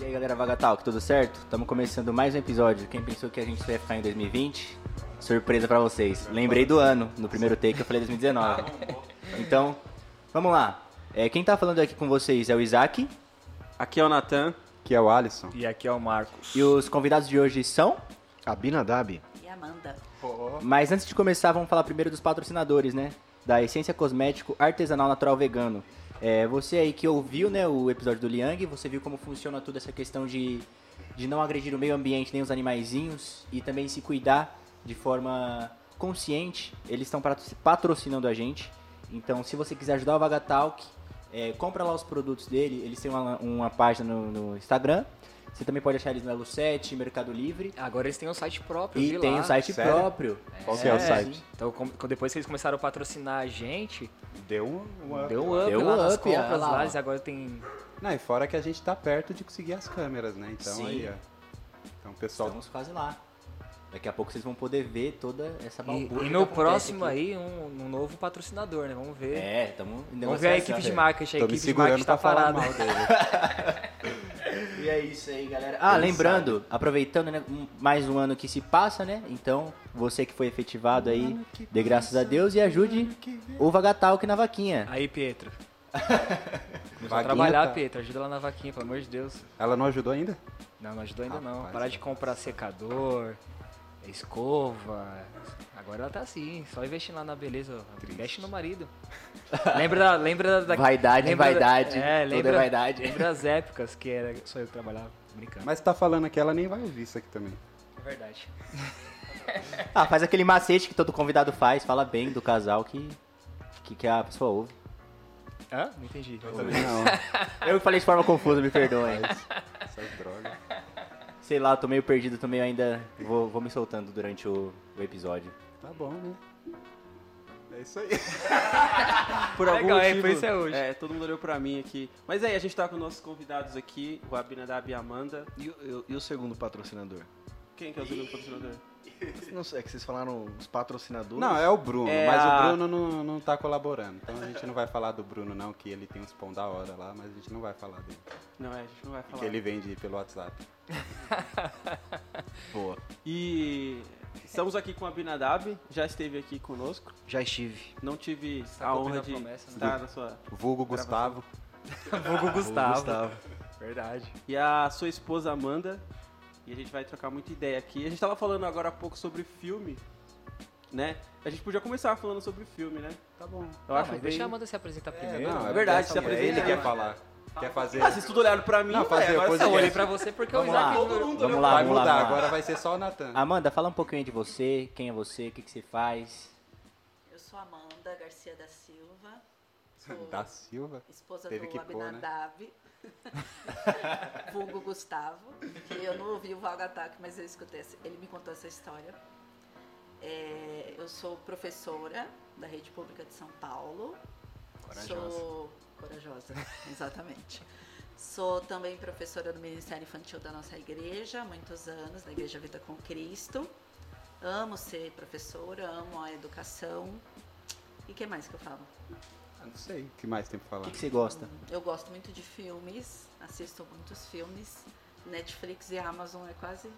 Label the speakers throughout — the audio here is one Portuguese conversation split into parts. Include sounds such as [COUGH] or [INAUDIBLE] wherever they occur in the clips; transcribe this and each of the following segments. Speaker 1: E aí galera Vagatalk, tudo certo? Estamos começando mais um episódio. Quem pensou que a gente ia ficar em 2020? Surpresa pra vocês. Lembrei do ano, no primeiro take eu falei 2019. Então, vamos lá. É, quem tá falando aqui com vocês é o Isaac
Speaker 2: Aqui é o Natan.
Speaker 3: que é o Alisson.
Speaker 4: E aqui é o Marcos.
Speaker 1: e os convidados de hoje são.
Speaker 3: A Binadab.
Speaker 5: E Amanda.
Speaker 1: Mas antes de começar, vamos falar primeiro dos patrocinadores, né? Da Essência Cosmético Artesanal Natural Vegano. É, você aí que ouviu né, o episódio do Liang, você viu como funciona toda essa questão de, de não agredir o meio ambiente nem os animaizinhos e também se cuidar de forma consciente. Eles estão patro- patrocinando a gente. Então, se você quiser ajudar o Vagatalk, é, compra lá os produtos dele. Eles têm uma, uma página no, no Instagram. Você também pode achar eles na Lucete, Mercado Livre.
Speaker 6: Agora eles têm um site próprio,
Speaker 1: E
Speaker 6: vi
Speaker 1: tem
Speaker 6: lá.
Speaker 1: o site
Speaker 3: Sério?
Speaker 1: próprio.
Speaker 3: Qual que é o site?
Speaker 6: Então, com- com- depois que eles começaram a patrocinar a gente,
Speaker 3: Deu uma...
Speaker 6: deu um up
Speaker 1: Deu
Speaker 6: lá
Speaker 1: um
Speaker 6: nas
Speaker 1: up, ah,
Speaker 6: compras
Speaker 1: lá,
Speaker 6: lá,
Speaker 1: ó.
Speaker 6: eles agora tem...
Speaker 3: Não, e fora que a gente tá perto de conseguir as câmeras, né? Então
Speaker 1: Sim.
Speaker 3: aí, ó. Então, pessoal,
Speaker 1: Estamos quase lá. Daqui a pouco vocês vão poder ver toda essa
Speaker 6: E,
Speaker 1: balbúrdia.
Speaker 6: e
Speaker 1: que
Speaker 6: no
Speaker 1: acontece
Speaker 6: próximo
Speaker 1: aqui.
Speaker 6: aí, um, um novo patrocinador, né? Vamos ver.
Speaker 1: É, estamos
Speaker 6: Vamos ver a equipe de marketing. A
Speaker 3: tô me
Speaker 6: equipe de marketing
Speaker 3: segurando
Speaker 6: tá
Speaker 3: pra falar
Speaker 6: parada.
Speaker 3: mal dele.
Speaker 1: E é isso aí, galera. Ah, lembrando, aproveitando né, um- mais um ano que se passa, né? Então, você que foi efetivado aí, dê graças a Deus e ajude o Vagatalk na vaquinha.
Speaker 6: Aí, Pietro. Começou a
Speaker 3: Vaguinha
Speaker 6: trabalhar,
Speaker 3: tá-
Speaker 6: Pietro. Ajuda lá na vaquinha, pelo amor de Deus.
Speaker 3: Ela não ajudou ainda?
Speaker 6: Não, não ajudou ainda não.
Speaker 3: Rapaz,
Speaker 6: Parar de comprar secador, escova. Agora ela tá assim, só investir lá na beleza. ó. Investe no marido. lembra da. Lembra da
Speaker 1: Vaidade,
Speaker 6: lembra da-
Speaker 1: vaidade.
Speaker 6: É,
Speaker 1: Tudo é
Speaker 6: lembra,
Speaker 1: vaidade.
Speaker 6: Lembra as épocas que era só eu que trabalhava brincando.
Speaker 3: Mas tá falando aqui, ela nem vai ouvir isso aqui também.
Speaker 6: É verdade.
Speaker 1: Ah, faz aquele macete que todo convidado faz, fala bem do casal que, que, que a pessoa ouve.
Speaker 6: Hã? Não entendi.
Speaker 3: Não,
Speaker 1: Eu que falei de forma confusa, me perdoem. [LAUGHS]
Speaker 3: essas drogas.
Speaker 1: Sei lá, eu tô meio perdido, tô meio ainda. Vou, vou me soltando durante o, o episódio.
Speaker 3: Tá bom, né? É isso aí.
Speaker 2: Por algum
Speaker 6: Legal, é,
Speaker 2: motivo,
Speaker 6: por isso é hoje.
Speaker 2: todo mundo olhou pra mim aqui. Mas aí, a gente tá com nossos convidados aqui, o Abinadab e a Amanda.
Speaker 7: E, o- eu- e o segundo patrocinador?
Speaker 2: Quem que é o segundo patrocinador?
Speaker 7: Não sei, é que vocês falaram os patrocinadores.
Speaker 3: Não, é o Bruno,
Speaker 2: É
Speaker 3: mas
Speaker 2: a-
Speaker 3: o Bruno não, não tá colaborando. Então a gente não vai falar do Bruno, não, que ele tem uns pão da hora lá, mas a gente não vai falar dele.
Speaker 2: Não, é, a gente não vai falar.
Speaker 3: Que ele vende pelo
Speaker 2: [LAUGHS]
Speaker 3: WhatsApp.
Speaker 7: Boa.
Speaker 2: E estamos aqui com a Abinadab, já esteve aqui conosco.
Speaker 7: Já estive.
Speaker 2: Não tive
Speaker 6: tá
Speaker 2: a
Speaker 6: cumprindo
Speaker 2: honra
Speaker 6: a
Speaker 2: de
Speaker 6: promessa, né?
Speaker 2: estar na sua...
Speaker 3: Vulgo Gustavo.
Speaker 6: [LAUGHS] Vulgo Gustavo.
Speaker 7: Gustavo.
Speaker 6: Verdade.
Speaker 2: E a sua esposa, Amanda. E a gente vai trocar muita ideia aqui. A gente tava falando agora há pouco sobre filme, né? A gente podia começar falando sobre filme, né?
Speaker 3: Tá bom.
Speaker 2: Eu
Speaker 6: Ah,
Speaker 2: acho
Speaker 6: mas
Speaker 2: bem...
Speaker 6: deixa a Amanda se apresentar primeiro.
Speaker 3: não,
Speaker 2: é
Speaker 3: é
Speaker 2: verdade,
Speaker 3: verdade,
Speaker 2: se apresenta
Speaker 3: ele
Speaker 2: aí.
Speaker 3: quer falar. Quer fazer.
Speaker 2: Ah, vocês tudo olharam pra mim, né?
Speaker 3: Não, é,
Speaker 2: ué,
Speaker 3: fazer
Speaker 2: agora
Speaker 3: coisa
Speaker 6: Eu
Speaker 2: vocês-
Speaker 6: olhei pra você porque eu
Speaker 3: Então
Speaker 1: Vamos
Speaker 6: Isaac
Speaker 1: lá.
Speaker 2: Todo mundo
Speaker 1: Vamos
Speaker 2: olhou
Speaker 1: lá,
Speaker 3: vai
Speaker 1: vamos lá.
Speaker 3: mudar,
Speaker 1: vamos lá.
Speaker 3: agora vai ser só o Natan.
Speaker 1: Amanda, fala um pouquinho aí de você, quem é você, o que, que você faz.
Speaker 5: Eu sou Amanda Garcia da Silva. Sou
Speaker 3: Da Silva.
Speaker 5: esposa
Speaker 3: Teve
Speaker 5: do
Speaker 3: que pôr, né?
Speaker 5: Abinadab.
Speaker 3: [LAUGHS]
Speaker 5: vulgo Gustavo. Que eu não ouvi o Vaga Ataque, mas eu escutei. essa- Ele me contou essa história. É, eu sou professora da Rede Pública de São Paulo.
Speaker 7: Corajosa.
Speaker 5: Sou corajosa, [LAUGHS] exatamente. Sou também professora do Ministério Infantil da nossa igreja, há muitos anos, da Igreja Vida com Cristo. Amo ser professora, amo a educação. E o que mais que eu falo?
Speaker 3: Ah, Não sei o que mais tem pra
Speaker 1: O
Speaker 3: falar.
Speaker 1: que, que você gosta?
Speaker 5: Eu gosto muito de filmes, assisto muitos filmes. Netflix e Amazon é quase,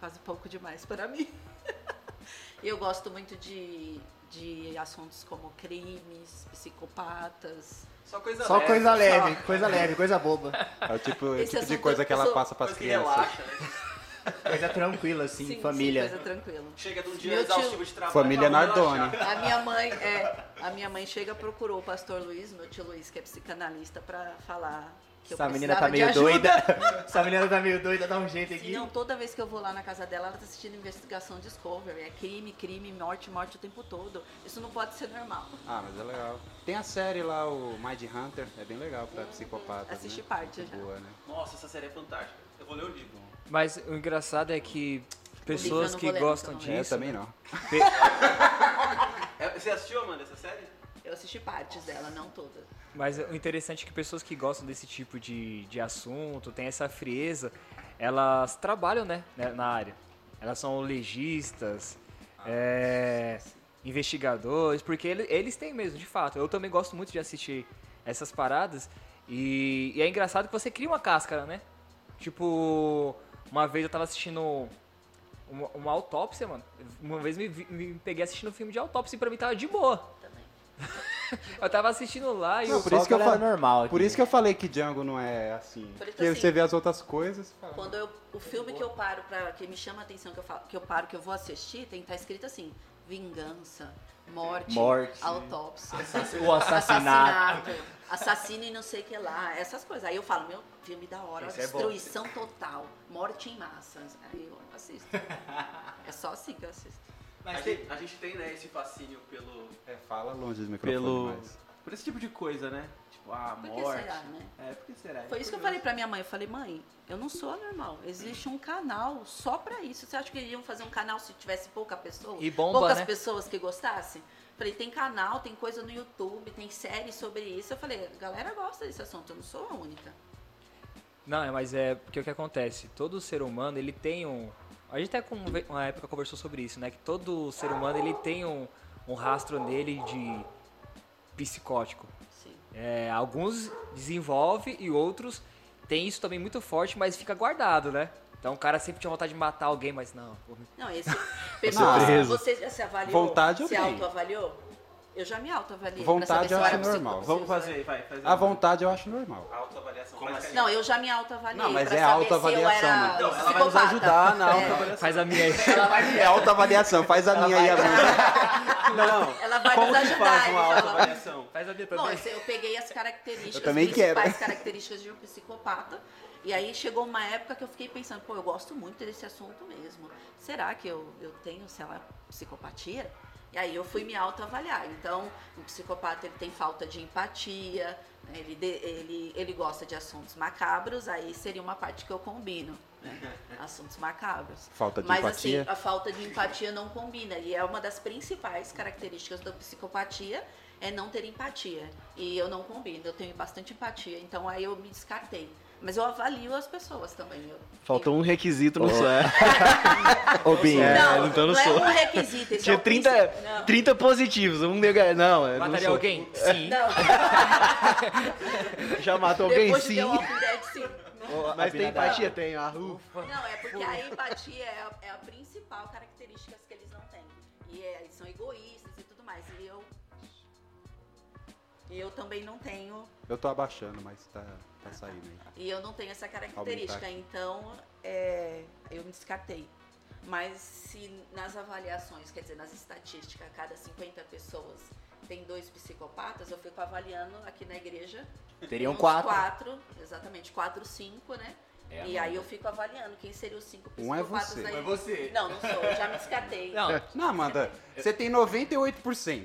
Speaker 5: quase pouco demais para mim. [LAUGHS] Eu gosto muito de, de assuntos como crimes, psicopatas.
Speaker 2: Só coisa
Speaker 7: Só
Speaker 2: leve.
Speaker 6: É.
Speaker 7: coisa leve, coisa leve, coisa boba.
Speaker 3: É o tipo, o
Speaker 5: Esse
Speaker 3: tipo de
Speaker 5: assunto
Speaker 3: coisa que
Speaker 5: eu
Speaker 3: ela
Speaker 5: sou-
Speaker 3: passa pras
Speaker 2: coisa que
Speaker 3: crianças.
Speaker 2: relaxa, né?
Speaker 1: Coisa tranquila, assim, família.
Speaker 5: coisa tranquila.
Speaker 2: Chega de um dia
Speaker 5: Meu tio-
Speaker 2: exaustivo de trabalho.
Speaker 3: Família
Speaker 2: tá bom, relaxa.
Speaker 3: Nardone.
Speaker 5: A minha mãe, é, a minha mãe chega procurou o pastor Luiz, meu tio Luiz, que é psicanalista, para falar que
Speaker 1: Essa
Speaker 5: eu
Speaker 1: menina tá
Speaker 5: precisava de
Speaker 1: meio
Speaker 5: ajuda.
Speaker 1: doida. Essa menina tá meio doida, dá um jeito aqui.
Speaker 5: Não, toda vez que eu vou lá na casa dela, ela tá assistindo investigação Discovery. É crime, crime, morte, morte o tempo todo. Isso não pode ser normal.
Speaker 3: Ah, mas é legal. Tem a série lá, o Mind Hunter, é bem legal pra psicopatas.
Speaker 5: Assisti
Speaker 3: né?
Speaker 5: parte
Speaker 3: Muito
Speaker 5: já.
Speaker 3: Boa, né?
Speaker 2: Nossa, essa série é fantástica. Eu vou ler o livro.
Speaker 6: Mas o engraçado é que
Speaker 5: livro eu
Speaker 6: pessoas
Speaker 5: não
Speaker 6: que
Speaker 5: vou ler,
Speaker 6: gostam
Speaker 5: então,
Speaker 6: disso.
Speaker 5: né?
Speaker 3: É, também não.
Speaker 2: É, você assistiu, Amanda, essa série?
Speaker 5: Eu assisti partes dela, não toda.
Speaker 6: Mas o interessante é que pessoas que gostam desse tipo de, de assunto, tem essa frieza, elas trabalham, né, né, na área. Elas são legistas, é, investigadores, porque ele- eles têm mesmo, de fato. Eu também gosto muito de assistir essas paradas e, e é engraçado que você cria uma cáscara, né? Tipo, uma vez eu tava assistindo uma, uma autópsia, mano. Uma vez me, vi- me peguei assistindo um filme de autópsia e pra mim tava de boa.
Speaker 5: também.
Speaker 6: [LAUGHS] Eu tava assistindo lá e
Speaker 3: Não,
Speaker 6: eu-
Speaker 3: por isso que eu
Speaker 1: falo
Speaker 3: falo-
Speaker 1: normal.
Speaker 3: Por isso que eu falei que Django não é assim.
Speaker 5: Por isso
Speaker 3: Porque
Speaker 5: assim-
Speaker 3: você vê as outras coisas e fala.
Speaker 5: Quando eu, o filme que eu paro para que me chama a atenção que eu falo, que eu paro que eu vou assistir, tem que estar escrito assim: vingança, morte,
Speaker 1: Morte.
Speaker 5: autópsia,
Speaker 1: o assassinato.
Speaker 5: assassinato, assassino e não sei o que lá, essas coisas. Aí eu falo: meu filme da hora,
Speaker 7: Esse é bom.
Speaker 5: destruição total, morte em massas. Aí eu assisto. é só assim que eu assisto.
Speaker 2: A gente, a gente tem, né, esse fascínio pelo,
Speaker 3: É, fala longe do microfone.
Speaker 2: pelo,
Speaker 3: mas-
Speaker 2: por esse tipo de coisa, né? Tipo, a
Speaker 5: Por que
Speaker 2: morte.
Speaker 5: será, né?
Speaker 2: É, por que será?
Speaker 5: Foi isso que eu falei pra minha mãe. Eu falei, mãe, eu não sou anormal. Existe um canal só pra isso. Você acha que iriam fazer um canal se tivesse pouca pessoa?
Speaker 6: E bomba,
Speaker 5: Poucas
Speaker 6: né?
Speaker 5: pessoas que gostassem? Falei, tem canal, tem coisa no YouTube, tem série sobre isso. Eu falei, a galera gosta desse assunto, eu não sou a única.
Speaker 6: Não, é, mas é porque o que acontece? Todo ser humano, ele tem um. A gente até com uma época conversou sobre isso, né? Que todo ser humano, ele tem um, um rastro nele de psicótico.
Speaker 5: Sim.
Speaker 6: É, alguns desenvolve e outros tem isso também muito forte, mas fica guardado, né? Então o cara sempre tinha vontade de matar alguém, mas não. vou me-
Speaker 3: [LAUGHS]
Speaker 5: Não, esse. Pessoa, você,
Speaker 3: preso.
Speaker 5: você já se avaliou?
Speaker 3: Vontade eu
Speaker 5: Se
Speaker 3: tenho.
Speaker 5: autoavaliou? Eu já me autoavaliei.
Speaker 3: Vontade
Speaker 5: pra saber se
Speaker 3: eu acho
Speaker 5: era psico-
Speaker 3: normal.
Speaker 2: Vamos
Speaker 5: se-
Speaker 2: fazer aí, vai.
Speaker 7: Ah,
Speaker 2: Faz
Speaker 3: A vontade eu acho normal.
Speaker 2: A autoavaliação.
Speaker 7: Como
Speaker 2: Faz
Speaker 7: assim?
Speaker 2: aí.
Speaker 5: Não, eu já me autoavaliei.
Speaker 3: Não, mas
Speaker 5: pra
Speaker 3: é
Speaker 5: saber se eu
Speaker 3: autoavaliação,
Speaker 5: era
Speaker 3: mano.
Speaker 2: Então, ela vai nos
Speaker 5: psicopata.
Speaker 2: ajudar na
Speaker 3: tá
Speaker 5: É.
Speaker 2: autoavaliação.
Speaker 6: Faz a minha aí.
Speaker 3: [LAUGHS] É autoavaliação, faz a minha aí, Amanda.
Speaker 2: Não,
Speaker 5: Ela vai
Speaker 2: como
Speaker 5: nos
Speaker 2: que
Speaker 5: ajudar, então.
Speaker 2: faz
Speaker 5: ele
Speaker 2: uma
Speaker 5: falou.
Speaker 2: autoavaliação?
Speaker 6: [LAUGHS] Faz a minha
Speaker 5: Bom,
Speaker 6: também.
Speaker 5: esse- eu peguei as características,
Speaker 3: Eu também
Speaker 5: as principais
Speaker 3: quero.
Speaker 5: características de um psicopata. E aí chegou uma época que eu fiquei pensando, pô, eu gosto muito desse assunto mesmo. Será que eu, eu tenho, sei lá, psicopatia? E aí eu fui me autoavaliar. Então, um psicopata ele tem falta de empatia, né, ele, de- ele, ele gosta de assuntos macabros, aí seria uma parte que eu combino. né, Assuntos macabros.
Speaker 3: Falta de
Speaker 5: Mas
Speaker 3: empatia.
Speaker 5: assim, a falta de empatia não combina. E é uma das principais características da psicopatia é não ter empatia. E eu não combino, eu tenho bastante empatia, então aí eu me descartei. Mas eu avalio as pessoas também. Eu,
Speaker 7: Faltou um requisito no
Speaker 5: [LAUGHS]
Speaker 7: sou. é.
Speaker 1: Ô, Binho,
Speaker 7: É,
Speaker 5: Não,
Speaker 7: então eu não
Speaker 5: não é
Speaker 7: sou.
Speaker 5: um requisito. Esse é
Speaker 7: Tinha
Speaker 5: o
Speaker 7: 30,
Speaker 5: princípio. Não.
Speaker 7: 30 positivos, um nega. Não, é. não
Speaker 6: Mataria
Speaker 7: sou.
Speaker 6: alguém? Sim.
Speaker 5: Não,
Speaker 7: Já matou alguém,
Speaker 5: depois de
Speaker 7: sim.
Speaker 5: The Walking Dead, sim.
Speaker 7: Mas tem
Speaker 1: Abinadab.
Speaker 7: empatia? Tem. Ah, ufa.
Speaker 5: Não, é porque a empatia é a, é a principal característica que eles não têm. E é, eles são egoístas e tudo mais. E eu. E eu também não tenho
Speaker 3: Eu tô abaixando, mas tá, tá saindo aí.
Speaker 5: E eu não tenho essa
Speaker 3: Aumentar
Speaker 5: característica,
Speaker 3: aqui.
Speaker 5: então é, eu me descartei. Mas se nas avaliações, quer dizer, nas estatísticas, a cada 50 pessoas tem dois psicopatas, eu fico avaliando aqui na igreja.
Speaker 1: teriam
Speaker 5: uns
Speaker 1: quatro.
Speaker 5: exatamente, quatro, cinco, né?
Speaker 1: É,
Speaker 5: e aí eu fico avaliando quem seriam os cinco
Speaker 3: Um é
Speaker 5: psicopatas
Speaker 3: você.
Speaker 5: da
Speaker 3: Um
Speaker 5: igreja.
Speaker 1: você.
Speaker 5: Não, não sou, eu já me
Speaker 6: [LAUGHS]
Speaker 5: descartei.
Speaker 6: Não,
Speaker 3: Não, Amanda, você tem 98%.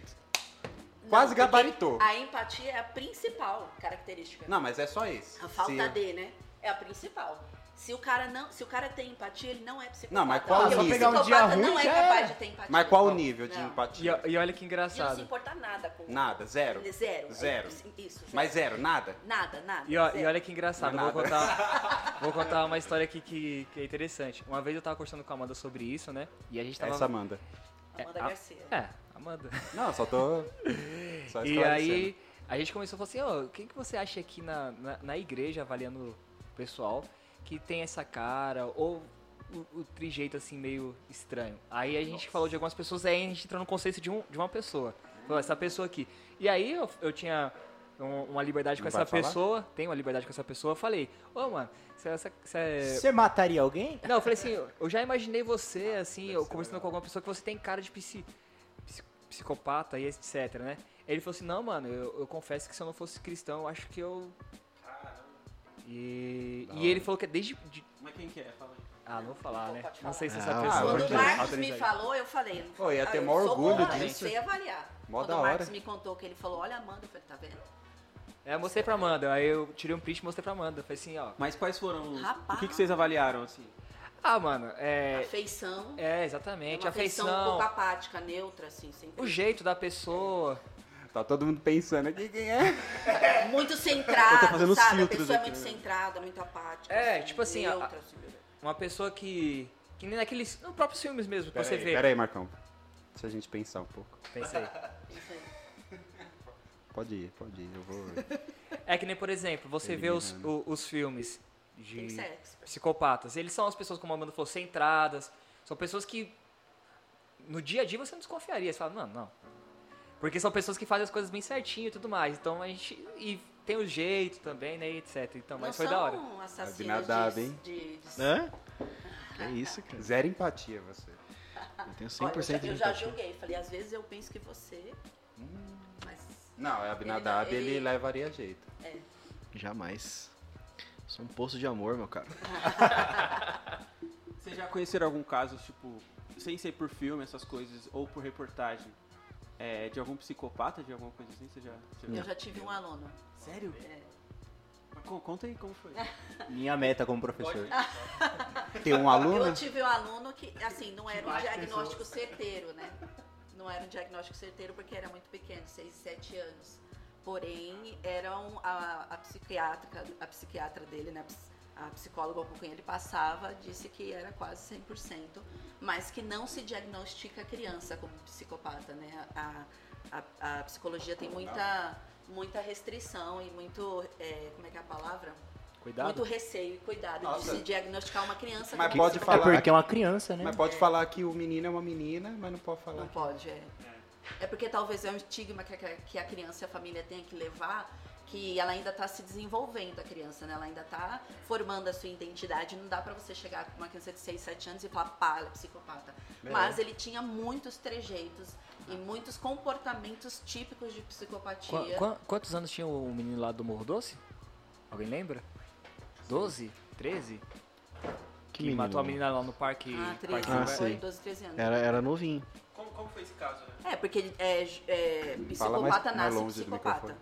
Speaker 5: Não,
Speaker 3: Quase
Speaker 5: porque
Speaker 3: gabaritou.
Speaker 5: A empatia é a principal característica.
Speaker 3: Não, mas é só esse.
Speaker 5: A falta
Speaker 3: Se-
Speaker 5: de, né? É a principal. Se o cara não, se o cara tem empatia, ele não é psicopata.
Speaker 3: Não, mas qual
Speaker 5: Porque
Speaker 3: o
Speaker 5: o
Speaker 3: nível?
Speaker 5: psicopata
Speaker 1: Pegar um dia
Speaker 5: não
Speaker 1: ruim,
Speaker 5: é
Speaker 1: já
Speaker 5: capaz
Speaker 1: era.
Speaker 5: de ter empatia.
Speaker 3: Mas qual o nível de
Speaker 5: Não.
Speaker 6: e,
Speaker 3: empatia?
Speaker 6: o- e olha que
Speaker 5: De não se
Speaker 6: engraçado.
Speaker 5: importar nada com
Speaker 3: Nada, zero.
Speaker 5: é Zero.
Speaker 3: Zero.
Speaker 5: Isso, Isso. zero.
Speaker 3: Mas é- zero, nada.
Speaker 5: Nada, nada.
Speaker 6: E, ó-
Speaker 5: zero.
Speaker 6: e olha que engraçado,
Speaker 3: Não é
Speaker 6: eu vou contar, vou contar uma história aqui que, que é interessante. Uma vez eu tava conversando com a Amanda sobre isso, né? E a gente
Speaker 5: Tá
Speaker 6: tava.
Speaker 3: Essa Amanda.
Speaker 5: Amanda
Speaker 6: é, a-
Speaker 5: Garcia.
Speaker 3: Ah,
Speaker 6: É, Amanda.
Speaker 3: Não, só tô. Só
Speaker 6: E
Speaker 3: esclarecendo.
Speaker 6: aí a gente começou a falar assim, ó, quem que você acha aqui na, na, na igreja, avaliando o pessoal, que tem essa cara, ou o, o trijeito assim meio estranho. Aí a gente falou de algumas pessoas, aí a gente entrou no conceito de, um, de uma pessoa. Falou, essa pessoa aqui. E aí eu, eu tinha um- uma liberdade com
Speaker 3: Não
Speaker 6: essa
Speaker 3: vai falar?
Speaker 6: pessoa, tenho uma liberdade com essa pessoa, eu falei, ô mano, você, é você, você
Speaker 1: É, Você mataria alguém?
Speaker 6: não, eu falei assim, eu já imaginei você,
Speaker 5: Ah,
Speaker 6: assim, eu conversando com alguma pessoa que você tem cara de psi- psi- psicopata e etc, né? Ele falou assim, não, mano, eu, eu confesso que se eu não fosse cristão, eu acho que eu... E,
Speaker 3: Da
Speaker 6: e
Speaker 3: hora.
Speaker 6: ele falou que é desde... de-
Speaker 2: Mas quem que é? Fala aí.
Speaker 6: ah, não vou falar,
Speaker 5: Não,
Speaker 6: né?
Speaker 5: pode
Speaker 6: Não sei se
Speaker 7: falar.
Speaker 6: essa
Speaker 7: Ah,
Speaker 6: pessoa...
Speaker 5: Quando
Speaker 3: pode
Speaker 5: o
Speaker 3: falar.
Speaker 5: Marcos
Speaker 3: Autoriza
Speaker 5: me
Speaker 3: aí.
Speaker 5: falou, eu falei.
Speaker 3: Pô, ia
Speaker 5: ah,
Speaker 3: ter
Speaker 5: eu
Speaker 3: maior
Speaker 5: sou
Speaker 3: orgulho
Speaker 5: boa,
Speaker 3: disso.
Speaker 5: Eu sei avaliar.
Speaker 3: Mó
Speaker 5: Quando
Speaker 3: da
Speaker 5: o Marcos
Speaker 3: hora.
Speaker 5: me contou que ele falou, olha Amanda, eu falei, tá vendo?
Speaker 6: É, eu mostrei pra Amanda, aí eu tirei um print e mostrei pra Amanda. Falei assim, ó...
Speaker 2: Mas quais foram os...
Speaker 5: Rapaz.
Speaker 2: O que, que vocês avaliaram, assim?
Speaker 6: Ah, mano, é...
Speaker 5: Afeição.
Speaker 6: É,
Speaker 5: é
Speaker 6: exatamente,
Speaker 5: uma
Speaker 6: a
Speaker 5: afeição um
Speaker 6: afeição,
Speaker 5: pouco apática, neutra, assim, sem
Speaker 6: o jeito da pessoa...
Speaker 3: Tá todo mundo pensando aqui quem é.
Speaker 5: muito
Speaker 3: Eu tô
Speaker 5: centrado,
Speaker 3: fazendo os
Speaker 5: sabe? A
Speaker 3: filtros
Speaker 5: pessoa é
Speaker 3: aqui,
Speaker 5: muito
Speaker 3: né?
Speaker 5: centrada, muito apática.
Speaker 6: É, tipo assim, a-
Speaker 5: neutra, assim,
Speaker 6: Uma pessoa que... Que nem naqueles... Nos próprios filmes mesmo, que
Speaker 3: Pera
Speaker 6: você
Speaker 3: aí,
Speaker 6: vê.
Speaker 3: Pera aí, Marcão. Se a gente pensar um pouco.
Speaker 6: Pensei.
Speaker 5: isso aí.
Speaker 3: Pode ir, pode ir. Eu vou.
Speaker 6: É que nem, por exemplo, você vê os,
Speaker 3: Eliminando.
Speaker 6: o- os filmes de
Speaker 5: Tem que ser expert.
Speaker 6: psicopatas. Eles são as pessoas, como a Amanda falou, centradas. São pessoas que no dia a dia você não desconfiaria. Você fala, não, não. Porque são pessoas que fazem as coisas bem certinho e tudo mais. Então a gente. E tem o jeito também, né? E etc. Então, mas
Speaker 5: Não
Speaker 6: foi da hora.
Speaker 5: são assassinos
Speaker 3: Abinadab,
Speaker 5: de-
Speaker 7: hein?
Speaker 5: de- de-
Speaker 3: Né?
Speaker 7: Hã? Que isso, cara.
Speaker 3: Zero empatia você.
Speaker 7: Eu tenho
Speaker 5: Olha,
Speaker 7: 100%
Speaker 5: eu já,
Speaker 7: de
Speaker 5: eu já
Speaker 7: empatia.
Speaker 5: julguei. Falei, às vezes eu penso que você... Mas...
Speaker 3: Não, é Abinadab,
Speaker 5: Ele-
Speaker 3: ele,
Speaker 5: ele
Speaker 3: levaria jeito.
Speaker 7: Jamais. Sou um poço de amor, meu cara.
Speaker 2: Vocês já conheceram algum caso, tipo, sem ser por filme, essas coisas, ou por reportagem, é, de algum psicopata, de alguma coisa assim? Você já. você
Speaker 5: Eu já tive um aluno.
Speaker 2: Sério?
Speaker 5: É.
Speaker 2: Mas con- Conta aí como foi.
Speaker 1: Minha meta como professor.
Speaker 3: Tem um
Speaker 5: [LAUGHS] Eu
Speaker 3: aluno?
Speaker 5: tive um aluno que, assim, não era um diagnóstico certeiro, né? Não era um diagnóstico certeiro porque era muito pequeno, 6, 7 anos. Porém, eram a, a psiquiatra, a psiquiatra dele, né? A psicóloga com quem ele passava disse que era quase 100%, mas que não se diagnostica a criança como psicopata, né? A, a, a psicologia tem muita, muita restrição e muito, é, como é que é a palavra?
Speaker 6: Cuidado.
Speaker 5: Muito receio e cuidado
Speaker 3: Nossa.
Speaker 5: de se diagnosticar uma criança
Speaker 3: Mas
Speaker 5: como
Speaker 3: pode
Speaker 5: psicopata.
Speaker 3: falar-
Speaker 1: É porque é uma criança, né?
Speaker 3: Mas pode falar que o menino é uma menina, mas não pode falar.
Speaker 5: Não pode, é. É porque talvez é um estigma que a, que a criança e a família tem que levar, que ela ainda está se desenvolvendo, a criança, né? Ela ainda está formando a sua identidade. Não dá para você chegar com uma criança de 6, 7 anos e falar, pá, ela é psicopata. Mas ele tinha muitos trejeitos e muitos comportamentos típicos de
Speaker 6: Qua-
Speaker 5: psicopatia.
Speaker 6: qua- quantos anos tinha o menino lá do Morro Doce? Alguém lembra? 12? 13? Que,
Speaker 7: menino,
Speaker 6: matou a
Speaker 7: mano?
Speaker 6: menina lá no parque.
Speaker 5: Ah, 13,
Speaker 6: parque
Speaker 7: Ah,
Speaker 6: Silver-
Speaker 5: foi
Speaker 7: sei.
Speaker 5: 12, 13 anos.
Speaker 7: Era, era novinho.
Speaker 2: [LAUGHS] Como, como foi esse caso, né?
Speaker 5: É, porque ele é, é,
Speaker 3: Fala mais- mais
Speaker 5: psicopata nasce
Speaker 3: longe do
Speaker 5: psicopata.
Speaker 3: microfone.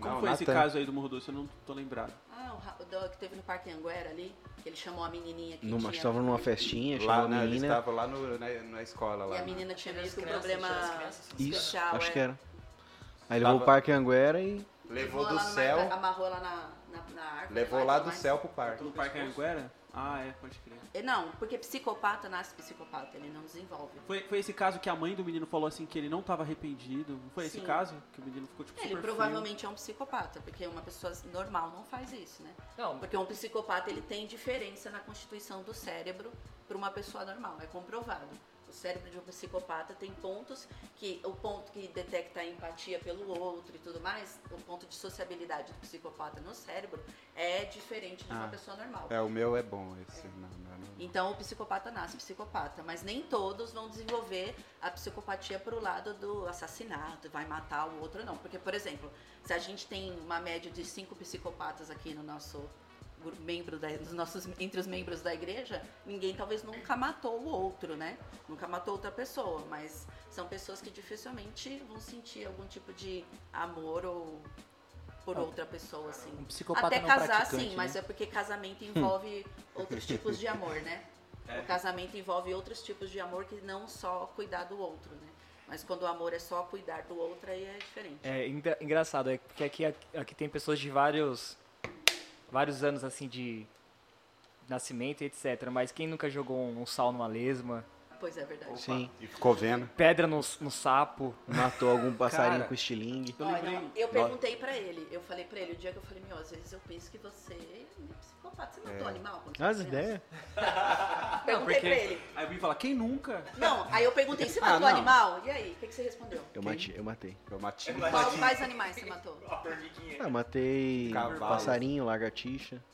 Speaker 2: Como
Speaker 3: Não,
Speaker 2: foi esse
Speaker 3: Natan.
Speaker 2: caso aí do Morro Doce? Eu não tô lembrado.
Speaker 5: Ah, o, ra- o do- que teve no Parque Anguera ali, que ele chamou a menininha que
Speaker 7: Numa,
Speaker 5: tinha...
Speaker 7: estava numa festinha,
Speaker 3: Lá,
Speaker 7: chamou
Speaker 3: né,
Speaker 7: a
Speaker 3: eles
Speaker 7: menina.
Speaker 3: estavam lá no- na, na escola.
Speaker 5: E
Speaker 3: Lá,
Speaker 5: a
Speaker 3: né?
Speaker 5: menina tinha meio que um
Speaker 6: Tinha as
Speaker 5: problema
Speaker 6: crianças, tinha as crianças, tinha
Speaker 7: Isso,
Speaker 5: especial,
Speaker 7: acho
Speaker 5: é.
Speaker 7: que era. Aí levou
Speaker 3: Tava-
Speaker 7: o Parque Anguera e
Speaker 3: Levou
Speaker 5: ela
Speaker 3: do
Speaker 5: numa-
Speaker 3: céu,
Speaker 5: amarrou ela na, na, na árvore.
Speaker 3: levou
Speaker 5: e
Speaker 3: lá
Speaker 5: tudo
Speaker 3: do
Speaker 5: mais.
Speaker 3: céu pro parque.
Speaker 2: No Parque Anguera? Ah, é, pode crer.
Speaker 5: E Não, porque psicopata nasce psicopata, ele não desenvolve.
Speaker 2: Foi, foi esse caso que a mãe do menino falou assim que ele não tava arrependido? Não foi esse
Speaker 5: Sim.
Speaker 2: caso? Que o menino ficou tipo
Speaker 5: Ele
Speaker 2: super
Speaker 5: provavelmente é um psicopata, porque uma pessoa normal não faz isso, né?
Speaker 6: Não,
Speaker 5: Porque um psicopata ele tem diferença na constituição do cérebro para uma pessoa normal, é comprovado. O cérebro de um psicopata tem pontos que o ponto que detecta a empatia pelo outro e tudo mais, o ponto de sociabilidade do psicopata no cérebro é diferente de uma
Speaker 2: Ah.
Speaker 5: pessoa normal.
Speaker 3: É, o meu é bom esse. Não, não, não.
Speaker 5: Então o psicopata nasce psicopata, mas nem todos vão desenvolver a psicopatia pro lado do assassinato, vai matar o outro, não. Porque, por exemplo, se a gente tem uma média de cinco psicopatas aqui no nosso gru- membro da, dos nossos, entre os membros da igreja, ninguém talvez nunca matou o outro, né? Nunca matou outra pessoa, mas são pessoas que dificilmente vão sentir algum tipo de amor ou por outra pessoa, assim.
Speaker 1: Um psicopata
Speaker 5: Até
Speaker 1: não
Speaker 5: casar,
Speaker 1: praticante,
Speaker 5: sim,
Speaker 1: né?
Speaker 5: mas é porque casamento envolve outros tipos de amor, né? O casamento envolve outros tipos de amor que não só cuidar do outro, né? Mas quando o amor é só cuidar do outro, aí é diferente.
Speaker 6: É engra- engraçado, é porque aqui, aqui tem pessoas de vários vários anos assim de nascimento e etc. Mas quem nunca jogou um, um sal numa lesma,
Speaker 5: Pois é verdade.
Speaker 7: sim,
Speaker 3: E ficou vendo.
Speaker 6: pedra no, s- no sapo?
Speaker 7: matou algum passarinho
Speaker 2: Cara.
Speaker 7: com estilingue.
Speaker 2: Eu
Speaker 5: Olha,
Speaker 2: lembrei-
Speaker 5: eu perguntei pra ele, eu falei pra ele o dia que eu falei, meu, às vezes eu penso que você é psicopata. Você matou animal? quando você
Speaker 7: As
Speaker 5: era
Speaker 7: ideias.
Speaker 5: criança? Perguntei
Speaker 6: porque-
Speaker 5: pra ele.
Speaker 2: feliz. Aí o menino fala, quem nunca?
Speaker 5: Não, aí eu perguntei, você
Speaker 3: Ah,
Speaker 5: matou
Speaker 3: não.
Speaker 5: animal? E aí, o que, que você respondeu?
Speaker 7: Eu matei, eu matei.
Speaker 3: Eu
Speaker 2: É
Speaker 3: um matei.
Speaker 5: Qual- Quais animais você matou?
Speaker 7: Ah, matei
Speaker 3: Cavalo.
Speaker 7: passarinho, lagartixa.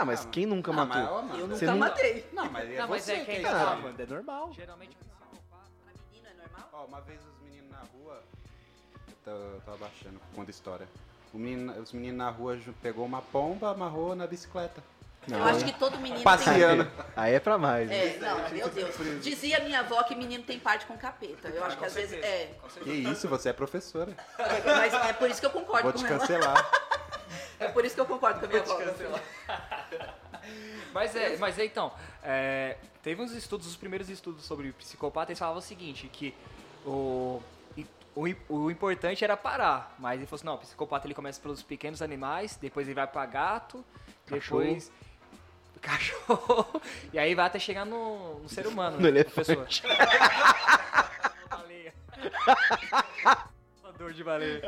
Speaker 7: Ah, mas
Speaker 3: Ah,
Speaker 7: quem nunca
Speaker 3: Ah,
Speaker 7: matou?
Speaker 3: mas,
Speaker 5: Eu
Speaker 3: mano,
Speaker 5: nunca
Speaker 7: Você não-
Speaker 5: matei.
Speaker 3: Não, mas é
Speaker 6: Não, mas
Speaker 3: você
Speaker 6: é quem
Speaker 3: que
Speaker 6: tá-
Speaker 3: sabe.
Speaker 1: é normal.
Speaker 6: Geralmente
Speaker 5: Pra menino é normal?
Speaker 3: Ó, uma vez os meninos na rua. Eu tô, eu tô abaixando, conta a história. O menino- os meninos na rua ju- pegou uma pomba, amarrou na bicicleta.
Speaker 5: Eu acho que todo menino tem...
Speaker 3: Passeando.
Speaker 7: Aí é pra mais. né?
Speaker 5: É, não, meu Deus. Dizia minha avó que menino tem parte com capeta. Eu acho que às vezes é.
Speaker 3: Que isso, você é professora.
Speaker 5: Mas é por isso que eu concordo
Speaker 3: Vou
Speaker 5: com
Speaker 3: te
Speaker 5: ela.
Speaker 3: cancelar.
Speaker 5: É por isso que eu concordo com a minha avó.
Speaker 6: Mas é, mas é então, é, teve uns estudos, os primeiros estudos sobre psicopata, eles falavam o seguinte, que o, i- o, im- o importante era parar, mas ele falou assim, não, o psicopata ele começa pelos pequenos animais, depois ele vai pra gato,
Speaker 7: Cachorro.
Speaker 6: depois [LAUGHS] cachorro, e aí vai até chegar no, no ser humano,
Speaker 7: No
Speaker 6: né,
Speaker 7: elefante.
Speaker 6: pessoa.
Speaker 7: [LAUGHS]
Speaker 6: Baleia.
Speaker 7: É.
Speaker 6: Essa dor de baleia.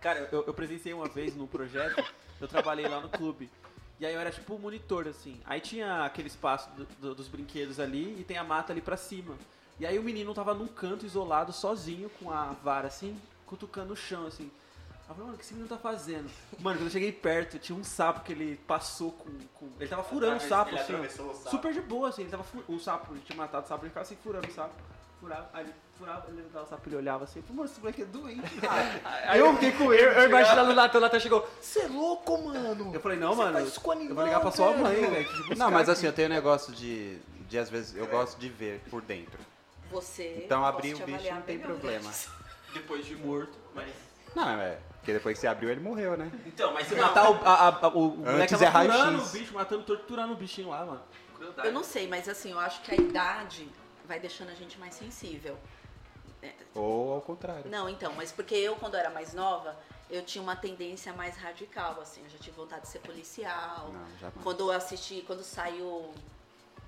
Speaker 2: Cara, eu, eu presenciei uma vez num projeto, eu trabalhei lá no clube. E aí eu era tipo um monitor, assim. Aí tinha aquele espaço do- do- dos brinquedos ali e tem a mata ali pra cima. E aí o menino tava num canto isolado, sozinho, com a vara, assim, cutucando o chão, assim. Aí eu falei, mano, o que esse menino tá fazendo? Mano, quando eu cheguei perto, tinha um sapo que ele passou com. com- Ele tava furando o sapo, assim. ó. Super de boa, assim, ele tava fu- o sapo, ele tinha matado o sapo, ele ficava assim furando o sapo. Furava, aí ele furava, ele levantava o sapo, ele olhava assim, pô, mano, esse moleque é doente, cara. aí eu fiquei
Speaker 6: Eu,
Speaker 2: com ele.
Speaker 6: eu imaginando o Natan, o Natan chegou, você é louco, mano.
Speaker 2: Eu falei, não,
Speaker 6: Você
Speaker 2: mano,
Speaker 6: faz isso com
Speaker 2: [LAUGHS] eu vou
Speaker 6: animal,
Speaker 2: ligar pra sua
Speaker 6: cara."
Speaker 2: mãe, velho. que
Speaker 3: Não, mas assim, eu tenho um negócio de. De às vezes eu gosto de ver por dentro.
Speaker 5: Você.
Speaker 3: Então
Speaker 5: posso
Speaker 3: abrir o
Speaker 5: te
Speaker 3: bicho
Speaker 5: avaliar
Speaker 3: não tem
Speaker 5: melhor.
Speaker 3: problema.
Speaker 2: Depois de morto, mas...
Speaker 3: Não, é. Porque depois que você abriu, ele morreu, né?
Speaker 2: Então, mas se matar o, a, a- a- o, o moleque
Speaker 3: Antes
Speaker 2: tava
Speaker 3: é raio-x.
Speaker 2: furando o bicho, matando, torturando o bichinho lá, mano. Crueldade.
Speaker 5: Eu não sei, mas assim, eu acho que a idade vai deixando a gente mais sensível.
Speaker 3: Ou ao contrário.
Speaker 5: Não, então, mas porque eu, quando era mais nova, eu tinha uma tendência mais radical, assim. Eu já tive vontade de ser policial.
Speaker 3: Não, jamais.
Speaker 5: Quando eu assisti, quando saiu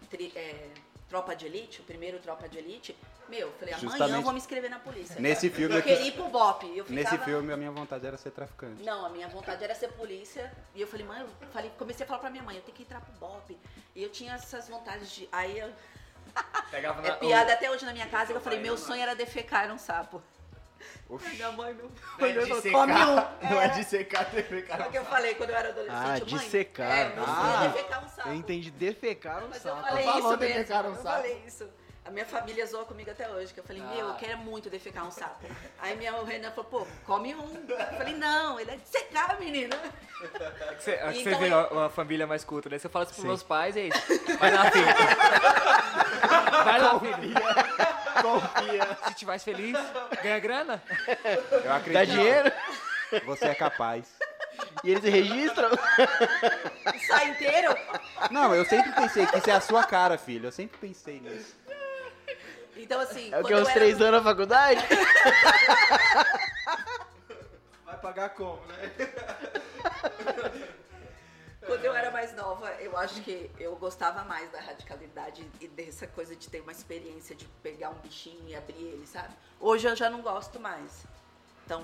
Speaker 5: tri- é, Tropa de Elite, o primeiro Tropa de Elite, meu, eu falei, amanhã eu
Speaker 3: Justamente.
Speaker 5: vou me inscrever na polícia.
Speaker 3: Nesse filme
Speaker 5: eu
Speaker 3: aqui-
Speaker 5: queria ir pro BOP. Eu ficava...
Speaker 3: Nesse filme, a minha vontade era ser traficante.
Speaker 5: Não, a minha vontade era ser polícia. E eu falei, mãe, eu falei, comecei a falar pra minha mãe, eu tenho que entrar pro BOP. E eu tinha essas vontades de. Aí eu-
Speaker 6: Pegava
Speaker 5: é
Speaker 6: na-
Speaker 5: piada até hoje na minha casa que eu falei, meu sonho era defecar um sapo.
Speaker 3: Oxi.
Speaker 5: Aí Minha mãe, meu
Speaker 6: Não é
Speaker 5: olhou e
Speaker 6: de
Speaker 5: falou,
Speaker 6: secar.
Speaker 5: come um.
Speaker 1: Não é de secar, TV,
Speaker 5: Foi
Speaker 1: cara.
Speaker 5: É o que eu falei quando eu era
Speaker 7: Ah,
Speaker 5: adolescente.
Speaker 7: de
Speaker 5: mãe,
Speaker 7: secar.
Speaker 5: É, meu sonho
Speaker 1: Ah,
Speaker 5: é defecar um sapo.
Speaker 7: Eu entendi, defecar um
Speaker 5: Mas eu
Speaker 7: sapo.
Speaker 5: falei
Speaker 1: Falou
Speaker 5: isso mesmo.
Speaker 1: defecar um
Speaker 5: eu
Speaker 1: sapo.
Speaker 5: falei isso. A minha família zoa comigo até hoje, que eu falei,
Speaker 7: Ah.
Speaker 5: meu, eu quero muito defecar um sapo. Aí minha o Renan falou, pô, come um. Eu falei, não, ele é de secar, menina.
Speaker 6: É que Você, é que
Speaker 5: Então,
Speaker 6: você vê
Speaker 5: ele-
Speaker 6: uma, uma família mais culta, né? Você fala isso pros meus pais, é isso. Vai lá, filho. Vai lá, filho. Se te mais feliz, ganha grana.
Speaker 3: Eu
Speaker 7: Dá
Speaker 3: acredito.
Speaker 7: dinheiro
Speaker 3: Você é capaz.
Speaker 7: e eles
Speaker 5: [LAUGHS]
Speaker 7: registram.
Speaker 5: Sai inteiro.
Speaker 3: Não, eu sempre pensei que isso é a sua cara, filho. Eu sempre pensei nisso.
Speaker 5: Então, assim.
Speaker 7: É o
Speaker 5: quando
Speaker 7: que?
Speaker 5: eu
Speaker 7: Uns
Speaker 5: era
Speaker 7: três anos na faculdade?
Speaker 2: Vai pagar como, né?
Speaker 5: Quando eu era mais nova, eu acho que eu gostava mais da radicalidade e dessa coisa de ter uma experiência de pegar um bichinho e abrir ele, sabe? Hoje eu já não gosto mais. Então,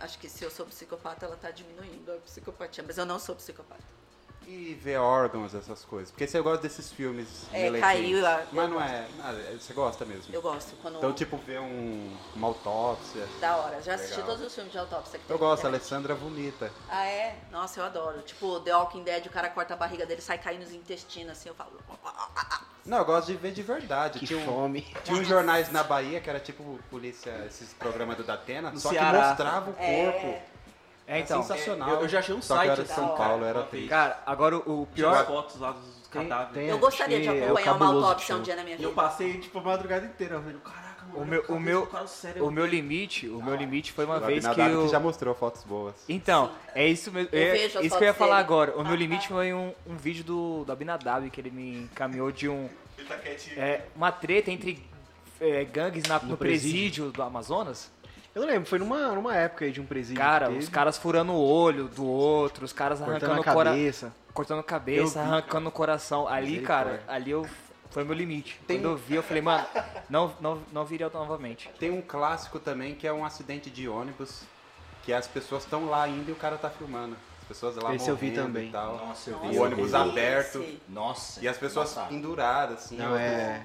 Speaker 5: acho que se eu sou psicopata, ela tá diminuindo a psicopatia. Mas eu não sou psicopata.
Speaker 3: E ver órgãos, essas coisas. Porque você gosta desses filmes.
Speaker 5: É,
Speaker 3: violentos.
Speaker 5: caiu lá.
Speaker 3: Mas não é. nada, Você gosta mesmo.
Speaker 5: Eu gosto. Quando
Speaker 3: Então, tipo, ver um, uma autópsia.
Speaker 5: Da hora. Já assisti
Speaker 3: Legal.
Speaker 5: todos os filmes de autópsia que tem
Speaker 3: Eu
Speaker 5: na
Speaker 3: gosto, a
Speaker 5: internet.
Speaker 3: Alessandra vomita.
Speaker 5: Ah, é? Nossa, eu adoro. Tipo, The Walking Dead, o cara corta a barriga dele, sai caindo os intestinos, assim, eu falo...
Speaker 3: Não, eu gosto de ver de verdade.
Speaker 7: Que
Speaker 3: Tinha um-
Speaker 7: fome.
Speaker 3: Tinha uns jornais na Bahia que era tipo polícia, esses programas do Datena,
Speaker 2: No
Speaker 3: só
Speaker 2: Ceará.
Speaker 3: que mostrava o corpo.
Speaker 5: É.
Speaker 6: É, então.
Speaker 3: sensacional.
Speaker 2: Eu, eu já achei um
Speaker 3: Só que
Speaker 2: site
Speaker 3: era
Speaker 2: da
Speaker 3: São
Speaker 5: hora.
Speaker 3: Paulo, era
Speaker 2: Uma vez.
Speaker 3: triste.
Speaker 6: Cara, agora o, o
Speaker 2: Tinha as
Speaker 6: pior.
Speaker 2: fotos lá dos cadáveres.
Speaker 7: tem-
Speaker 5: Eu gostaria de
Speaker 7: acho que é o
Speaker 5: acompanhar uma
Speaker 7: cabuloso
Speaker 5: autópsia um
Speaker 7: que
Speaker 5: dia na minha
Speaker 2: E
Speaker 5: vida.
Speaker 2: eu passei, tipo, a madrugada inteira, velho. Caraca, mano.
Speaker 6: O meu-
Speaker 2: cara,
Speaker 6: o meu-
Speaker 2: esse cara sério,
Speaker 6: O meu limite, o meu limite foi uma
Speaker 3: O
Speaker 6: vez que
Speaker 3: Abinadab
Speaker 6: eu.
Speaker 3: já mostrou fotos boas.
Speaker 6: Então, é isso mesmo.
Speaker 5: Eu
Speaker 6: é
Speaker 5: vejo as
Speaker 6: isso que eu ia
Speaker 5: fotos
Speaker 6: falar
Speaker 5: dele.
Speaker 6: agora. O meu limite foi um, um vídeo do, do Abinadab que ele me encaminhou de um. É, uma treta entre é, gangues na- no, presídio. do Amazonas.
Speaker 7: Eu lembro, foi numa, numa época aí de um presídio.
Speaker 6: Cara,
Speaker 7: que
Speaker 6: os
Speaker 7: teve,
Speaker 6: caras furando o olho do outro, os caras
Speaker 7: cortando
Speaker 6: arrancando
Speaker 7: a
Speaker 6: o cora-
Speaker 7: cabeça.
Speaker 6: cortando cabeça, arrancando o coração. Ali, cara, ali eu. Foi meu limite. Quando eu vi, eu falei, mano, não, não, não viria novamente.
Speaker 3: Tem um clássico também que é um acidente de ônibus, que as pessoas estão lá ainda e o cara tá filmando. As pessoas lá
Speaker 7: Esse eu vi
Speaker 3: morrendo
Speaker 7: também.
Speaker 3: e tal.
Speaker 1: Nossa, eu
Speaker 5: Nossa,
Speaker 1: vi.
Speaker 3: O ônibus
Speaker 5: esse.
Speaker 3: aberto.
Speaker 1: Nossa.
Speaker 3: E as pessoas
Speaker 1: Nossa.
Speaker 3: penduradas, assim.
Speaker 7: Não, é,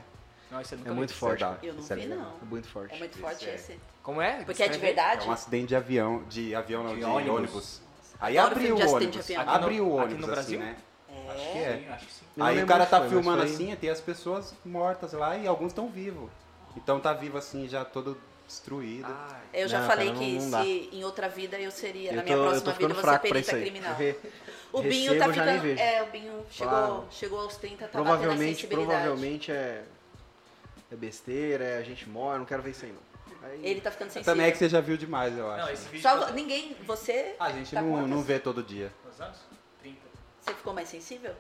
Speaker 6: Não, isso eu nunca
Speaker 7: é muito
Speaker 6: vi.
Speaker 7: forte.
Speaker 3: Sei lá.
Speaker 5: Eu não
Speaker 3: Isso é
Speaker 5: vi,
Speaker 3: legal.
Speaker 5: não.
Speaker 7: É muito
Speaker 5: É
Speaker 7: forte.
Speaker 5: muito forte
Speaker 3: é.
Speaker 5: esse.
Speaker 6: Como é?
Speaker 5: Porque é de
Speaker 6: Descreve aí.
Speaker 5: verdade?
Speaker 3: É um acidente de avião, de avião não,
Speaker 1: De
Speaker 3: de,
Speaker 1: ônibus.
Speaker 3: ônibus. Aí
Speaker 5: Adoro
Speaker 3: abriu
Speaker 5: filme de
Speaker 3: o
Speaker 5: acidente de
Speaker 3: ônibus.
Speaker 5: avião.
Speaker 6: Aqui no-
Speaker 3: Abriu o
Speaker 6: aqui no
Speaker 3: ônibus,
Speaker 6: Brasil?
Speaker 3: assim, né?
Speaker 5: É.
Speaker 3: Que é.
Speaker 1: Sim, acho que
Speaker 2: assim.
Speaker 1: sim.
Speaker 7: Eu não
Speaker 3: Aí o
Speaker 7: lembro
Speaker 3: cara
Speaker 7: onde
Speaker 3: tá
Speaker 7: foi, mas
Speaker 3: filmando
Speaker 7: foi-
Speaker 3: assim, tem as pessoas mortas lá e alguns estão vivos. Então tá vivo assim, já todo destruído.
Speaker 5: Ah, Eu já
Speaker 7: Não,
Speaker 5: falei
Speaker 7: cara, não-
Speaker 5: que
Speaker 7: não dá.
Speaker 5: se em outra vida eu seria, na
Speaker 7: Eu
Speaker 5: minha
Speaker 7: tô, eu
Speaker 5: próxima
Speaker 7: tô
Speaker 5: vida é
Speaker 7: ficando
Speaker 5: eu vou ser
Speaker 7: fraco pra
Speaker 5: perita
Speaker 7: isso aí.
Speaker 5: criminal.
Speaker 7: Re-
Speaker 5: O Binho tá
Speaker 7: recebo, já nem
Speaker 5: ficando.
Speaker 7: vejo.
Speaker 5: É, o Binho chegou,
Speaker 7: Claro.
Speaker 5: chegou aos 30, tá batendo a
Speaker 7: Provavelmente,
Speaker 5: sensibilidade.
Speaker 7: provavelmente é, é besteira, é a gente morre, não quero ver isso aí não. Aí-
Speaker 5: Ele tá ficando sensível.
Speaker 3: Também é que você já viu demais, eu
Speaker 7: Ah,
Speaker 3: acho.
Speaker 6: Não, esse vídeo.
Speaker 5: Só ninguém. Você.
Speaker 3: A gente
Speaker 5: tá com
Speaker 3: não,
Speaker 5: quantas?
Speaker 3: não vê todo dia.
Speaker 6: Quantos anos? 30.
Speaker 5: Você ficou mais sensível?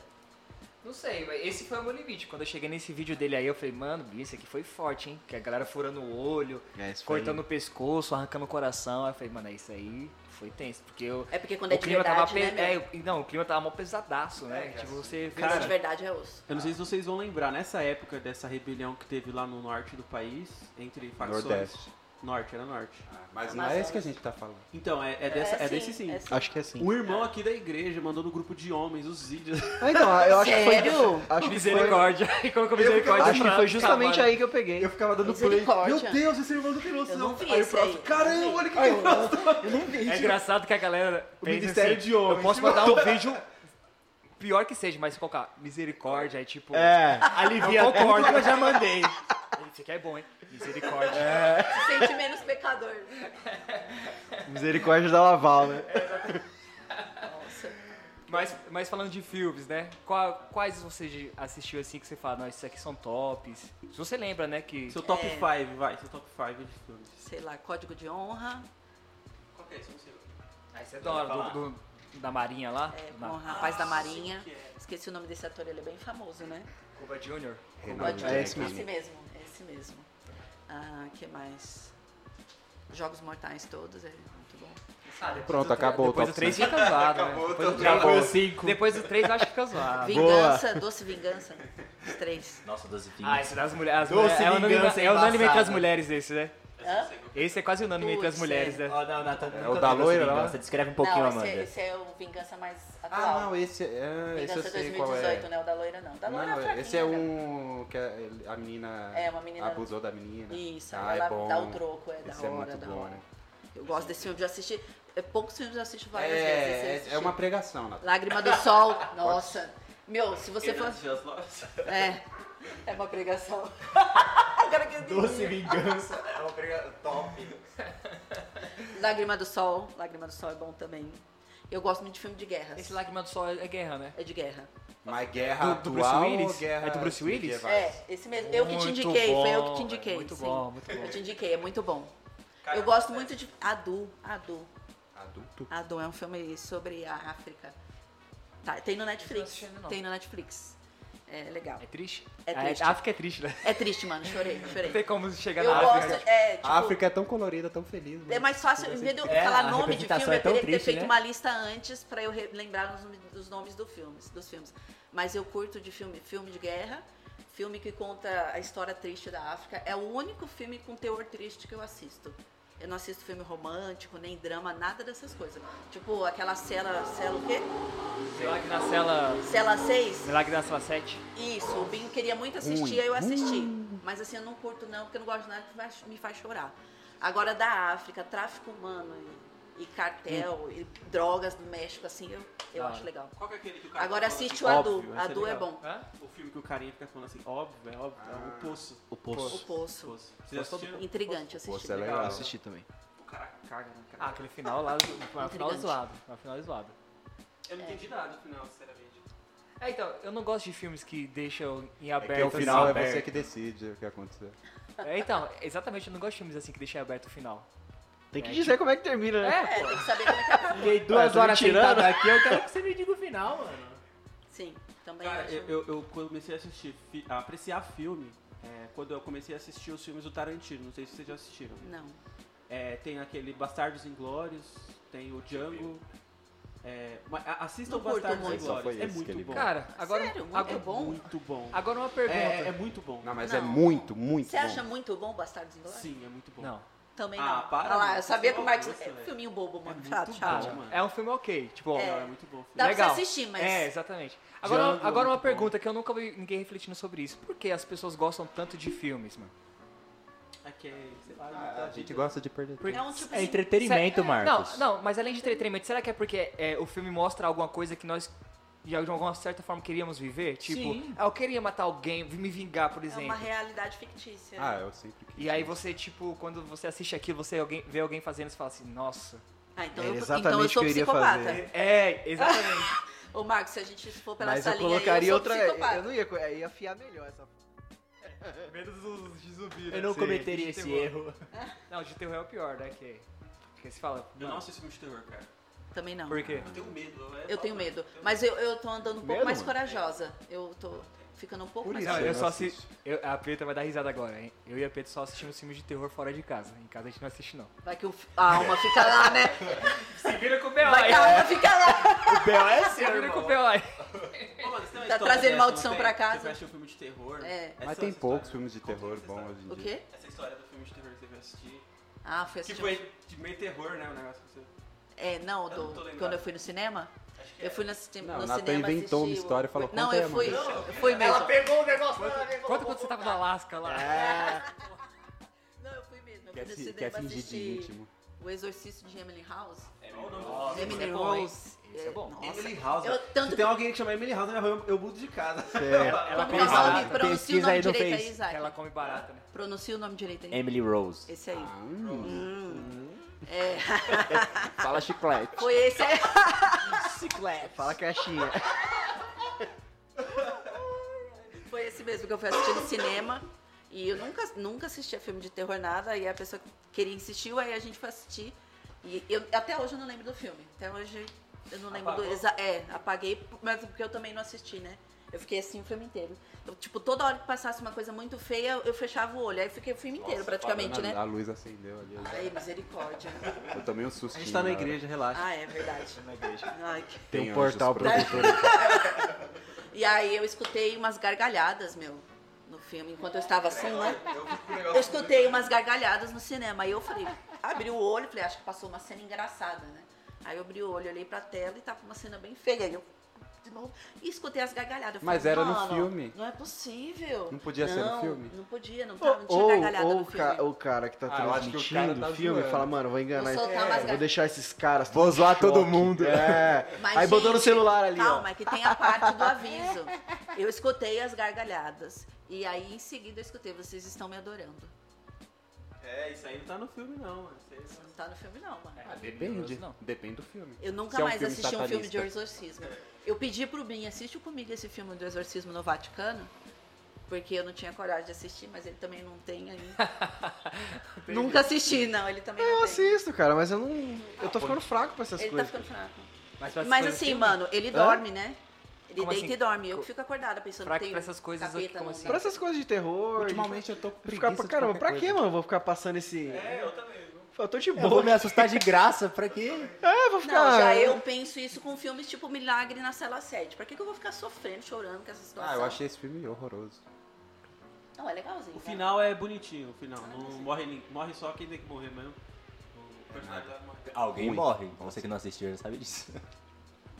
Speaker 6: Não sei, mas esse foi o meu limite. Quando eu cheguei nesse vídeo dele aí, eu falei, mano, isso aqui foi forte, hein? Que a galera furando o olho,
Speaker 7: É, isso foi-
Speaker 6: cortando o pescoço, arrancando o coração. Aí eu falei, mano, é isso aí foi tenso. Porque eu.
Speaker 5: É porque quando é
Speaker 6: O
Speaker 5: de
Speaker 6: clima
Speaker 5: verdade,
Speaker 6: tava
Speaker 5: né?
Speaker 6: pe-
Speaker 5: meu?
Speaker 6: é, eu- Não, o clima tava mó pesadaço, né? tipo, você.
Speaker 5: Quando é de
Speaker 6: Cara,
Speaker 5: verdade é osso.
Speaker 2: Eu não sei se vocês vão lembrar, nessa época dessa rebelião que teve lá no norte do país, entre facções.
Speaker 3: Nordeste.
Speaker 2: Norte, era norte.
Speaker 3: Ah, Mas não é esse
Speaker 5: um-
Speaker 3: que a gente tá falando.
Speaker 2: Então, é, é dessa- é
Speaker 5: sim,
Speaker 2: desse sim.
Speaker 5: é sim.
Speaker 7: Acho que é assim.
Speaker 2: Um irmão aqui da igreja mandou no grupo de homens os vídeos.
Speaker 7: Ah, então, eu acho que
Speaker 5: Sério?
Speaker 7: foi. Acho que foi,
Speaker 6: Misericórdia. [LAUGHS] E colocou misericórdia
Speaker 7: acho que
Speaker 6: pra
Speaker 7: foi justamente
Speaker 6: acabar.
Speaker 7: aí que eu peguei.
Speaker 3: Eu ficava dando play.
Speaker 5: Misericórdia.
Speaker 3: Meu Deus, esse irmão não tem noção.
Speaker 5: Eu não vi
Speaker 3: aí o
Speaker 5: esse aí.
Speaker 3: próximo, caramba, olha que tem
Speaker 5: Eu não vi.
Speaker 6: É engraçado que a galera.
Speaker 3: O
Speaker 6: pensa
Speaker 3: Ministério
Speaker 6: assim,
Speaker 3: de Homens.
Speaker 6: Eu posso mandar um vídeo. Pior que seja, mas se colocar misericórdia, aí tipo.
Speaker 1: É.
Speaker 6: Alivia
Speaker 1: Eu concordo
Speaker 6: tudo.
Speaker 1: que eu já
Speaker 6: [LAUGHS]
Speaker 1: mandei.
Speaker 6: Isso aqui é bom, hein? Misericórdia.
Speaker 5: Se sente
Speaker 7: [LAUGHS]
Speaker 5: menos pecador.
Speaker 7: Misericórdia da Laval, né?
Speaker 5: Nossa.
Speaker 6: Mas, mas falando de filmes, né? Qua- quais você de- assistiu assim que você fala, não, esses aqui são tops? Se você lembra, né, que...
Speaker 2: Seu top
Speaker 5: É.
Speaker 2: 5, vai, seu top 5 de filmes.
Speaker 5: Sei lá, código de honra.
Speaker 2: Qual que é esse? Não sei.
Speaker 6: Aí você adora,
Speaker 2: falar.
Speaker 6: é do, do- da Marinha lá?
Speaker 5: É, com
Speaker 6: na
Speaker 5: o rapaz da Marinha.
Speaker 2: sei o que é.
Speaker 5: Esqueci o nome desse ator, ele é bem famoso, né?
Speaker 6: Cuba Junior.
Speaker 5: Pode-
Speaker 7: é esse
Speaker 5: Esse mesmo, é esse mesmo. Ah, que mais? Jogos Mortais todos, é muito bom.
Speaker 3: Pronto, acabou o
Speaker 6: Depois
Speaker 3: top
Speaker 6: do 3
Speaker 3: 3.
Speaker 6: fica zoado, né?
Speaker 3: Acabou,
Speaker 6: Depois do
Speaker 3: tô-
Speaker 6: três-
Speaker 3: acabou.
Speaker 6: Depois do 3 eu acho que fica
Speaker 3: Ah,
Speaker 6: zoado.
Speaker 5: Vingança, Doce Vingança, os
Speaker 3: [LAUGHS]
Speaker 5: três.
Speaker 1: Nossa, 12
Speaker 6: Ah, esse das mulheres... as
Speaker 1: Doce
Speaker 6: mulheres- é unânime-
Speaker 1: vingança
Speaker 6: é unânime entre as
Speaker 1: embaçada.
Speaker 6: mulheres esse, né?
Speaker 5: Hã?
Speaker 3: Um
Speaker 6: Esse é quase unânime entre as
Speaker 5: Putz,
Speaker 6: mulheres,
Speaker 5: é.
Speaker 6: né?
Speaker 1: Ó, não, Nathan, nunca
Speaker 3: o
Speaker 1: vi Doce
Speaker 3: da tá loira lá?
Speaker 5: né?
Speaker 1: Vingança. Descreve um pouquinho,
Speaker 5: Não,
Speaker 1: Amanda.
Speaker 5: esse, esse é o Vingança mais atual.
Speaker 3: Ah, não, esse é. Esse eu
Speaker 5: Vingança
Speaker 3: sei qual
Speaker 5: 2018,
Speaker 3: é.
Speaker 5: né? O da loira não. O Da loira é
Speaker 3: Não,
Speaker 5: fraquinho,
Speaker 3: esse é
Speaker 5: né?
Speaker 3: um que a a menina,
Speaker 5: É, uma menina-
Speaker 3: abusou da menina.
Speaker 5: Isso,
Speaker 3: ah,
Speaker 5: ela
Speaker 3: é bom.
Speaker 5: dá o troco, é da
Speaker 3: Esse é
Speaker 5: hora,
Speaker 3: muito
Speaker 5: da
Speaker 3: bom.
Speaker 5: hora. Eu gosto desse filme, já assisti. É, poucos filmes eu assisto várias vezes. esse eu
Speaker 3: É, é,
Speaker 5: assisti.
Speaker 3: é uma pregação, Nath.
Speaker 5: Lágrima
Speaker 3: [LAUGHS]
Speaker 5: do Sol, nossa. Meu, se você for.
Speaker 2: Angels Lost.
Speaker 5: É. É uma pregação. [LAUGHS] O cara quer dizer.
Speaker 1: Vingança.
Speaker 5: Lágrima do Sol. Lágrima do Sol é bom também. Eu gosto muito de filme de guerra.
Speaker 6: Esse Lágrima do Sol é guerra, né?
Speaker 5: É de guerra.
Speaker 3: Mas guerra
Speaker 6: Do- do Bruce
Speaker 3: atual
Speaker 6: Willis?
Speaker 3: ou guerra
Speaker 6: É do Bruce Willis?
Speaker 3: medievais?
Speaker 5: É, esse mesmo. Eu que te
Speaker 6: Muito
Speaker 5: indiquei, foi eu que
Speaker 6: bom,
Speaker 5: te indiquei.
Speaker 6: Muito
Speaker 5: sim.
Speaker 6: bom, muito bom.
Speaker 5: Eu te indiquei, é muito bom. Eu gosto muito de. Adu, Adu.
Speaker 3: Adulto?
Speaker 5: Adon é um filme sobre a África. Tá, tem no Netflix.
Speaker 6: assistindo, não.
Speaker 5: Tem no Netflix. É legal.
Speaker 6: É triste?
Speaker 5: É triste.
Speaker 6: A África é triste, né?
Speaker 5: É triste, mano. Chorei,
Speaker 6: Não tem
Speaker 5: chorei.
Speaker 6: como chegar
Speaker 5: Eu
Speaker 6: na
Speaker 5: gosto.
Speaker 6: África.
Speaker 5: É, tipo,
Speaker 3: A África é tão colorida, tão feliz. né?
Speaker 5: é
Speaker 3: mano.
Speaker 5: mais fácil. Em vez de eu
Speaker 1: É,
Speaker 5: falar
Speaker 1: a
Speaker 5: nome de
Speaker 1: representação
Speaker 5: filme,
Speaker 1: é
Speaker 5: eu
Speaker 1: tão
Speaker 5: teria que ter
Speaker 1: triste,
Speaker 5: feito
Speaker 1: né?
Speaker 5: uma lista antes pra eu re- lembrar os, nomes- os nomes do filmes, dos filmes. Mas eu curto de filme, filme de guerra, filme que conta a história triste da África. É o único filme com teor triste que eu assisto. Eu não assisto filme romântico, nem drama, nada dessas coisas. Tipo, aquela cela, cela o quê?
Speaker 6: Milagre na cela...
Speaker 5: Cela 6?
Speaker 6: Milagre na cela 7.
Speaker 5: Isso, o Binho queria muito assistir,
Speaker 3: Ruim.
Speaker 5: aí eu assisti. Mas assim, eu não curto não, porque eu não gosto de nada que vai- me faz chorar. Agora da África, tráfico humano e, e cartel, e drogas no México, assim, eu, eu
Speaker 6: Da
Speaker 5: acho
Speaker 6: hora.
Speaker 5: legal.
Speaker 2: Qual que é aquele que o cara
Speaker 5: Agora
Speaker 2: fala
Speaker 5: assiste
Speaker 2: assim,
Speaker 5: o Adu.
Speaker 2: óbvio, esse
Speaker 5: Adu é
Speaker 2: legal.
Speaker 5: bom.
Speaker 6: Hã?
Speaker 2: O filme que o carinha fica falando assim, óbvio, é óbvio. É o Poço.
Speaker 1: O
Speaker 5: O
Speaker 1: poço.
Speaker 5: Poço.
Speaker 2: Poço. Vocês assistiram?
Speaker 5: Intrigante assistir.
Speaker 3: Poço é legal.
Speaker 2: Legal.
Speaker 7: Assisti também.
Speaker 2: O cara caga na
Speaker 6: Ah,
Speaker 2: cara.
Speaker 6: aquele final lá, o final é
Speaker 5: Intrigante.
Speaker 6: zoado. O final zoado.
Speaker 2: Eu não
Speaker 5: É.
Speaker 2: entendi nada no final, sinceramente.
Speaker 6: É, então, eu não gosto de filmes que deixam em
Speaker 3: É que o
Speaker 6: aberto
Speaker 3: final é
Speaker 6: assim.
Speaker 3: você que decide o que aconteceu.
Speaker 6: É, então, exatamente, eu não gosto de filmes assim que deixam em aberto o final.
Speaker 7: Tem que
Speaker 6: É,
Speaker 7: dizer como é que termina, né?
Speaker 5: É, tem que saber como é que acaba.
Speaker 1: Fiquei
Speaker 7: Ah,
Speaker 1: duas
Speaker 7: tô me
Speaker 1: horas
Speaker 7: tirando.
Speaker 1: sentado aqui, eu quero que você me diga o final, mano.
Speaker 5: Sim, também
Speaker 2: Cara,
Speaker 5: acho.
Speaker 2: eu, eu- eu comecei a assistir, fi- a apreciar filme, é, quando eu comecei a assistir os filmes do Tarantino. Não sei se vocês já assistiram.
Speaker 5: Não.
Speaker 2: É, tem aquele Bastardos Inglórios, tem o Django. É, mas a- assistam
Speaker 5: Não curto
Speaker 2: Bastardos
Speaker 5: muito.
Speaker 3: Só foi
Speaker 2: Inglórios. É
Speaker 3: esse que ele
Speaker 2: muito bom. É
Speaker 3: viu.
Speaker 6: Cara, agora...
Speaker 5: Sério? Muito
Speaker 6: agora,
Speaker 5: bom?
Speaker 2: Muito bom.
Speaker 6: Agora uma pergunta.
Speaker 2: É, é muito bom.
Speaker 3: Não, mas
Speaker 5: Não.
Speaker 3: é muito, muito
Speaker 5: Você
Speaker 3: bom.
Speaker 5: acha muito bom Bastardos Inglórios?
Speaker 2: Sim, é muito bom.
Speaker 6: Não.
Speaker 5: Também
Speaker 2: Ah,
Speaker 5: não.
Speaker 2: para,
Speaker 5: Olha lá,
Speaker 2: mano,
Speaker 5: eu sabia
Speaker 2: você
Speaker 5: que o
Speaker 2: não
Speaker 5: Marcos...
Speaker 2: gosta,
Speaker 5: é um
Speaker 2: velho.
Speaker 5: filminho bobo, mano.
Speaker 2: muito
Speaker 5: chato,
Speaker 2: bom.
Speaker 6: Ah,
Speaker 5: chato.
Speaker 2: mano.
Speaker 6: é um filme ok. Tipo, ó,
Speaker 5: Tá.
Speaker 2: Não,
Speaker 5: É.
Speaker 2: é muito bom.
Speaker 5: Dá pra
Speaker 6: Legal.
Speaker 5: você assistir, mas...
Speaker 6: É, exatamente. Agora,
Speaker 2: Django,
Speaker 6: agora uma
Speaker 2: muito bom.
Speaker 6: pergunta que eu nunca vi ninguém refletindo sobre isso. Por que as pessoas gostam tanto de filmes, mano?
Speaker 2: É que, é, sei lá,
Speaker 3: Ah,
Speaker 2: muita
Speaker 3: a gente
Speaker 2: vida.
Speaker 3: gosta de perder tempo.
Speaker 5: É um tipo
Speaker 1: É
Speaker 5: assim,
Speaker 1: entretenimento, Marcos.
Speaker 6: Não, não, mas além de entretenimento, será que é porque é, o filme mostra alguma coisa que nós de alguma certa forma queríamos viver? Tipo,
Speaker 1: Sim.
Speaker 6: ah, eu queria matar alguém, me vingar, por
Speaker 5: É uma
Speaker 6: exemplo.
Speaker 5: realidade fictícia.
Speaker 3: Ah, eu sempre quis.
Speaker 6: E aí você, tipo, quando você assiste aquilo, você alguém, vê alguém fazendo, você fala assim, nossa.
Speaker 5: Ah, então,
Speaker 7: Era
Speaker 5: eu,
Speaker 7: exatamente
Speaker 5: então eu sou
Speaker 7: o que eu iria
Speaker 5: psicopata.
Speaker 7: fazer.
Speaker 6: É, exatamente.
Speaker 5: Ô, Marcos, se a gente for pela
Speaker 7: Mas eu
Speaker 5: tá salinha
Speaker 7: colocaria
Speaker 5: aí, eu sou
Speaker 7: outra.
Speaker 5: psicopata.
Speaker 7: Eu não ia, co- eu ia afiar melhor essa.
Speaker 6: Medo dos de zumbi,
Speaker 1: Eu não
Speaker 7: Sim.
Speaker 1: cometeria
Speaker 6: Sim.
Speaker 1: esse erro.
Speaker 6: Não, de terror é o pior, né? Que, que se fala.
Speaker 2: Eu não
Speaker 6: mano,
Speaker 2: assisto filme de terror, cara.
Speaker 5: Também não.
Speaker 6: Por quê?
Speaker 2: Eu tenho medo. é
Speaker 5: Eu
Speaker 2: só-
Speaker 5: tenho medo. Mas eu, eu tô andando um pouco
Speaker 7: Medo,
Speaker 5: mais
Speaker 7: mano?
Speaker 5: corajosa. Eu tô ficando um pouco
Speaker 3: Por
Speaker 5: mais
Speaker 3: isso,
Speaker 6: Não,
Speaker 5: corajosa.
Speaker 6: eu
Speaker 3: não
Speaker 6: só
Speaker 3: assiste. né?
Speaker 6: assisto. eu- a Preta vai dar risada agora, hein? Eu e a Preta só assistimos filmes de terror fora de casa. Em casa a gente não assiste, não.
Speaker 5: Vai que o f- a alma fica lá, né?
Speaker 6: Se vira com o B.O.
Speaker 5: Vai que a alma fica lá.
Speaker 1: O B.O. [LAUGHS] é
Speaker 6: Se vira com o B.O.
Speaker 2: Ô, mano, você tem é
Speaker 5: Tá
Speaker 2: uma história
Speaker 5: trazendo
Speaker 2: dessa,
Speaker 5: maldição
Speaker 2: não tem?
Speaker 5: pra casa.
Speaker 2: Você assistiu um filme de terror.
Speaker 5: É.
Speaker 2: Essa-
Speaker 3: Mas tem
Speaker 2: essa
Speaker 3: poucos
Speaker 2: história-
Speaker 3: filmes de
Speaker 2: Conta
Speaker 3: terror
Speaker 2: essa
Speaker 3: bons
Speaker 2: história.
Speaker 3: hoje em
Speaker 5: O
Speaker 3: dia.
Speaker 5: quê?
Speaker 2: Essa história do filme de terror que você vai assistir.
Speaker 5: Ah, foi assistir.
Speaker 2: Tipo, é de meio terror, né? O negócio que você.
Speaker 5: É, não, do-
Speaker 2: não tô lembrado.
Speaker 5: quando eu fui no cinema?
Speaker 2: é,
Speaker 5: Eu fui no, assisti-
Speaker 3: Não,
Speaker 5: no
Speaker 3: o Nathan
Speaker 5: cinema.
Speaker 3: inventou uma
Speaker 5: assisti o-
Speaker 3: história e falou,
Speaker 5: Não,
Speaker 3: "Conta aí,
Speaker 5: eu fui.
Speaker 3: amor."
Speaker 5: Eu fui mesmo.
Speaker 6: pegou o negócio. Conta quando você tava no Alasca
Speaker 5: É.
Speaker 6: lá. É
Speaker 5: Não, eu fui mesmo. Eu fui
Speaker 3: Quer,
Speaker 5: no
Speaker 3: fi-
Speaker 5: cinema
Speaker 3: quer fingir de
Speaker 5: assistir
Speaker 3: íntimo.
Speaker 5: O Exorcista de Emily House.
Speaker 2: Qual é, o nome do filme?
Speaker 5: Emily
Speaker 6: é bom, hein?
Speaker 5: Rose.
Speaker 6: Esse é bom.
Speaker 5: Nossa.
Speaker 2: Emily House.
Speaker 5: Eu tanto-
Speaker 2: Se tem alguém que chama Emily House, na minha rua, eu, eu mudo de casa. [LAUGHS]
Speaker 6: Ela, ela come
Speaker 5: Como que é o nome?
Speaker 6: barata.
Speaker 5: Pronuncia o
Speaker 1: Pesquisa
Speaker 5: nome
Speaker 1: aí no
Speaker 5: direito aí,
Speaker 1: Face.
Speaker 5: Isaac.
Speaker 6: Ela come barata, né?
Speaker 5: Pronuncia o nome direito aí.
Speaker 1: Emily Rose.
Speaker 5: Esse aí.
Speaker 3: Ah, hum.
Speaker 1: [LAUGHS] Fala chiclete.
Speaker 5: É. Foi esse aí.
Speaker 7: Fala é caixinha.
Speaker 5: Foi esse mesmo que eu fui assistir no cinema. E eu nunca, nunca assistia filme de terror, nada. Aí a pessoa queria insistiu, aí a gente foi assistir. E eu, até hoje eu não lembro do filme. Até hoje eu não lembro do.
Speaker 2: Apagou?
Speaker 5: exa- É, apaguei, mas porque eu também não assisti, né? Eu fiquei assim o filme inteiro. Eu, tipo, toda hora que passasse uma coisa muito feia, eu fechava o olho. Aí fiquei o filme inteiro, praticamente,
Speaker 3: Falando, a-
Speaker 5: né?
Speaker 3: A luz acendeu ali.
Speaker 5: Ai, misericórdia.
Speaker 3: Eu tomei um susto.
Speaker 2: A gente tá na igreja, relaxa.
Speaker 5: Ah, é verdade. Ai, que...
Speaker 3: Tem,
Speaker 7: Tem um
Speaker 3: anjos
Speaker 7: portal
Speaker 3: protetores.
Speaker 5: E aí eu escutei umas gargalhadas, meu, no filme, enquanto eu estava assim, né? Eu escutei umas gargalhadas no cinema. Aí eu falei, abri o olho, falei, acho que passou uma cena engraçada, né? Aí eu abri o olho, olhei pra tela e tava uma cena bem feia. Aí eu, de novo, e escutei as gargalhadas. Eu
Speaker 3: Mas
Speaker 5: falei,
Speaker 3: era no
Speaker 5: "Mano,
Speaker 3: filme."
Speaker 5: Não é possível.
Speaker 3: Não podia ser no
Speaker 5: Não,
Speaker 3: filme?
Speaker 5: Não podia, [LAUGHS] não, tava, não tinha
Speaker 7: Ou,
Speaker 5: gargalhada
Speaker 7: ou
Speaker 5: no
Speaker 7: o
Speaker 5: filme.
Speaker 7: ca- o cara que tá
Speaker 3: Ah, eu acho que o cara
Speaker 7: transmitindo
Speaker 3: tá
Speaker 7: o filme
Speaker 3: zoando.
Speaker 7: fala, mano, vou enganar
Speaker 5: Vou soltar umas
Speaker 7: esse... Vou
Speaker 5: gar-
Speaker 7: deixar esses caras...
Speaker 3: Vou
Speaker 7: todos
Speaker 3: zoar
Speaker 7: em
Speaker 3: todo
Speaker 7: choque."
Speaker 3: mundo.
Speaker 7: É.
Speaker 5: Mas,
Speaker 7: Aí botou no
Speaker 5: gente,
Speaker 7: celular ali, ó.
Speaker 5: Calma, é que tem a parte do aviso. Eu escutei as gargalhadas. E aí, em seguida, eu escutei, vocês estão me adorando.
Speaker 2: É, isso aí não tá no filme, não. mano. Isso aí é-
Speaker 5: Isso
Speaker 2: não-
Speaker 5: não tá no filme, não, mano.
Speaker 3: Ah, Depende.
Speaker 6: Não.
Speaker 3: Depende do filme.
Speaker 5: Eu nunca
Speaker 3: Se é um
Speaker 5: mais
Speaker 3: filme
Speaker 5: assisti um filme de
Speaker 3: satanista.
Speaker 5: exorcismo. Eu pedi pro Bim, assiste comigo esse filme do exorcismo no Vaticano, porque eu não tinha coragem de assistir, mas ele também não tem
Speaker 7: [LAUGHS]
Speaker 5: ainda. nunca assisti, não, ele também
Speaker 7: Eu
Speaker 5: não tem.
Speaker 7: assisto, cara, mas eu não... Eu tô ficando fraco pra essas
Speaker 5: Ele tá
Speaker 7: coisas.
Speaker 5: ficando fraco.
Speaker 6: Mas, pra
Speaker 5: Mas
Speaker 6: essas
Speaker 5: assim,
Speaker 6: coisas-
Speaker 5: mano, ele dorme, né? Ele
Speaker 6: Como
Speaker 5: deita
Speaker 6: assim?
Speaker 5: e dorme. Eu que fico acordada pensando
Speaker 6: Pra-
Speaker 5: que tem
Speaker 6: pra essas coisas aqui,
Speaker 5: capeta
Speaker 6: como
Speaker 5: no-
Speaker 6: assim?
Speaker 7: Pra essas coisas de terror...
Speaker 3: Ultimamente eu tô com
Speaker 7: de... Ficar
Speaker 3: preguiça
Speaker 7: pra
Speaker 3: de
Speaker 7: caramba,
Speaker 3: qualquer
Speaker 7: pra
Speaker 3: coisa.
Speaker 7: que, mano? Vou ficar passando esse...
Speaker 2: É, eu também. viu?
Speaker 7: Eu tô de
Speaker 1: Eu vou
Speaker 7: boa.
Speaker 1: me assustar de graça, pra quê?
Speaker 7: É, vou ficar...
Speaker 5: Não, já eu penso isso com filmes tipo Milagre na Cela 7. Pra que, que eu vou ficar sofrendo, chorando com essa situação?
Speaker 3: Ah, eu achei esse filme horroroso.
Speaker 5: Não, é legalzinho.
Speaker 2: O
Speaker 5: né?
Speaker 2: final é bonitinho, o final. Não morre, nin- morre só quem tem que morrer mesmo. O personagem lá morre.
Speaker 1: Alguém
Speaker 3: Ruim.
Speaker 1: morre. Você que não assistiu já sabe disso.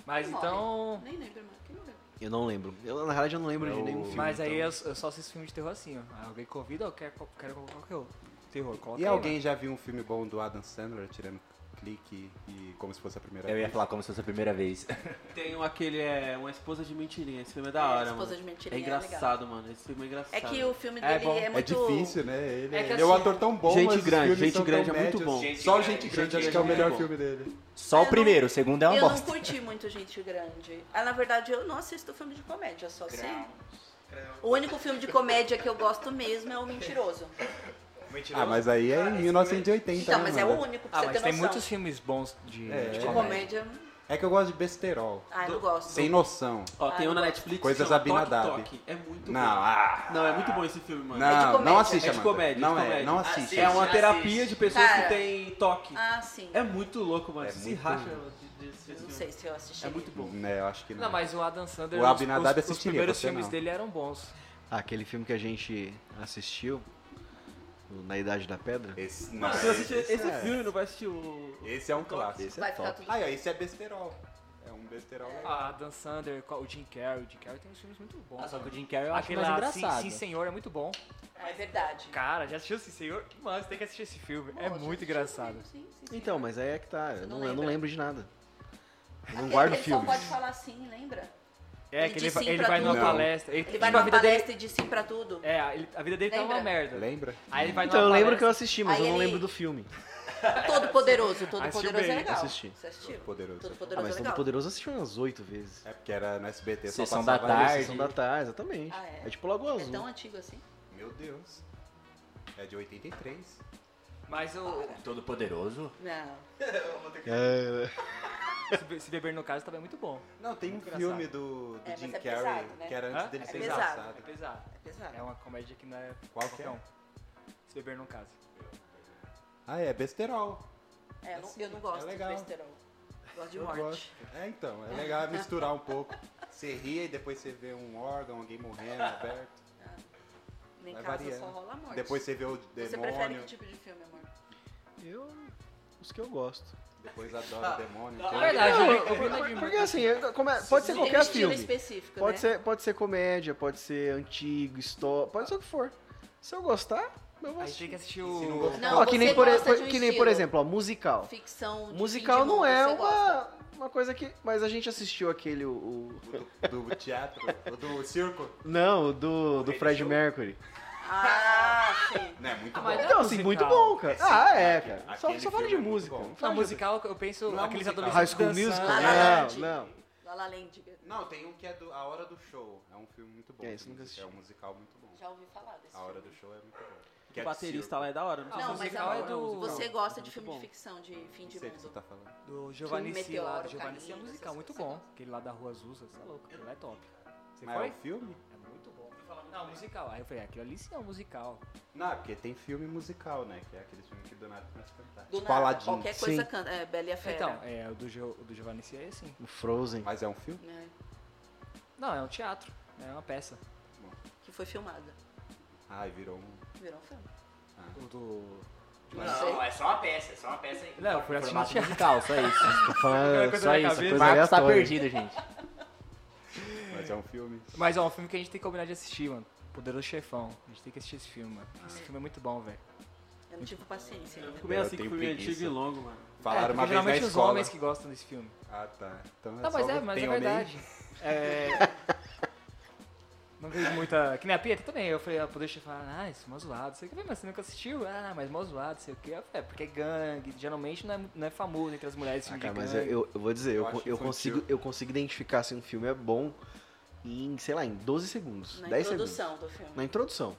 Speaker 6: Mas
Speaker 5: Morre.
Speaker 6: então.
Speaker 5: Nem lembro, mano. Quem não lembra?
Speaker 7: Eu não lembro. Eu, na realidade, eu não lembro
Speaker 3: É
Speaker 7: de
Speaker 3: o-
Speaker 7: nenhum filme.
Speaker 6: Mas aí
Speaker 7: então.
Speaker 6: eu, eu só assisto filme de terror assim, ó. Aí Alguém convida, eu quero, co- quero colocar qualquer outro. Terror, coloca
Speaker 3: E
Speaker 6: aí,
Speaker 3: alguém já viu um filme bom do Adam Sandler tirando clique e como se fosse a primeira
Speaker 1: Eu ia
Speaker 3: vez?
Speaker 1: falar como se fosse a primeira vez.
Speaker 2: Tem um, aquele, é, uma esposa de mentirinha. Esse filme é da
Speaker 5: É,
Speaker 2: hora,
Speaker 5: Esposa
Speaker 2: mano.
Speaker 5: de Mentirinha é
Speaker 2: é engraçado, mano. Esse filme é engraçado.
Speaker 5: É que o filme
Speaker 6: É
Speaker 5: dele
Speaker 6: bom.
Speaker 5: é,
Speaker 3: É
Speaker 5: muito.
Speaker 3: difícil, né? Ele,
Speaker 6: É
Speaker 3: ele
Speaker 6: que
Speaker 3: é um
Speaker 6: assim,
Speaker 3: ator tão bom,
Speaker 2: Gente
Speaker 3: mas os
Speaker 2: grande,
Speaker 3: filmes
Speaker 2: gente
Speaker 3: são
Speaker 2: grande é
Speaker 3: tão
Speaker 2: muito
Speaker 3: médios.
Speaker 2: bom.
Speaker 3: Só o Gente
Speaker 2: Gente
Speaker 3: Grande acho
Speaker 2: Grande
Speaker 3: que é o
Speaker 2: é
Speaker 3: melhor
Speaker 2: muito bom.
Speaker 3: filme dele.
Speaker 1: Só
Speaker 5: Eu
Speaker 1: o primeiro, o segundo é uma
Speaker 5: eu
Speaker 1: bosta.
Speaker 5: não curti muito gente grande. Ah, na verdade, eu não assisto filme de comédia, só sei. O único filme de comédia que eu gosto mesmo é o Mentiroso.
Speaker 3: Ah, mas aí é em 1980,
Speaker 5: Então,
Speaker 3: né,
Speaker 5: mas é o
Speaker 3: mano?
Speaker 5: único, pra
Speaker 6: Ah,
Speaker 5: você
Speaker 6: mas
Speaker 5: ter
Speaker 6: tem
Speaker 5: noção.
Speaker 6: muitos filmes bons de,
Speaker 3: É.
Speaker 6: de
Speaker 5: De
Speaker 6: comédia.
Speaker 5: comédia,
Speaker 3: É que eu gosto de besterol.
Speaker 5: ah, eu não gosto.
Speaker 3: Sem noção.
Speaker 2: Ó, tem
Speaker 5: Ah,
Speaker 2: um na
Speaker 5: não.
Speaker 2: Netflix.
Speaker 3: Coisas
Speaker 2: chama Toque
Speaker 3: Abinadab.
Speaker 2: Toque. É muito
Speaker 3: Não,
Speaker 2: bom.
Speaker 3: ah,
Speaker 2: Não, é muito bom esse filme, mano.
Speaker 5: de
Speaker 3: não, não
Speaker 5: comédia.
Speaker 3: assiste,
Speaker 2: É de
Speaker 3: Amanda.
Speaker 2: comédia,
Speaker 3: Não
Speaker 2: de
Speaker 3: é,
Speaker 2: comédia.
Speaker 3: não assiste.
Speaker 2: É uma
Speaker 6: Assiste.
Speaker 2: terapia de pessoas
Speaker 5: Cara.
Speaker 2: que têm toque.
Speaker 5: Ah, sim.
Speaker 2: É muito louco, mano.
Speaker 3: É
Speaker 2: Se
Speaker 3: muito-
Speaker 2: racha de, de, desse
Speaker 5: Não
Speaker 2: filme.
Speaker 5: sei se eu assisti.
Speaker 2: É muito bom.
Speaker 3: É, eu acho que
Speaker 6: Não,
Speaker 3: não.
Speaker 6: mas o Adam Sandler,
Speaker 3: O
Speaker 6: os-
Speaker 3: Abinadab
Speaker 6: os, os,
Speaker 3: assistiria,
Speaker 6: primeiros
Speaker 3: você
Speaker 6: filmes
Speaker 3: não.
Speaker 6: dele eram bons.
Speaker 7: Aquele filme que a gente assistiu, o Na Idade da Pedra.
Speaker 3: Esse,
Speaker 2: Não,
Speaker 3: mas
Speaker 2: você assiste
Speaker 3: esse
Speaker 2: esse
Speaker 3: é-
Speaker 2: filme, não vai assistir o.
Speaker 3: Esse é um clássico.
Speaker 7: Esse
Speaker 5: Vai
Speaker 7: é
Speaker 5: ficar
Speaker 7: top.
Speaker 5: tudo.
Speaker 3: Ah, esse é besterol. É um besterol. legal.
Speaker 6: Ah, Adam Sandler, qual- o Jim Carrey. O Jim Carrey tem uns filmes muito bons.
Speaker 1: Ah, só que o
Speaker 6: cara.
Speaker 1: Jim Carrey eu acho
Speaker 6: Aquele
Speaker 1: mais
Speaker 6: lá, Sim,
Speaker 1: engraçado.
Speaker 6: Sim Senhor, é muito bom.
Speaker 5: Ah, é verdade.
Speaker 6: Cara, já assistiu Sim Senhor? Mano, você tem que assistir esse filme.
Speaker 5: Bom,
Speaker 6: é
Speaker 5: eu já
Speaker 6: muito
Speaker 5: assisti
Speaker 6: engraçado.
Speaker 5: também, sim, sim, sim.
Speaker 7: Então, mas aí é que tá.
Speaker 5: Você
Speaker 7: Eu
Speaker 5: não
Speaker 7: não, eu não
Speaker 5: lembra? é
Speaker 7: lembro de nada. Eu não
Speaker 5: Ele-
Speaker 7: guardo
Speaker 5: ele
Speaker 7: filmes.
Speaker 5: só pode falar sim, lembra?
Speaker 6: É,
Speaker 5: Ele
Speaker 6: que
Speaker 5: diz
Speaker 6: ele, va-
Speaker 5: sim
Speaker 6: ele
Speaker 5: pra
Speaker 6: vai numa
Speaker 3: tudo.
Speaker 6: palestra. Ele,
Speaker 5: Ele vai
Speaker 6: tipo, a
Speaker 5: numa
Speaker 6: vida dele,
Speaker 5: palestra e diz sim pra tudo.
Speaker 6: é, a- ele- a vida dele tá
Speaker 5: Lembra?
Speaker 6: uma merda.
Speaker 3: Lembra?
Speaker 6: Aí ele vai
Speaker 7: Então, eu
Speaker 6: numa
Speaker 7: lembro que eu
Speaker 6: palestra-
Speaker 7: assisti, mas
Speaker 5: Aí
Speaker 7: eu não
Speaker 5: ele-
Speaker 7: lembro do filme.
Speaker 5: [LAUGHS] Todo Poderoso. Todo
Speaker 6: Assistiu
Speaker 5: Poderoso é
Speaker 6: bem,
Speaker 5: legal.
Speaker 7: assisti.
Speaker 5: Você assistiu?
Speaker 3: Poderoso.
Speaker 5: Todo
Speaker 7: Ah,
Speaker 5: Poderoso é
Speaker 7: mas Todo
Speaker 5: legal.
Speaker 7: Poderoso eu assisti umas oito vezes.
Speaker 3: É porque era no SBT. só
Speaker 1: Sessão
Speaker 3: passava
Speaker 1: da
Speaker 3: isso.
Speaker 1: tarde.
Speaker 7: Sessão da tarde, exatamente.
Speaker 5: Ah, é?
Speaker 7: é? tipo Lagoa
Speaker 5: É
Speaker 7: Azul.
Speaker 5: tão antigo assim?
Speaker 3: Meu Deus. É de 83.
Speaker 6: Mas o.
Speaker 1: Todo poderoso.
Speaker 5: Não.
Speaker 7: É,
Speaker 6: Se be- Se beber no caso também é muito bom.
Speaker 3: Não, tem um
Speaker 6: Engraçado.
Speaker 3: filme do, do
Speaker 5: É, mas
Speaker 3: Jim
Speaker 5: é
Speaker 3: Carrey
Speaker 5: pesado, né?
Speaker 3: que era antes
Speaker 6: Hã?
Speaker 3: dele
Speaker 5: É
Speaker 3: ser
Speaker 5: pesado.
Speaker 6: É
Speaker 3: engraçado.
Speaker 6: pesado.
Speaker 5: É pesado.
Speaker 6: É uma comédia que não é.
Speaker 3: Qual que
Speaker 6: qualquer
Speaker 3: é?
Speaker 6: um. Se beber no caso.
Speaker 3: Ah, é besterol.
Speaker 5: É, eu não- eu não gosto
Speaker 3: É
Speaker 5: de
Speaker 3: legal.
Speaker 5: besterol. Gosto de
Speaker 3: Eu
Speaker 5: morte.
Speaker 3: gosto. É, então, é legal misturar um pouco. Você ria e depois você vê um órgão, alguém morrendo, aberto.
Speaker 5: Nem
Speaker 3: Vai
Speaker 5: casa
Speaker 3: variando.
Speaker 5: só rola morte.
Speaker 3: Depois você vê o
Speaker 5: Você prefere
Speaker 3: demônio.
Speaker 5: que tipo de filme, amor?
Speaker 7: Eu. Os que eu gosto.
Speaker 3: Depois adora o demônio. então-
Speaker 2: Ah, é
Speaker 5: Tá,
Speaker 2: verdade.
Speaker 7: Não,
Speaker 2: né?
Speaker 7: eu- eu- porque assim, eu- como é- pode ser
Speaker 5: Tem
Speaker 7: qualquer
Speaker 5: estilo
Speaker 7: filme.
Speaker 5: específico,
Speaker 7: Pode,
Speaker 5: né?
Speaker 7: ser, pode ser comédia, pode ser antigo, história, pode ser o que for. Se eu gostar, eu vou
Speaker 6: Aí tem
Speaker 7: assistir.
Speaker 6: que assistir
Speaker 3: Se não
Speaker 6: o.
Speaker 3: gostar-
Speaker 5: Não,
Speaker 7: Ó, que, nem
Speaker 5: você
Speaker 7: por,
Speaker 5: gosta
Speaker 7: por-
Speaker 5: de um
Speaker 7: que nem, por
Speaker 5: estilo.
Speaker 7: exemplo, ó, musical.
Speaker 5: Ficção. de fim
Speaker 7: musical
Speaker 5: de mundo,
Speaker 7: não é
Speaker 5: você gosta.
Speaker 7: uma, uma coisa que. Mas a gente assistiu aquele. O, o-
Speaker 3: Do, do teatro, ou do circo.
Speaker 7: não, o do, do Fred Mercury.
Speaker 5: Ah, sim.
Speaker 3: Não, é muito
Speaker 6: Ah,
Speaker 3: bom.
Speaker 6: mas
Speaker 7: Então, assim,
Speaker 6: musical.
Speaker 7: muito bom, cara. Ah, é, cara.
Speaker 3: aquele
Speaker 7: Só, só fala de
Speaker 3: filme é muito
Speaker 7: música.
Speaker 3: bom.
Speaker 7: Não
Speaker 6: Não,
Speaker 7: fala de-
Speaker 6: musical, eu penso
Speaker 3: Não é
Speaker 6: aqueles
Speaker 3: musical. né?
Speaker 6: adolescentes.
Speaker 7: High School
Speaker 6: dançando. né?
Speaker 7: Musical?
Speaker 5: Ah,
Speaker 7: Não,
Speaker 5: gente.
Speaker 7: não.
Speaker 5: La La Land,
Speaker 3: Não, tem um que é do A Hora do Show. É um filme muito bom.
Speaker 7: É, esse eu nunca assisti.
Speaker 3: É um musical muito bom.
Speaker 5: já ouvi falar desse
Speaker 3: A Hora
Speaker 5: filme.
Speaker 3: do Show é muito bom.
Speaker 2: O baterista lá é da hora, não, sei
Speaker 5: Não,
Speaker 2: se
Speaker 5: mas
Speaker 2: musical
Speaker 5: a-
Speaker 2: é do...
Speaker 5: Você gosta de
Speaker 2: Muito
Speaker 5: filme
Speaker 2: bom.
Speaker 5: de ficção, de fim
Speaker 3: Não
Speaker 5: de
Speaker 3: sei o que você
Speaker 5: mundo.
Speaker 3: tá falando.
Speaker 6: Do Giovanni C lá, do
Speaker 5: Meteoro,
Speaker 6: Giovanni C é
Speaker 5: Caído,
Speaker 6: musical,
Speaker 5: essas
Speaker 6: muito bom.
Speaker 5: coisas.
Speaker 6: Aquele lá da Rua Azusa, você é louco, aquele lá é top. Você
Speaker 3: Mas é
Speaker 6: foi?
Speaker 3: um filme?
Speaker 6: É muito bom. Não, musical. Aí eu falei, aquilo ali sim é um musical.
Speaker 3: Não, é porque tem filme musical, né? Que é aquele filme que do nada começa a cantar.
Speaker 5: Do
Speaker 3: Tipo
Speaker 5: nada,
Speaker 3: Aladdin.
Speaker 5: qualquer coisa
Speaker 7: sim.
Speaker 5: canta. É, Bela e a Fera.
Speaker 6: Então, é, o do, Gio- o do Giovanni C é assim.
Speaker 7: O Frozen.
Speaker 3: Mas é um filme?
Speaker 5: né,
Speaker 6: Não, é um teatro. É uma peça.
Speaker 5: Que foi filmada.
Speaker 3: Ai, virou um...
Speaker 5: Virou um filme.
Speaker 6: O do.
Speaker 5: sei.
Speaker 1: é só uma peça, é só uma peça em
Speaker 6: Não, eu fui assistir um
Speaker 1: formato
Speaker 6: teatro.
Speaker 1: musical, só isso.
Speaker 6: [LAUGHS]
Speaker 7: Fala-
Speaker 6: coisa
Speaker 7: Só
Speaker 6: na
Speaker 7: isso,
Speaker 6: cabeça.
Speaker 7: coisa
Speaker 1: Marcos tá
Speaker 7: aleatória.
Speaker 1: perdido, gente.
Speaker 3: Mas é um filme.
Speaker 6: Mas ó, um filme que a gente tem que combinar de assistir, mano. Poderoso Chefão. A gente tem que assistir esse filme, mano. Esse filme é muito bom, velho.
Speaker 2: é-
Speaker 5: Eu não tive paciência.
Speaker 2: Eu
Speaker 5: ainda.
Speaker 2: fico meio
Speaker 3: Eu
Speaker 2: assim que
Speaker 3: tenho
Speaker 2: filme
Speaker 3: preguiça.
Speaker 2: antigo e longo, mano.
Speaker 3: Falaram
Speaker 6: é,
Speaker 3: uma vez na
Speaker 6: geralmente os
Speaker 3: escola.
Speaker 6: homens que gostam desse filme.
Speaker 3: Ah, tá. Então é
Speaker 6: Não, mas
Speaker 3: só
Speaker 6: é,
Speaker 3: que
Speaker 6: mas
Speaker 3: tem
Speaker 6: é
Speaker 3: homem.
Speaker 6: verdade. É... [LAUGHS] Não vejo muita. Que nem a Pia também. Eu falei, ah, poder chefar, ah, isso é mó zoado. Sei o que, mas você nunca assistiu? Ah, mas mó zoado, sei o que. Eu falei, é, porque é gangue. Geralmente não é, mu- não é famoso entre as mulheres esse
Speaker 7: Ah,
Speaker 6: filme
Speaker 7: cara,
Speaker 6: de
Speaker 7: mas eu,
Speaker 6: gangue.
Speaker 7: eu- eu vou dizer,
Speaker 3: é Eu
Speaker 7: eu,
Speaker 3: acho
Speaker 7: con- eu
Speaker 3: infantil.
Speaker 7: consigo, eu consigo identificar se um filme é bom em, sei lá, em 12 segundos,
Speaker 5: Na
Speaker 7: 10 segundos.
Speaker 5: introdução do filme.
Speaker 7: Na introdução.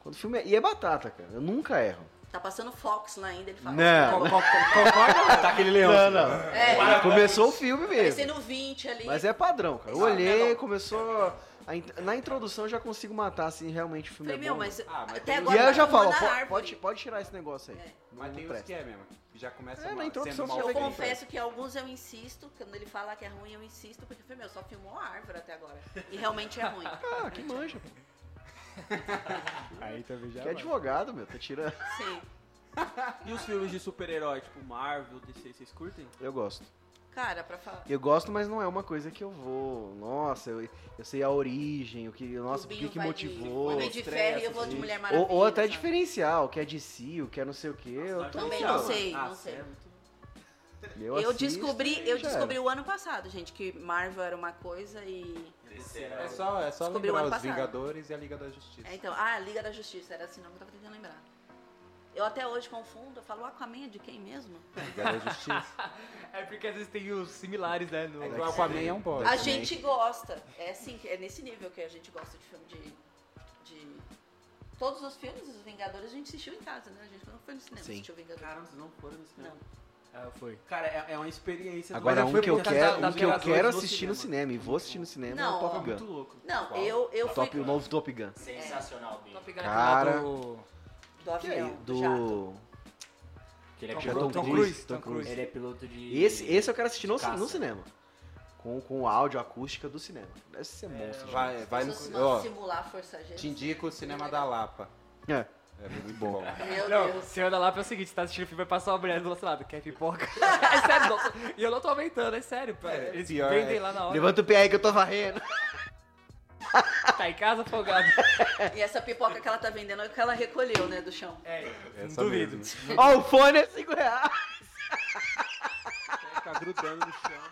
Speaker 7: Quando o filme é... E é batata, cara. Eu nunca erro.
Speaker 5: Tá passando Fox lá ainda, ele fala.
Speaker 7: Não.
Speaker 5: Tá
Speaker 6: Concorda?
Speaker 7: Tá aquele leão. Não, não.
Speaker 5: É.
Speaker 7: Começou o filme mesmo.
Speaker 5: parecendo 20 ali.
Speaker 7: Mas é padrão, cara. Eu
Speaker 5: Não, tá
Speaker 7: olhei,
Speaker 5: bom.
Speaker 7: começou... a in- Na introdução eu já consigo matar, assim, realmente o filme
Speaker 5: Falei,
Speaker 7: é
Speaker 5: meu,
Speaker 7: bom.
Speaker 5: mas
Speaker 3: Ah, mas
Speaker 5: até
Speaker 3: tem- E
Speaker 5: agora
Speaker 7: e aí eu
Speaker 5: tá
Speaker 7: já
Speaker 5: filmando
Speaker 7: falo,
Speaker 5: na
Speaker 7: "Po-
Speaker 5: árvore."
Speaker 7: pode, pode tirar esse negócio aí.
Speaker 5: É.
Speaker 7: Não-
Speaker 3: Mas
Speaker 7: não
Speaker 3: tem uns
Speaker 7: presta.
Speaker 3: que é mesmo. que Já começa
Speaker 7: É, na
Speaker 3: mal,
Speaker 7: introdução
Speaker 3: sendo mal
Speaker 7: você já
Speaker 5: Eu
Speaker 7: vem
Speaker 3: feito.
Speaker 5: confesso que alguns eu insisto, quando ele fala que é ruim, eu insisto, porque eu falei, meu, só filmou a árvore até agora. E realmente é ruim.
Speaker 7: [LAUGHS] Ah, que manja. pô.
Speaker 6: [LAUGHS] Aí também já.
Speaker 7: Que advogado, meu. Tá tirando...
Speaker 5: Sim.
Speaker 2: E os filmes de super-herói, tipo Marvel, DC, vocês curtem?
Speaker 7: Eu gosto.
Speaker 5: Cara, pra falar.
Speaker 7: Eu gosto, mas não é uma coisa que eu vou. Nossa, eu, eu sei a origem, o que, nossa, o
Speaker 5: Binho
Speaker 7: que, que
Speaker 5: vai
Speaker 7: motivou.
Speaker 5: De, Homem de ferro e eu vou de
Speaker 2: assim.
Speaker 5: Mulher Maravilha.
Speaker 7: Ou, ou até
Speaker 5: sabe?
Speaker 7: diferenciar o que é de si, o que é não sei o que. Eu,
Speaker 6: tá
Speaker 7: tô-
Speaker 5: também
Speaker 2: Ah,
Speaker 5: não sei,
Speaker 2: ah,
Speaker 5: não sei.
Speaker 2: sério, muito-
Speaker 7: eu,
Speaker 5: Eu,
Speaker 7: assisto é.
Speaker 5: descobri,
Speaker 7: e
Speaker 5: eu
Speaker 7: já
Speaker 5: descobri o ano passado, gente, que Marvel era uma coisa e.
Speaker 3: É só, é só
Speaker 5: Descobriu
Speaker 3: lembrar
Speaker 5: ano
Speaker 3: os
Speaker 5: passado.
Speaker 3: Vingadores e a Liga da Justiça.
Speaker 5: É, então, ah, Liga da Justiça, era assim, não, eu tava tentando lembrar. Eu até hoje confundo, eu falo, Aquaman é de quem mesmo?
Speaker 3: Liga da Justiça.
Speaker 6: É porque às vezes tem os similares, né? No...
Speaker 3: É que o Aquaman é um bosta.
Speaker 5: A
Speaker 3: né?
Speaker 5: gente gosta. É assim, é nesse nível que a gente gosta de filme de. de- Todos os filmes dos Vingadores a gente assistiu em casa, né? A gente não foi no cinema
Speaker 7: Sim.
Speaker 5: assistir o Vingadores.
Speaker 2: Caramba, vocês não foram nesse
Speaker 5: Não.
Speaker 2: filme.
Speaker 6: Ah, foi.
Speaker 2: Cara, é, é uma experiência... do-
Speaker 7: Agora,
Speaker 2: Mas
Speaker 7: um
Speaker 2: fui
Speaker 7: que eu
Speaker 2: por causa
Speaker 7: quero,
Speaker 2: da-
Speaker 7: um
Speaker 2: da
Speaker 7: que eu
Speaker 2: Vingadores
Speaker 7: quero assistir no cinema e vou assistir no cinema é
Speaker 5: Não,
Speaker 7: o Top
Speaker 5: ó,
Speaker 2: Muito
Speaker 7: Gun.
Speaker 2: louco.
Speaker 5: Não,
Speaker 3: Qual?
Speaker 5: eu, eu fui
Speaker 7: Top, o novo Top Gun.
Speaker 1: Sensacional, Binho.
Speaker 6: Top Gun é
Speaker 7: Cara.
Speaker 6: aquele lá do.
Speaker 5: do
Speaker 7: Que é
Speaker 5: avião, do, jato.
Speaker 7: do.
Speaker 1: Que Ele é
Speaker 6: Tom-
Speaker 1: piloto
Speaker 6: Tom
Speaker 1: de-
Speaker 6: Cruise,
Speaker 7: Tom
Speaker 6: Tom Cruise.
Speaker 1: Ele é piloto de...
Speaker 7: Esse, esse eu quero assistir no, ci-
Speaker 1: Caça.
Speaker 7: no cinema. Com, com o áudio, a acústica do cinema. Deve ser monstro.
Speaker 3: Vai, vai no...
Speaker 5: Se
Speaker 3: Ó,
Speaker 5: simular a Força G.
Speaker 3: te indico o Cinema da Lapa.
Speaker 7: É.
Speaker 3: É muito bom.
Speaker 5: Meu
Speaker 6: Não,
Speaker 5: Deus.
Speaker 6: você anda lá pra o seguinte, você tá assistindo o filme, vai passar uma mulher do nosso lado, quer pipoca? é sério, não- e eu não tô aumentando, é sério.
Speaker 3: É,
Speaker 6: eles
Speaker 3: pior,
Speaker 6: vendem
Speaker 3: é-
Speaker 6: lá na hora,
Speaker 7: Levanta o pé aí que eu tô varrendo.
Speaker 6: tá em casa folgado.
Speaker 5: E essa pipoca que ela tá vendendo é o que ela recolheu, né, do chão.
Speaker 6: É, não
Speaker 3: Essa
Speaker 6: duvido.
Speaker 3: mesmo.
Speaker 7: Ó, o fone é 5 reais.
Speaker 2: Vai ficar grudando no chão.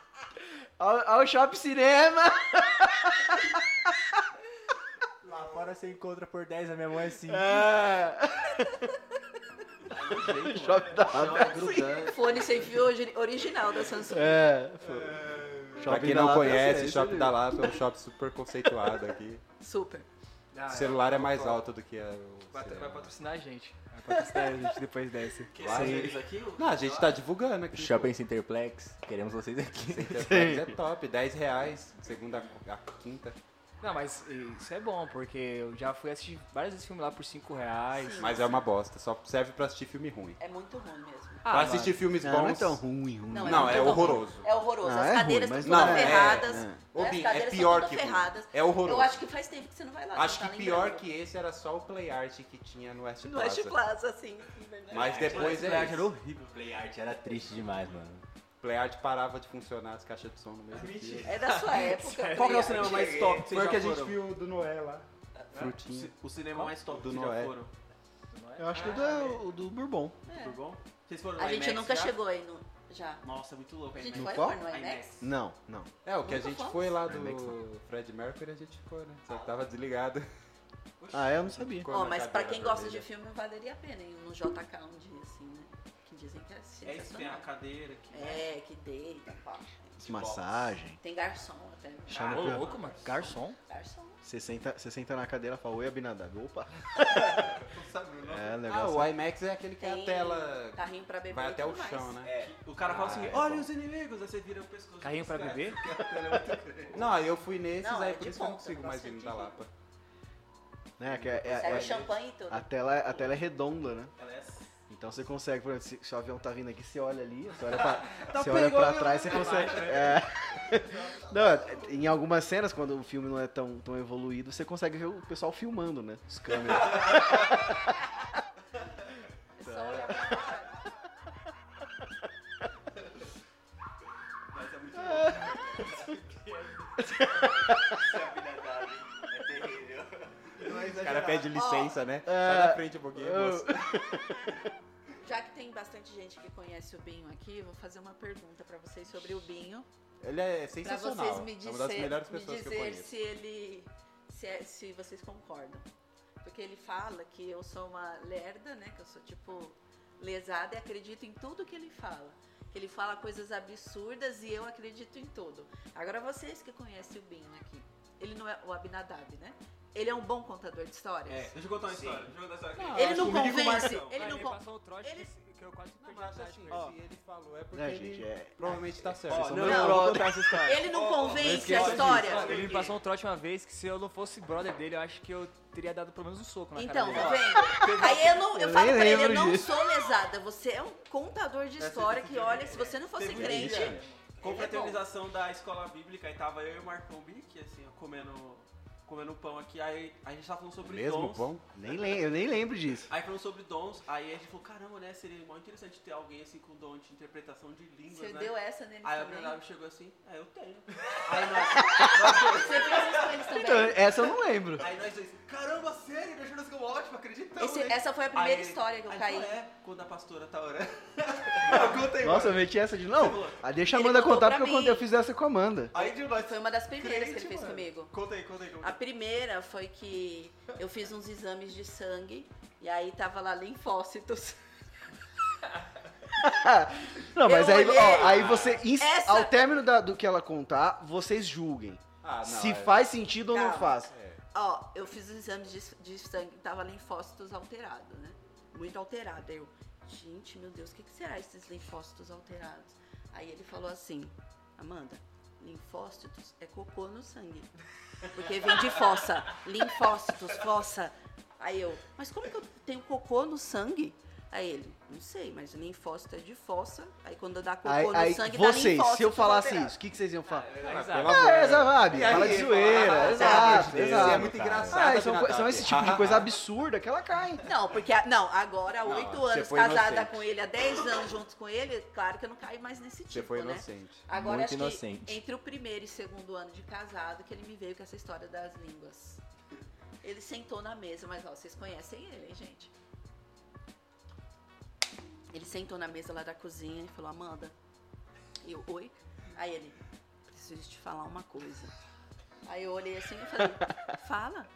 Speaker 7: Ó, ó o Shop Cinema.
Speaker 1: Lá fora você encontra por 10, a minha mão é 5.
Speaker 7: É. Shop da
Speaker 2: Não, é grudando.
Speaker 5: Fone sem fio ori- original da Samsung.
Speaker 7: É. foi.
Speaker 3: Pra
Speaker 7: Shopping
Speaker 3: quem
Speaker 7: da
Speaker 3: não
Speaker 7: Lapa,
Speaker 3: conhece,
Speaker 7: é,
Speaker 3: Shopping
Speaker 7: isso
Speaker 3: da
Speaker 7: aí.
Speaker 3: Lapa é um shopping super conceituado aqui.
Speaker 5: Super.
Speaker 6: Ah,
Speaker 3: O
Speaker 6: é.
Speaker 3: celular é mais alto do que a-
Speaker 6: Vai,
Speaker 3: o
Speaker 6: vai
Speaker 3: cinema.
Speaker 6: patrocinar a gente. Vai patrocinar a gente depois dessa.
Speaker 3: Vai.
Speaker 2: Eles aqui, o-
Speaker 3: Não, a gente tá divulgando aqui.
Speaker 1: Shopping
Speaker 7: [LAUGHS]
Speaker 1: Centerplex, queremos vocês aqui.
Speaker 3: Interface é top, 10 reais, segunda a quinta.
Speaker 6: Não, mas isso é bom, porque eu já fui assistir várias vezes filme lá por 5 reais.
Speaker 5: Sim.
Speaker 3: Mas é uma bosta, só serve pra assistir filme ruim.
Speaker 5: É muito ruim mesmo.
Speaker 6: Ah,
Speaker 3: pra
Speaker 6: mas-
Speaker 3: assistir filmes
Speaker 7: Não,
Speaker 3: bons.
Speaker 7: não é tão ruim, ruim.
Speaker 5: Não,
Speaker 3: Não, é
Speaker 5: muito ruim.
Speaker 3: horroroso.
Speaker 5: É horroroso.
Speaker 7: Ah,
Speaker 5: As
Speaker 7: é ruim,
Speaker 5: cadeiras
Speaker 7: mas
Speaker 5: estão todas
Speaker 3: não, é,
Speaker 5: ferradas.
Speaker 7: é.
Speaker 3: Ô,
Speaker 5: né? As
Speaker 3: Bim,
Speaker 5: cadeiras
Speaker 3: é
Speaker 5: tão
Speaker 3: pior
Speaker 5: todas
Speaker 3: que ruim.
Speaker 5: ferradas.
Speaker 3: É horroroso.
Speaker 5: Eu acho que faz tempo que você não vai lá.
Speaker 3: Acho
Speaker 5: você não
Speaker 3: que
Speaker 5: tá
Speaker 3: pior
Speaker 5: lembrando.
Speaker 3: que esse era só o Play Art que tinha no West
Speaker 5: No West
Speaker 3: Plaza.
Speaker 5: Plaza, assim. em verdade.
Speaker 3: Mas depois
Speaker 2: Play
Speaker 3: é
Speaker 2: Art
Speaker 3: isso.
Speaker 2: era horrível.
Speaker 1: Play Art era triste demais, mano.
Speaker 3: Play Art parava de funcionar as caixas de som no meio do filme.
Speaker 5: É da
Speaker 3: [LAUGHS]
Speaker 5: sua época.
Speaker 2: Qual que é
Speaker 5: Play
Speaker 2: o cinema
Speaker 5: Art.
Speaker 2: mais top que vocês
Speaker 3: Foi o que
Speaker 2: já
Speaker 3: a gente
Speaker 2: foram?
Speaker 3: viu do Noé lá.
Speaker 2: O
Speaker 3: Frutinha.
Speaker 2: ci- O cinema mais top
Speaker 3: Do
Speaker 2: que vocês já
Speaker 3: Noé.
Speaker 2: foram.
Speaker 6: é?
Speaker 7: Eu acho que o do, o do Bourbon.
Speaker 5: É.
Speaker 2: Tudo bom? Vocês foram no
Speaker 5: A gente
Speaker 2: IMAX
Speaker 5: nunca
Speaker 2: já?
Speaker 5: chegou aí no. Já.
Speaker 2: Nossa, muito louco.
Speaker 5: A gente
Speaker 2: IMAX.
Speaker 5: foi
Speaker 7: qual?
Speaker 5: foi no IMAX?
Speaker 7: Não, não.
Speaker 3: É, o que a
Speaker 5: Nunca
Speaker 3: gente
Speaker 5: fomos.
Speaker 3: foi lá do
Speaker 7: Remix,
Speaker 3: Fred Mercury, a gente ficou, né? Só que tava
Speaker 5: [LAUGHS]
Speaker 3: desligado.
Speaker 7: Ah, eu não sabia.
Speaker 3: Ficou
Speaker 5: Ó,
Speaker 3: na
Speaker 5: mas pra
Speaker 3: cadeira
Speaker 5: quem
Speaker 3: da
Speaker 5: gosta de
Speaker 3: orelha.
Speaker 5: filme, valeria a pena ir no JK um dia, assim, né? Que dizem que é
Speaker 2: É isso, tem a
Speaker 5: sensacional.
Speaker 2: cadeira aqui.
Speaker 5: É, que deita, pá.
Speaker 7: Massagem.
Speaker 5: Tem garçom até.
Speaker 3: Tá
Speaker 5: Ah,
Speaker 7: Chama
Speaker 6: Ô,
Speaker 7: pra-
Speaker 6: louco, mano. Garçom?
Speaker 5: Garçom.
Speaker 7: Você senta, você senta na cadeira e fala, oi, Abinadab. Opa.
Speaker 2: Sabe, o nome?
Speaker 7: É,
Speaker 3: Ah,
Speaker 7: legal.
Speaker 3: o IMAX é aquele que a
Speaker 5: Tem
Speaker 3: tela
Speaker 5: Carrinho pra beber.
Speaker 3: vai
Speaker 5: e
Speaker 3: até o
Speaker 5: tudo
Speaker 3: chão,
Speaker 5: mais.
Speaker 3: né?
Speaker 2: O cara fala assim,
Speaker 3: Ah, é
Speaker 2: olha
Speaker 3: bom.
Speaker 2: os inimigos, aí você vira o pescoço.
Speaker 6: Carrinho pra beber?
Speaker 3: Não, aí eu fui nesses,
Speaker 5: É. Não,
Speaker 3: aí
Speaker 5: é
Speaker 3: por
Speaker 5: de
Speaker 3: isso que eu não
Speaker 5: ponta,
Speaker 3: consigo mais ir no
Speaker 5: bastante
Speaker 3: da
Speaker 5: de
Speaker 3: Lapa.
Speaker 7: Né, que é- é-
Speaker 5: Serve
Speaker 7: é-
Speaker 5: champanhe e tudo.
Speaker 7: a, tela, a tela é redonda, né?
Speaker 2: [LAUGHS] Ela é assim.
Speaker 7: Então você consegue, por exemplo, se, se o avião tá vindo aqui, você olha ali, você olha [LAUGHS] pra,
Speaker 2: Tá
Speaker 7: você olha pra
Speaker 2: pegando,
Speaker 7: trás, você
Speaker 2: né?
Speaker 7: consegue. é. [LAUGHS] Não, em algumas cenas, quando o filme não é tão, tão evoluído, você consegue ver o pessoal filmando, né? Os [LAUGHS] câmeras.
Speaker 5: É só
Speaker 7: tá.
Speaker 5: olhar
Speaker 7: [LAUGHS]
Speaker 5: pra cara.
Speaker 2: Mas
Speaker 3: [LAUGHS]
Speaker 2: é muito louco.
Speaker 3: O cara pede licença, né?
Speaker 7: É.
Speaker 3: Sai da frente um pouquinho,
Speaker 7: Eu-
Speaker 3: moço.
Speaker 5: Já que tem bastante gente que conhece o Binho aqui, eu vou fazer uma pergunta pra vocês sobre o Binho.
Speaker 3: Ele é
Speaker 5: Pra
Speaker 3: sensacional.
Speaker 5: vocês me
Speaker 3: é uma das
Speaker 5: dizer,
Speaker 3: melhores
Speaker 5: me
Speaker 3: pessoas que eu
Speaker 5: dizer
Speaker 3: conheço.
Speaker 5: se ele. Se, é- se vocês concordam. Porque ele fala que eu sou uma lerda, né? Que eu sou tipo lesada e acredito em tudo que ele fala. Que ele fala coisas absurdas e eu acredito em tudo. Agora vocês que conhecem o Binho aqui, ele não é o Abinadab, né? Ele é um bom contador de
Speaker 2: É,
Speaker 5: histórias.
Speaker 2: deixa eu contar uma história. Deixa eu contar uma história aqui.
Speaker 5: Ele não
Speaker 2: Comigo e com o
Speaker 5: convence.
Speaker 2: Marcão.
Speaker 5: Ele não con-
Speaker 6: passou um trote
Speaker 5: ele-
Speaker 6: que eu quase
Speaker 3: Não, mas assim,
Speaker 7: Ó.
Speaker 3: se ele falou, é porque
Speaker 7: Né,
Speaker 3: ele
Speaker 7: gente? É.
Speaker 3: provavelmente tá certo.
Speaker 7: Vocês
Speaker 2: Ó,
Speaker 7: são
Speaker 2: não,
Speaker 7: dois-
Speaker 2: não,
Speaker 7: eu vou
Speaker 2: não.
Speaker 7: contar essa história.
Speaker 5: Ele não convence
Speaker 3: esquece
Speaker 5: a
Speaker 3: disso.
Speaker 5: história.
Speaker 2: Olha,
Speaker 6: Ele me passou um trote uma vez que se eu não fosse brother dele, eu acho que eu teria dado pelo menos um soco na
Speaker 2: é
Speaker 5: Então,
Speaker 6: cara
Speaker 5: tá
Speaker 6: dele.
Speaker 7: [LAUGHS]
Speaker 5: vendo? Aí eu, não, eu
Speaker 7: Eu
Speaker 5: falo
Speaker 7: nem
Speaker 5: pra ele, eu
Speaker 7: lembro
Speaker 5: não
Speaker 7: disso.
Speaker 5: sou lesada, você é um contador de história que, olha, se você não fosse
Speaker 2: Teve um
Speaker 5: crente, É
Speaker 2: dia, Confraternização da escola bíblica, aí tava eu e o Marcão Bic, assim, ó, comendo, comendo pão aqui. Aí a gente tava falando sobre
Speaker 3: Mesmo
Speaker 2: dons.
Speaker 3: bom?
Speaker 7: Nem lem- eu nem lembro disso.
Speaker 2: Aí falando sobre dons, aí a gente falou, caramba, né? Seria mó interessante ter alguém assim com dom de interpretação de línguas,
Speaker 5: você
Speaker 2: né?
Speaker 5: deu essa nele
Speaker 2: Aí o
Speaker 5: também.
Speaker 2: Bernardo chegou assim, é, eu tenho. Aí [LAUGHS] nós,
Speaker 5: Você fez isso com eles também.
Speaker 7: Então, essa eu não lembro.
Speaker 2: nós, aí nós dois, caramba, sério, deixou nós com ótimo, acreditamos.
Speaker 5: Esse-
Speaker 2: né?"
Speaker 5: essa foi a primeira
Speaker 2: Aí-
Speaker 5: história que eu
Speaker 2: aí
Speaker 5: caí.
Speaker 2: falou, É, quando a pastora tá orando. [LAUGHS] Não, conta aí,
Speaker 7: Nossa, eu
Speaker 2: mano.
Speaker 7: meti essa de. Não, ah, deixa a
Speaker 5: Ele
Speaker 7: Amanda
Speaker 5: contou
Speaker 7: contar,
Speaker 5: pra
Speaker 7: porque eu,
Speaker 5: mim.
Speaker 7: contei- eu fiz essa com a Amanda.
Speaker 2: Aí de nós,
Speaker 5: Foi uma das primeiras que
Speaker 2: "É, Crente,
Speaker 5: ele fez
Speaker 2: mano.
Speaker 5: comigo.
Speaker 2: conta aí, conta aí. Conta
Speaker 5: A
Speaker 2: aí.
Speaker 5: primeira foi que eu fiz uns exames de sangue e aí tava lá linfócitos.
Speaker 7: Não, mas
Speaker 5: Eu
Speaker 7: aí,
Speaker 5: olhei.
Speaker 7: ó, aí você. ins-
Speaker 5: Essa-
Speaker 7: Ao término da- do que ela contar, vocês julguem.
Speaker 3: Ah, não,
Speaker 7: se
Speaker 3: é-
Speaker 7: faz sentido ou não
Speaker 5: Calma.
Speaker 7: faz.
Speaker 3: é.
Speaker 5: Ó, eu fiz os exames de, de sangue, tava linfócitos alterado, né? Muito alterado. Aí eu, gente, meu Deus, o que, que será esses linfócitos alterados? Aí ele falou assim, Amanda, linfócitos é cocô no sangue. Porque vem de fossa. Linfócitos, fossa. Aí eu, mas como que eu tenho cocô no sangue? Aí ele, não sei, mas linfócito é de fossa. Aí quando dá cocô
Speaker 7: Aí,
Speaker 5: no
Speaker 7: aí
Speaker 5: sangue, dá
Speaker 7: vocês,
Speaker 5: linfócitos
Speaker 7: se eu assim, falasse
Speaker 5: alterados.
Speaker 7: isso, o que, que vocês iam falar?
Speaker 3: Ah,
Speaker 6: Exato.
Speaker 3: pelo amor,
Speaker 7: Ah, é,
Speaker 3: né?
Speaker 7: sabe?
Speaker 3: E aí,
Speaker 7: Fala de
Speaker 3: fala,
Speaker 7: zoeira,
Speaker 3: ah,
Speaker 7: exato,
Speaker 3: Deus, É
Speaker 7: exato.
Speaker 3: muito engraçado.
Speaker 7: Ah, são,
Speaker 3: Abinadab.
Speaker 7: são esse tipo de [LAUGHS] coisa absurda que ela cai.
Speaker 5: Não, porque. a- não, agora há
Speaker 3: Não,
Speaker 5: oito
Speaker 3: você
Speaker 5: anos
Speaker 3: foi
Speaker 5: casada
Speaker 3: inocente.
Speaker 5: com ele, há dez anos junto com ele, claro que eu não caio mais nesse tipo.
Speaker 3: Você foi
Speaker 5: né?
Speaker 3: inocente.
Speaker 5: Agora
Speaker 1: Muito
Speaker 5: acho
Speaker 1: inocente.
Speaker 5: que entre o primeiro e segundo ano de casado que ele me veio com essa história das línguas. Ele sentou na mesa, mas ó, vocês conhecem ele, hein, gente? Ele sentou na mesa lá da cozinha e falou, Amanda. E eu, oi? Aí ele, preciso te falar uma coisa. Aí eu olhei assim e falei, fala.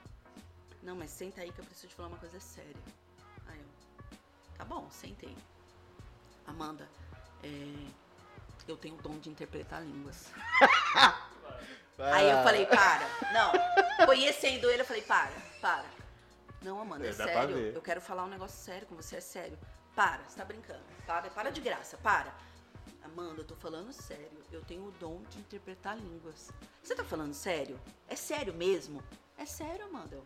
Speaker 5: Não, mas senta aí que eu preciso te falar uma coisa séria. Aí eu, tá bom, sentei. Amanda, é, eu tenho o dom de
Speaker 3: [LAUGHS]
Speaker 5: interpretar línguas. Aí
Speaker 3: Ah.
Speaker 5: eu falei, para. Não. Conhecendo ele, eu falei, para, para. Não, Amanda, é
Speaker 3: É, dá pra
Speaker 5: sério.
Speaker 3: ver.
Speaker 5: Eu quero falar um negócio sério com você, é sério. Para, você tá brincando. Para, para de graça, para. Amanda, eu tô falando sério. Eu tenho o dom de interpretar línguas. Você tá falando sério? É sério mesmo? É sério, Amanda. Eu,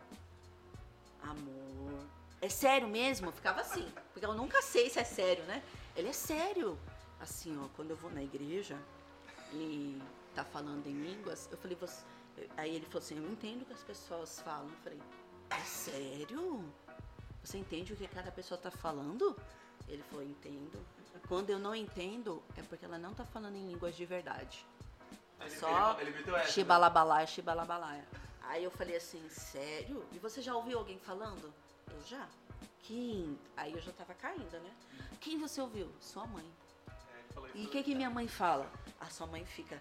Speaker 5: Amor. É sério mesmo? Eu ficava assim. Porque eu nunca sei se é sério, né? Ele é sério. Assim, ó, quando eu vou na igreja e tá falando em línguas, eu falei, você. Aí ele falou assim, eu entendo o que as pessoas falam. Eu falei, é sério? Você entende o que cada pessoa tá falando? Ele falou, entendo. Quando eu não entendo, é porque ela não tá falando em línguas de verdade. É só
Speaker 2: ele meteu essa, né?
Speaker 5: xibalabalá, xibalabalá. Aí eu falei assim, sério? E você já ouviu alguém falando? Eu já. Quem? Aí eu já tava caindo, né? Quem você ouviu? Sua mãe.
Speaker 2: né?
Speaker 5: E o que, que minha mãe fala? A sua mãe fica.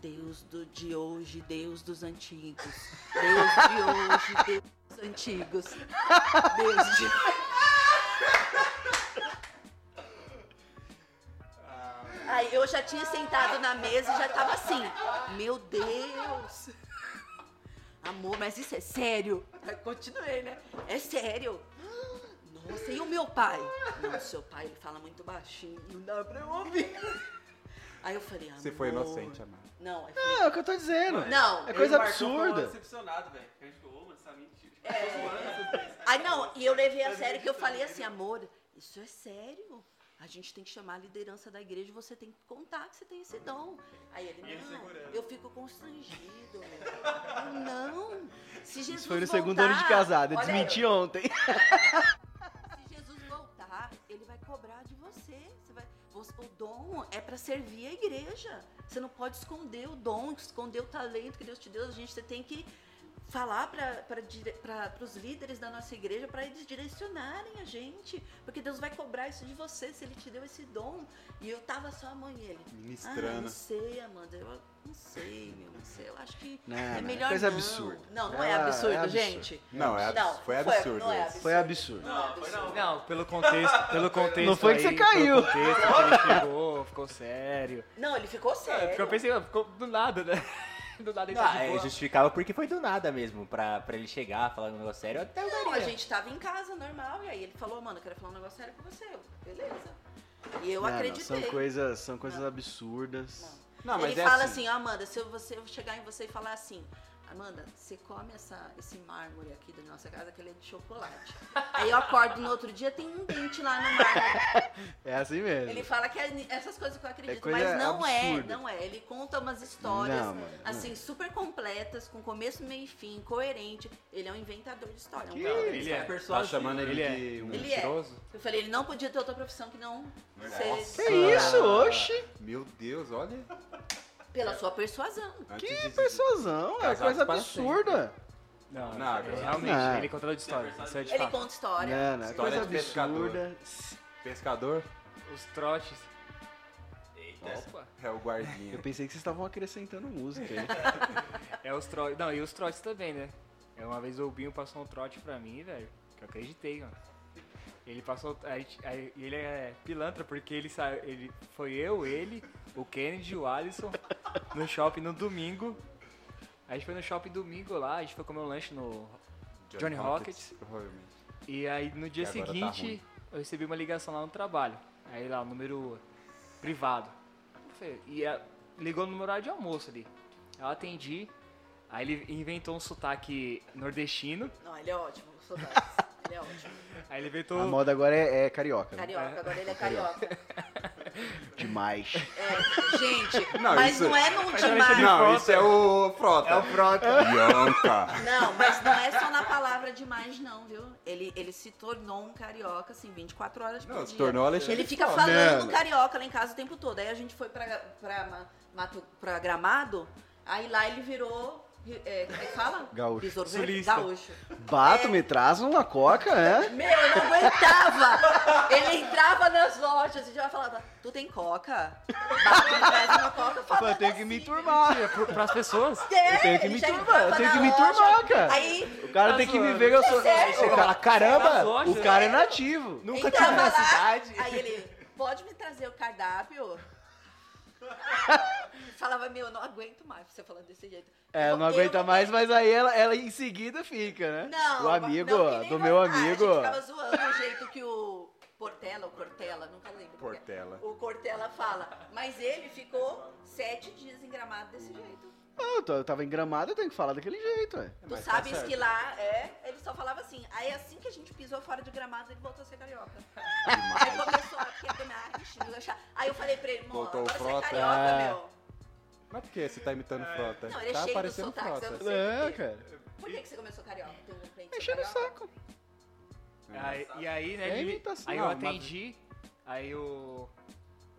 Speaker 5: Deus do, de hoje, Deus dos antigos. Deus de hoje, Deus dos antigos. [LAUGHS] Deus de. Aí eu já tinha sentado na mesa e já tava assim. Meu Deus! Amor, mas isso é sério? Aí continuei, né? É sério? Nossa, e o meu pai? Não, seu pai, ele fala muito baixinho, não dá pra eu ouvir. Aí eu falei, amor...
Speaker 3: Você foi inocente, Amanda.
Speaker 5: Não, aí eu
Speaker 7: Não, é o que eu tô dizendo.
Speaker 5: falei, não.
Speaker 7: É coisa
Speaker 2: Ele marcou, ficou
Speaker 7: absurda.
Speaker 2: decepcionado, velho. Porque a gente ficou, ô, mano, essa mentira. tipo,
Speaker 5: É.
Speaker 2: Tô zoando essas vezes.
Speaker 5: Aí não, e eu levei a sério que eu falei assim, amor, isso é sério? A gente tem que chamar a liderança da igreja e você tem que contar que você tem esse dom. Aí ele,
Speaker 2: ele
Speaker 5: não,
Speaker 2: segurando.
Speaker 5: eu fico constrangido. né?" Eu, não, se Jesus
Speaker 7: Isso foi no
Speaker 5: voltar,
Speaker 7: segundo ano de casada, eu
Speaker 5: olha aí,
Speaker 7: desmenti ontem.
Speaker 5: Se Jesus voltar, ele vai cobrar de você. Você vai- você- o dom é para servir a igreja. Você não pode esconder o dom, esconder o talento que Deus te deu. A gente você tem que falar para os líderes da nossa igreja para eles direcionarem a gente, porque Deus vai cobrar isso de você se ele te deu esse dom. E eu tava só a mãe e ele. Ah,
Speaker 3: Ministrando.
Speaker 5: não sei, Amanda. Eu não sei, meu. Não sei. Eu acho que
Speaker 7: Não,
Speaker 5: é
Speaker 7: não,
Speaker 5: melhor
Speaker 7: coisa
Speaker 5: não.
Speaker 7: absurda.
Speaker 5: Não, não é,
Speaker 7: Ah, é
Speaker 5: absurdo,
Speaker 7: absurdo.
Speaker 5: gente.
Speaker 3: Não, é abs-
Speaker 5: Não,
Speaker 3: foi
Speaker 5: não
Speaker 3: absurdo.
Speaker 5: não é
Speaker 3: isso.
Speaker 7: Foi absurdo.
Speaker 5: Não,
Speaker 2: Não, foi não.
Speaker 6: Não, pelo contexto, pelo contexto.
Speaker 7: Não foi que
Speaker 6: aí,
Speaker 7: você caiu.
Speaker 6: Pelo contexto, que ele ficou, ficou sério.
Speaker 5: Não, ele ficou
Speaker 6: É,
Speaker 5: sério.
Speaker 6: porque eu pensei, ah, ficou do nada, né? [LAUGHS] Do nada ele tá
Speaker 1: Ah,
Speaker 6: de
Speaker 1: é,
Speaker 6: boa.
Speaker 1: justificava porque foi do nada mesmo, pra, pra ele chegar, falar um negócio sério, eu até
Speaker 5: Não, a
Speaker 1: daria.
Speaker 5: gente tava em casa, normal, e aí ele falou, mano, eu quero falar um negócio sério com você. Eu, beleza. E eu
Speaker 3: É,
Speaker 7: Não, não,
Speaker 5: acreditei. Ah.
Speaker 7: são coisas, são coisas absurdas.
Speaker 5: Não.
Speaker 3: Não, mas
Speaker 5: ele
Speaker 3: é
Speaker 5: fala
Speaker 3: assim.
Speaker 5: assim, ó, Amanda, se eu, você, eu chegar em você e falar assim, Amanda, você come essa, esse mármore aqui da nossa casa, que ele é de chocolate. aí eu acordo no outro dia, tem um dente lá no mármore.
Speaker 7: É assim mesmo.
Speaker 5: Ele fala que é ni- essas coisas que eu acredito,
Speaker 7: É coisa
Speaker 5: mas não
Speaker 7: absurda.
Speaker 5: é, não é. Ele conta umas histórias,
Speaker 7: Não, mano,
Speaker 5: assim, super completas, com começo, meio e fim, coerente. Ele é um inventador de história. é um
Speaker 7: Que assim.
Speaker 5: cara.
Speaker 2: Ele é
Speaker 3: Tá
Speaker 2: persuasivo.
Speaker 3: chamando ele,
Speaker 6: Ele
Speaker 3: de um
Speaker 5: assim. Ele é.
Speaker 3: mentiroso?
Speaker 5: Eu falei, ele não podia ter outra profissão que não
Speaker 7: Que
Speaker 5: ser assim,
Speaker 7: isso, oxi.
Speaker 3: Meu Deus, olha.
Speaker 5: pela sua persuasão.
Speaker 3: Antes
Speaker 7: Que
Speaker 3: de-
Speaker 7: persuasão, é
Speaker 3: Casados
Speaker 7: coisa
Speaker 3: para
Speaker 7: absurda.
Speaker 6: Não,
Speaker 3: Não,
Speaker 6: é,
Speaker 3: cara.
Speaker 6: realmente,
Speaker 7: Não.
Speaker 6: ele contou de história. Isso é de
Speaker 5: Ele
Speaker 6: fato.
Speaker 5: conta história.
Speaker 7: Não, não, é
Speaker 3: História
Speaker 7: coisa
Speaker 3: de pescador.
Speaker 7: absurda.
Speaker 3: Pescador
Speaker 6: Os trotes.
Speaker 2: Eita.
Speaker 6: Opa.
Speaker 3: é o guardinha.
Speaker 7: Eu pensei que vocês estavam acrescentando
Speaker 5: [LAUGHS]
Speaker 7: música. hein?
Speaker 6: É os trotes. Não, e os trotes também, né? É, Uma vez o Binho passou um trote pra mim, velho, que eu acreditei, mano. Ele passou. a gente- a- e ele é pilantra, porque ele saiu. Ele, foi eu, ele, o Kennedy e o Alisson no shopping no domingo. A gente foi no shopping domingo lá, a gente foi comer um lanche no. Johnny Rockets.
Speaker 3: Provavelmente.
Speaker 6: E aí no dia
Speaker 3: E agora tá
Speaker 6: seguinte
Speaker 3: ruim.
Speaker 6: eu recebi uma ligação lá no trabalho. Aí lá, o número privado. Eu falei, E a- ligou no meu horário de almoço ali. Eu atendi. Aí ele inventou um sotaque nordestino.
Speaker 5: Não, ele é ótimo, saudades. Ele é
Speaker 7: [LAUGHS]
Speaker 5: ótimo.
Speaker 6: Aí ele
Speaker 7: A
Speaker 6: inventou.
Speaker 7: moda agora é, é carioca. né?
Speaker 5: Carioca, agora ele é carioca.
Speaker 7: Demais.
Speaker 5: É, gente,
Speaker 3: Não,
Speaker 5: mas
Speaker 3: isso-
Speaker 5: não é num
Speaker 6: a gente
Speaker 5: demais.
Speaker 6: é
Speaker 3: Não, isso é o Frota. É o Frota. Bianca.
Speaker 5: Não, mas não é só na palavra demais, não, viu? Ele, ele se tornou um carioca, assim, 24 horas por
Speaker 3: Não,
Speaker 5: dia.
Speaker 3: se tornou Alexandre.
Speaker 5: Ele fica
Speaker 3: Frota.
Speaker 5: falando
Speaker 7: Não.
Speaker 5: carioca lá em casa o tempo todo. Aí a gente foi pra, pra, Ma- Mato, pra Gramado, aí lá ele virou. É, como é que fala?
Speaker 7: Gaúcho.
Speaker 5: Besouro verde?
Speaker 6: Sulista.
Speaker 5: Gaúcho. É.
Speaker 7: Bato, me traz uma coca, é?
Speaker 5: Meu, eu não aguentava! Ele entrava nas lojas e já falava: Tu tem coca? Bato me traz uma coca, falando
Speaker 7: Eu tenho que me
Speaker 5: assim,
Speaker 7: turmar.
Speaker 6: Para as pessoas.
Speaker 5: É,
Speaker 7: Eu tenho que
Speaker 5: ele
Speaker 7: me
Speaker 5: já
Speaker 7: turmar, eu
Speaker 5: entrava
Speaker 7: tenho
Speaker 5: na
Speaker 7: que me
Speaker 5: loja.
Speaker 7: turmar, cara.
Speaker 5: Aí,
Speaker 7: O cara tem que me ver que eu sou.
Speaker 5: Sério?
Speaker 7: O cara,
Speaker 6: Nas
Speaker 7: caramba,
Speaker 6: lojas.
Speaker 7: o cara é nativo.
Speaker 6: Nunca
Speaker 5: entrava
Speaker 6: tive na
Speaker 5: Então, lá,
Speaker 6: cidade.
Speaker 5: Aí ele, pode me trazer o
Speaker 7: [LAUGHS]
Speaker 5: cardápio? Falava, meu, eu não aguento mais você falando desse jeito.
Speaker 7: É,
Speaker 5: Eu-
Speaker 7: não aguenta
Speaker 5: eu-
Speaker 7: mais, mas aí ela, ela em seguida fica, né?
Speaker 5: Não,
Speaker 7: O amigo,
Speaker 5: não, que nem
Speaker 7: do
Speaker 5: vai-
Speaker 7: meu
Speaker 5: Ah, A
Speaker 7: amigo.
Speaker 5: gente ficava zoando o jeito que o, Portela ou Cortella, nunca lembro.
Speaker 3: Portela.
Speaker 5: O Cortella fala, mas ele ficou sete dias engramado desse jeito.
Speaker 7: Ah, eu tô- eu tava em gramado, eu tenho que falar daquele jeito, ué.
Speaker 5: tu
Speaker 3: Mas tá
Speaker 5: sabes
Speaker 3: certo.
Speaker 5: que lá, é, ele só falava assim. Aí assim que a gente pisou fora de gramado, ele voltou a ser carioca. Aí começou a quebrar, ixi, nos achar. Aí eu falei pra ele, mano,
Speaker 3: Voltou
Speaker 5: agora
Speaker 3: o
Speaker 5: você é
Speaker 3: Frota.
Speaker 5: carioca,
Speaker 3: É.
Speaker 5: meu.
Speaker 3: Mas por que você tá imitando frota?
Speaker 5: Não, ele é
Speaker 3: tá
Speaker 5: cheio dos
Speaker 3: aparecendo
Speaker 5: sotaques, eu
Speaker 3: frota.
Speaker 5: não sei
Speaker 7: É,
Speaker 5: porquê.
Speaker 7: cara.
Speaker 5: Por que, que você começou carioca? Tem um cliente que é
Speaker 7: Mexendo o
Speaker 5: carioca?
Speaker 7: saco.
Speaker 6: Aí- e aí, né,
Speaker 7: É
Speaker 6: ele-
Speaker 7: imitação,
Speaker 6: aí eu
Speaker 7: mas-
Speaker 6: atendi, aí o,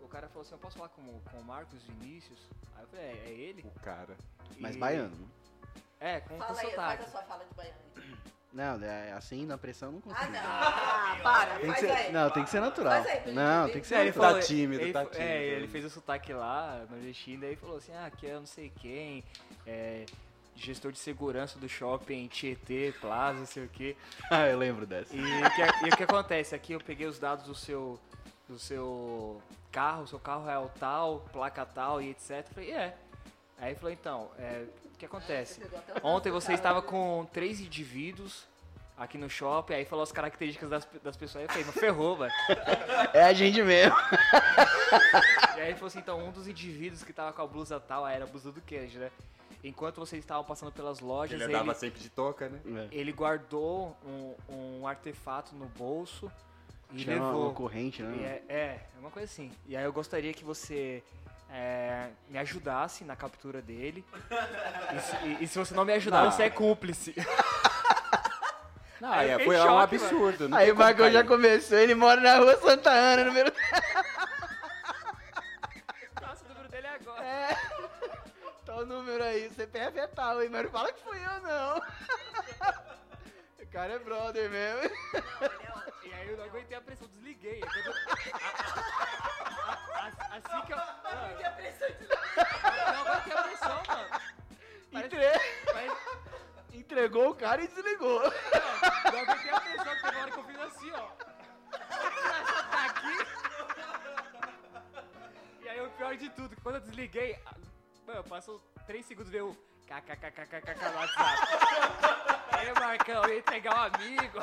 Speaker 6: o cara falou assim, eu posso falar com, o- com o Marcos Vinícius? Aí eu falei, é, é ele?
Speaker 3: O cara.
Speaker 7: Mas
Speaker 6: E-
Speaker 7: baiano. né?
Speaker 6: É, com, com
Speaker 5: Fala aí, faz a
Speaker 6: sotaque.
Speaker 5: sua fala de baiano. aí.
Speaker 7: Não, é assim, na pressão eu não
Speaker 5: Ah,
Speaker 7: consigo.
Speaker 5: não. Ah, para,
Speaker 7: Tem que
Speaker 5: faz
Speaker 7: ser,
Speaker 5: aí.
Speaker 7: não, tem que ser natural.
Speaker 5: Faz aí, Felipe.
Speaker 7: Não, tem que ser [LAUGHS]
Speaker 6: Aí ele
Speaker 7: natural.
Speaker 6: falou-
Speaker 3: tímido,
Speaker 6: ele
Speaker 3: é tá
Speaker 6: fa-
Speaker 3: tímido.
Speaker 6: É, ele fez o sotaque lá, nordestino, daí falou assim, ah, aqui é eu não sei quem, é, gestor de segurança do shopping Tietê, Plaza, não sei o quê.
Speaker 7: Ah, eu lembro dessa.
Speaker 6: E o que, e o que acontece? Aqui eu peguei os dados do seu, do seu carro, seu carro é o tal, placa tal e etc. Eu falei, é. Aí ele falou, então, é, o que acontece?
Speaker 5: pegou até o
Speaker 6: Ontem
Speaker 5: nome
Speaker 6: você
Speaker 5: do cara.
Speaker 6: estava com três indivíduos aqui no shopping, aí falou as características das, das pessoas, aí eu falei, mas ferrou, velho.
Speaker 7: É a gente mesmo.
Speaker 6: E aí ele falou assim, então um dos indivíduos que tava com a blusa tal, aí era a blusa do queijo, né? Enquanto vocês estavam passando pelas lojas,
Speaker 3: Ele
Speaker 6: ele,
Speaker 3: andava sempre de touca, né?
Speaker 7: É.
Speaker 6: ele guardou um, um artefato no bolso e
Speaker 7: Tinha uma,
Speaker 6: levou.
Speaker 7: uma corrente,
Speaker 6: E
Speaker 7: né?
Speaker 6: É, é, é uma coisa assim. E aí eu gostaria que você é, me ajudasse na captura dele. E se, e- e se você não me ajudar,
Speaker 3: Não.
Speaker 6: você é cúmplice. Não,
Speaker 3: Ah,
Speaker 6: eu
Speaker 3: é,
Speaker 6: fiquei
Speaker 3: foi
Speaker 6: em
Speaker 3: um
Speaker 6: choque, mano.
Speaker 3: absurdo. não
Speaker 7: Aí
Speaker 3: tem
Speaker 7: o
Speaker 3: como
Speaker 7: Marcão já
Speaker 3: cair.
Speaker 7: começou, ele mora na rua Santa Ana, número [LAUGHS]
Speaker 6: Nossa, o número dele é agora.
Speaker 7: É. Tá o número aí, o CPF é tal, hein? Mas não fala que fui eu, não. [LAUGHS] O cara é brother mesmo. [LAUGHS]
Speaker 6: E aí eu não aguentei a pressão, [LAUGHS] desliguei. Quando eu- A- a- a- Assim que eu. Não,
Speaker 5: Porque a pressão de
Speaker 6: eu não aguentei a pressão, mano. Parece-
Speaker 7: Entre-
Speaker 6: parece-
Speaker 7: Entregou o cara e desligou.
Speaker 6: Não aguentei a pressão, porque na hora que eu fiz assim, ó. Essa tá aqui. E aí o pior de tudo, que quando eu desliguei, a- mano, passou 3 segundos e veio o kkkkkkk no WhatsApp. [LAUGHS] Aí, Marcão, eu ia entregar um amigo.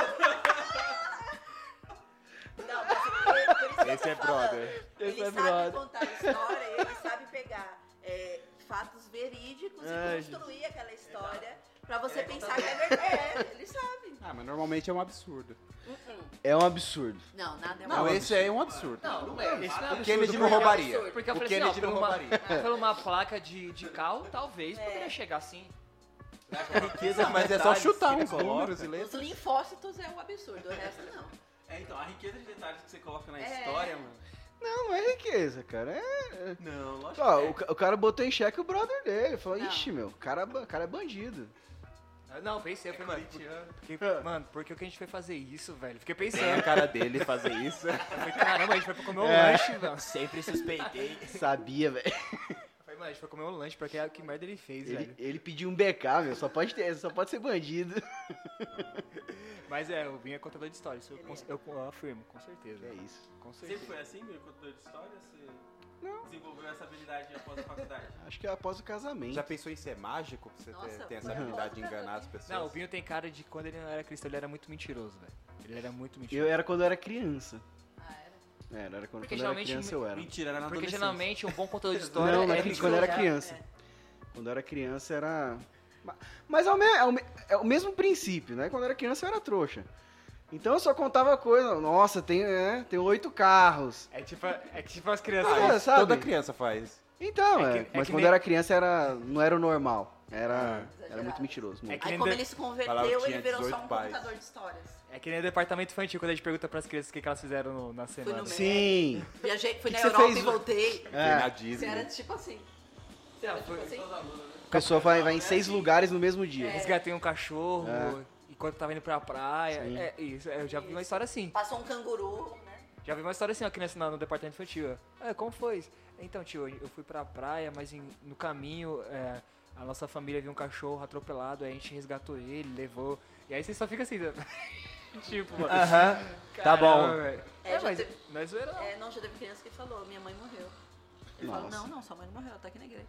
Speaker 5: Não, mas por isso que eu tô
Speaker 3: Esse é
Speaker 5: falando.
Speaker 3: brother.
Speaker 5: Ele
Speaker 7: Esse é
Speaker 5: sabe
Speaker 7: brother.
Speaker 5: contar história, ele sabe pegar é, fatos verídicos
Speaker 7: Ai,
Speaker 5: e construir aquela história pra você pensar que é verdade. É, ele sabe.
Speaker 3: Ah, mas normalmente é um absurdo.
Speaker 7: É um absurdo.
Speaker 5: Uhum. Não, nada é
Speaker 3: Não,
Speaker 5: mais.
Speaker 3: esse aí é um absurdo.
Speaker 6: não é. Isso não é
Speaker 3: o Kennedy não
Speaker 5: um
Speaker 6: porque-
Speaker 3: roubaria.
Speaker 6: Porque eu
Speaker 3: o
Speaker 6: falei
Speaker 3: Kennedy
Speaker 6: assim, ó,
Speaker 3: não
Speaker 6: por uma-
Speaker 3: roubaria.
Speaker 6: [LAUGHS] Por uma placa de, de carro, talvez poderia chegar assim.
Speaker 3: Riqueza, mas é só
Speaker 6: detalhes
Speaker 3: chutar
Speaker 6: que
Speaker 3: uns
Speaker 6: coloca.
Speaker 3: números e
Speaker 5: Os
Speaker 3: letras.
Speaker 5: linfócitos é um absurdo, o resto não.
Speaker 2: É, então, a riqueza de detalhes que você coloca na
Speaker 5: É.
Speaker 2: história, mano.
Speaker 7: Não, não é riqueza, cara. É...
Speaker 2: Não, lógico
Speaker 7: Ó,
Speaker 2: que é.
Speaker 7: o, ca- o cara botou em xeque o brother dele. Falou,
Speaker 5: Não.
Speaker 7: ixi, meu, o cara, é ba- o cara é bandido.
Speaker 6: Não, pensei, eu falei, mano, por- porque, mano, por que que a gente foi fazer isso, velho? Fiquei pensando.
Speaker 3: a cara dele fazer isso.
Speaker 6: Eu falei, caramba, a gente foi pra comer um
Speaker 7: É.
Speaker 6: lanche,
Speaker 1: [LAUGHS]
Speaker 6: velho.
Speaker 1: Sempre suspeitei.
Speaker 7: Sabia, velho.
Speaker 6: Eu falei, mano, a gente foi comer um lanche, pra que, que merda ele fez,
Speaker 7: Ele,
Speaker 6: velho.
Speaker 7: ele pediu um BK, meu. Só pode ter, só pode ser bandido.
Speaker 6: Mas é, eu vim é contador de história, isso eu,
Speaker 5: Ele
Speaker 6: cons- eu, eu afirmo, com certeza.
Speaker 7: É isso.
Speaker 6: Com
Speaker 2: Sempre
Speaker 6: certeza.
Speaker 2: foi assim, meu contador de história? Você desenvolveu essa habilidade após a faculdade?
Speaker 7: Acho que é após o casamento.
Speaker 3: Já pensou em ser mágico? Pra você
Speaker 5: Nossa,
Speaker 3: ter, ter essa
Speaker 5: foi
Speaker 3: habilidade de
Speaker 5: bom.
Speaker 3: enganar as pessoas?
Speaker 6: Não, o Binho tem cara de quando ele não era cristão, ele era muito mentiroso, velho. Ele era muito
Speaker 7: Eu
Speaker 6: mentiroso.
Speaker 7: era quando eu era criança. É,
Speaker 5: Ah, era.
Speaker 7: Era, era
Speaker 6: Porque
Speaker 7: quando, quando eu era
Speaker 6: geralmente-
Speaker 7: criança eu era.
Speaker 2: Mentira, era na
Speaker 6: Porque
Speaker 2: adolescência.
Speaker 6: geralmente um bom contador de história
Speaker 7: Não, mas
Speaker 6: é
Speaker 7: quando eu era
Speaker 6: mentiroso.
Speaker 7: criança. Quando eu era criança era. Ma- Mas é o, me- é o me- é o mesmo princípio, né? Quando eu era criança eu era trouxa. Então eu só contava coisa. Nossa, tem, é, tem oito carros.
Speaker 6: É tipo, é tipo as crianças.
Speaker 3: Ah,
Speaker 7: É,
Speaker 3: isso
Speaker 7: sabe?
Speaker 3: Toda criança faz.
Speaker 7: Então,
Speaker 6: É que-
Speaker 7: é,
Speaker 6: é
Speaker 7: mas
Speaker 6: que
Speaker 7: quando
Speaker 6: nem-
Speaker 7: eu era criança era, não era o normal. Era, era muito
Speaker 5: Exagerado.
Speaker 7: mentiroso.
Speaker 6: É
Speaker 7: muito.
Speaker 6: que
Speaker 5: Aí
Speaker 6: nem
Speaker 5: como
Speaker 6: de-
Speaker 5: ele se
Speaker 3: Falava que
Speaker 5: converteu,
Speaker 3: tinha
Speaker 5: ele virou só um
Speaker 3: 18 pais.
Speaker 5: contador de histórias.
Speaker 6: É que nem departamento infantil, quando a gente pergunta pras crianças o que, que elas fizeram no- na semana.
Speaker 5: no
Speaker 7: Sim.
Speaker 5: Viajei, fui
Speaker 7: Que
Speaker 5: na
Speaker 7: que você
Speaker 5: Europa
Speaker 7: fez?
Speaker 5: e voltei.
Speaker 3: Tem na
Speaker 7: É,
Speaker 5: Você
Speaker 3: Disney.
Speaker 5: era tipo assim. Você era tipo assim.
Speaker 7: a pessoa vai, vai em seis lugares no mesmo
Speaker 5: É.
Speaker 7: dia.
Speaker 6: Resgatei um cachorro,
Speaker 1: É.
Speaker 6: enquanto tava indo pra praia.
Speaker 7: Sim.
Speaker 6: É isso, é, eu já vi uma história assim.
Speaker 5: Passou um canguru, né?
Speaker 6: Já vi uma história assim, uma criança na- no departamento infantil. ó. É, como foi? Então, tio, eu fui pra praia, mas em- no caminho é, a nossa família viu um cachorro atropelado, aí a gente resgatou ele, levou. E aí você só fica assim, né? tipo, mano.
Speaker 1: Aham. Tá
Speaker 6: caramba,
Speaker 1: bom.
Speaker 6: velho.
Speaker 5: É,
Speaker 6: [LAUGHS] É, mas
Speaker 5: já teve-
Speaker 6: não é zoeira, não.
Speaker 5: É, não, já teve criança que falou, minha mãe morreu. Eu falo,
Speaker 7: Nossa.
Speaker 5: não, não, sua mãe não morreu, tá aqui na igreja.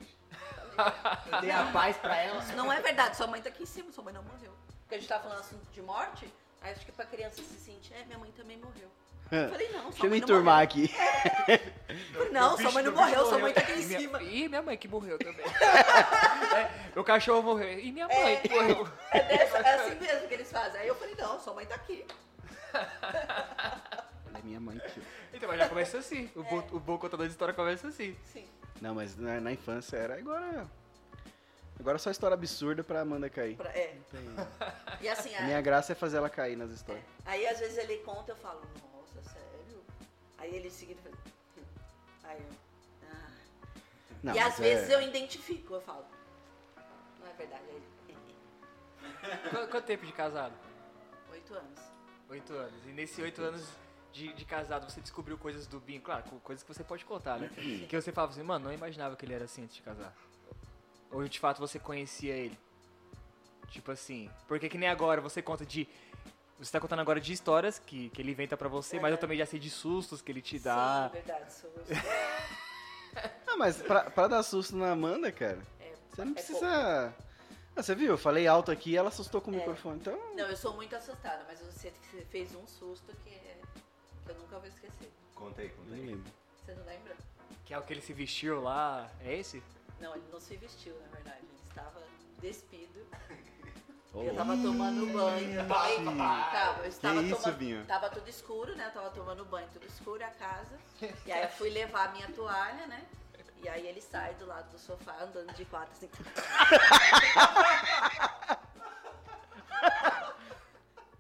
Speaker 1: Eu dei a paz pra ela.
Speaker 5: Isso [LAUGHS] não é verdade, sua mãe tá aqui em cima, sua mãe não morreu. Porque a gente tava falando assunto de morte, aí acho que pra criança se sentir, é, minha mãe também morreu. Eu falei, não, sua
Speaker 7: Deixa eu
Speaker 5: mãe
Speaker 7: me
Speaker 5: não
Speaker 7: turmar aqui.
Speaker 5: morreu. Não, sua mãe não morreu, sua mãe tá aqui em
Speaker 6: E [LAUGHS] minha,
Speaker 5: cima.
Speaker 6: Ih, minha mãe que morreu também. [LAUGHS] É, meu cachorro morreu. E minha mãe que morreu.
Speaker 5: É, dessa- é assim mesmo que eles fazem. Aí eu falei, não, sua mãe tá aqui.
Speaker 7: Ela é minha mãe que eu-
Speaker 6: Então, mas já começa assim. O, bo- o bom contador de história começa assim.
Speaker 5: Sim.
Speaker 7: Não, mas na, na infância era. Agora. Agora é só história absurda pra Amanda cair.
Speaker 5: Pra- é. E assim,
Speaker 7: A
Speaker 5: a-
Speaker 7: minha graça é fazer ela cair nas histórias.
Speaker 5: aí às vezes ele conta, eu falo, nossa, sério? Aí ele seguindo fala, "Hum." aí eu, ah.
Speaker 7: Não,
Speaker 5: e
Speaker 7: mas
Speaker 5: às
Speaker 7: é-
Speaker 5: vezes eu identifico, eu falo, não é verdade, aí ele,
Speaker 6: Qu- Quanto, tempo de casado?
Speaker 5: oito anos.
Speaker 6: Oito anos. E nesses oito anos de, de casado, você descobriu coisas do Binho, claro, co- coisas que você pode contar, né? Que você falava assim, mano, não imaginava que ele era assim antes de casar. Ou de fato você conhecia ele. Tipo assim, porque que nem agora você conta de. Você tá contando agora de histórias que, que ele inventa pra você, mas eu também já sei de sustos que ele te dá.
Speaker 5: Sim, é verdade, sou eu.
Speaker 7: Não, mas pra, pra dar susto na Amanda, cara, você não
Speaker 5: é
Speaker 7: precisa. Ah, você viu? Eu falei alto aqui e ela assustou com o
Speaker 5: É.
Speaker 7: microfone. Então,
Speaker 5: Não, eu sou muito assustada, mas você você fez um susto que, é- que eu nunca vou esquecer.
Speaker 3: Conta aí, conta
Speaker 7: nem
Speaker 3: aí.
Speaker 7: lembro.
Speaker 5: Você não lembra?
Speaker 6: Que é o que ele se vestiu lá. É esse?
Speaker 5: Não, ele não se vestiu, na verdade. Ele estava despido.
Speaker 7: Oh.
Speaker 5: Eu tava tomando banho. Tava, eu estava
Speaker 3: isso,
Speaker 5: tomando-
Speaker 3: Vinho?
Speaker 5: Tava tudo escuro, né? Eu tava tomando banho, tudo escuro, a casa. E aí eu fui levar a minha toalha, né? E aí ele sai do lado do sofá andando de quatro assim.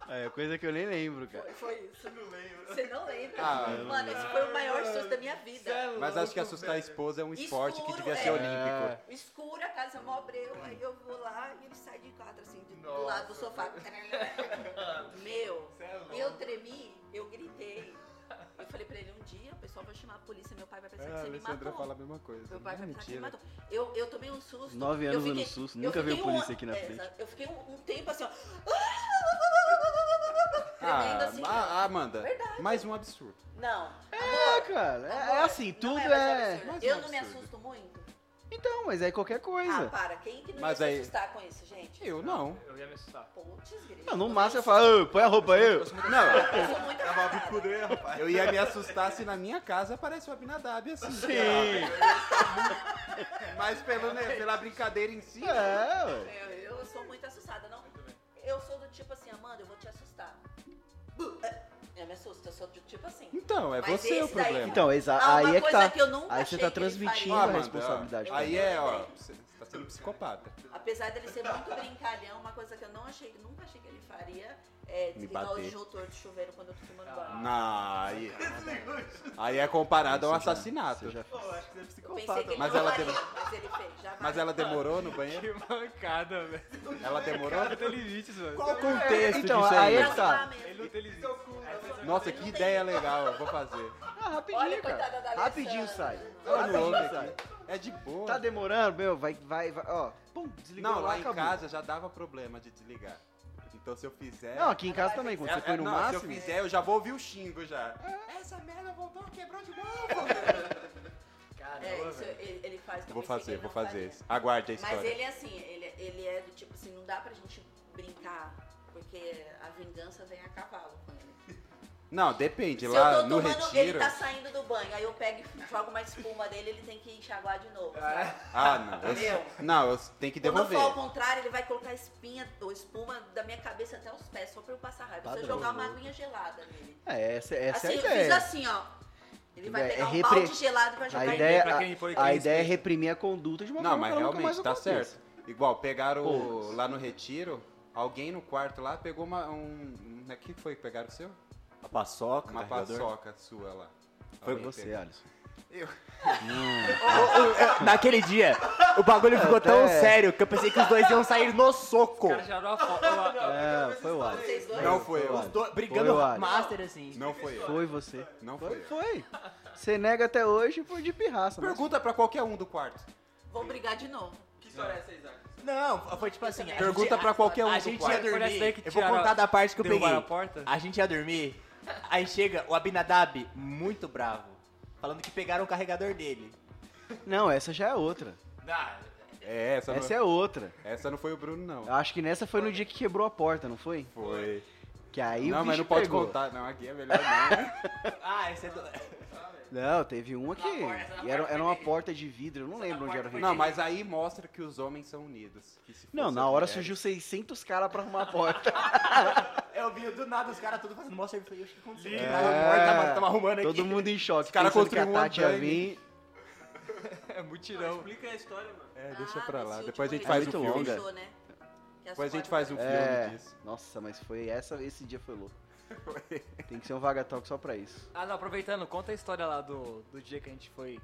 Speaker 7: É coisa que eu nem lembro, cara.
Speaker 5: Foi, foi isso. Não lembro. Você não lembra?
Speaker 3: Ah, eu não
Speaker 5: Mano, esse foi o maior susto da minha vida.
Speaker 3: Mas acho que assustar a esposa é um esporte que
Speaker 5: Escuro,
Speaker 3: devia
Speaker 5: é.
Speaker 3: ser olímpico.
Speaker 5: O escuro, a casa é mó breu, aí eu vou lá e ele sai de quatro, assim, de- do lado do [LAUGHS] sofá. Meu, eu tremi, eu gritei. Eu falei pra ele, um dia o pessoal vai chamar a polícia, meu pai vai pensar
Speaker 3: É,
Speaker 5: que
Speaker 3: a
Speaker 5: você me
Speaker 3: Alessandra
Speaker 5: matou.
Speaker 3: fala a mesma coisa. né?
Speaker 5: Meu pai
Speaker 3: Não,
Speaker 5: vai pensar que me
Speaker 3: mentira.
Speaker 5: matou. Eu, eu tomei um susto.
Speaker 7: Nove
Speaker 5: eu
Speaker 7: anos
Speaker 5: fiquei-
Speaker 7: dando susto,
Speaker 5: eu
Speaker 7: nunca veio
Speaker 5: fiquei um-
Speaker 7: polícia aqui na
Speaker 5: é,
Speaker 7: frente.
Speaker 5: exato. Eu fiquei um, um tempo assim, ó. Tremendo
Speaker 3: Ah,
Speaker 5: assim.
Speaker 3: ah, Amanda, mais um absurdo.
Speaker 5: Não.
Speaker 7: É, cara. É, é
Speaker 5: Amor,
Speaker 7: assim,
Speaker 5: não
Speaker 7: tudo
Speaker 5: é. mais
Speaker 7: é.
Speaker 5: absurdo.
Speaker 3: Mais um
Speaker 5: Eu não me
Speaker 3: absurdo.
Speaker 5: assusto muito.
Speaker 7: Então, mas é qualquer
Speaker 5: Ah,
Speaker 7: coisa.
Speaker 5: para, quem que não
Speaker 3: Mas
Speaker 5: ia
Speaker 3: aí-
Speaker 5: se assustar com isso, gente?
Speaker 3: Eu não.
Speaker 6: Eu ia me assustar.
Speaker 5: Putz, grilo.
Speaker 7: Não, no máximo eu falo, "Ô, põe a roupa
Speaker 5: [LAUGHS]
Speaker 7: aí.
Speaker 3: Não,
Speaker 5: Eu sou muito assustada.
Speaker 3: eu ia me assustar se na minha casa aparece o Abinadab assim.
Speaker 7: Sim.
Speaker 3: Mas pelo, né, pela brincadeira em si.
Speaker 7: É, ué.
Speaker 5: Eu, eu sou muito assustada, não. Eu sou do tipo assim, Amanda, eu vou te assustar. Bu- é, Eu me assusto, eu sou do tipo assim.
Speaker 3: Então, é
Speaker 5: Mas
Speaker 3: você o
Speaker 5: esse daí-
Speaker 3: problema.
Speaker 7: Então, exa-
Speaker 5: Ah, uma
Speaker 7: aí é que
Speaker 5: coisa
Speaker 7: tá.
Speaker 5: que eu nunca
Speaker 7: aí você
Speaker 5: achei
Speaker 7: tá
Speaker 5: que ele
Speaker 7: transmitindo
Speaker 5: faria.
Speaker 7: a
Speaker 3: Amanda,
Speaker 7: responsabilidade.
Speaker 3: ó,
Speaker 7: pra
Speaker 3: aí
Speaker 7: ela.
Speaker 3: é, ó, você você tá sendo psicopata.
Speaker 5: Apesar dele ser muito brincalhão, uma coisa que eu não achei, que nunca achei que ele faria é desligar o
Speaker 3: bater.
Speaker 5: disjuntor do chuveiro quando eu tô
Speaker 6: Ah.
Speaker 5: tomando banho.
Speaker 3: Não, aí, é. aí é comparado a um
Speaker 7: Você já-
Speaker 3: assassinato.
Speaker 7: você já-
Speaker 2: acho que você é
Speaker 5: Eu pensei que ele
Speaker 3: Mas
Speaker 5: não
Speaker 3: ela
Speaker 5: faria,
Speaker 3: tem-
Speaker 5: mas ele fez. Tá. Já
Speaker 3: Mas
Speaker 5: vai.
Speaker 3: ela demorou no banheiro?
Speaker 6: Que mancada, velho.
Speaker 3: Ela demorou?
Speaker 6: Não tem limites, mano.
Speaker 3: Qual o contexto
Speaker 7: Então,
Speaker 3: disso
Speaker 7: aí
Speaker 3: aí? né?
Speaker 7: é
Speaker 5: Pra
Speaker 7: que tá.
Speaker 5: zoar mesmo.
Speaker 6: Ele não tem limites.
Speaker 7: né?
Speaker 3: Nossa, que ideia legal, eu vou fazer.
Speaker 7: Ah, rapidinho,
Speaker 5: Olha,
Speaker 7: cara.
Speaker 5: coitada da
Speaker 7: Rapidinho sai.
Speaker 5: Alessandra.
Speaker 3: Ela não ouve
Speaker 7: Rapidinho sai.
Speaker 3: aqui. É de boa.
Speaker 7: Tá demorando, meu? Vai, vai, vai. Ó, pum, desligou
Speaker 3: Não, lá em
Speaker 7: acabou.
Speaker 3: casa já dava problema de desligar. Então se eu fizer.
Speaker 7: Não, aqui em casa também. Quando
Speaker 3: É,
Speaker 7: você põe
Speaker 3: é,
Speaker 7: no
Speaker 3: não, Se
Speaker 7: máximo.
Speaker 3: eu fizer, eu já vou ouvir o xingo já. Essa merda voltou, quebrou de novo.
Speaker 5: É,
Speaker 6: Caramba,
Speaker 5: isso
Speaker 6: velho.
Speaker 5: ele, ele faz. que eu
Speaker 3: Vou
Speaker 5: pensei que
Speaker 3: fazer,
Speaker 5: ele
Speaker 3: vou
Speaker 5: não
Speaker 3: fazer
Speaker 5: faria.
Speaker 3: isso. Aguarde a
Speaker 5: Mas
Speaker 3: história.
Speaker 5: ele é assim, ele, ele é do tipo assim, não dá pra gente brincar, porque a vingança vem a cavalo com ele.
Speaker 3: Não, depende.
Speaker 5: Se eu
Speaker 3: Lá
Speaker 5: tô
Speaker 3: no
Speaker 5: tomando, ele
Speaker 3: retiro.
Speaker 5: tá saindo do banho, aí eu pego e [LAUGHS] jogo uma espuma dele, ele tem que enxaguar de novo. sabe?
Speaker 3: Ah, não.
Speaker 5: [LAUGHS] Meu.
Speaker 3: Eu... Não, eu tenho que
Speaker 5: Quando eu
Speaker 3: devolver.
Speaker 5: for ao contrário, ele vai colocar espinha ou espuma da minha cabeça até os pés, só pra eu passar raiva. Se eu
Speaker 7: Padrão,
Speaker 5: jogar uma
Speaker 7: né?
Speaker 5: aguinha gelada nele.
Speaker 7: É, essa, essa
Speaker 5: assim,
Speaker 7: é a
Speaker 5: eu
Speaker 7: ideia.
Speaker 5: fiz assim, ó. Ele vai
Speaker 7: É,
Speaker 5: pegar
Speaker 7: é
Speaker 5: um
Speaker 7: repre-
Speaker 5: balde gelado e vai jogar
Speaker 7: A
Speaker 5: em
Speaker 7: ideia,
Speaker 5: mim.
Speaker 6: pra quem foi
Speaker 7: a, a
Speaker 6: quem
Speaker 7: ideia é
Speaker 6: respeita.
Speaker 7: reprimir a conduta de uma
Speaker 3: Não,
Speaker 7: forma
Speaker 3: mas
Speaker 7: que ela nunca mais
Speaker 3: realmente, tá
Speaker 7: aconteça.
Speaker 3: certo. Igual, pegaram o-
Speaker 7: Pô.
Speaker 3: lá no retiro, alguém no quarto lá pegou uma. Um... um- Que foi que pegaram o seu?
Speaker 7: Um
Speaker 1: A paçoca,
Speaker 3: Uma
Speaker 1: carregador.
Speaker 3: paçoca sua lá.
Speaker 7: Foi
Speaker 3: Alguém
Speaker 7: você,
Speaker 3: pegou.
Speaker 7: Alisson.
Speaker 1: [LAUGHS] Naquele dia, o bagulho ficou tão
Speaker 7: Até-
Speaker 1: sério que eu pensei que os dois iam sair no soco.
Speaker 6: O cara já deu uma foto. ó,
Speaker 7: É, foi o Alisson.
Speaker 5: Vocês dois?
Speaker 3: Não foi
Speaker 7: Foi
Speaker 3: eu.
Speaker 7: o
Speaker 1: Os dois
Speaker 7: Foi
Speaker 1: brigando
Speaker 7: o Alisson.
Speaker 1: master, assim.
Speaker 3: Não foi eu.
Speaker 7: Foi você.
Speaker 3: Não foi
Speaker 7: Foi,
Speaker 3: eu.
Speaker 7: foi. Você nega até hoje por de pirraça. né? mas-
Speaker 3: Pergunta pra qualquer um do quarto.
Speaker 5: Vão brigar de novo.
Speaker 2: Que história é essa, Isaac?
Speaker 1: Não, foi tipo assim.
Speaker 5: É,
Speaker 1: a
Speaker 3: Pergunta
Speaker 1: gente-
Speaker 3: pra qualquer um
Speaker 1: A
Speaker 3: do
Speaker 1: gente ia
Speaker 3: quarto.
Speaker 6: Foi nessa daí
Speaker 1: dormir.
Speaker 6: que
Speaker 1: Eu vou
Speaker 6: tiraram-
Speaker 1: contar da parte que eu peguei.
Speaker 6: derrubaram a porta?
Speaker 1: A gente ia dormir. Aí chega o Abinadab, muito bravo, falando que pegaram o carregador dele.
Speaker 7: Não, essa já é outra.
Speaker 3: É, essa,
Speaker 7: Essa
Speaker 3: não...
Speaker 7: é outra.
Speaker 3: essa não foi o Bruno, não.
Speaker 7: Eu acho que nessa foi no dia que quebrou a porta, não foi?
Speaker 3: Foi.
Speaker 7: Que aí
Speaker 3: não,
Speaker 7: o bicho
Speaker 3: mas não pode
Speaker 7: pegou.
Speaker 3: contar, não. Aqui é melhor [LAUGHS] não.
Speaker 2: Ah, esse
Speaker 6: [LAUGHS]
Speaker 2: é do...
Speaker 7: Não, teve uma que.
Speaker 5: porta, essa
Speaker 7: e era,
Speaker 5: porta
Speaker 7: era uma
Speaker 5: foi-
Speaker 7: porta de vidro, eu não lembro onde era. o
Speaker 5: porta
Speaker 3: não,
Speaker 7: registro.
Speaker 3: mas aí mostra que os homens são unidos. que se
Speaker 7: Não,
Speaker 3: fosse assim, é.
Speaker 7: na hora
Speaker 3: mulher-
Speaker 7: surgiu 600 caras pra arrumar a porta.
Speaker 1: Eu vi do nada os caras todos fazendo mó serviço. Eu acho que aconteceu.
Speaker 7: É.
Speaker 1: Tava arrumando aqui.
Speaker 7: Todo mundo em choque.
Speaker 3: Os cara
Speaker 7: pensando que a
Speaker 3: construiu um
Speaker 7: Tati ia
Speaker 3: andaime.
Speaker 7: vir.
Speaker 6: É
Speaker 2: Não,
Speaker 6: mutirão.
Speaker 2: explica a história, mano.
Speaker 3: É, deixa
Speaker 5: Ah,
Speaker 3: pra
Speaker 5: desse
Speaker 3: lá.
Speaker 5: último
Speaker 3: Depois a gente é
Speaker 5: aí,
Speaker 3: faz o
Speaker 5: que
Speaker 3: filme.
Speaker 7: longa.
Speaker 5: fechou, né? Que as
Speaker 3: Depois a gente
Speaker 5: portas-
Speaker 3: faz um filme
Speaker 7: É.
Speaker 3: disso.
Speaker 7: Nossa, mas foi essa. Esse dia foi louco. Tem que ser um vaga talk só pra isso.
Speaker 6: Ah, não, aproveitando, conta a história lá do, do dia que a gente foi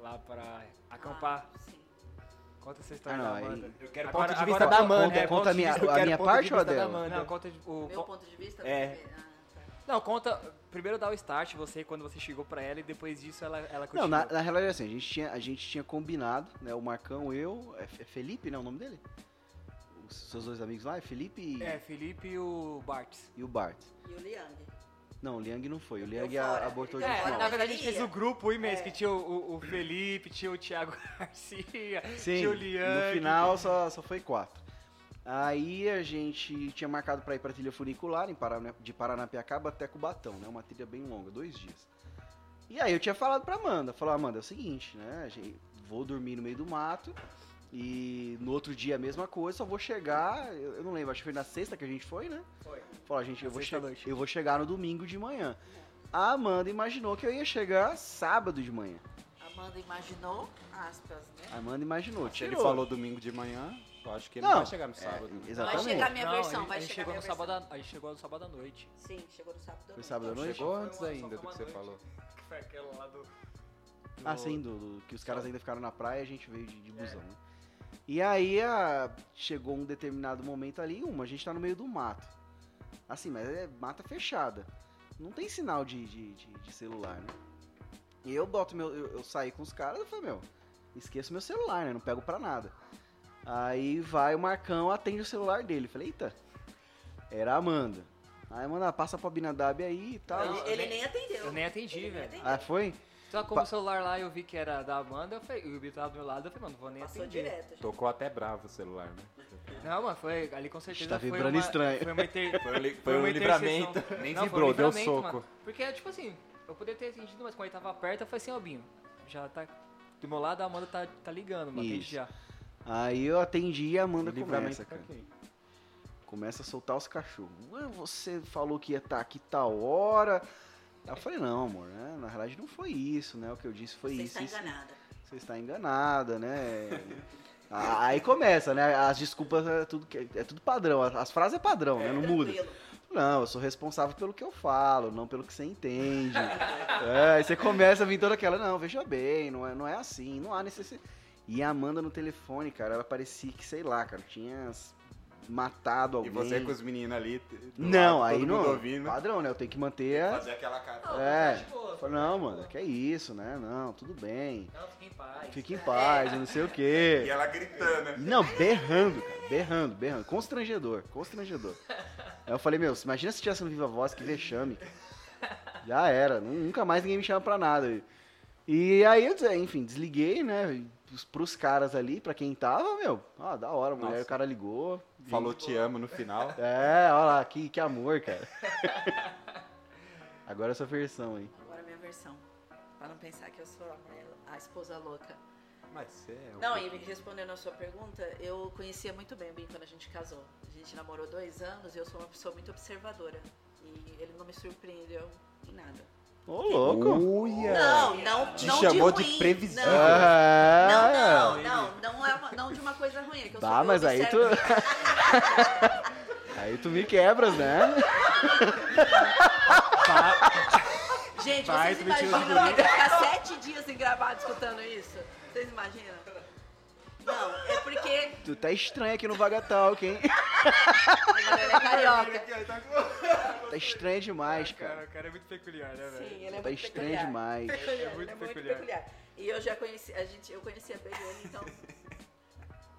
Speaker 6: lá pra acampar.
Speaker 5: Ah, sim.
Speaker 6: Conta essa história
Speaker 7: Ah, não,
Speaker 6: da
Speaker 7: aí-
Speaker 6: Amanda.
Speaker 1: Eu quero
Speaker 6: Agora-
Speaker 1: ponto de
Speaker 6: agora
Speaker 1: vista da
Speaker 6: conta-
Speaker 1: Amanda.
Speaker 6: é,
Speaker 1: ponto
Speaker 7: conta a
Speaker 1: de
Speaker 7: minha-
Speaker 1: vista, eu
Speaker 7: a
Speaker 1: quero
Speaker 7: minha
Speaker 1: ponto de
Speaker 7: parte ou a
Speaker 1: vista da
Speaker 7: dela?
Speaker 1: Amanda.
Speaker 6: Não, conta de-
Speaker 3: Um
Speaker 6: o,
Speaker 5: Meu
Speaker 6: con-
Speaker 5: ponto de vista...
Speaker 1: É.
Speaker 5: você- ah, tá.
Speaker 6: não, conta. Primeiro dá o start, você quando você chegou pra ela e depois disso ela, ela
Speaker 7: Não,
Speaker 6: continua.
Speaker 7: na, na realidade, assim, a gente, tinha, a gente tinha combinado, né? O Marcão, eu. É Fe- Felipe, né? O nome dele? Os seus dois amigos lá? É Felipe e,
Speaker 6: É, Felipe e o Bart.
Speaker 7: e o Bart.
Speaker 5: E o Liang.
Speaker 7: Não, o Liang não foi. O
Speaker 5: Deu
Speaker 7: Liang
Speaker 5: fora.
Speaker 7: a- abortou de
Speaker 5: Deu
Speaker 6: É,
Speaker 5: fora.
Speaker 6: na
Speaker 7: final.
Speaker 6: verdade a gente fez o grupo o mês
Speaker 5: É.
Speaker 6: que tinha o, o- o Felipe, tinha o Thiago [LAUGHS] Garcia,
Speaker 7: Sim,
Speaker 6: tinha o Lian.
Speaker 7: no final só, só foi quatro. Aí a gente tinha marcado pra ir pra trilha funicular em Parana- de Paranapiacaba até Cubatão, né? Uma trilha bem longa, dois dias. E aí eu tinha falado pra Amanda, falou, Amanda, é o seguinte, né? a gente- Vou dormir no meio do mato e no outro dia a mesma coisa, só vou chegar, eu eu não lembro, acho que foi na sexta que a gente foi, né?
Speaker 6: Foi.
Speaker 7: Falou, gente, eu
Speaker 6: Na
Speaker 7: vou, che-
Speaker 6: sexta-noite.
Speaker 7: eu vou chegar no domingo de manhã. A Amanda imaginou que eu ia chegar sábado de manhã.
Speaker 5: Amanda imaginou, aspas, né?
Speaker 3: Ah,
Speaker 7: A Amanda imaginou,
Speaker 3: Se ele
Speaker 7: tirou.
Speaker 3: falou domingo de manhã, eu acho que ele
Speaker 7: Não,
Speaker 3: não vai chegar no
Speaker 7: é,
Speaker 3: sábado.
Speaker 7: exatamente.
Speaker 5: Vai chegar a minha
Speaker 6: Não,
Speaker 5: versão,
Speaker 6: a gente-
Speaker 5: vai
Speaker 6: a gente
Speaker 5: chegar
Speaker 6: chegou
Speaker 5: minha
Speaker 6: no
Speaker 5: versão.
Speaker 6: sábado, à- a gente chegou no sábado à noite.
Speaker 5: Sim, chegou no sábado da
Speaker 7: Foi
Speaker 5: noite.
Speaker 7: sábado à noite?
Speaker 3: Chegou antes
Speaker 6: Só foi uma-
Speaker 3: ainda
Speaker 6: só
Speaker 3: do que
Speaker 6: foi
Speaker 3: você
Speaker 6: uma
Speaker 3: falou.
Speaker 6: noite, Que foi aquela lá do. do-
Speaker 7: Ah, sim, do, do- que os caras ainda ficaram na praia e a gente veio de, de busão, né? E aí a- chegou um determinado momento ali, uma, a gente tá no meio do mato. Assim, mas é mata fechada. Não tem sinal de, de- de- de celular, né? E eu boto meu. Eu, eu saí com os caras e falei, meu, esqueço meu celular, né? Não pego pra nada. Aí vai o Marcão, atende o celular dele. Falei, eita, era a Amanda. Aí, Amanda, "Ah, passa pra Binadab aí e tal.
Speaker 5: Ele,
Speaker 6: Não,
Speaker 5: ele
Speaker 6: eu
Speaker 5: nem atendeu.
Speaker 6: Eu nem atendi,
Speaker 5: Ele nem
Speaker 6: velho.
Speaker 5: atendeu.
Speaker 7: Ah, foi?
Speaker 6: Só como
Speaker 7: Pa-
Speaker 6: o celular lá eu vi que era da Amanda, eu falei, e o Bill tava do meu lado, eu falei, mano, não vou nem
Speaker 5: Passou
Speaker 6: atender.
Speaker 5: direto. gente.
Speaker 3: Tocou até bravo o celular, né?
Speaker 6: Não, mano, foi ali com certeza.
Speaker 7: Tá
Speaker 6: foi
Speaker 7: vibrando
Speaker 6: uma-
Speaker 7: estranho.
Speaker 6: Foi uma inter...
Speaker 3: Foi, li-
Speaker 6: Foi
Speaker 3: foi um
Speaker 6: uma interseção.
Speaker 3: livramento. Nem
Speaker 6: Não, foi um
Speaker 3: vibrou, deu
Speaker 6: livramento,
Speaker 3: soco.
Speaker 6: mano. Porque, tipo assim, eu poderia ter atendido, mas quando ele tava perto, eu falei assim, ó, Binho, já tá. Do meu lado a Amanda tá, tá ligando, mano. Atende
Speaker 7: Isso.
Speaker 6: já.
Speaker 7: Aí eu atendi e a Amanda
Speaker 3: Livramento
Speaker 7: começa,
Speaker 3: pra
Speaker 7: cara.
Speaker 3: quem?
Speaker 7: Começa a soltar os cachorros. Ué, Você falou que ia estar aqui tal hora. Eu falei, não, amor, né? Na realidade não foi isso, né? O que eu disse foi
Speaker 5: Você
Speaker 7: isso.
Speaker 5: está
Speaker 7: isso.
Speaker 5: enganada.
Speaker 7: Você está enganada, né? Ah, Aí começa, né? As desculpas é tudo, que- é tudo padrão. As as frases é padrão, né? Não muda.
Speaker 5: Tranquilo.
Speaker 7: Não, eu sou responsável pelo que eu falo, não pelo que você entende. [LAUGHS] é, aí você começa a vir toda aquela, não, veja bem, não é, não é assim, não há necessidade. E a Amanda no telefone, cara, ela parecia que, sei lá, cara, tinha s-
Speaker 3: E
Speaker 7: matado alguém.
Speaker 3: você com os meninos ali. do
Speaker 7: Não,
Speaker 3: lado,
Speaker 7: aí
Speaker 3: todo
Speaker 7: não.
Speaker 3: Mundo ouvindo.
Speaker 7: Padrão, né? Eu tenho que manter a.
Speaker 3: Fazer aquela cara.
Speaker 7: É. Falei, Não, mano, que é isso, né? Não, tudo bem.
Speaker 6: Não, fica em paz.
Speaker 7: Fique em paz, eu não sei o quê.
Speaker 3: E ela gritando.
Speaker 7: Não, berrando, cara. Berrando, berrando. Constrangedor, constrangedor. Aí eu falei, meu, imagina se tivesse no Viva Voz, que vexame. cara. Já era, nu- nunca mais ninguém me chama pra nada. E aí, eu, des- enfim, desliguei, né? Pros, pros caras ali, pra quem tava, meu, ah, da hora, a mulher,
Speaker 3: Nossa.
Speaker 7: o cara ligou.
Speaker 3: Falou te amo no final.
Speaker 7: É, olha lá, que, que amor, cara. [LAUGHS] Agora essa versão aí.
Speaker 5: Agora é minha versão. Pra não pensar que eu sou a, a esposa louca.
Speaker 3: Mas você é um
Speaker 7: Então, tá
Speaker 5: Não, e
Speaker 3: pouquinho.
Speaker 5: respondendo a sua pergunta, eu conhecia muito bem o Bin quando a gente casou. A gente namorou dois anos e eu sou uma pessoa muito observadora. E ele não me surpreendeu em nada.
Speaker 7: Ô,
Speaker 3: Uh.
Speaker 7: louco!
Speaker 3: Uia.
Speaker 5: Não, não,
Speaker 3: Te
Speaker 5: não
Speaker 3: chamou
Speaker 5: de,
Speaker 3: de
Speaker 5: ruim,
Speaker 3: previsível.
Speaker 5: Não.
Speaker 7: É.
Speaker 5: Não, não, não, não, é uma- não de uma coisa ruim. É que eu sou
Speaker 7: Bah,
Speaker 5: eu
Speaker 7: mas aí tu.
Speaker 5: observo- [LAUGHS]
Speaker 7: aí tu me quebras, né?
Speaker 5: Gente,
Speaker 6: Vai,
Speaker 5: vocês
Speaker 6: tu me tirou
Speaker 5: imaginam eu ficar sete dias sem gravar escutando isso? Vocês imaginam? Não, é porque
Speaker 7: Tu tá estranho aqui no Vagatal, hein?
Speaker 5: a galera é carioca.
Speaker 7: Tá estranho demais,
Speaker 6: Cara,
Speaker 7: cara.
Speaker 6: o cara é muito peculiar, né, velho?
Speaker 5: Sim, ele é
Speaker 7: Tá
Speaker 5: muito
Speaker 7: estranho
Speaker 5: peculiar.
Speaker 7: demais.
Speaker 5: Peculiar,
Speaker 6: É muito
Speaker 5: [LAUGHS] ele é muito
Speaker 6: peculiar.
Speaker 5: peculiar. E eu já conheci, a gente, eu conhecia bem ele, então.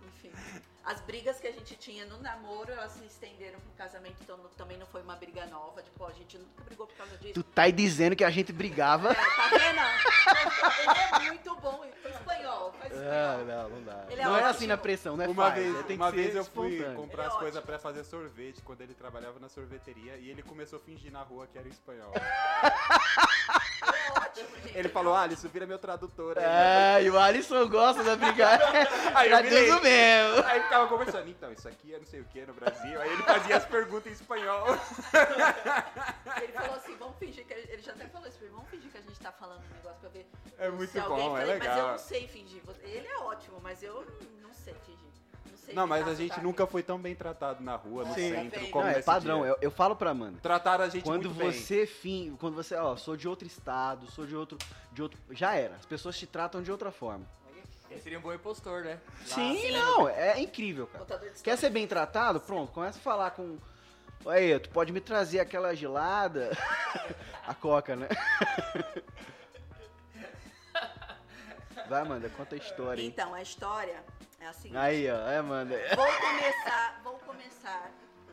Speaker 5: Enfim. As brigas que a gente tinha no namoro, elas se estenderam pro casamento, então não- também não foi uma briga nova. Tipo, ó, a gente nunca brigou por causa disso.
Speaker 7: Tu tá aí dizendo que a gente brigava.
Speaker 5: Tá vendo? Ele é muito bom. Ele faz espanhol. Faz
Speaker 7: Ah,
Speaker 5: espanhol.
Speaker 7: não, não dá.
Speaker 5: Ele é
Speaker 7: não é
Speaker 5: ótimo.
Speaker 7: assim na pressão, não é
Speaker 3: uma
Speaker 7: faz, é,
Speaker 3: vez,
Speaker 7: tem
Speaker 3: uma
Speaker 7: que ser
Speaker 3: vez eu fui
Speaker 7: espontâneo.
Speaker 3: comprar
Speaker 5: Ele é
Speaker 3: as coisas
Speaker 5: ótimo.
Speaker 3: pra fazer sorvete quando ele trabalhava na sorveteria e ele começou a fingir na rua que era
Speaker 7: [LAUGHS]
Speaker 3: espanhol.
Speaker 5: É ótimo, gente.
Speaker 3: Ele falou, Alisson, vira meu tradutor. aí."
Speaker 7: É, e o Alisson gosta da brigada.
Speaker 3: [LAUGHS] Aí eu virei.
Speaker 7: Traduz o mesmo.
Speaker 3: Aí ficava conversando, então, isso aqui é não sei o que no Brasil. Aí ele fazia as perguntas em espanhol.
Speaker 5: Ele falou assim, vamos fingir que... a gente- Ele já até falou isso pra mim, vamos fingir que a gente tá falando um negócio pra ver
Speaker 3: É
Speaker 5: se
Speaker 3: muito
Speaker 5: alguém...
Speaker 3: bom, é
Speaker 5: Falei, Mas eu
Speaker 3: legal.
Speaker 5: não sei fingir. Você- Ele é ótimo, mas eu não- não sei fingir. Não, sei
Speaker 3: Não, mas
Speaker 5: imitar
Speaker 3: a gente
Speaker 5: sotaque.
Speaker 3: nunca foi tão bem tratado na rua, no
Speaker 5: Sim.
Speaker 3: centro,
Speaker 5: Não,
Speaker 3: como
Speaker 7: Não, é
Speaker 3: nesse
Speaker 7: padrão,
Speaker 3: dia.
Speaker 7: eu, eu falo pra Amanda.
Speaker 3: Trataram Então, a gente é
Speaker 7: Quando
Speaker 3: muito bem.
Speaker 7: você fim, quando você, ó, sou de outro estado, sou de outro, de outro, já era. As pessoas te tratam de outra forma.
Speaker 6: Ele seria um bom impostor, né? Lá-
Speaker 7: Sim, não, é incrível, cara.
Speaker 5: Botador de
Speaker 7: Quer
Speaker 5: Quer
Speaker 7: ser bem tratado? Pronto, começa a falar com. Aí, tu pode me trazer aquela gelada? [LAUGHS] a coca, né? [LAUGHS] Vai, Amanda, conta a história. hein?
Speaker 5: Então, a história é a seguinte.
Speaker 7: Aí, ó, é, Amanda.
Speaker 5: Vou começar, vou começar.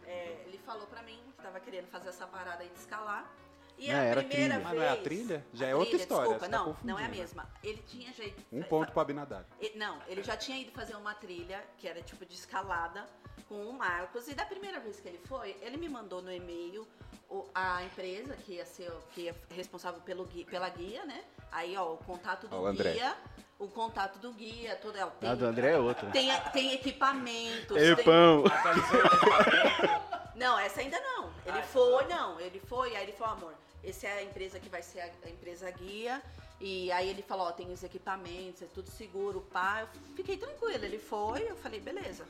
Speaker 5: É, ele falou pra mim que tava querendo fazer essa parada aí de escalar. E
Speaker 7: Não,
Speaker 5: a
Speaker 7: era
Speaker 5: primeira
Speaker 7: trilha.
Speaker 5: vez.
Speaker 3: Ah, não é a trilha? Já
Speaker 5: A
Speaker 3: é outra
Speaker 5: trilha,
Speaker 3: história,
Speaker 5: Desculpa,
Speaker 3: você tá
Speaker 5: não, não é a
Speaker 3: confundindo.
Speaker 5: mesma. Ele tinha jeito.
Speaker 3: Um ponto pra Abinadab.
Speaker 5: E- Não, ele já tinha ido fazer uma trilha que era tipo de escalada com o Marcos. E da primeira vez que ele foi, ele me mandou no e-mail o- a empresa que ia ser o- que é responsável pelo guia, pela guia, né? Aí, ó, o contato do
Speaker 3: Ó, o André.
Speaker 5: guia, o contato do guia, todo ó, tem,
Speaker 7: A do André é outra.
Speaker 5: tem, tem equipamentos.
Speaker 7: É
Speaker 5: tem-
Speaker 7: pão.
Speaker 5: Não, essa ainda não.
Speaker 3: Ah,
Speaker 5: Ele foi, não. Ele foi, aí ele falou, amor, essa é a empresa que vai ser a, a empresa guia. E aí ele falou, ó, tem os equipamentos, é tudo seguro, pá. Eu fiquei tranquila, ele foi, eu falei, beleza.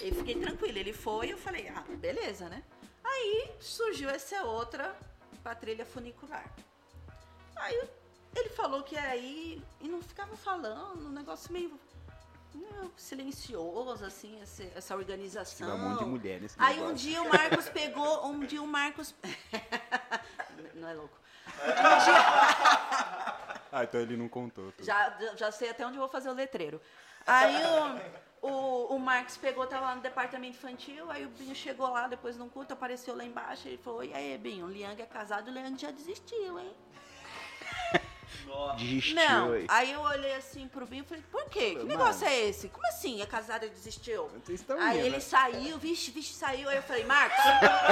Speaker 5: Eu fiquei tranquila, ele foi, eu falei, ah, beleza, né? Aí surgiu essa outra pra trilha funicular. Aí eu- ele falou que aí, e não ficava falando, um negócio meio né, silencioso, assim, esse- essa organização.
Speaker 3: Tiver um monte de mulher nesse
Speaker 5: Aí um
Speaker 3: negócio.
Speaker 5: dia o Marcos pegou, um dia o Marcos. [LAUGHS] Não é louco. Um dia...
Speaker 3: Ah, então ele não contou. tudo.
Speaker 5: já, já sei até onde eu vou fazer o letreiro. Aí o, o, o Marcos pegou, tava lá no departamento infantil, aí o Binho chegou lá depois num culto, apareceu lá embaixo, ele falou: e aí, Binho, o Liang é casado, o Liang já desistiu, hein?
Speaker 7: Desistiu
Speaker 5: Não.
Speaker 7: aí.
Speaker 5: Aí eu olhei assim pro Binho e falei: por quê? Que negócio é esse? Como assim? É casado e desistiu?
Speaker 3: Vocês estão
Speaker 5: Aí
Speaker 3: indo,
Speaker 5: ele
Speaker 3: né?
Speaker 5: saiu, vixe, vixe, saiu. Aí eu falei, Marcos,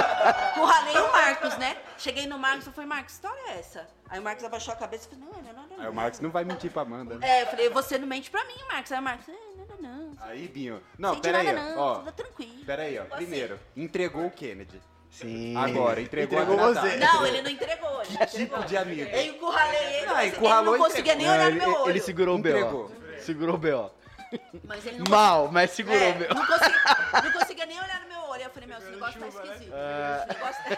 Speaker 5: [LAUGHS] curralei o Marcos, né? Cheguei no Marcos, eu falei, Marcos, que história é essa? Aí o Marcos abaixou a cabeça e falou, não, não, não, não.
Speaker 3: Aí o
Speaker 5: não.
Speaker 3: Marcos não vai mentir pra Amanda, né?
Speaker 5: É, eu falei, você não mente pra mim, Marcos. Aí o Marcos, "Ah, não, não, não.
Speaker 3: Aí, Binho. Não,
Speaker 5: sente nada
Speaker 3: peraí,
Speaker 5: não,
Speaker 3: ó.
Speaker 5: tá tranquilo.
Speaker 3: Peraí, ó.
Speaker 5: Assim.
Speaker 3: Primeiro, entregou o Kennedy.
Speaker 7: Sim.
Speaker 3: Agora, entregou,
Speaker 7: Entregou
Speaker 3: a Abinadab.
Speaker 7: você.
Speaker 5: Não,
Speaker 3: [LAUGHS]
Speaker 5: ele não entregou, ele não entregou.
Speaker 3: Tipo de amigo.
Speaker 5: Eu encurralei ele,
Speaker 3: Não,
Speaker 5: mas ele
Speaker 3: encurralou
Speaker 5: não
Speaker 3: e
Speaker 5: conseguia nem
Speaker 7: Não,
Speaker 5: olhar no
Speaker 7: ele,
Speaker 5: meu olho.
Speaker 7: ele segurou o B.O.
Speaker 3: Entregou.
Speaker 7: Segurou o B.O.
Speaker 5: Mas ele não
Speaker 7: Mal, mas segurou
Speaker 5: É,
Speaker 7: o B.O.
Speaker 5: Não conseguia, não conseguia nem olhar no meu olho. Aí Eu falei, meu, esse negócio tá esquisito.
Speaker 7: É.
Speaker 5: Esse, negócio,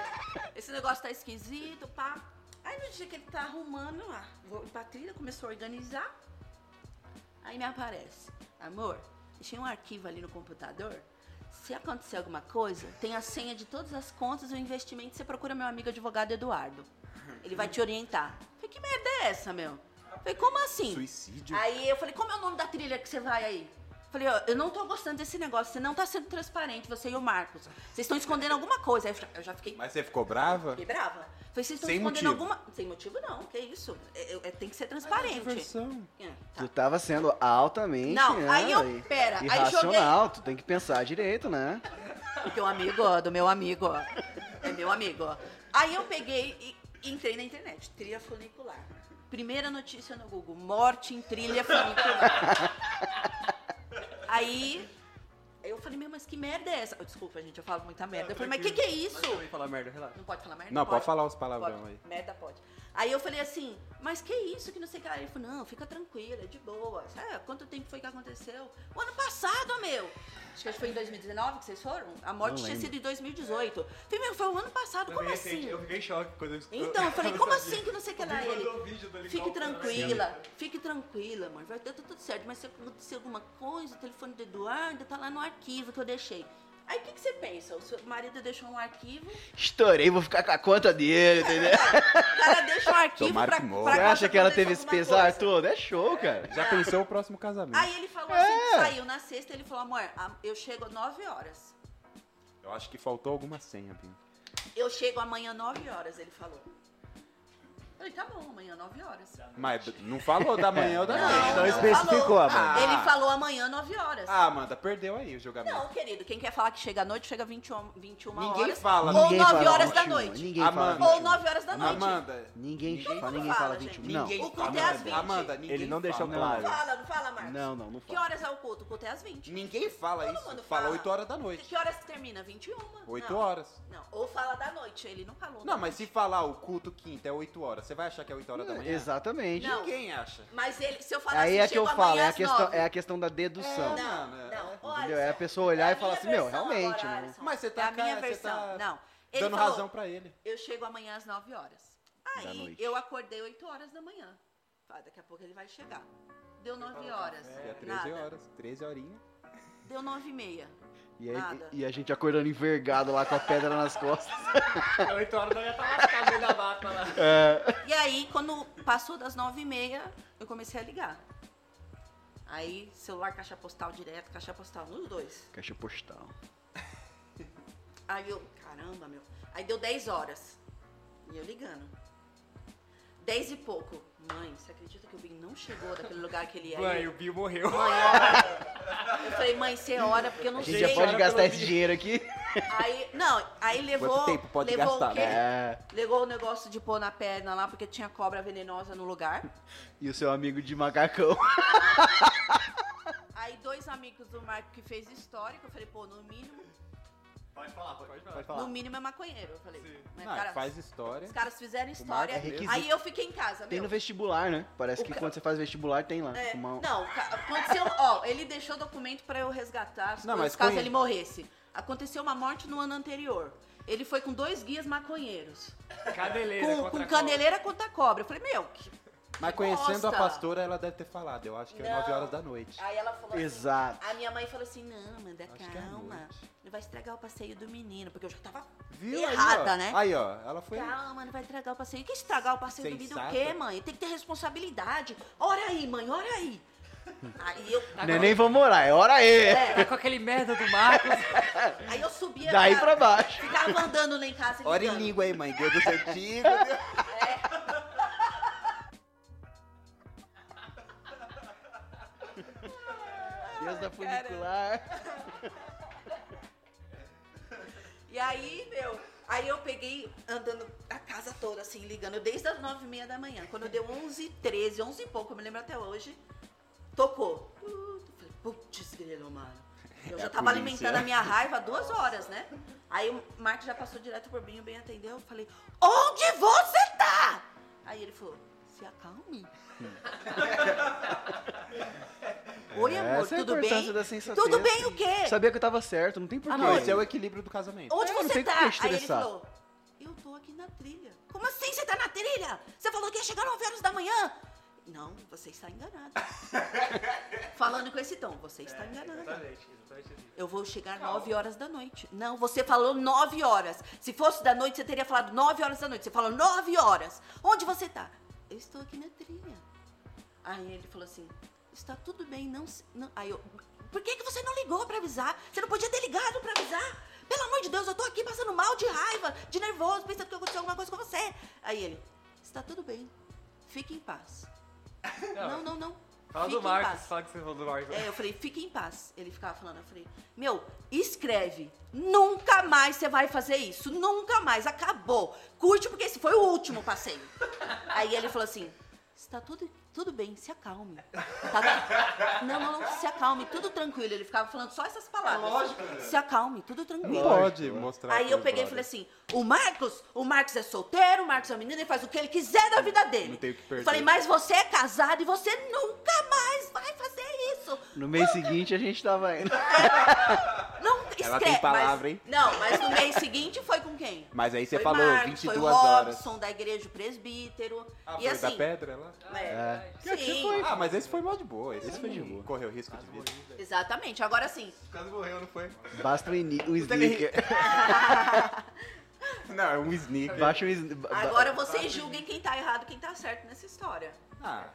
Speaker 5: esse negócio tá esquisito, pá. Aí no dia que ele tá arrumando lá, vou ir pra trilha, começou a organizar. Aí me aparece, amor, deixei um arquivo ali no computador. Se acontecer alguma coisa, tem a senha de todas as contas e o investimento. Você procura meu amigo advogado Eduardo. Ele vai te orientar. Falei, que merda é essa, meu? Falei, como assim?
Speaker 3: Suicídio.
Speaker 5: Aí eu falei, como é o nome da trilha que você vai aí? Falei, ó, eu não tô gostando desse negócio, você não tá sendo transparente, você e o Marcos. Vocês estão escondendo alguma coisa. Aí eu já- eu já fiquei,
Speaker 3: Mas você ficou brava?
Speaker 5: fiquei brava. Falei, vocês estão
Speaker 3: Sem
Speaker 5: escondendo
Speaker 3: motivo.
Speaker 5: alguma. Sem motivo não, que isso. É- é- tem que ser transparente. É, tá.
Speaker 7: Tu tava sendo altamente.
Speaker 5: Não,
Speaker 7: né,
Speaker 5: aí eu-
Speaker 7: e-
Speaker 5: pera, aí
Speaker 7: Irracional, tu tem que pensar direito, né?
Speaker 5: Porque o amigo, ó, do meu amigo, ó. É meu amigo, ó. Aí eu peguei e entrei na internet, trilha funicular. Primeira notícia no Google, morte em trilha funicular. [LAUGHS] Aí eu falei, meu, mas que merda é essa? Desculpa, gente, eu falo muita merda. Eu falei, mas que que é isso?
Speaker 2: Vem falar merda, relaxa.
Speaker 5: Não pode falar merda?
Speaker 3: Não, pode falar os palavrão
Speaker 5: Pode.
Speaker 3: aí.
Speaker 5: Merda pode. Aí eu falei assim, mas que isso que não sei o que. lá. Ele falou, não, fica tranquila, é de boa. Sabe, quanto tempo foi que aconteceu? O ano passado, meu. Acho que foi em 2019 que vocês foram. A morte tinha sido em 2018. Eu Falei, meu, foi o ano passado, como assim?
Speaker 4: fiquei em choque quando eu
Speaker 5: Então, eu falei, como assim que não sei o que
Speaker 4: Ele
Speaker 5: lá ele?
Speaker 4: mandou um vídeo do
Speaker 5: Fique
Speaker 4: helicóptero, né?
Speaker 5: tranquila, fique tranquila, amor. Vai dar tudo certo. Mas se acontecer alguma coisa, o telefone do Eduardo tá lá no arquivo que eu deixei. Aí o que, que você pensa? O seu marido deixou um arquivo
Speaker 7: Estourei, vou ficar com a conta dele, entendeu?
Speaker 5: O cara deixa um arquivo
Speaker 3: Tomara
Speaker 5: pra,
Speaker 3: que
Speaker 5: pra
Speaker 3: morra.
Speaker 7: Você
Speaker 5: caso
Speaker 7: acha que ela
Speaker 5: aconteça
Speaker 7: teve esse
Speaker 5: alguma
Speaker 7: pesar
Speaker 5: coisa.
Speaker 7: todo? É show, cara.
Speaker 3: Já pensou o próximo casamento?
Speaker 5: Aí ele falou assim, saiu na sexta, ele falou, amor, a- eu chego às 9 horas.
Speaker 3: Eu acho que faltou alguma senha, Binho.
Speaker 5: Eu chego amanhã 9 horas, ele falou. Eu falei, tá bom, amanhã 9 horas.
Speaker 3: Mas não falou da manhã ou da noite. Então
Speaker 1: Não especificou,
Speaker 5: falou.
Speaker 1: Amanda.
Speaker 5: Ele falou amanhã 9 horas.
Speaker 3: Ah, Amanda, perdeu aí o julgamento.
Speaker 5: Não, querido, quem quer falar que chega à noite, chega 21, 21
Speaker 3: Ninguém
Speaker 5: horas.
Speaker 3: fala.
Speaker 5: Ou
Speaker 3: Ninguém
Speaker 5: 9
Speaker 7: fala
Speaker 5: horas da
Speaker 7: 21,
Speaker 5: noite.
Speaker 7: Ninguém fala
Speaker 3: Amanda.
Speaker 5: Ou
Speaker 7: 21.
Speaker 5: 9 horas da noite.
Speaker 3: Amanda,
Speaker 7: Ninguém,
Speaker 3: Ninguém
Speaker 7: fala,
Speaker 5: fala,
Speaker 7: ninguém fala
Speaker 5: gente.
Speaker 7: 21.
Speaker 5: Ninguém-
Speaker 7: Não.
Speaker 5: O culto é às 20.
Speaker 3: Amanda, ninguém
Speaker 1: Ele não deixou
Speaker 3: fala.
Speaker 1: claro.
Speaker 5: Não fala, não fala, Marcos.
Speaker 7: Não, não, não
Speaker 5: Que
Speaker 7: fala.
Speaker 5: horas é o culto? O culto é às 20.
Speaker 3: Ninguém fala
Speaker 5: Todo
Speaker 3: isso.
Speaker 5: mundo
Speaker 3: fala
Speaker 5: fala.
Speaker 3: 8 horas da noite.
Speaker 5: Que horas termina? 21?
Speaker 3: 8
Speaker 5: não.
Speaker 3: horas.
Speaker 5: Não, ou fala da noite, ele não falou.
Speaker 3: Não, mas se falar o culto quinta é 8 horas, você vai achar que é 8 horas da manhã?
Speaker 7: Exatamente.
Speaker 5: Não.
Speaker 3: Ninguém acha.
Speaker 5: Mas ele, se eu falar
Speaker 7: Aí
Speaker 5: assim,
Speaker 7: é que eu
Speaker 5: chego
Speaker 7: falo,
Speaker 5: amanhã
Speaker 7: é a
Speaker 5: às
Speaker 7: questão,
Speaker 5: nove.
Speaker 7: é a questão da dedução.
Speaker 3: É, Não,
Speaker 5: Não, não,
Speaker 3: né?
Speaker 5: olha
Speaker 7: Entendeu? É
Speaker 5: só,
Speaker 7: a pessoa olhar
Speaker 5: é
Speaker 7: e
Speaker 5: a
Speaker 7: falar
Speaker 5: minha
Speaker 7: assim, meu,
Speaker 5: versão
Speaker 7: realmente,
Speaker 5: agora,
Speaker 7: né?
Speaker 5: Alisson.
Speaker 3: Mas você tá
Speaker 5: é a minha
Speaker 3: ca- você
Speaker 5: versão.
Speaker 3: tá
Speaker 5: Não. Ele
Speaker 3: Dando
Speaker 5: falou,
Speaker 3: razão pra ele.
Speaker 5: Eu chego amanhã às 9 horas. Aí
Speaker 7: noite.
Speaker 5: eu acordei 8 horas da manhã. Falei, daqui a pouco ele vai chegar. Deu 9 horas.
Speaker 3: É, é 13
Speaker 5: nada.
Speaker 3: horas, 13 horinhas.
Speaker 5: Deu 9 e meia.
Speaker 7: E, aí-
Speaker 5: Nada.
Speaker 7: e a gente acordando envergado lá com a pedra nas costas.
Speaker 6: 8 horas da manhã tá lascado dentro da mata lá.
Speaker 5: E aí, quando passou das 9 e meia, eu comecei a ligar. Aí, celular, caixa postal direto, caixa postal nos dois.
Speaker 7: Caixa postal.
Speaker 5: Aí eu, caramba, meu. Aí deu 10 horas. E eu ligando. 10 e pouco. Mãe, você acredita que o Big não chegou daquele lugar que ele ia?
Speaker 6: Mãe,
Speaker 5: ir?
Speaker 6: o Bill morreu.
Speaker 5: Eu falei, mãe, você ora, porque eu
Speaker 7: A
Speaker 5: não
Speaker 7: gente
Speaker 5: sei.
Speaker 7: já pode gastar esse dinheiro aqui.
Speaker 5: Aí, não, aí levou.
Speaker 3: Quanto tempo pode
Speaker 5: levou
Speaker 3: gastar,
Speaker 5: o quê?
Speaker 7: É.
Speaker 5: Levou o negócio de pôr na perna lá, porque tinha cobra venenosa no lugar.
Speaker 7: E o seu amigo de macacão.
Speaker 5: Aí dois amigos do Marco que fez história, que eu falei, pô, no mínimo,
Speaker 6: Pode falar, pode falar.
Speaker 1: Pode
Speaker 5: no
Speaker 1: falar.
Speaker 5: mínimo é maconheiro. Eu falei, mas,
Speaker 3: Não,
Speaker 5: cara,
Speaker 3: faz história.
Speaker 5: os caras fizeram
Speaker 3: Marco
Speaker 5: história.
Speaker 3: é
Speaker 5: aí
Speaker 7: requisito.
Speaker 5: eu fiquei em casa,
Speaker 7: Tem
Speaker 5: meu.
Speaker 7: no vestibular, né? Parece
Speaker 5: O
Speaker 7: que
Speaker 5: ca-
Speaker 7: quando você faz vestibular tem lá.
Speaker 5: É,
Speaker 3: um-
Speaker 7: uma-
Speaker 5: Não, ca- aconteceu. ó, ele deixou documento pra eu resgatar as
Speaker 3: Não,
Speaker 5: coisas
Speaker 3: mas um
Speaker 5: caso
Speaker 3: conhe-
Speaker 5: ele morresse. Aconteceu uma morte no ano anterior. Ele foi com dois guias maconheiros.
Speaker 6: Cadeleira
Speaker 5: Com,
Speaker 6: contra
Speaker 5: com
Speaker 6: a
Speaker 5: caneleira contra a cobra. Eu falei, meu, que-
Speaker 3: Mas conhecendo
Speaker 5: bosta.
Speaker 3: a pastora, ela deve ter falado. Eu acho que é
Speaker 5: Não.
Speaker 3: 9 horas da noite.
Speaker 5: Aí ela falou assim,
Speaker 7: Exato.
Speaker 5: A minha mãe falou assim, não, Amanda,
Speaker 3: Acho que é à
Speaker 5: calma.
Speaker 3: noite.
Speaker 5: Não vai estragar o passeio do menino, porque eu já tava.
Speaker 3: Viu? aí, ó.
Speaker 5: Errada, né?
Speaker 3: Aí, ó, ela foi.
Speaker 5: Calma, não vai estragar o passeio. Que estragar o passeio do menino é o
Speaker 3: Sensata.
Speaker 5: quê, mãe? Tem que ter responsabilidade. Ora aí, mãe, ora aí. Aí eu.
Speaker 3: Né?
Speaker 7: Não é nem vamos morar, é hora aí.
Speaker 5: É,
Speaker 6: Tá com aquele merda do Marcos.
Speaker 5: aí eu subia.
Speaker 7: Daí
Speaker 5: pra-
Speaker 7: pra baixo.
Speaker 5: Ficava andando lá em casa. e
Speaker 3: Ora em
Speaker 5: ligando.
Speaker 3: língua aí, mãe. Deus é dos antigos.
Speaker 7: Deus da funicular.
Speaker 5: E aí, meu, aí eu peguei andando a casa toda, assim, ligando, desde as nove e meia da manhã. Quando deu onze e treze, onze e pouco, eu me lembro até hoje, tocou. Uh, eu falei, putz, grilo, mano. Eu
Speaker 7: É
Speaker 5: já tava alimentando a minha raiva há duas horas, né? Aí o Marco já passou direto por mim, o bem atendeu, eu falei, onde você tá? Aí ele falou, se acalme. Oi, amor,
Speaker 7: Essa é a
Speaker 5: tudo
Speaker 7: importância
Speaker 5: bem?
Speaker 7: da sensatez.
Speaker 5: Tudo bem o quê?
Speaker 7: Sabia que eu tava certo, não tem porquê.
Speaker 5: Ah, não,
Speaker 3: Esse é o equilíbrio do casamento.
Speaker 5: Onde
Speaker 7: É, não
Speaker 5: você
Speaker 7: tem
Speaker 5: tá?
Speaker 7: como
Speaker 5: Aí ele
Speaker 7: estressar.
Speaker 5: falou, eu tô aqui na trilha. Como assim você tá na trilha? Você falou que ia chegar 9 horas da manhã. Não, você está enganado. Falando com esse tom, você está enganado.
Speaker 6: exatamente assim.
Speaker 5: Eu vou chegar 9 horas da noite. Não, você falou 9 horas. Se fosse da noite, você teria falado 9 horas da noite. Você falou 9 horas. Onde você tá? Eu estou aqui na trilha. Aí ele falou assim, está tudo bem, não... se- não. Aí eu, por que, que você não ligou pra avisar? Você não podia ter ligado pra avisar? Pelo amor de Deus, eu tô aqui passando mal de raiva, de nervoso, pensando que aconteceu alguma coisa com você. Aí ele, está tudo bem, fique em paz. Não, não, não.
Speaker 6: Fala
Speaker 5: fique
Speaker 6: do
Speaker 5: em
Speaker 6: Marcos,
Speaker 5: paz.
Speaker 6: fala que você falou do Marcos.
Speaker 5: É, eu falei, fique em paz. Ele ficava falando, eu falei, meu, escreve. Nunca mais você vai fazer isso. Nunca mais. Acabou. Curte, porque esse foi o último passeio. Aí ele falou assim: está tudo, tudo bem, se acalme. Tá- não, não, não, se acalme, tudo tranquilo. Ele ficava falando só essas palavras.
Speaker 3: É né?
Speaker 5: Lógico. Se acalme, tudo tranquilo.
Speaker 3: Não pode mostrar.
Speaker 5: Aí eu
Speaker 3: pros
Speaker 5: peguei e falei
Speaker 3: brothers.
Speaker 5: assim: o Marcos, o Marcos é solteiro, o Marcos é um menino, ele faz o que ele quiser da vida dele.
Speaker 3: Não tem o que perder.
Speaker 5: Falei, mas você é casado e você nunca mais vai fazer isso.
Speaker 7: No mês seguinte a gente tava indo.
Speaker 5: Não escreve.
Speaker 3: Ela tem palavra,
Speaker 5: mas-
Speaker 3: hein?
Speaker 5: Não, mas no mês seguinte foi com quem?
Speaker 3: Mas aí você
Speaker 5: assim, foi
Speaker 3: falou
Speaker 5: Marcos,
Speaker 3: 22
Speaker 5: foi
Speaker 3: horas.
Speaker 5: Robson, da igreja o presbítero.
Speaker 3: Ah,
Speaker 5: e
Speaker 3: foi
Speaker 5: assim.
Speaker 3: da pedra lá?
Speaker 5: é, sim,
Speaker 3: Ah, mas esse foi mal de boa. Esse é foi de boa. Correu risco de vida.
Speaker 5: exatamente. Agora sim.
Speaker 2: Quase morreu, não foi?
Speaker 7: Basta um, ini- um sneaker.
Speaker 3: [LAUGHS] Não, é um sneaker.
Speaker 7: Baixa um sn- ba-
Speaker 5: Agora vocês julguem quem tá errado, quem tá certo nessa história.
Speaker 3: Ah,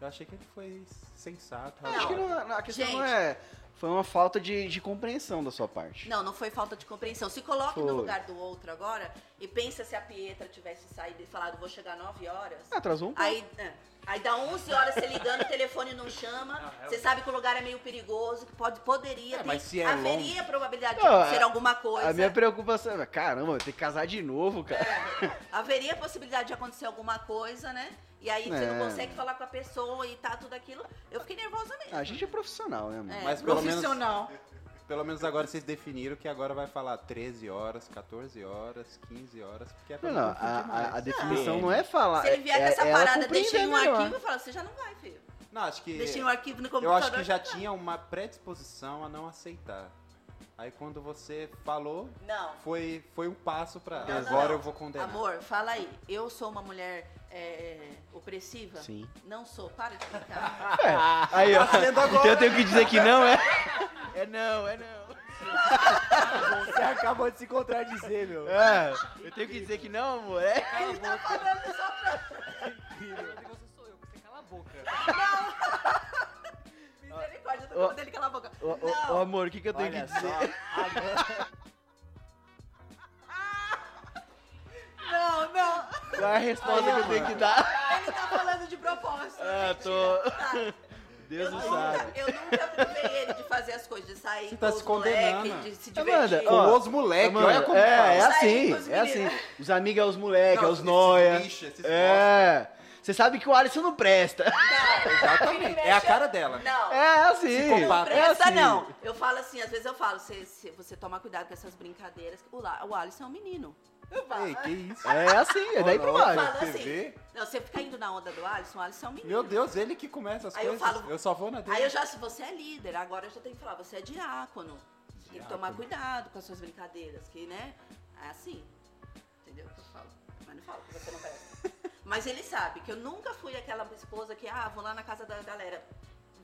Speaker 3: eu achei que ele foi sensato.
Speaker 7: Acho que
Speaker 3: razoável.
Speaker 7: não, a questão
Speaker 5: Gente.
Speaker 7: não é foi uma falta de, de compreensão da sua parte.
Speaker 5: Não, não foi falta de compreensão. Se coloque
Speaker 7: Foi.
Speaker 5: no lugar do outro agora e pensa se a Pietra tivesse saído e falado, vou chegar 9 horas.
Speaker 7: Atrasou um pouco.
Speaker 5: Aí, é, aí dá 11 horas você ligando, o telefone não chama.
Speaker 2: Não, é
Speaker 5: você
Speaker 2: o-
Speaker 5: sabe que o lugar é meio perigoso, que pode, poderia,
Speaker 1: É,
Speaker 5: ter-
Speaker 1: mas se é
Speaker 5: haveria
Speaker 1: longe-
Speaker 5: probabilidade de
Speaker 7: Não, é,
Speaker 5: acontecer
Speaker 7: a-
Speaker 5: alguma coisa.
Speaker 7: A minha preocupação é, caramba, eu tenho que casar de novo, cara.
Speaker 5: Haveria possibilidade de acontecer alguma coisa, né? E aí você
Speaker 7: É.
Speaker 5: não consegue falar com a pessoa e tá tudo aquilo. Eu fiquei nervosa mesmo.
Speaker 7: A gente é profissional, né, mano?
Speaker 5: É,
Speaker 3: Mas pelo menos-
Speaker 5: profissional.
Speaker 3: Pelo menos agora vocês definiram que agora vai falar 13 horas, 14 horas, 15 horas, porque é pra
Speaker 7: Não, não, a,
Speaker 3: confundir mais.
Speaker 7: a- a definição
Speaker 1: Não.
Speaker 7: não é falar.
Speaker 5: Se ele vier
Speaker 7: é,
Speaker 5: com essa
Speaker 7: é ela
Speaker 5: parada,
Speaker 7: compreender
Speaker 5: deixei um
Speaker 7: melhor.
Speaker 5: arquivo e fala, você já não vai, filho.
Speaker 3: Não, acho que.
Speaker 5: Deixei um arquivo no
Speaker 3: É. Eu
Speaker 5: computador.
Speaker 3: acho que já tinha uma predisposição a não aceitar. Aí quando você falou,
Speaker 5: Não.
Speaker 3: foi, foi um passo pra.
Speaker 5: Não, não,
Speaker 3: agora
Speaker 5: não.
Speaker 3: eu vou condenar.
Speaker 5: Amor, fala aí. Eu sou uma mulher é, opressiva?
Speaker 7: Sim.
Speaker 5: Não sou. Para de ficar.
Speaker 7: É, aí,
Speaker 5: Tá
Speaker 7: ó. Então eu tenho que dizer que não,
Speaker 5: [LAUGHS]
Speaker 7: é? É não, é não.
Speaker 1: Você acabou de se contradizer, meu.
Speaker 7: É, eu tenho que dizer que não, amor, é?
Speaker 5: Ele tá falando só pra...
Speaker 6: Você sou eu, você cala a boca.
Speaker 5: Misericórdia, eu tô falando dele, cala a boca.
Speaker 7: Ô, ô, ô, amor, o que, que eu tenho
Speaker 1: Olha
Speaker 7: que dizer?
Speaker 1: só, agora-
Speaker 5: Não, não.
Speaker 7: Qual é a resposta que eu tenho que dar?
Speaker 5: Ele tá falando de propósito.
Speaker 7: Ah, tô- [LAUGHS]
Speaker 5: Tá.
Speaker 7: Deus
Speaker 5: eu
Speaker 7: o
Speaker 5: nunca,
Speaker 7: sabe.
Speaker 5: eu nunca privei ele de fazer as coisas, de sair
Speaker 3: Você
Speaker 5: com
Speaker 3: tá
Speaker 5: os
Speaker 3: se condenando,
Speaker 5: moleques,
Speaker 3: Ana.
Speaker 5: de se
Speaker 7: Amanda,
Speaker 5: divertir.
Speaker 3: Com
Speaker 7: Ó,
Speaker 3: os moleques,
Speaker 7: Amanda,
Speaker 3: olha como
Speaker 7: é, é
Speaker 5: fala. Sai
Speaker 7: assim,
Speaker 5: com os
Speaker 7: é assim.
Speaker 5: meninos.
Speaker 7: Os amigos é os moleques, é os noia.
Speaker 3: É.
Speaker 7: É. Você sabe que o Alisson não presta.
Speaker 5: Não,
Speaker 3: Exatamente. É a cara dela.
Speaker 5: Não.
Speaker 7: É assim.
Speaker 5: Não
Speaker 3: Psicopata.
Speaker 7: É
Speaker 5: presta,
Speaker 7: assim.
Speaker 5: não. Eu falo assim, às vezes eu falo, "Cê- cê- você toma cuidado com essas brincadeiras. que O, La- o Alisson é um menino. Eu falo.
Speaker 3: Ei, que isso?
Speaker 7: É assim, é daí pra
Speaker 3: Olha,
Speaker 7: baixo.
Speaker 5: Fala
Speaker 3: você
Speaker 5: assim.
Speaker 3: vê?
Speaker 5: Não, você fica indo na onda do Alisson, o Alisson é um menino.
Speaker 3: Meu Deus, ele que começa as
Speaker 5: Aí eu
Speaker 3: coisas.
Speaker 5: falo-
Speaker 3: eu só vou na dele.
Speaker 5: Aí eu já, se você é líder, agora eu já tenho que falar, você é diácono. Você tem que tomar cuidado com as suas brincadeiras, que, né? É assim. Entendeu o que eu falo? Mas não falo que você não
Speaker 7: [LAUGHS]
Speaker 5: presta. Mas ele sabe que eu nunca fui aquela esposa que, ah, vou lá na casa da galera.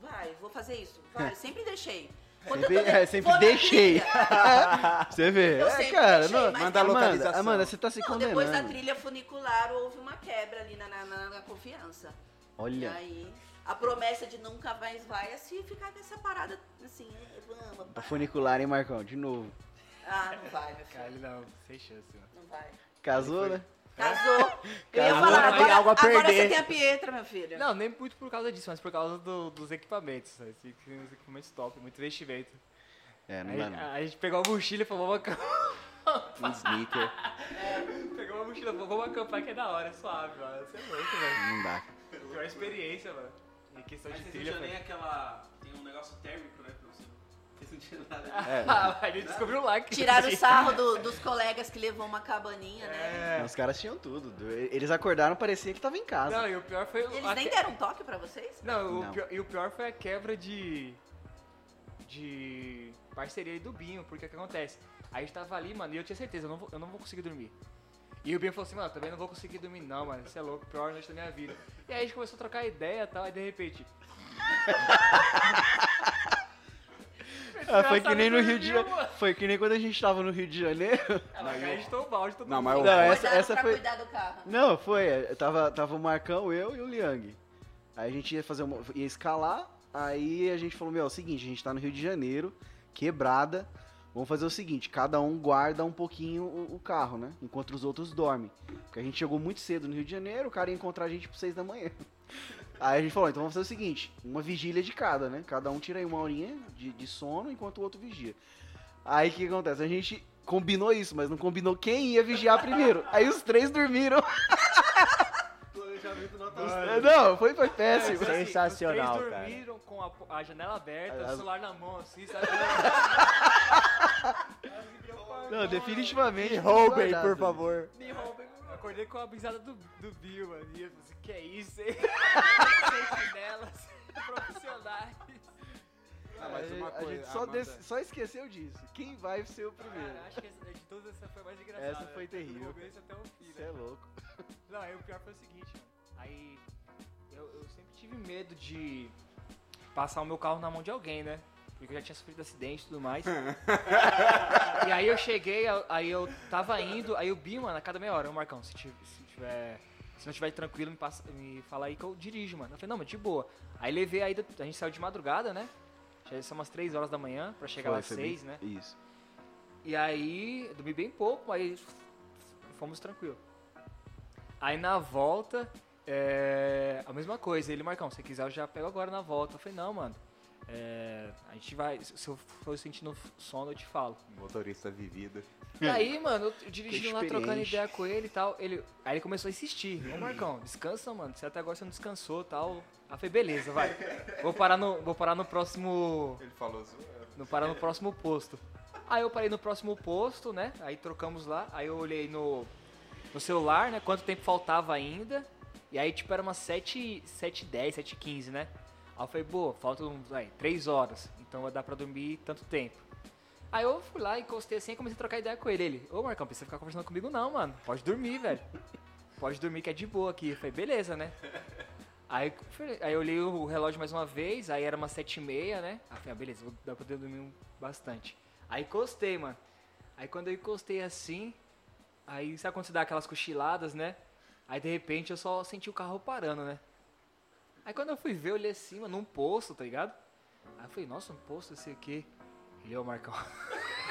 Speaker 5: Vai, vou fazer isso.
Speaker 7: [LAUGHS]
Speaker 5: Vai, sempre deixei. Quando eu tô
Speaker 7: Sempre-
Speaker 5: de-
Speaker 7: é, sempre
Speaker 5: vou na
Speaker 7: deixei.
Speaker 5: trilha.
Speaker 7: Você vê.
Speaker 5: Eu
Speaker 7: É,
Speaker 5: sempre
Speaker 7: cara,
Speaker 5: deixei,
Speaker 7: não-
Speaker 5: mas
Speaker 3: Manda a
Speaker 5: não-
Speaker 7: Amanda,
Speaker 3: localização.
Speaker 7: Amanda, você tá [LAUGHS] se
Speaker 5: Não, depois da
Speaker 7: condenando.
Speaker 5: trilha funicular houve uma quebra ali na, na- na- na confiança. E
Speaker 7: Olha.
Speaker 5: aí, a promessa de nunca mais vai é se ficar com essa parada assim, é, vamos.
Speaker 7: O
Speaker 5: pá.
Speaker 7: funicular, hein, Marcão? De novo.
Speaker 5: Ah, não vai, meu filho.
Speaker 6: Cara, ele não, sem chance, mano.
Speaker 5: Não vai.
Speaker 7: Casou, né?
Speaker 5: Casou. Eu ia
Speaker 6: Casou,
Speaker 5: falar,
Speaker 6: vai ter
Speaker 5: agora,
Speaker 1: algo a
Speaker 5: agora
Speaker 1: perder.
Speaker 5: você tem a Pietra, meu filho.
Speaker 6: Não, nem muito por causa disso, mas por causa do- dos equipamentos. né? Tem que ter uns equipamentos top, muito investimento.
Speaker 7: É, não
Speaker 6: Aí,
Speaker 7: dá não.
Speaker 6: a gente pegou a mochila e falou, vamos acampar.
Speaker 3: Um sneaker.
Speaker 6: [LAUGHS] Pegou uma mochila, falou, vamos acampar que é da hora, é suave, mano. Isso é louco, velho.
Speaker 7: Não dá.
Speaker 6: Pior experiência, mano. Em questão de
Speaker 2: Mas vocês não
Speaker 6: trilha,
Speaker 2: tinham nem
Speaker 6: velho.
Speaker 2: aquela. Tem um negócio térmico, né? Pra você. Vocês não tinham nada.
Speaker 3: É.
Speaker 6: [LAUGHS] Ah, a gente descobriu lá que.
Speaker 5: Tiraram o sarro do- dos colegas que levou uma cabaninha, né?
Speaker 6: É.
Speaker 7: Os caras tinham tudo. Eles acordaram, parecia que tava em casa.
Speaker 6: Não, e o pior foi.
Speaker 5: Eles
Speaker 6: a
Speaker 5: nem
Speaker 6: que-
Speaker 5: deram um toque pra vocês?
Speaker 6: Não, o
Speaker 7: Não.
Speaker 6: Pior, e o pior foi a quebra de. de parceria aí do Binho, porque o que acontece? A gente tava ali, mano, e eu tinha certeza, eu não vou, eu não vou conseguir dormir. E o Binho falou assim, mano, eu também não vou conseguir dormir não, mano, você é louco, pior noite da minha vida. E aí a gente começou a trocar ideia e tal, aí de repente...
Speaker 7: [LAUGHS] Ah, foi que nem no Rio de
Speaker 6: Dormiu,
Speaker 7: Janeiro.
Speaker 6: mano.
Speaker 7: Foi que nem quando a gente tava no Rio de Janeiro.
Speaker 6: Ela gastou o balde, todo
Speaker 3: Não,
Speaker 6: mundo.
Speaker 3: mas eu-
Speaker 7: Não, essa,
Speaker 5: Cuidaram
Speaker 7: essa
Speaker 5: pra
Speaker 7: foi.
Speaker 5: cuidar do carro.
Speaker 7: Não, foi. é, Tava, tava o Marcão, eu e o Liang. Aí a gente ia fazer uma, ia escalar, aí a gente falou, meu, é o seguinte, a gente tá no Rio de Janeiro, quebrada. Vamos fazer o seguinte, cada um guarda um pouquinho o, o carro, né? Enquanto os outros dormem. Porque a gente chegou muito cedo no Rio de Janeiro, o cara ia encontrar a gente por seis da manhã. [LAUGHS] Aí a gente falou, então vamos fazer o seguinte, uma vigília de cada, né? Cada um tira aí uma horinha de, de sono enquanto o outro vigia. Aí o que acontece? A gente combinou isso, mas não combinou quem ia vigiar primeiro. Aí os três dormiram. [LAUGHS]
Speaker 2: Planejamento nota
Speaker 7: É, Não, foi, foi péssimo.
Speaker 6: Assim,
Speaker 1: Sensacional,
Speaker 6: os três
Speaker 1: cara.
Speaker 6: dormiram com a, a janela aberta,
Speaker 7: As-
Speaker 6: o celular na mão, assim, sabe?
Speaker 7: Não, definitivamente.
Speaker 1: Me roubem,
Speaker 7: guardado.
Speaker 1: por favor.
Speaker 6: Me roubem. Eu Acordei com a brisada do, do Bill, mano. E eu falei assim, que é isso, hein? Sentinelas, profissionais.
Speaker 3: Ah, mas uma
Speaker 7: A
Speaker 3: coisa,
Speaker 7: gente só,
Speaker 3: Amanda,
Speaker 7: des- só esqueceu disso. Quem vai ser o primeiro?
Speaker 6: Cara, acho que essa, de todas essa foi a mais engraçada.
Speaker 7: Essa foi
Speaker 6: né?
Speaker 7: terrível.
Speaker 6: Do começo até o fim,
Speaker 7: Você
Speaker 6: né?
Speaker 7: é louco.
Speaker 6: Não, aí o pior foi o seguinte, mano. Aí eu, eu sempre tive medo de passar o meu carro na mão de alguém, né? Porque eu já tinha sofrido acidente e tudo
Speaker 7: [LAUGHS]
Speaker 6: mais. e aí eu cheguei, a- aí eu tava indo, aí o Bi, mano, a cada meia hora, ô Marcão, se tiver. Se, tiver, se não tiver tranquilo, me, passa, me fala aí que eu dirijo, mano. Eu falei, não, mas de boa. Aí levei aí, da- a gente saiu de madrugada, né? Já são umas 3 horas da manhã pra chegar
Speaker 7: Foi,
Speaker 6: lá às
Speaker 7: foi bem-
Speaker 6: 6, né?
Speaker 7: Isso.
Speaker 6: E aí, eu dormi bem pouco, mas fomos tranquilo. Aí na volta, é, a mesma coisa. Ele, Marcão, se quiser eu já pego agora na volta. Eu falei, não, mano. é, a gente vai. Se eu for sentindo sono, eu te falo.
Speaker 3: Motorista vivido.
Speaker 6: E aí, mano, eu dirigindo
Speaker 7: Que
Speaker 6: lá, trocando
Speaker 7: experiente.
Speaker 6: ideia com ele e tal. Ele, aí ele começou a insistir. Ô, Marcão, descansa, mano. Você até agora você não descansou e tal. Aí eu falei, beleza, vai. Vou parar no, vou parar no próximo.
Speaker 3: Ele falou assim, "É, zoando.
Speaker 6: No parar no próximo posto. Aí eu parei no próximo posto, né? Aí trocamos lá. Aí eu olhei no, no celular, né? Quanto tempo faltava ainda. E aí, tipo, era umas 7, 7 10 7 15 né? Aí eu falei, pô, faltam vai, 3 horas. Então vai dar pra dormir tanto tempo. Aí eu fui lá, encostei assim e comecei a trocar ideia com ele. Ele, ô Marcão, precisa ficar conversando comigo não, mano. Pode dormir, velho. Pode dormir que é de boa aqui. Eu falei, beleza, né? Aí, eu falei- aí eu olhei o relógio mais uma vez, aí era umas sete e meia, né? Aí eu falei, ah, beleza, vou dar pra eu dormir um- bastante. Aí encostei, mano. Aí quando eu encostei assim, aí sabe quando você dá aquelas cochiladas, né? Aí de repente eu só senti o carro parando, né? Aí quando eu fui ver, eu olhei assim, mano, num posto, tá ligado? Aí eu falei, nossa, um posto esse aqui. Ele, ô Marcão, [LAUGHS]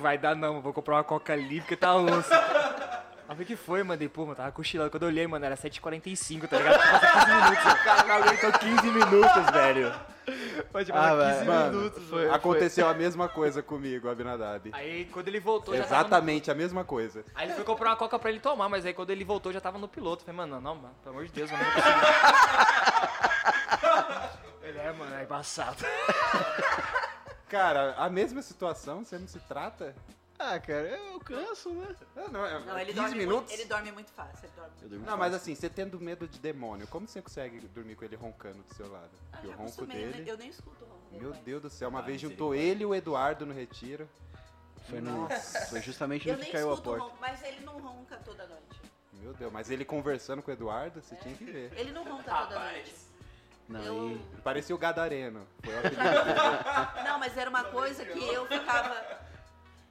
Speaker 6: vai dar não, vou comprar uma coca ali porque tá osso. Aí eu falei, que foi, mano? E, pô, mano, tava cochilando. Quando eu olhei, mano, era 7h45, tá ligado? Passa 15 minutos. O cara não aguentou 15 minutos, velho. Pode passar 15 minutos.
Speaker 7: Ah, foi,
Speaker 3: Aconteceu a mesma coisa comigo, Abinadab.
Speaker 6: Aí, quando ele voltou, já tava no-
Speaker 3: Exatamente a mesma coisa.
Speaker 6: Aí ele foi comprar uma coca pra ele tomar, mas aí quando ele voltou, já tava no piloto. Falei, mano, não, mano, pelo amor de Deus, eu não vou conseguir. [LAUGHS] ele, é, mano, é embaçado.
Speaker 3: Cara, a mesma situação, você não se trata?
Speaker 7: Ah, cara, eu canso, né?
Speaker 3: Ah, Não, é
Speaker 5: Não, ele
Speaker 3: 15
Speaker 5: dorme, muito,
Speaker 3: minutos?
Speaker 5: ele dorme muito fácil. Ele dorme muito
Speaker 3: Não, mas assim, você tendo medo de demônio, como você consegue dormir com ele roncando do seu lado?
Speaker 5: Ah,
Speaker 3: Porque
Speaker 5: já
Speaker 3: o ronco
Speaker 5: acostumei, eu
Speaker 3: dele...
Speaker 5: nem- Eu nem escuto o ronco. dele,
Speaker 3: Meu
Speaker 5: vai.
Speaker 3: Deus do céu, uma
Speaker 2: Ah,
Speaker 3: vez juntou
Speaker 2: misericórdia.
Speaker 3: ele e o Eduardo no retiro.
Speaker 7: Foi, no, foi justamente
Speaker 5: Eu
Speaker 7: no que
Speaker 5: nem
Speaker 7: caiu a
Speaker 5: escuto o
Speaker 7: porta.
Speaker 5: ronco, mas ele não ronca toda noite.
Speaker 3: Meu Deus, mas ele conversando com o Eduardo, você tinha que ver.
Speaker 5: Ele não ronca toda noite.
Speaker 2: Rapaz,
Speaker 7: Não,
Speaker 5: Eu-
Speaker 7: e-
Speaker 3: Ele parecia o Gadareno. Foi o apelido.
Speaker 5: Não, mas era uma coisa que eu ficava.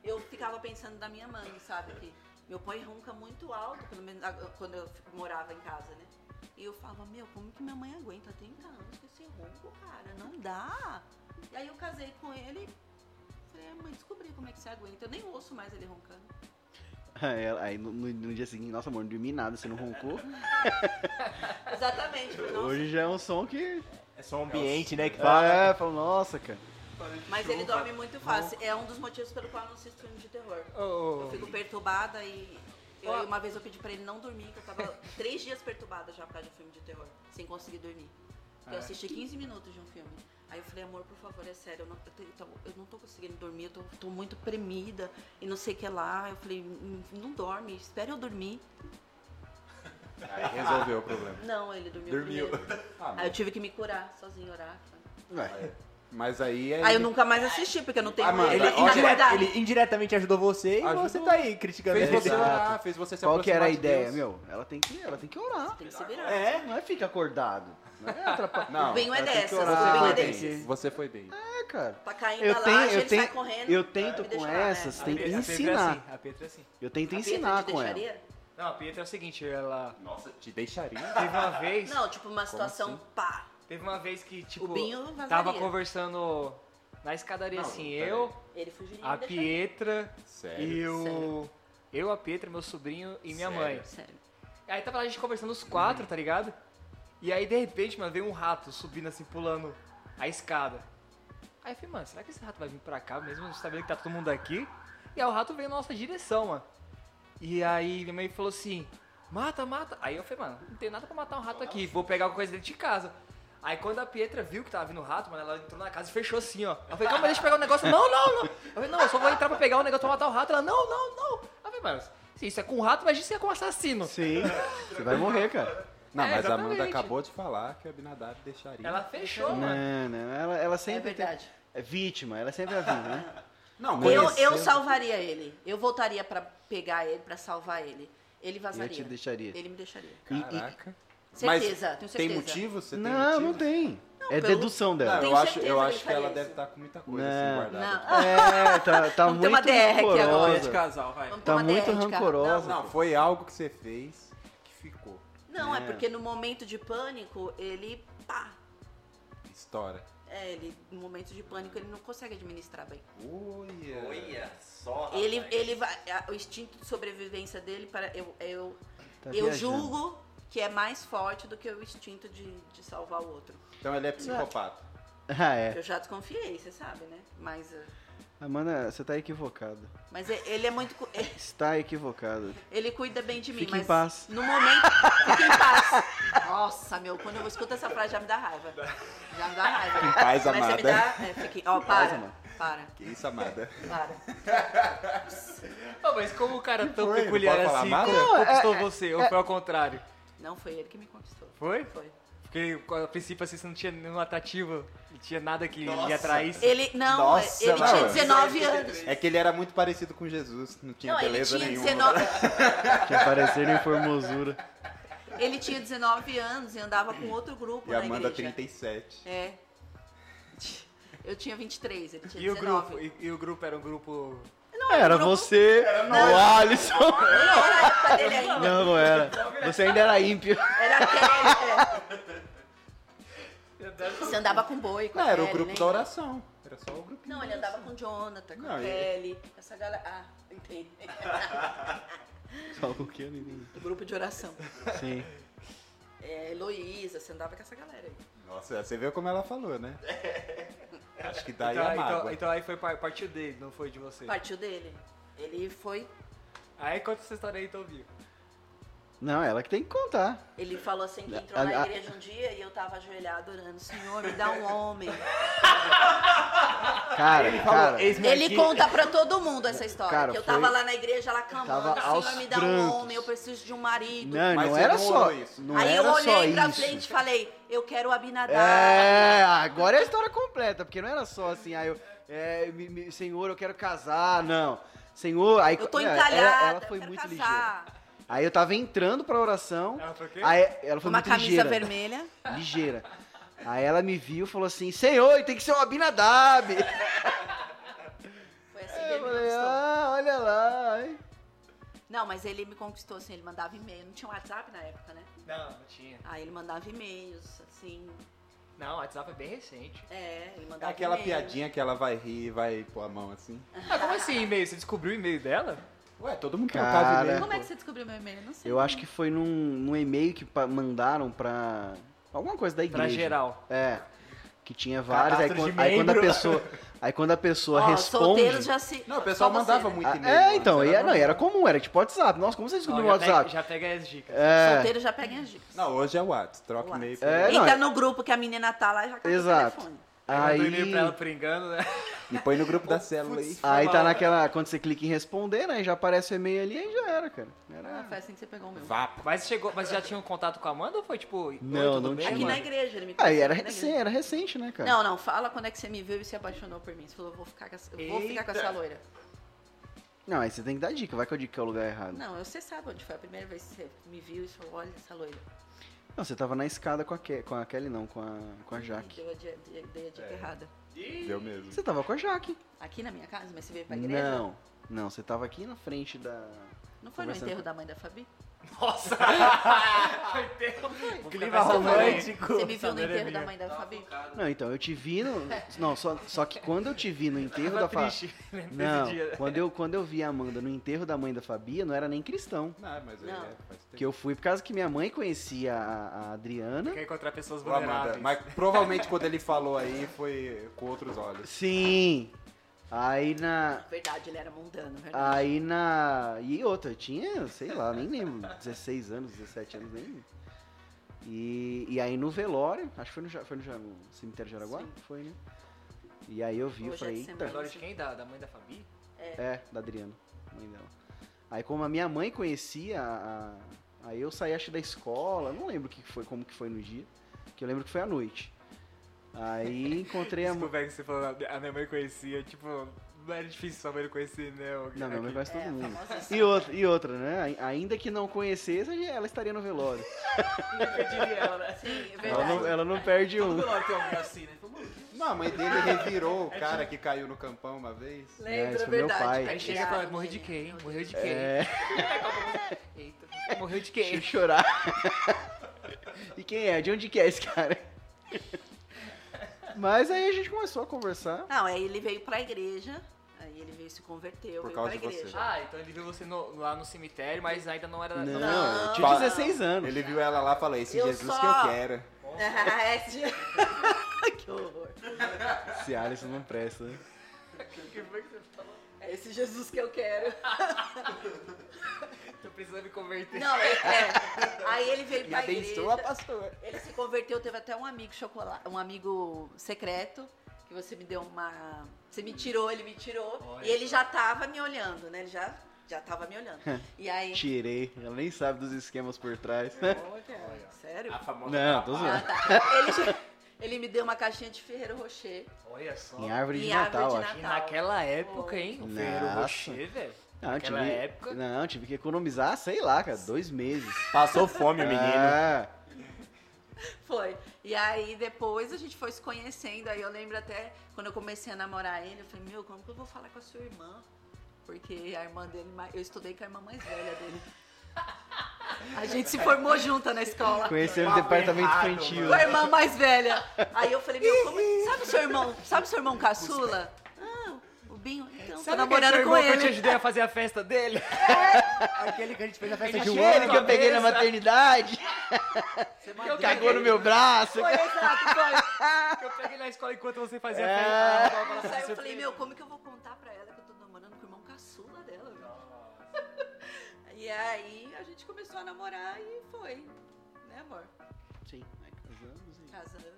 Speaker 5: Eu ficava pensando da minha mãe, sabe? Que meu pai ronca muito alto, pelo menos a- quando eu f- morava em casa, né? E eu falava, meu, como que minha mãe aguenta 30 anos com esse ronco, cara? Não dá. E aí eu casei com ele. Falei, "Ah, mãe, descobri como é que você aguenta. Eu nem ouço mais ele roncando.
Speaker 7: [LAUGHS] Aí ela- Aí no, no- no dia seguinte, nossa amor, não dormi nada, você não roncou.
Speaker 5: Exatamente. falei, "Nossa,
Speaker 7: Hoje já é um som que.
Speaker 1: É só um ambiente, né? Que fala.
Speaker 7: É, falou, nossa, cara.
Speaker 5: Mas ele dorme muito fácil. É um dos motivos pelo qual eu não assisto filme de terror. Eu fico perturbada e. eu-
Speaker 6: Ó.
Speaker 5: uma vez eu pedi pra ele não dormir, que eu tava [LAUGHS] três dias perturbada já por causa de um filme de terror, sem conseguir dormir.
Speaker 7: É.
Speaker 5: Eu assisti 15 minutos de um filme. Aí eu falei, amor, por favor, é sério, eu não, eu, te- então, eu não tô conseguindo dormir, eu tô, tô muito premida e não sei o que lá. Eu falei, "Hum, não dorme, espera eu dormir.
Speaker 3: Aí resolveu o problema.
Speaker 5: Não, ele dormiu,
Speaker 3: Dormiu.
Speaker 7: [LAUGHS]
Speaker 5: primeiro.
Speaker 3: Ah,
Speaker 5: Aí eu tive que me curar, sozinho orar.
Speaker 7: Ué,
Speaker 3: Mas aí é.
Speaker 5: Aí eu nunca mais assisti, porque eu não
Speaker 7: Ah,
Speaker 5: tenho
Speaker 3: Amanda,
Speaker 1: Ele,
Speaker 5: na
Speaker 3: olha-
Speaker 7: é-
Speaker 1: indire-
Speaker 5: verdade,
Speaker 1: ele indiretamente ajudou você e
Speaker 3: Ajudou.
Speaker 1: você tá aí criticando
Speaker 3: Fez
Speaker 1: ele.
Speaker 3: você orar, fez você se
Speaker 7: qual que era a
Speaker 3: aproximar de
Speaker 7: ideia,
Speaker 3: Deus.
Speaker 7: meu? Ela tem que, ela tem que orar.
Speaker 5: tem que se virar.
Speaker 1: É?
Speaker 7: Não é fica acordado. Não é atrapalhar.
Speaker 3: Não,
Speaker 5: O vinho é
Speaker 7: ela tem que
Speaker 5: dessas,
Speaker 7: orar,
Speaker 5: o vinho é
Speaker 7: ela tem
Speaker 5: dessas.
Speaker 7: que-
Speaker 3: Você foi bem.
Speaker 7: [LAUGHS] É, cara.
Speaker 5: Tá caindo
Speaker 7: Eu
Speaker 5: a
Speaker 7: tenho-
Speaker 5: laje,
Speaker 7: eu
Speaker 5: ele sai
Speaker 7: tenho-
Speaker 5: correndo.
Speaker 7: Eu
Speaker 5: pra
Speaker 7: tento
Speaker 5: me
Speaker 7: com
Speaker 5: deixar lá, né?
Speaker 7: essas,
Speaker 5: A
Speaker 7: tem que
Speaker 6: Pedro- A
Speaker 7: ensinar.
Speaker 6: Pedro é assim. A Pedro é assim.
Speaker 7: Eu tento
Speaker 5: Pedro te
Speaker 7: ensinar com ela.
Speaker 5: deixaria?
Speaker 6: Não, a Pietra é o seguinte, ela.
Speaker 3: Nossa, te deixaria?
Speaker 6: Teve uma vez.
Speaker 5: Não, tipo uma situação pá.
Speaker 6: Teve uma vez que, tipo,
Speaker 5: O Binho vazaria.
Speaker 6: tava conversando na escadaria
Speaker 3: Não,
Speaker 6: assim,
Speaker 3: peraí.
Speaker 6: eu,
Speaker 5: Ele fugiria
Speaker 6: a
Speaker 5: me deixaria.
Speaker 6: Pietra
Speaker 3: Sério.
Speaker 6: e o. Eu, a Pietra, meu sobrinho e minha
Speaker 3: Sério?
Speaker 6: mãe.
Speaker 5: Sério.
Speaker 6: Aí tava lá a gente conversando os quatro, tá ligado? E aí, de repente, mano, veio um rato subindo assim, pulando a escada. Aí eu falei, mano, será que esse rato vai vir pra cá mesmo, sabendo que tá todo mundo aqui? E aí o rato veio na nossa direção, mano. E aí minha mãe falou assim, mata, mata. Aí eu falei, mano, não tem nada pra matar um rato aqui, vou pegar alguma coisa dentro de casa. Aí quando a Pietra viu que tava vindo o rato, mano, ela entrou na casa e fechou assim, ó. Eu falei, calma, deixa eu pegar o negócio. Não, não, não. Eu falei, não, eu só vou entrar pra pegar o negócio pra matar o rato. Ela, não, não, não. Eu falei, mano, se isso é com rato, imagina se é com assassino.
Speaker 7: Sim. Você vai morrer, cara.
Speaker 3: Não,
Speaker 6: É,
Speaker 3: mas a
Speaker 6: exatamente.
Speaker 3: Amanda acabou de falar que a Abinadab deixaria.
Speaker 6: Ela fechou, mano.
Speaker 7: Não, não. Ela, ela
Speaker 5: É
Speaker 7: sempre tem-
Speaker 5: verdade.
Speaker 7: é vítima, ela é sempre a vítima, né?
Speaker 3: Não,
Speaker 5: Eu,
Speaker 3: conhecendo-
Speaker 5: eu salvaria ele. Eu voltaria pra pegar ele, pra salvar ele. Ele
Speaker 7: Eu
Speaker 5: vazaria.
Speaker 7: te deixaria.
Speaker 5: Ele me deixaria.
Speaker 7: E- e-
Speaker 3: Caraca. Mas
Speaker 5: Certeza, tenho certeza.
Speaker 3: Tem motivo? Você tem
Speaker 7: Não, não
Speaker 3: motivo?
Speaker 7: tem.
Speaker 5: pelo-
Speaker 7: É dedução
Speaker 3: Não,
Speaker 7: dela.
Speaker 5: Tenho
Speaker 3: eu acho,
Speaker 5: certeza
Speaker 3: eu
Speaker 5: que
Speaker 3: acho que
Speaker 5: faria
Speaker 3: ela
Speaker 5: isso.
Speaker 3: deve estar com muita coisa
Speaker 7: Não.
Speaker 3: assim guardada.
Speaker 5: Não.
Speaker 7: É, tá, tá
Speaker 5: Vamos ter
Speaker 7: muito
Speaker 5: uma DR aqui agora.
Speaker 2: é de
Speaker 7: rancorosa.
Speaker 2: casal, vai.
Speaker 5: Ah, Vamos
Speaker 7: Tá
Speaker 5: tomar
Speaker 7: muito
Speaker 5: DR de cara.
Speaker 7: rancorosa.
Speaker 3: Não, foi algo que você fez que ficou.
Speaker 5: Não, não, é.
Speaker 7: É.
Speaker 5: porque no momento de pânico, ele pá,
Speaker 3: História.
Speaker 5: É, ele, no momento de pânico, ele não consegue administrar bem.
Speaker 3: Olha.
Speaker 4: Olha só, rapaz.
Speaker 5: Ele, ele vai, a- o instinto de sobrevivência dele, para eu, eu,
Speaker 7: Tá
Speaker 5: eu
Speaker 7: viajando.
Speaker 5: julgo que é mais forte do que o instinto de, de salvar o outro.
Speaker 3: Então ele é psicopata.
Speaker 7: [LAUGHS] Ah, é.
Speaker 5: Eu já desconfiei, você sabe, né? Mas, eh,
Speaker 7: Amanda, você tá equivocada.
Speaker 5: mas e- ele é muito. cu- [LAUGHS] eh,
Speaker 7: Está [LAUGHS] equivocada.
Speaker 5: Ele cuida bem de mim,
Speaker 7: Fique em
Speaker 5: mas
Speaker 7: paz.
Speaker 5: no momento. Fique em paz. Nossa, meu, quando eu escuto essa frase já me dá raiva. Já me dá raiva. Fique em
Speaker 3: paz,
Speaker 5: mas Você
Speaker 3: amada.
Speaker 5: me dá, é, fique, ó,
Speaker 7: paz,
Speaker 5: para,
Speaker 7: amada.
Speaker 5: para,
Speaker 3: Que isso, amada.
Speaker 5: para.
Speaker 6: Ah, mas como o cara tão
Speaker 3: foi?
Speaker 6: peculiar
Speaker 3: Não pode falar
Speaker 6: assim
Speaker 3: nada?
Speaker 6: como conquistou
Speaker 7: é,
Speaker 6: você? Ou foi ao contrário?
Speaker 5: Não foi ele que me conquistou.
Speaker 6: Foi?
Speaker 5: Foi.
Speaker 6: Porque a princípio assim, você não tinha nenhuma atrativa, não tinha nada que lhe
Speaker 4: Nossa.
Speaker 6: atraísse.
Speaker 5: Ele, não, é,
Speaker 3: Nossa,
Speaker 5: ele
Speaker 3: mano.
Speaker 5: tinha 19 anos.
Speaker 3: É que ele era muito parecido com Jesus, não tinha
Speaker 5: Não, ele
Speaker 3: beleza
Speaker 5: tinha,
Speaker 3: nenhuma.
Speaker 5: 19,
Speaker 7: Que apareceram em formosura.
Speaker 5: ele tinha 19 anos e andava com outro grupo
Speaker 3: E
Speaker 5: na
Speaker 3: Amanda,
Speaker 5: igreja.
Speaker 3: 37.
Speaker 5: É. Eu tinha 23, ele
Speaker 7: é
Speaker 5: tinha
Speaker 6: E o,
Speaker 5: 19.
Speaker 6: grupo, e, e o grupo era um grupo.
Speaker 7: Não, era
Speaker 5: grupo-
Speaker 7: você, o Alisson.
Speaker 5: Não era a época dele ainda.
Speaker 7: Não, não era. Você ainda era ímpio.
Speaker 5: Era aquele. É. Você andava com boi, com a
Speaker 3: Não, era o
Speaker 5: Kelly,
Speaker 3: grupo da
Speaker 5: lembra?
Speaker 3: oração. Era só o grupo.
Speaker 5: Não, ele andava com Jonathan, com
Speaker 3: Não,
Speaker 5: a
Speaker 3: ele-
Speaker 5: Kelly, essa galera. Ah, entendi.
Speaker 7: Só o que eu não entendi.
Speaker 5: O grupo de oração.
Speaker 7: Sim.
Speaker 5: É, Heloísa, você andava com essa galera aí.
Speaker 3: Nossa, você viu como ela falou,
Speaker 5: [LAUGHS]
Speaker 3: né? Acho que daí
Speaker 6: então,
Speaker 3: a mágoa.
Speaker 6: então, então aí foi par- partiu dele, não foi de você.
Speaker 5: Partiu dele. Ele foi.
Speaker 6: Aí conta essa história aí, então, viu.
Speaker 7: Não, ela que tem que contar.
Speaker 5: Ele falou assim que entrou
Speaker 7: A-
Speaker 5: na
Speaker 7: a-
Speaker 5: igreja um dia e eu tava ajoelhada orando, Senhor, me dá um homem.
Speaker 7: Cara, cara.
Speaker 5: Ele conta pra todo mundo essa história.
Speaker 7: Cara,
Speaker 5: que eu tava
Speaker 7: foi-
Speaker 5: lá na igreja, lá clamando,
Speaker 7: Tava aos
Speaker 5: Senhor, me dá um
Speaker 7: prantos.
Speaker 5: homem, eu preciso de um marido.
Speaker 7: Não,
Speaker 3: Mas
Speaker 7: não
Speaker 3: você
Speaker 7: era
Speaker 3: não
Speaker 7: só.
Speaker 3: olhou isso.
Speaker 7: Não
Speaker 5: Aí
Speaker 7: era
Speaker 5: eu
Speaker 7: só
Speaker 5: olhei pra
Speaker 7: isso.
Speaker 5: frente e "Ah, falei, eu quero Abinadar.
Speaker 7: É, agora é a história completa, porque não era só assim, aí eu, é, me- me- senhor, eu quero casar, não. Senhor, aí
Speaker 5: Eu tô
Speaker 7: é,
Speaker 5: encalhada,
Speaker 7: ela, ela foi
Speaker 5: eu quero
Speaker 7: muito ligeira.
Speaker 5: casar.
Speaker 7: Aí eu tava entrando pra oração,
Speaker 6: Ela foi o quê?
Speaker 7: aí ela foi
Speaker 5: Uma
Speaker 7: muito
Speaker 5: camisa
Speaker 7: ligeira.
Speaker 5: vermelha.
Speaker 7: Ligeira. Aí ela me viu e falou assim: Senhor, tem que ser o Abinadab.
Speaker 5: Foi assim que
Speaker 7: Eu
Speaker 5: ele me
Speaker 7: falei:
Speaker 5: conquistou.
Speaker 7: Ah, olha lá. hein?"
Speaker 5: Não, mas ele me conquistou assim, ele mandava e-mail. Não tinha WhatsApp na época, né?
Speaker 6: Não, não tinha.
Speaker 5: Aí ele mandava e-mails, assim.
Speaker 6: Não, o WhatsApp é bem
Speaker 7: [LAUGHS]
Speaker 6: recente.
Speaker 5: É, ele
Speaker 6: então,
Speaker 5: mandava
Speaker 3: Aquela
Speaker 5: e-mail.
Speaker 3: piadinha que ela vai rir e vai pôr a mão assim.
Speaker 6: Ah, como assim e-mail? Você descobriu o e-mail dela?
Speaker 3: Ué, todo mundo um
Speaker 7: Cara.
Speaker 3: trocava e-mail.
Speaker 5: Como é que
Speaker 3: pô.
Speaker 5: você descobriu meu e-mail? Não sei.
Speaker 7: Eu acho que foi num, num e-mail que pa- mandaram pra. Alguma coisa da igreja.
Speaker 6: Pra geral.
Speaker 7: É. Que tinha vários. Aí,
Speaker 6: Cadastro
Speaker 7: quan-
Speaker 6: de
Speaker 7: aí quando a
Speaker 6: membro.
Speaker 7: pessoa. Aí quando a pessoa
Speaker 5: Ó,
Speaker 7: responde.
Speaker 5: solteiros já se...
Speaker 3: Não, o pessoal
Speaker 5: Só você,
Speaker 3: mandava
Speaker 5: né?
Speaker 3: muito
Speaker 7: Ah,
Speaker 3: e-mail.
Speaker 7: é,
Speaker 3: antes,
Speaker 7: então, e
Speaker 6: tá
Speaker 7: é- não,
Speaker 3: normal.
Speaker 7: era comum, era tipo WhatsApp. Nossa, como você descobriu o
Speaker 6: Ó, já pega-
Speaker 7: WhatsApp?
Speaker 6: Já pega as dicas.
Speaker 7: É,
Speaker 5: Solteiro já pega as dicas.
Speaker 3: Não, hoje é o WhatsApp, troca
Speaker 5: WhatsApp.
Speaker 3: e-mail.
Speaker 7: É, não,
Speaker 5: Entra no grupo que a menina tá lá e já cata
Speaker 7: Exato.
Speaker 5: o telefone.
Speaker 6: Aí...
Speaker 7: aí,
Speaker 6: Mandou e-mail pra ela por engano, né?
Speaker 3: E põe no grupo
Speaker 5: É.
Speaker 3: da célula aí.
Speaker 7: aí tá naquela. Quando você clica em responder, né? Já aparece o e-mail ali, aí já era, cara.
Speaker 5: Ah,
Speaker 7: Era...
Speaker 5: foi assim que você pegou o meu.
Speaker 3: Vapo.
Speaker 6: Mas chegou, mas já tinha um contato com a Amanda ou foi tipo. "Oi,
Speaker 7: Não,
Speaker 6: tudo
Speaker 7: não
Speaker 6: bem?"
Speaker 7: tinha,
Speaker 5: Aqui na
Speaker 7: mano.
Speaker 5: igreja, ele me
Speaker 7: Aí
Speaker 5: conheceu
Speaker 7: era
Speaker 5: aqui
Speaker 6: é
Speaker 5: na
Speaker 7: recente,
Speaker 5: igreja.
Speaker 7: era recente, né, cara?
Speaker 5: Não, não, fala quando é que você me viu e se apaixonou por mim. Você falou, eu vou ficar com essa, eu vou ficar com essa
Speaker 6: Eita.
Speaker 5: loira.
Speaker 7: Não, aí você tem que dar dica, vai que eu digo que é o lugar errado. Não,
Speaker 5: Não, você sabe onde foi a primeira vez que você me viu e falou, olha essa loira.
Speaker 7: você tava na escada com a, Ke- com a Kelly, não, com a, com a Jaque.
Speaker 5: Deu a di- di- dei a
Speaker 6: É.
Speaker 5: dica errada.
Speaker 3: Deu mesmo.
Speaker 7: Você tava com a Jaque.
Speaker 5: Aqui na minha casa, mas você veio pra igreja?
Speaker 7: Não, não, você tava aqui na frente da.
Speaker 5: Não foi no
Speaker 7: Conversando
Speaker 5: enterro
Speaker 7: com-
Speaker 5: da mãe da Fabi?
Speaker 6: Nossa! Clima
Speaker 2: Você
Speaker 6: romântico.
Speaker 5: Você me viu no
Speaker 6: Saber é
Speaker 5: enterro da
Speaker 6: minha.
Speaker 5: mãe da Fabi?
Speaker 7: Não, então, eu te vi no. Não, só, só que quando eu te vi no enterro
Speaker 6: Tava
Speaker 7: da Fa-
Speaker 6: triste [LAUGHS] nesse
Speaker 7: Não,
Speaker 6: dia.
Speaker 7: quando eu, quando eu vi a Amanda no enterro da mãe da Fabia, não era nem cristão.
Speaker 3: Não, mas aí
Speaker 5: Não.
Speaker 3: é, faz tempo.
Speaker 7: Que eu fui por causa que minha mãe conhecia a, a Adriana.
Speaker 6: Quer encontrar pessoas
Speaker 3: Ô, Amanda,
Speaker 6: vulneráveis.
Speaker 3: mas provavelmente quando ele falou aí foi com outros olhos.
Speaker 7: Sim. Aí na.
Speaker 5: Verdade, ele era
Speaker 7: Ah.
Speaker 6: [LAUGHS]
Speaker 5: mundano, verdade.
Speaker 7: Aí na. E outra, eu tinha, sei lá, nem lembro, 16 anos, 17 anos, nem lembro. E, e aí no velório, acho que foi no, Ja- foi no, Ja- no cemitério de Jaraguá?
Speaker 5: Sim.
Speaker 7: Foi, né? E aí eu vi,
Speaker 5: Hoje
Speaker 7: eu
Speaker 5: é
Speaker 7: falei,
Speaker 5: de
Speaker 7: eita.
Speaker 5: semana.
Speaker 6: Velório de quem? Da, da mãe da Fabi?
Speaker 7: É, da Adriana, mãe dela. Aí como a minha mãe conhecia a, a- Aí eu saí acho que da escola, não lembro o que foi, como que foi no dia, que eu lembro que foi à noite. Aí encontrei a mãe.
Speaker 6: Desculpa, é que você falou, a minha mãe conhecia, tipo, não era difícil sua mãe conhecer, né?
Speaker 7: Não, minha mãe conhece
Speaker 5: É,
Speaker 7: todo mundo.
Speaker 5: famosíssimo.
Speaker 7: E outra, e outra, né? Ai- Ainda que não conhecesse, ela estaria no velório.
Speaker 6: né?
Speaker 5: Sim, é
Speaker 7: Ela
Speaker 5: verdade.
Speaker 7: não, ela não perde
Speaker 2: Todo
Speaker 7: um.
Speaker 2: velório tem alguém assim, né? Todo mundo.
Speaker 3: Não, a mãe dele revirou o cara que caiu no campão uma vez.
Speaker 7: É,
Speaker 5: Lembra,
Speaker 7: isso
Speaker 5: é,
Speaker 7: foi meu
Speaker 5: verdade.
Speaker 7: pai.
Speaker 6: Aí chega e fala, morreu de quem? Morreu de quem?
Speaker 7: É,
Speaker 6: [LAUGHS] Eita, morreu de
Speaker 7: deixa eu
Speaker 6: quem?
Speaker 7: chorar. E quem é? De onde que é esse cara? Mas aí a gente começou a conversar.
Speaker 5: Não, aí ele veio pra igreja, aí ele veio se converteu,
Speaker 3: Por
Speaker 5: veio
Speaker 3: causa
Speaker 5: pra
Speaker 3: de você.
Speaker 5: igreja.
Speaker 6: Ah, então ele viu você no- lá no cemitério, mas ainda não era.
Speaker 5: Não.
Speaker 7: eu tinha 16 anos.
Speaker 3: Ele viu ela lá e falou, esse
Speaker 5: Eu
Speaker 3: Jesus
Speaker 5: só-
Speaker 3: que eu quero.
Speaker 5: Ah, [LAUGHS] é de-
Speaker 6: [LAUGHS]
Speaker 5: que horror.
Speaker 7: Esse Alisson não presta. né?
Speaker 5: É esse Jesus que eu quero.
Speaker 6: [LAUGHS] Tô precisando me converter.
Speaker 5: Não, é, é. Aí ele veio
Speaker 7: E
Speaker 5: pra
Speaker 7: abençoa a
Speaker 5: igreja.
Speaker 7: pastora.
Speaker 5: Ele se converteu, teve até um amigo chocolate, um amigo secreto, que você me deu uma. Você me tirou, ele me tirou.
Speaker 6: Olha
Speaker 5: e ele
Speaker 6: só.
Speaker 5: já tava me olhando, né? Ele já, já tava me olhando. E aí.
Speaker 7: Tirei. Ela nem sabe dos esquemas por trás.
Speaker 5: Olha, Sério?
Speaker 2: A famosa.
Speaker 7: Não, tô
Speaker 5: Ah,
Speaker 7: zoando.
Speaker 5: tá. ele, já- ele me deu uma caixinha de Ferreiro Rocher.
Speaker 6: Olha só.
Speaker 7: assim, Em árvore de
Speaker 5: Em árvore
Speaker 7: Natal,
Speaker 5: de
Speaker 7: acho.
Speaker 5: Natal.
Speaker 6: E naquela É época, hein?
Speaker 4: um
Speaker 6: O Ferreiro
Speaker 7: Nossa.
Speaker 6: Rocher, velho.
Speaker 7: Não,
Speaker 6: Naquela
Speaker 7: tive,
Speaker 6: época.
Speaker 7: Não, tive que economizar, sei lá, cara, dois meses.
Speaker 1: Passou fome o menino.
Speaker 7: Ah,
Speaker 5: Foi. E aí depois a gente foi se conhecendo. Aí eu lembro até quando eu comecei a namorar ele, eu falei, meu, como que eu vou falar com a sua irmã? Porque a irmã dele, ma- eu estudei com a irmã mais velha dele. A gente se formou junta na escola.
Speaker 7: conhecemos o departamento infantil.
Speaker 5: Com a irmã mais velha. Aí eu falei, meu, como... sabe seu irmão? Sabe seu irmão caçula? Ah, o Binho, então, tô namorando com
Speaker 6: que eu te
Speaker 5: ele.
Speaker 6: ajudei a fazer a festa [LAUGHS] dele?
Speaker 1: Aquele que a gente fez na festa de um
Speaker 7: Aquele que eu peguei na
Speaker 6: Cabeça.
Speaker 7: maternidade,
Speaker 2: Você madruga,
Speaker 7: cagou no meu braço.
Speaker 6: Foi exato, foi. Eu peguei na escola enquanto você fazia a
Speaker 7: É.
Speaker 6: festa. Ah,
Speaker 7: [LAUGHS]
Speaker 5: Aí eu falei,
Speaker 6: surpresa.
Speaker 5: meu, como que eu vou contar pra ela que eu tô namorando com o irmão caçula dela? [LAUGHS] E aí a gente começou a namorar e foi. Né, amor?
Speaker 7: Sim, aí casamos
Speaker 6: Tá
Speaker 7: e-
Speaker 5: Casamos.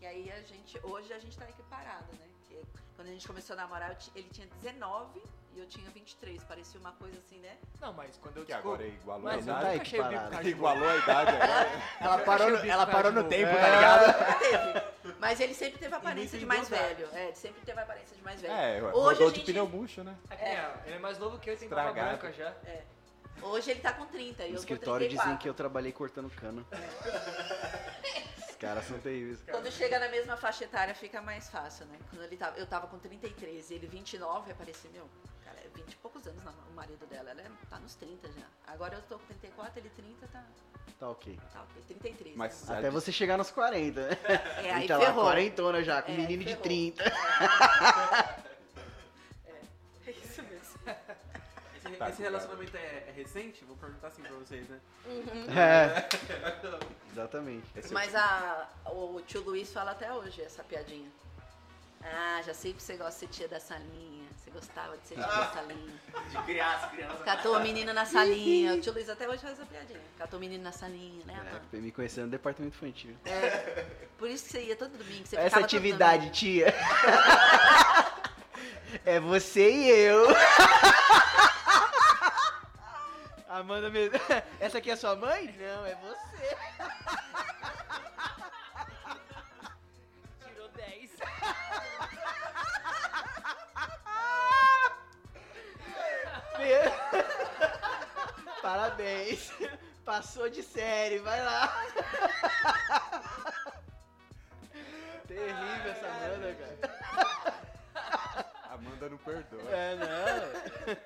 Speaker 5: E aí a gente, hoje a gente tá equiparada, né? Porque quando a gente começou a namorar, eu ti- ele tinha 19 e eu tinha 23. Parecia uma coisa assim, né?
Speaker 6: Não, mas quando eu
Speaker 3: Que agora
Speaker 6: descobri-
Speaker 3: igualou a
Speaker 6: Mas eu
Speaker 7: não
Speaker 3: idade.
Speaker 7: tá
Speaker 6: nunca achei o bico
Speaker 7: equiparado.
Speaker 6: cachorro.
Speaker 3: Igualou a idade é. agora.
Speaker 1: Ela parou, no- ela parou no tempo,
Speaker 6: É.
Speaker 1: tá ligado?
Speaker 5: Nunca
Speaker 7: [LAUGHS]
Speaker 5: teve. Mas ele sempre teve a aparência de
Speaker 2: entendeu
Speaker 5: mais
Speaker 2: nada.
Speaker 5: velho. É, ele sempre teve a aparência de mais velho.
Speaker 3: É, ué,
Speaker 5: Hoje a
Speaker 3: rodou de
Speaker 5: gente-
Speaker 3: pneu murcho, né?
Speaker 6: É, ele é mais novo que eu, tem barba
Speaker 3: Estragado.
Speaker 6: branca já.
Speaker 5: Hoje ele tá com 30 e eu tô
Speaker 7: No
Speaker 5: com
Speaker 7: escritório
Speaker 5: 34.
Speaker 7: dizem que eu trabalhei cortando
Speaker 5: [LAUGHS]
Speaker 7: cana. Os caras são terríveis.
Speaker 5: Quando chega na mesma faixa etária fica mais fácil, né? Quando ele tava, eu tava com 33 e ele 29, eu parecia, meu, cara, é 20 e poucos anos na- o marido dela, ela é- tá nos 30 já. Agora eu tô com 34, ele 30, tá,
Speaker 7: Tá ok.
Speaker 5: tá ok, 33.
Speaker 3: Mas
Speaker 5: né, amor?
Speaker 7: Até você chegar nos 40, né?
Speaker 5: é, aí
Speaker 7: e tá
Speaker 5: ferrou.
Speaker 7: lá, quarentona já, com
Speaker 5: É,
Speaker 7: menino de
Speaker 5: ferrou.
Speaker 7: 30.
Speaker 5: [LAUGHS] É isso mesmo.
Speaker 2: Esse,
Speaker 3: Tá
Speaker 2: esse
Speaker 3: com
Speaker 2: relacionamento é, é recente? Vou perguntar assim pra vocês, né?
Speaker 7: É, exatamente.
Speaker 3: Esse-
Speaker 5: Mas a, o tio Luiz fala até hoje essa piadinha. Ah, já sei que você gosta de ser tia da salinha. Você gostava de ser tia da salinha.
Speaker 2: De criança, criança.
Speaker 5: Catou o menino na salinha. O tio Luiz até hoje faz essa piadinha. Catou o menino na salinha, né, amor?
Speaker 7: É, me conhecer no departamento infantil.
Speaker 5: Por isso que você ia todo domingo. que Você
Speaker 7: Essa
Speaker 5: ficava todo
Speaker 7: atividade,
Speaker 5: domingo. [LAUGHS]
Speaker 7: tia. é você
Speaker 5: [LAUGHS]
Speaker 7: e eu. Amanda me... [LAUGHS] Essa aqui é sua mãe? Não, é você.
Speaker 6: Tirou 10.
Speaker 7: Me- [LAUGHS] Parabéns. Passou de série, vai lá. [LAUGHS] Terrível essa Amanda, cara.
Speaker 3: Amanda não perdoa.
Speaker 7: É, não.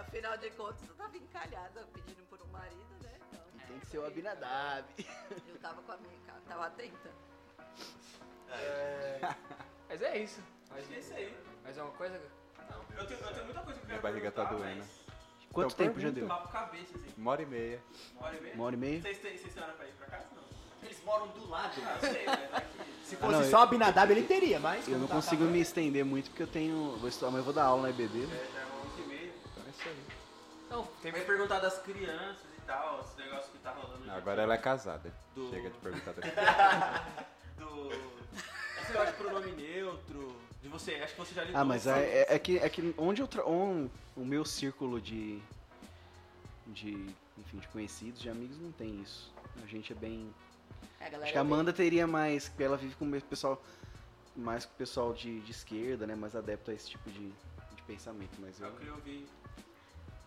Speaker 5: Afinal de contas, eu tava encalhada pedindo por um marido, né? Então,
Speaker 7: Tem que ser o Abinadab.
Speaker 5: eu tava com a minha cara, tava atenta.
Speaker 6: Mas é isso.
Speaker 2: Acho que é isso aí.
Speaker 6: Mais alguma coisa?
Speaker 2: Eu tenho, eu tenho muita coisa que eu
Speaker 3: Minha
Speaker 2: quero
Speaker 3: barriga tá
Speaker 2: perguntar,
Speaker 3: doendo.
Speaker 2: mas
Speaker 7: Quanto
Speaker 3: Então,
Speaker 7: tempo já deu?
Speaker 3: pergunta.
Speaker 2: Papo cabeça, assim.
Speaker 3: Uma hora e meia.
Speaker 2: Uma hora e meia.
Speaker 7: Uma hora e meia?
Speaker 2: Vocês têm, vocês têm hora pra ir pra casa? Não.
Speaker 1: Eles moram do lado.
Speaker 2: Ah, eu sei, né? Tá aqui.
Speaker 1: Se
Speaker 7: Ah,
Speaker 1: fosse
Speaker 7: não,
Speaker 1: só a Binadab, ele teria, mas.
Speaker 7: Eu
Speaker 1: como
Speaker 7: não
Speaker 1: tá
Speaker 7: consigo
Speaker 1: acabando-
Speaker 7: me estender muito porque eu tenho. Vou estudar, mas eu vou dar aula na EBD. né?
Speaker 2: É, já é uma hora e meia.
Speaker 3: Então é isso aí.
Speaker 6: Não, tem Ah,
Speaker 2: Vai perguntar das crianças e tal, esse negócio que tá rolando.
Speaker 3: Não,
Speaker 2: hoje
Speaker 3: agora ela é casada.
Speaker 2: Do-
Speaker 3: Chega de perguntar daqui.
Speaker 2: do. Esse negócio de pronome neutro. De você, acho que você já lidou
Speaker 7: Ah, mas
Speaker 2: com isso.
Speaker 7: é, é- é que, é que onde eu. Tra... on- o meu círculo de. de. enfim, de conhecidos, de amigos, não tem isso. A gente é bem.
Speaker 5: É, galera.
Speaker 7: Acho que a Amanda teria mais. porque Ela vive com o pessoal. mais com o pessoal de, de esquerda, né? Mais adepto a esse tipo de, de pensamento. Mas
Speaker 2: É
Speaker 7: eu.
Speaker 2: o que eu vi.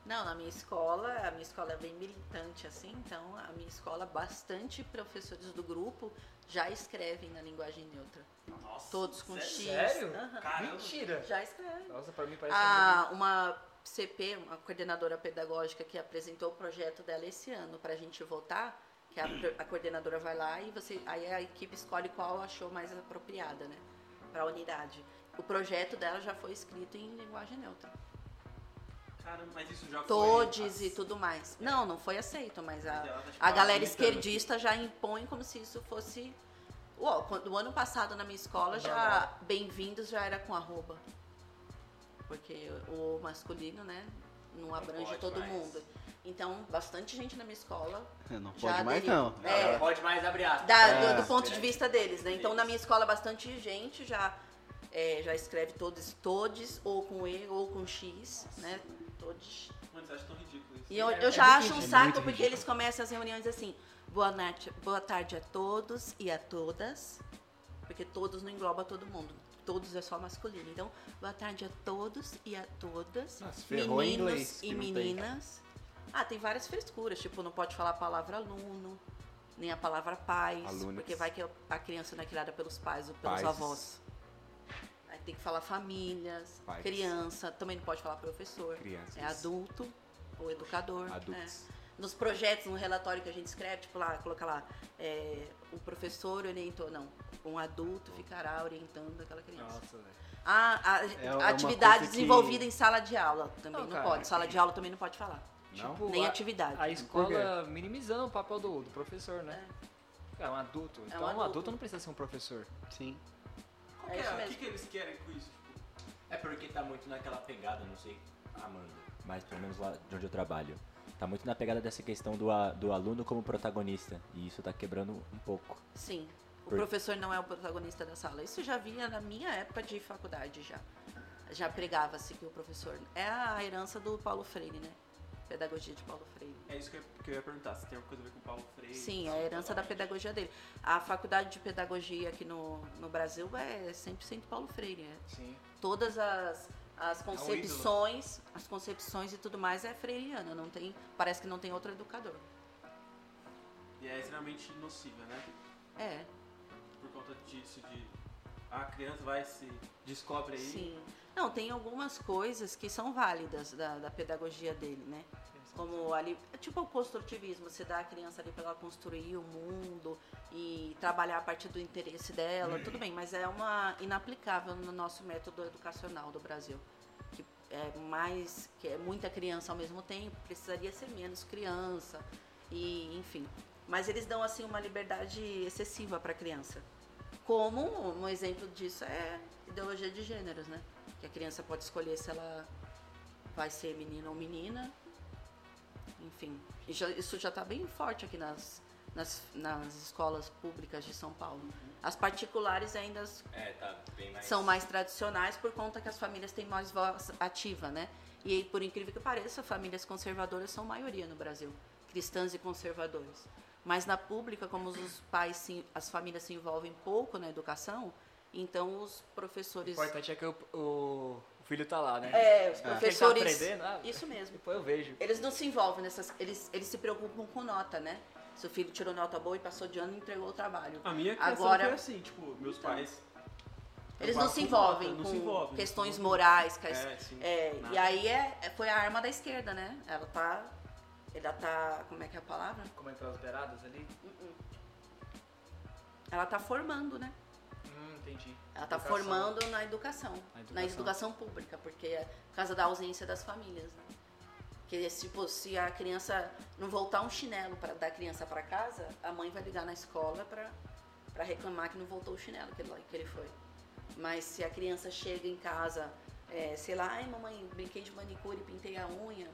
Speaker 5: Não, na minha escola, a minha escola é bem militante, assim, então a minha escola, bastante professores do grupo já escrevem na linguagem neutra.
Speaker 2: Nossa. é
Speaker 5: Todos com X.
Speaker 6: Sério?
Speaker 5: Aham.
Speaker 2: Caramba.
Speaker 6: Mentira.
Speaker 5: Já escrevem.
Speaker 6: Nossa, pra mim parece
Speaker 5: a, uma CP, uma coordenadora pedagógica que apresentou o projeto dela esse ano para a gente votar, que a, a coordenadora vai lá e você, aí a equipe escolhe qual achou mais apropriada, né? Para a unidade. O projeto dela já foi escrito em linguagem neutra.
Speaker 2: Caramba, mas isso já
Speaker 5: Todes
Speaker 2: foi...
Speaker 5: e tudo mais. Não, não foi aceito, mas a,
Speaker 2: Ela tá, tipo,
Speaker 5: a galera
Speaker 2: limitando.
Speaker 5: esquerdista já impõe como se isso fosse. Uou, quando, o ano passado na minha escola já bem-vindos já era com arroba. Porque o masculino, né, não abrange
Speaker 2: pode
Speaker 5: todo
Speaker 2: mais.
Speaker 5: mundo. Então, bastante gente na minha escola
Speaker 7: [LAUGHS] Não
Speaker 5: já
Speaker 7: pode mais
Speaker 5: aderiu.
Speaker 7: não.
Speaker 5: É,
Speaker 2: Pode mais abrir aspas.
Speaker 5: da-
Speaker 7: É.
Speaker 5: do, do ponto de vista deles, né? Então,
Speaker 2: Deles.
Speaker 5: na minha escola, bastante gente já, é, já escreve todos, todes, ou com E, ou com X, né? Todes.
Speaker 2: Mano, vocês acham tão ridículo isso.
Speaker 5: E eu,
Speaker 2: É,
Speaker 5: eu
Speaker 2: é
Speaker 5: já acho
Speaker 2: muito
Speaker 5: um
Speaker 2: ridículo.
Speaker 5: saco, porque eles começam as reuniões assim, boa noite, boa tarde a todos e a todas, porque todos não engloba todo mundo. Todos é só masculino. Então, boa tarde a todos e a todas,
Speaker 3: Nossa, Ah, ferrou em inglês,
Speaker 5: meninos e
Speaker 3: que não tem.
Speaker 5: meninas. Ah, tem várias frescuras, tipo, não pode falar a palavra aluno, nem a palavra pais,
Speaker 3: Alunos.
Speaker 5: porque vai que a criança não é criada pelos pais ou pelos
Speaker 3: Pais.
Speaker 5: avós. Aí tem que falar famílias,
Speaker 3: Pais.
Speaker 5: criança, também não pode falar professor.
Speaker 3: Crianças.
Speaker 5: É adulto ou educador. né?
Speaker 3: Adultos.
Speaker 5: Nos projetos, no relatório que a gente escreve, tipo lá, coloca lá, é, o professor orientou, não, um adulto ficará orientando aquela criança.
Speaker 6: Nossa, velho.
Speaker 5: Ah, a,
Speaker 7: É
Speaker 5: a
Speaker 7: uma
Speaker 5: atividade
Speaker 7: coisa que-
Speaker 5: desenvolvida em sala de aula também
Speaker 6: Não,
Speaker 5: não,
Speaker 6: cara.
Speaker 5: pode, sala de aula também não pode falar,
Speaker 3: Não?
Speaker 6: Tipo,
Speaker 5: nem
Speaker 6: a-
Speaker 5: atividade.
Speaker 6: A
Speaker 3: Por
Speaker 6: escola minimizando o papel do, do professor, né? É. um adulto. Então, um adulto.
Speaker 5: adulto.
Speaker 6: não precisa ser um professor.
Speaker 7: Sim.
Speaker 2: Qual
Speaker 5: É
Speaker 2: que
Speaker 5: isso
Speaker 2: é? O que,
Speaker 5: mesmo.
Speaker 2: que eles querem com isso? Tipo,
Speaker 4: É porque tá muito naquela pegada, não sei, Amanda, mas pelo menos lá de onde eu trabalho. Tá muito na pegada dessa questão do, a- do aluno como protagonista. E isso tá quebrando um pouco.
Speaker 5: Sim, o
Speaker 4: Por-
Speaker 5: professor não é o protagonista da sala. Isso já vinha na minha época de faculdade já. Já pregava-se que o professor é a herança do Paulo Freire, né? Pedagogia de Paulo Freire.
Speaker 2: é isso que eu, que eu ia perguntar, se tem alguma coisa a ver com o Paulo Freire.
Speaker 5: Sim, é a herança da pedagogia dele. A faculdade de pedagogia aqui no, no Brasil é 100% Paulo Freire. É.
Speaker 6: Sim.
Speaker 5: Todas as, as concepções, as concepções e tudo mais é freiriana, não tem, parece que não tem outro educador.
Speaker 2: E é extremamente nociva, né?
Speaker 5: É,
Speaker 2: Por conta disso, de... A criança vai se... Descobre aí.
Speaker 5: sim. Não, tem algumas coisas que são válidas da, da pedagogia dele, né? Como ali, é tipo o construtivismo, você dá a criança ali para ela construir o mundo e trabalhar a partir do interesse dela, tudo bem, mas é uma inaplicável no nosso método educacional do Brasil, que é mais que é muita criança ao mesmo tempo, precisaria ser menos criança e enfim. Mas eles dão assim uma liberdade excessiva para a criança. Como um exemplo disso é ideologia de gêneros, né? Que a criança pode escolher se ela vai ser menino ou menina. Enfim, e já- isso já está bem forte aqui nas, nas, nas escolas públicas de São Paulo. As particulares ainda s-
Speaker 4: É, tá bem mais.
Speaker 5: são mais tradicionais por conta que as famílias têm mais voz ativa, né? E aí, por incrível que pareça, famílias conservadoras são maioria no Brasil, cristãs e conservadores. Mas na pública, como os pais, se- as famílias se envolvem pouco na educação, então os
Speaker 6: O
Speaker 5: professores,
Speaker 6: importante é que o, o- o filho tá lá, né?
Speaker 5: é, os
Speaker 6: O que ele tá
Speaker 5: professores,
Speaker 6: aprendendo,
Speaker 2: né?
Speaker 6: ah,
Speaker 5: isso mesmo.
Speaker 6: Depois eu vejo.
Speaker 5: Eles não se envolvem nessas. Eles, eles se preocupam com nota, né? Se o filho tirou nota boa e passou de ano e entregou o trabalho.
Speaker 2: A minha criação
Speaker 5: Agora- Então.
Speaker 2: foi assim, tipo, meus pais...
Speaker 5: Eles
Speaker 2: eu
Speaker 5: não
Speaker 2: passo
Speaker 5: se
Speaker 2: nota,
Speaker 5: envolvem
Speaker 2: não
Speaker 5: com
Speaker 2: se envolvem,
Speaker 5: questões
Speaker 2: não se-
Speaker 5: morais. com as-
Speaker 2: É, sim.
Speaker 5: é,
Speaker 2: nada.
Speaker 5: e aí é, é- foi a arma da esquerda, né? Ela tá. Ela tá. Como é que é a palavra?
Speaker 6: Como é que tá as beiradas ali?
Speaker 5: Ela tá formando, né?
Speaker 6: Hum, entendi.
Speaker 5: Ela tá
Speaker 6: Educação.
Speaker 5: formando na educação,
Speaker 6: Na educação.
Speaker 5: na educação pública, porque é por causa da ausência das famílias, né? Porque tipo, se a criança não voltar um chinelo pra, da criança para casa, a mãe vai ligar na escola para para reclamar que não voltou o chinelo que ele, que ele foi. Mas se a criança chega em casa, é, sei lá, ai mamãe, brinquei de manicure, pintei a unha,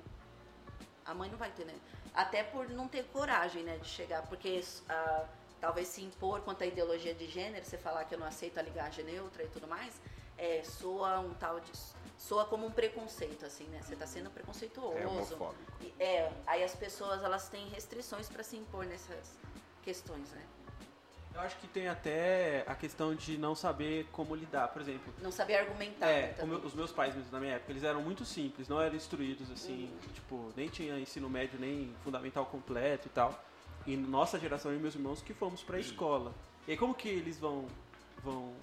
Speaker 5: a mãe não vai ter, né? Até por não ter coragem, né, de chegar, porque ah, talvez se impor quanto à ideologia de gênero, você falar que eu não aceito a ligagem neutra e tudo mais, é, soa um tal de soa como um preconceito assim, né? Você tá sendo preconceituoso.
Speaker 3: É homofóbico.
Speaker 5: E, É, aí as pessoas elas têm restrições para se impor nessas questões, né?
Speaker 2: Eu acho que tem até a questão de não saber como lidar, por exemplo.
Speaker 5: Não saber argumentar. né,
Speaker 2: É, o
Speaker 5: também.
Speaker 2: meu- os meus pais mesmo na minha época, eles eram muito simples, não eram instruídos assim, tipo, nem tinha ensino médio, nem fundamental completo e tal. E nossa geração e meus irmãos que fomos pra escola. E aí como que eles vão vão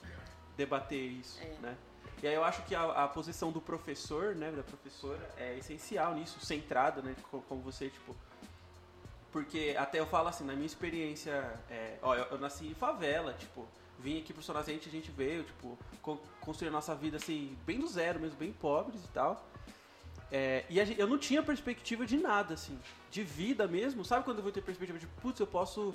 Speaker 2: debater isso,
Speaker 5: É.
Speaker 2: né? E aí eu acho que a, a posição do professor, né, da professora, é essencial nisso, centrada, né, co- como você, tipo, Porque até eu falo assim, na minha experiência, é, ó, eu, eu nasci em favela, tipo, vim aqui pro Sonazente, a gente veio, tipo, con construir a nossa vida assim, bem do zero mesmo, bem pobres e tal. É, e a gen- eu não tinha perspectiva de nada, assim, de vida mesmo. Sabe quando eu vou ter perspectiva de, putz, eu posso.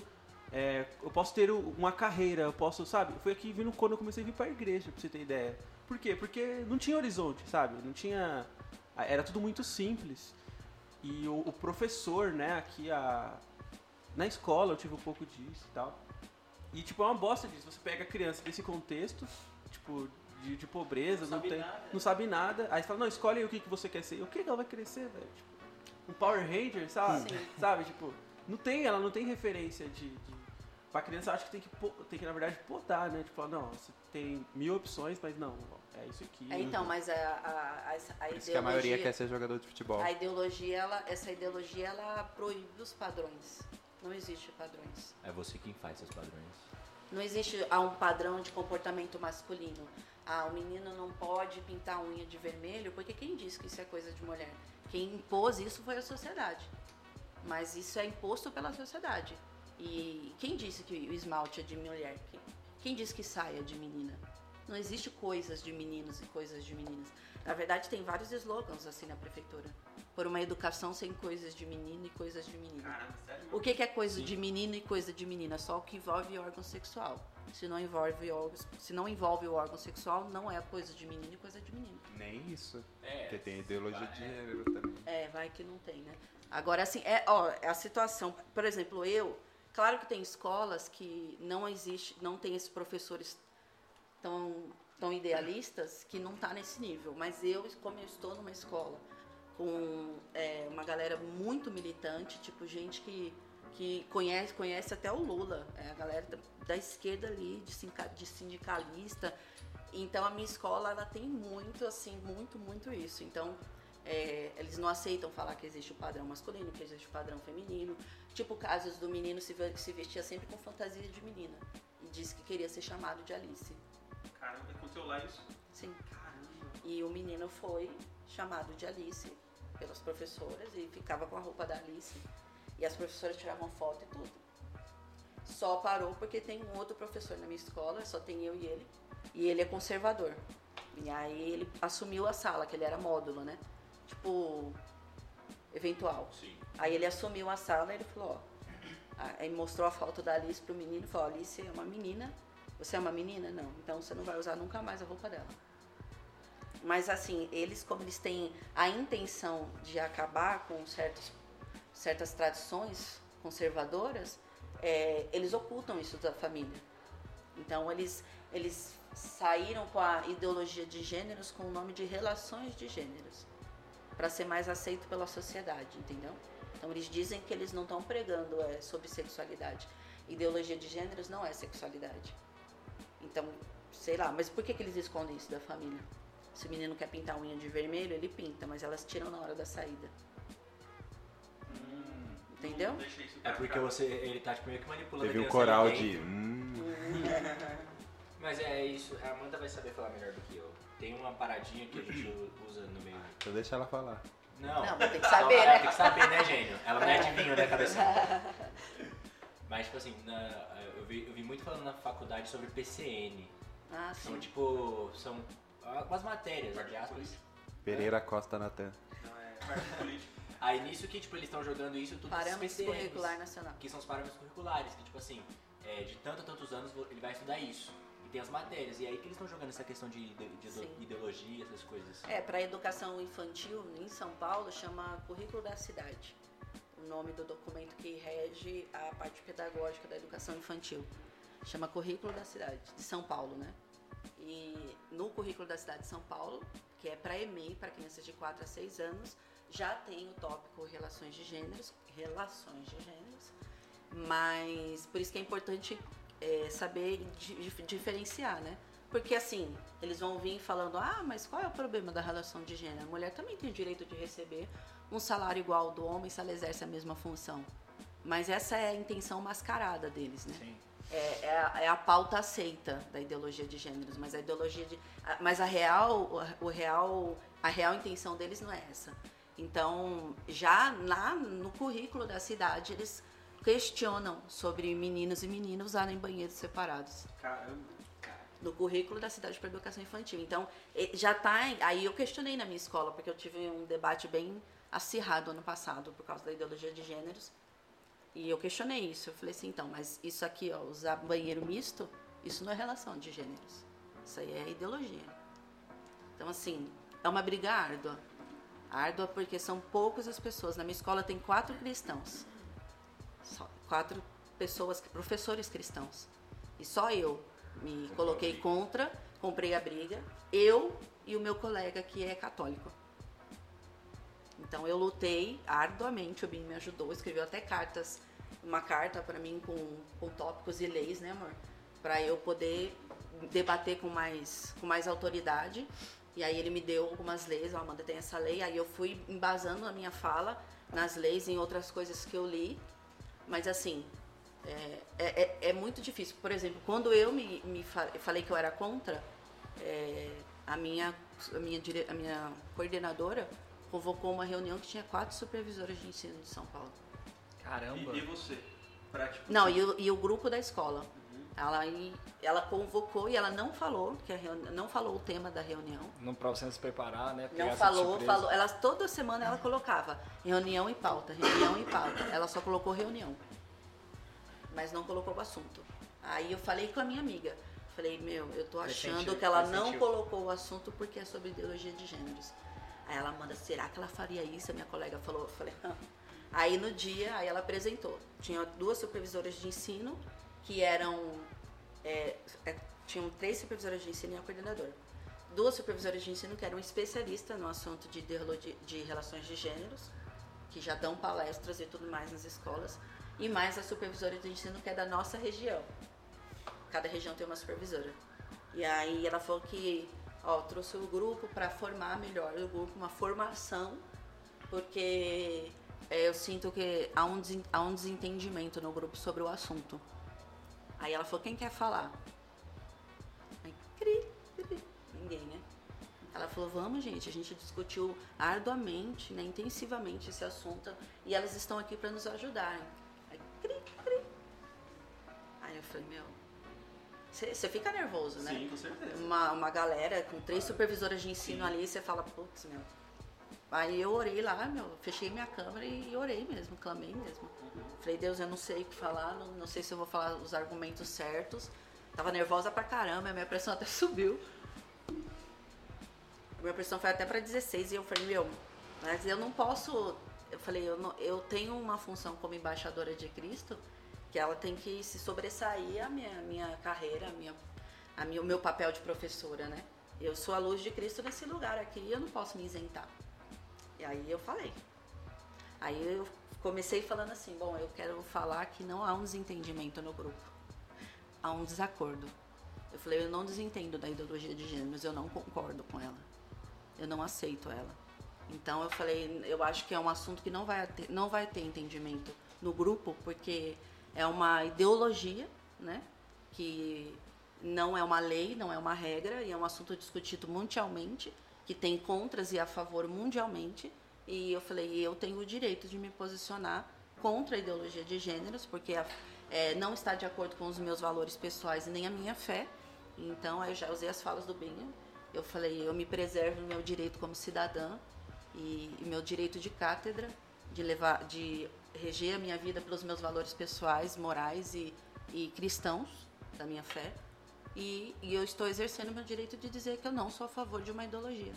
Speaker 2: é, eu posso ter u- uma carreira, eu posso, sabe? Foi aqui vindo quando eu comecei a vir pra igreja, pra você ter ideia. Por quê? Porque não tinha horizonte, sabe? Não tinha. Ah, Era tudo muito simples. E o, o professor, né, aqui a. Na escola eu tive um pouco disso e tal. E tipo, é uma bosta disso. Você pega a criança desse contexto, tipo, de, de pobreza, não, tem. Não sabe nada. Aí você fala, não, escolhe aí o que, que você quer ser. O que que ela vai crescer, velho? Tipo, um Power Ranger, sabe?
Speaker 5: Sim.
Speaker 2: [LAUGHS] Sabe, tipo, não tem, ela não tem referência de. de... Pra criança, eu acho que tem que, po- tem que, na verdade, podar, né? Tipo, não, você tem mil opções, mas não, é isso aqui.
Speaker 5: É, então, mas a, a, a, a
Speaker 3: Por isso que
Speaker 5: ideologia,
Speaker 3: a maioria quer ser jogador de futebol.
Speaker 5: a ideologia, ela, essa ideologia, ela proíbe os padrões. Não existe padrões.
Speaker 4: É você quem faz seus padrões.
Speaker 5: Não existe há um padrão de comportamento masculino. Ah, o menino não pode pintar a unha de vermelho, porque quem disse que isso é coisa de mulher? Quem impôs isso foi a sociedade. Mas isso é imposto pela sociedade. E quem disse que o esmalte é de mulher? Quem- Quem disse que saia é de menina? Não existe coisas de meninos e coisas de meninas. Na verdade, tem vários slogans assim na prefeitura. Por uma educação sem coisas de menino e coisas de menina.
Speaker 2: Caramba, sério?
Speaker 5: O que, que é coisa de menino e coisa de menina? Só o que envolve órgão sexual. Se não envolve, órgão- se não envolve o órgão sexual, não é coisa de menino e coisa de menino.
Speaker 3: Nem isso. Porque tem ideologia de gênero também.
Speaker 5: É, vai que não tem, né? Agora, assim, é, ó, é a situação. Por exemplo, eu, claro que tem escolas que não existe, não tem esses professores tão, tão idealistas que não tá nesse nível. Mas eu, como eu estou numa escola com é, uma galera muito militante, tipo gente que, que conhece, conhece até o Lula, é, a galera da- da esquerda ali, de, sinca- de sindicalista. Então a minha escola ela tem muito, assim, muito, muito isso. Então é, eles não aceitam falar que existe o padrão masculino, que existe o padrão feminino. Tipo casos do menino se, ve- se vestia sempre com fantasia de menina e disse que queria ser chamado de Alice.
Speaker 2: Caramba, aconteceu lá isso?
Speaker 5: Sim.
Speaker 2: Caramba.
Speaker 5: E o menino foi chamado de Alice pelas professoras e ficava com a roupa da Alice. E as professoras tiravam foto e tudo. Só parou porque tem um outro professor na minha escola, só tem eu e ele. E ele é conservador. E aí ele assumiu a sala, que ele era módulo, né? Tipo, eventual.
Speaker 4: Sim.
Speaker 5: Aí ele assumiu a sala e ele falou, ó. Aí mostrou a foto da Alice pro menino e falou, Alice é uma menina. Você é uma menina? Não. Então você não vai usar nunca mais a roupa dela. Mas assim, eles como eles têm a intenção de acabar com certos, certas tradições conservadoras, é, eles ocultam isso da família. Então eles, eles saíram com a ideologia de gêneros com o nome de relações de gêneros, para ser mais aceito pela sociedade, entendeu? Então eles dizem que eles não estão pregando é, sobre sexualidade. Ideologia de gêneros não é sexualidade. Então, sei lá, mas por que, que eles escondem isso da família? Se o menino quer pintar a unha de vermelho, ele pinta, mas elas tiram na hora da saída. Entendeu?
Speaker 4: É porque você, ele tá tipo, meio que manipulando
Speaker 3: Teve
Speaker 4: a
Speaker 3: um
Speaker 4: criança
Speaker 3: coral
Speaker 4: ali
Speaker 3: de. "Hum,
Speaker 4: dentro. Mas é isso, a Amanda vai saber falar melhor do que eu. Tem uma paradinha que a [CLEARS THROAT] gente usa no meio.
Speaker 3: Então deixa ela falar.
Speaker 4: Não,
Speaker 5: Não, mas tem que saber,
Speaker 4: ela
Speaker 5: né?
Speaker 4: Tem que saber, né, gênio? Ela não é adivinho, né,
Speaker 5: [LAUGHS]
Speaker 4: cabeça? Mas, tipo assim, na- eu, vi, eu vi muito falando na faculdade sobre PCN.
Speaker 5: Ah,
Speaker 4: São,
Speaker 5: sim.
Speaker 4: tipo, são algumas matérias, entre aspas.
Speaker 3: Pereira Costa Natan.
Speaker 2: Não, é parte política.
Speaker 4: Aí nisso que, tipo, eles estão jogando isso tudo
Speaker 5: Parâmetros
Speaker 4: PCNs.
Speaker 5: curricular né? nacional.
Speaker 4: assim, que são os parâmetros curriculares, que tipo assim, é, de tanto a tantos anos vo- ele vai estudar isso. E tem as matérias, e aí que eles estão jogando essa questão de, ide- de
Speaker 5: Sim.
Speaker 4: ide- ideologia, essas coisas. assim.
Speaker 5: É, para educação infantil em São Paulo chama Currículo da Cidade, o nome do documento que rege a parte pedagógica da educação infantil. Chama Currículo da Cidade, de São Paulo, né? E no Currículo da Cidade de São Paulo, que é para EMEI, para crianças de 4 a 6 anos, já tem o tópico Relações de Gêneros, Relações de Gêneros, mas por isso que é importante é, saber di- dif- diferenciar, né? Porque assim, eles vão vir falando, ah, mas qual é o problema da relação de gênero? A mulher também tem o direito de receber um salário igual ao do homem se ela exerce a mesma função. Mas essa é a intenção mascarada deles, né?
Speaker 6: Sim.
Speaker 5: É, é a, é a pauta aceita da ideologia de gêneros, mas a ideologia de, a- mas a real, o real, a real intenção deles não é essa. Então, já na, no currículo da cidade, eles questionam sobre meninos e meninas usarem banheiros separados
Speaker 2: Caramba.
Speaker 5: no currículo da cidade para educação infantil. Então, eh, já tá em- aí eu questionei na minha escola, porque eu tive um debate bem acirrado ano passado por causa da ideologia de gêneros. E eu questionei isso. Eu falei assim, então, mas isso aqui, ó, usar banheiro misto, isso não é relação de gêneros. Isso aí é ideologia. Então, assim, é uma briga árdua. Árdua porque são poucas as pessoas. Na minha escola tem quatro cristãos. Só quatro pessoas, professores cristãos. E só eu me coloquei contra, comprei a briga, eu e o meu colega que é católico. Então eu lutei arduamente, o Bim me ajudou, escreveu até cartas, uma carta para mim com, com tópicos e leis, né, amor? Para eu poder debater com mais, com mais autoridade. E aí ele me deu algumas leis, ó, Amanda, tem essa lei. Aí eu fui embasando a minha fala nas leis, em outras coisas que eu li. Mas assim, é, é- é muito difícil. Por exemplo, quando eu me, me fa- falei que eu era contra, é, a, minha, a, minha, dire- a minha coordenadora convocou uma reunião que tinha quatro supervisoras de ensino de São Paulo.
Speaker 6: Caramba.
Speaker 2: E, e você? Pra, tipo,
Speaker 5: Não, e o, e o grupo da escola. Ela, e- ela convocou e ela não falou, que a reuni- não falou o tema da reunião.
Speaker 6: Não pra você não se preparar, né? pegar
Speaker 5: Não
Speaker 6: essa
Speaker 5: falou,
Speaker 6: surpresa.
Speaker 5: falou. Ela toda semana ela colocava reunião e pauta, reunião e pauta. Ela só colocou reunião. Mas não colocou o assunto. Aí eu falei com a minha amiga. Falei, meu, eu tô achando
Speaker 6: sentiu,
Speaker 5: que ela
Speaker 6: faz
Speaker 5: não
Speaker 6: sentido.
Speaker 5: colocou o assunto porque é sobre ideologia de gêneros. Aí ela manda, será que ela faria isso? A minha colega falou, eu falei, não. Aí no dia, aí ela apresentou. Tinha duas supervisoras de ensino que eram é, é, tinham três supervisoras de ensino e uma coordenadora. Duas supervisoras de ensino que eram especialistas no assunto de, ideologia- de relações de gêneros, que já dão palestras e tudo mais nas escolas, e mais a supervisora de ensino que é da nossa região. Cada região tem uma supervisora. E aí ela falou que ó, trouxe o grupo para formar melhor o grupo, uma formação, porque é, eu sinto que há um desen- há um desentendimento no grupo sobre o assunto. Aí ela falou, quem quer falar? Aí, cri, cri, ninguém, né? Ela falou, vamos, gente, a gente discutiu arduamente, né, intensivamente esse assunto e elas estão aqui para nos ajudarem. Aí, cri, cri. Aí eu falei, meu, você fica nervoso, né?
Speaker 2: Sim, com certeza.
Speaker 5: uma, uma galera com três supervisoras de ensino ali, você fala, putz, meu. Aí eu orei lá, meu, fechei minha câmera e orei mesmo, clamei mesmo.
Speaker 2: Uhum.
Speaker 5: Falei, Deus, eu não sei o que falar, não, não sei se eu vou falar os argumentos certos. Tava nervosa pra caramba, minha pressão até [LAUGHS] subiu. Minha pressão foi até pra 16 e eu falei, meu, mas eu não posso. Eu falei, eu, não- eu tenho uma função como embaixadora de Cristo, que ela tem que se sobressair a minha, minha carreira, a minha, a minha, o meu papel de professora, né? Eu sou a luz de Cristo nesse lugar aqui e eu não posso me isentar. E aí eu falei. Aí eu comecei falando assim, bom, eu quero falar que não há um desentendimento no grupo. Há um desacordo. Eu falei, eu não desentendo da ideologia de gêneros, eu não concordo com ela. Eu não aceito ela. Então eu falei, eu acho que é um assunto que não vai ter, não vai ter entendimento no grupo, porque é uma ideologia, né? Que não é uma lei, não é uma regra, e é um assunto discutido mundialmente, que tem contras e a favor mundialmente. E eu falei, eu tenho o direito de me posicionar contra a ideologia de gêneros, porque a- é, não está de acordo com os meus valores pessoais e nem a minha fé. Então, aí eu já usei as falas do Binho. Eu falei, eu me preservo no meu direito como cidadã e, e meu direito de cátedra, de levar, de reger a minha vida pelos meus valores pessoais, morais e, e cristãos da minha fé. E, e eu estou exercendo meu direito de dizer que eu não sou a favor de uma ideologia.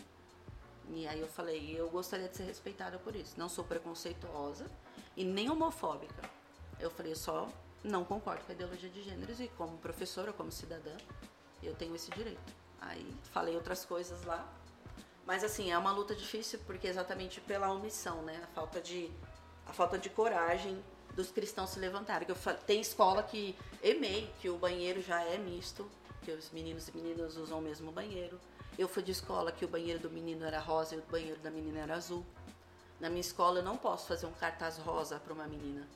Speaker 5: E aí eu falei, eu gostaria de ser respeitada por isso. Não sou preconceituosa e nem homofóbica. Eu falei, eu só não concordo com a ideologia de gêneros e como professora, como cidadã, eu tenho esse direito. Aí falei outras coisas lá. Mas assim, é uma luta difícil porque é exatamente pela omissão, né? A falta de a falta de coragem dos cristãos se levantarem. Que eu fa- tem escola que emei que o banheiro já é misto, que os meninos e meninas usam o mesmo banheiro. Eu fui de escola que o banheiro do menino era rosa e o banheiro da menina era azul. Na minha escola eu não posso fazer um cartaz rosa para uma menina.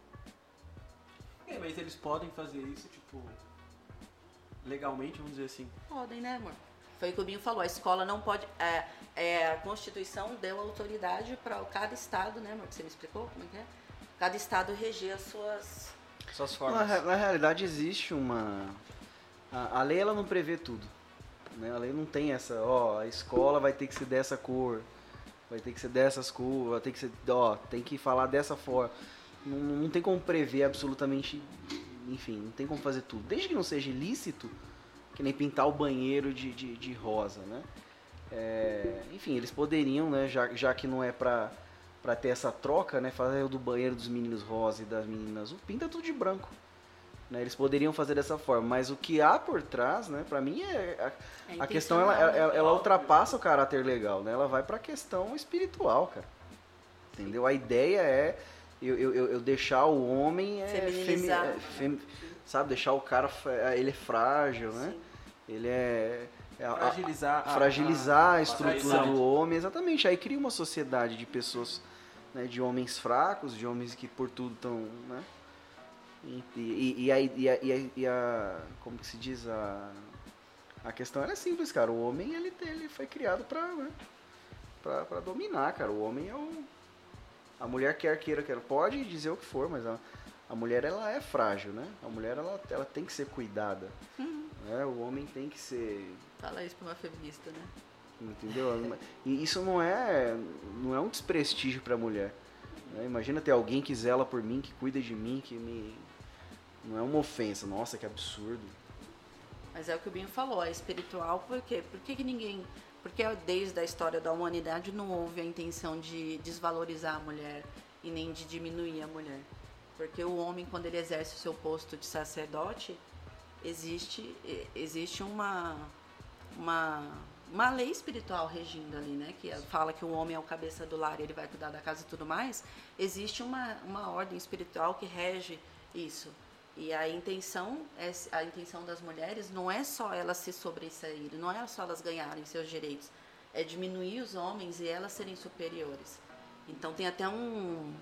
Speaker 2: É, mas eles podem fazer isso, tipo, legalmente, vamos dizer assim.
Speaker 5: Podem, né, amor? Foi o que o Binho falou, a escola não pode. é, é, a Constituição deu autoridade para cada estado, né, amor? Que você me explicou como é que é? Cada estado reger as suas.
Speaker 6: Suas
Speaker 7: Na,
Speaker 6: formas.
Speaker 7: re- na realidade existe uma. A, a lei ela não prevê tudo. né? A lei não tem essa, ó, a escola vai ter que ser dessa cor, vai ter que ser dessas cores, vai ter que ser, ó, tem que falar dessa forma. Não, não tem como prever absolutamente, enfim, não tem como fazer tudo. Desde que não seja ilícito, que nem pintar o banheiro de, de, de rosa, né? É, enfim, eles poderiam, né, já, já que não é pra, pra ter essa troca, né, fazer o do banheiro dos meninos rosa e das meninas azul, pinta tudo de branco. Né, eles poderiam fazer dessa forma, mas o que há por trás, né, pra mim é a-
Speaker 5: é,
Speaker 7: a questão
Speaker 5: intencional,
Speaker 7: ela, ela,
Speaker 5: né?
Speaker 7: ela ultrapassa o caráter legal, né? Ela vai pra questão espiritual, cara. Entendeu? A ideia é eu, eu, eu- eu deixar o homem é, femi-
Speaker 5: Feminilizar.
Speaker 7: é, fem- sabe, deixar o cara fra- ele é frágil, né?
Speaker 5: Sim.
Speaker 7: Ele é, é a- a-
Speaker 2: Fragilizar. a-
Speaker 7: fragilizar a estrutura
Speaker 2: fragilidade.
Speaker 7: do homem, exatamente. Aí cria uma sociedade de pessoas, né, de homens fracos, de homens que por tudo estão, né? E, e, e, a, e, a, e a- e a- como que se diz a a questão era simples, cara. O homem ele te- ele foi criado para né, pra- pra dominar, cara. O homem é o a mulher quer queira quer pode dizer o que for, mas a, a mulher ela é frágil, né? A mulher ela, ela tem que ser cuidada. Né? O homem tem que ser
Speaker 5: Fala isso pra uma feminista, né?
Speaker 7: Entendeu? E isso não é, não é um desprestígio pra mulher. né? Imagina ter alguém que zela por mim, que cuida de mim, que me. Não é uma ofensa. Nossa, que absurdo.
Speaker 5: Mas é o que o Binho falou, é espiritual, por quê? Por que, que ninguém. Porque desde a história da humanidade não houve a intenção de desvalorizar a mulher e nem de diminuir a mulher. Porque o homem, quando ele exerce o seu posto de sacerdote, existe, e- existe uma, uma, uma lei espiritual regindo ali, né? Que fala que o homem é o cabeça do lar, ele vai cuidar da casa e tudo mais. Existe uma, uma ordem espiritual que rege isso. E a intenção, é- a intenção das mulheres não é só elas se sobressaírem, não é só elas ganharem seus direitos, é diminuir os homens e elas serem superiores. Então tem até um,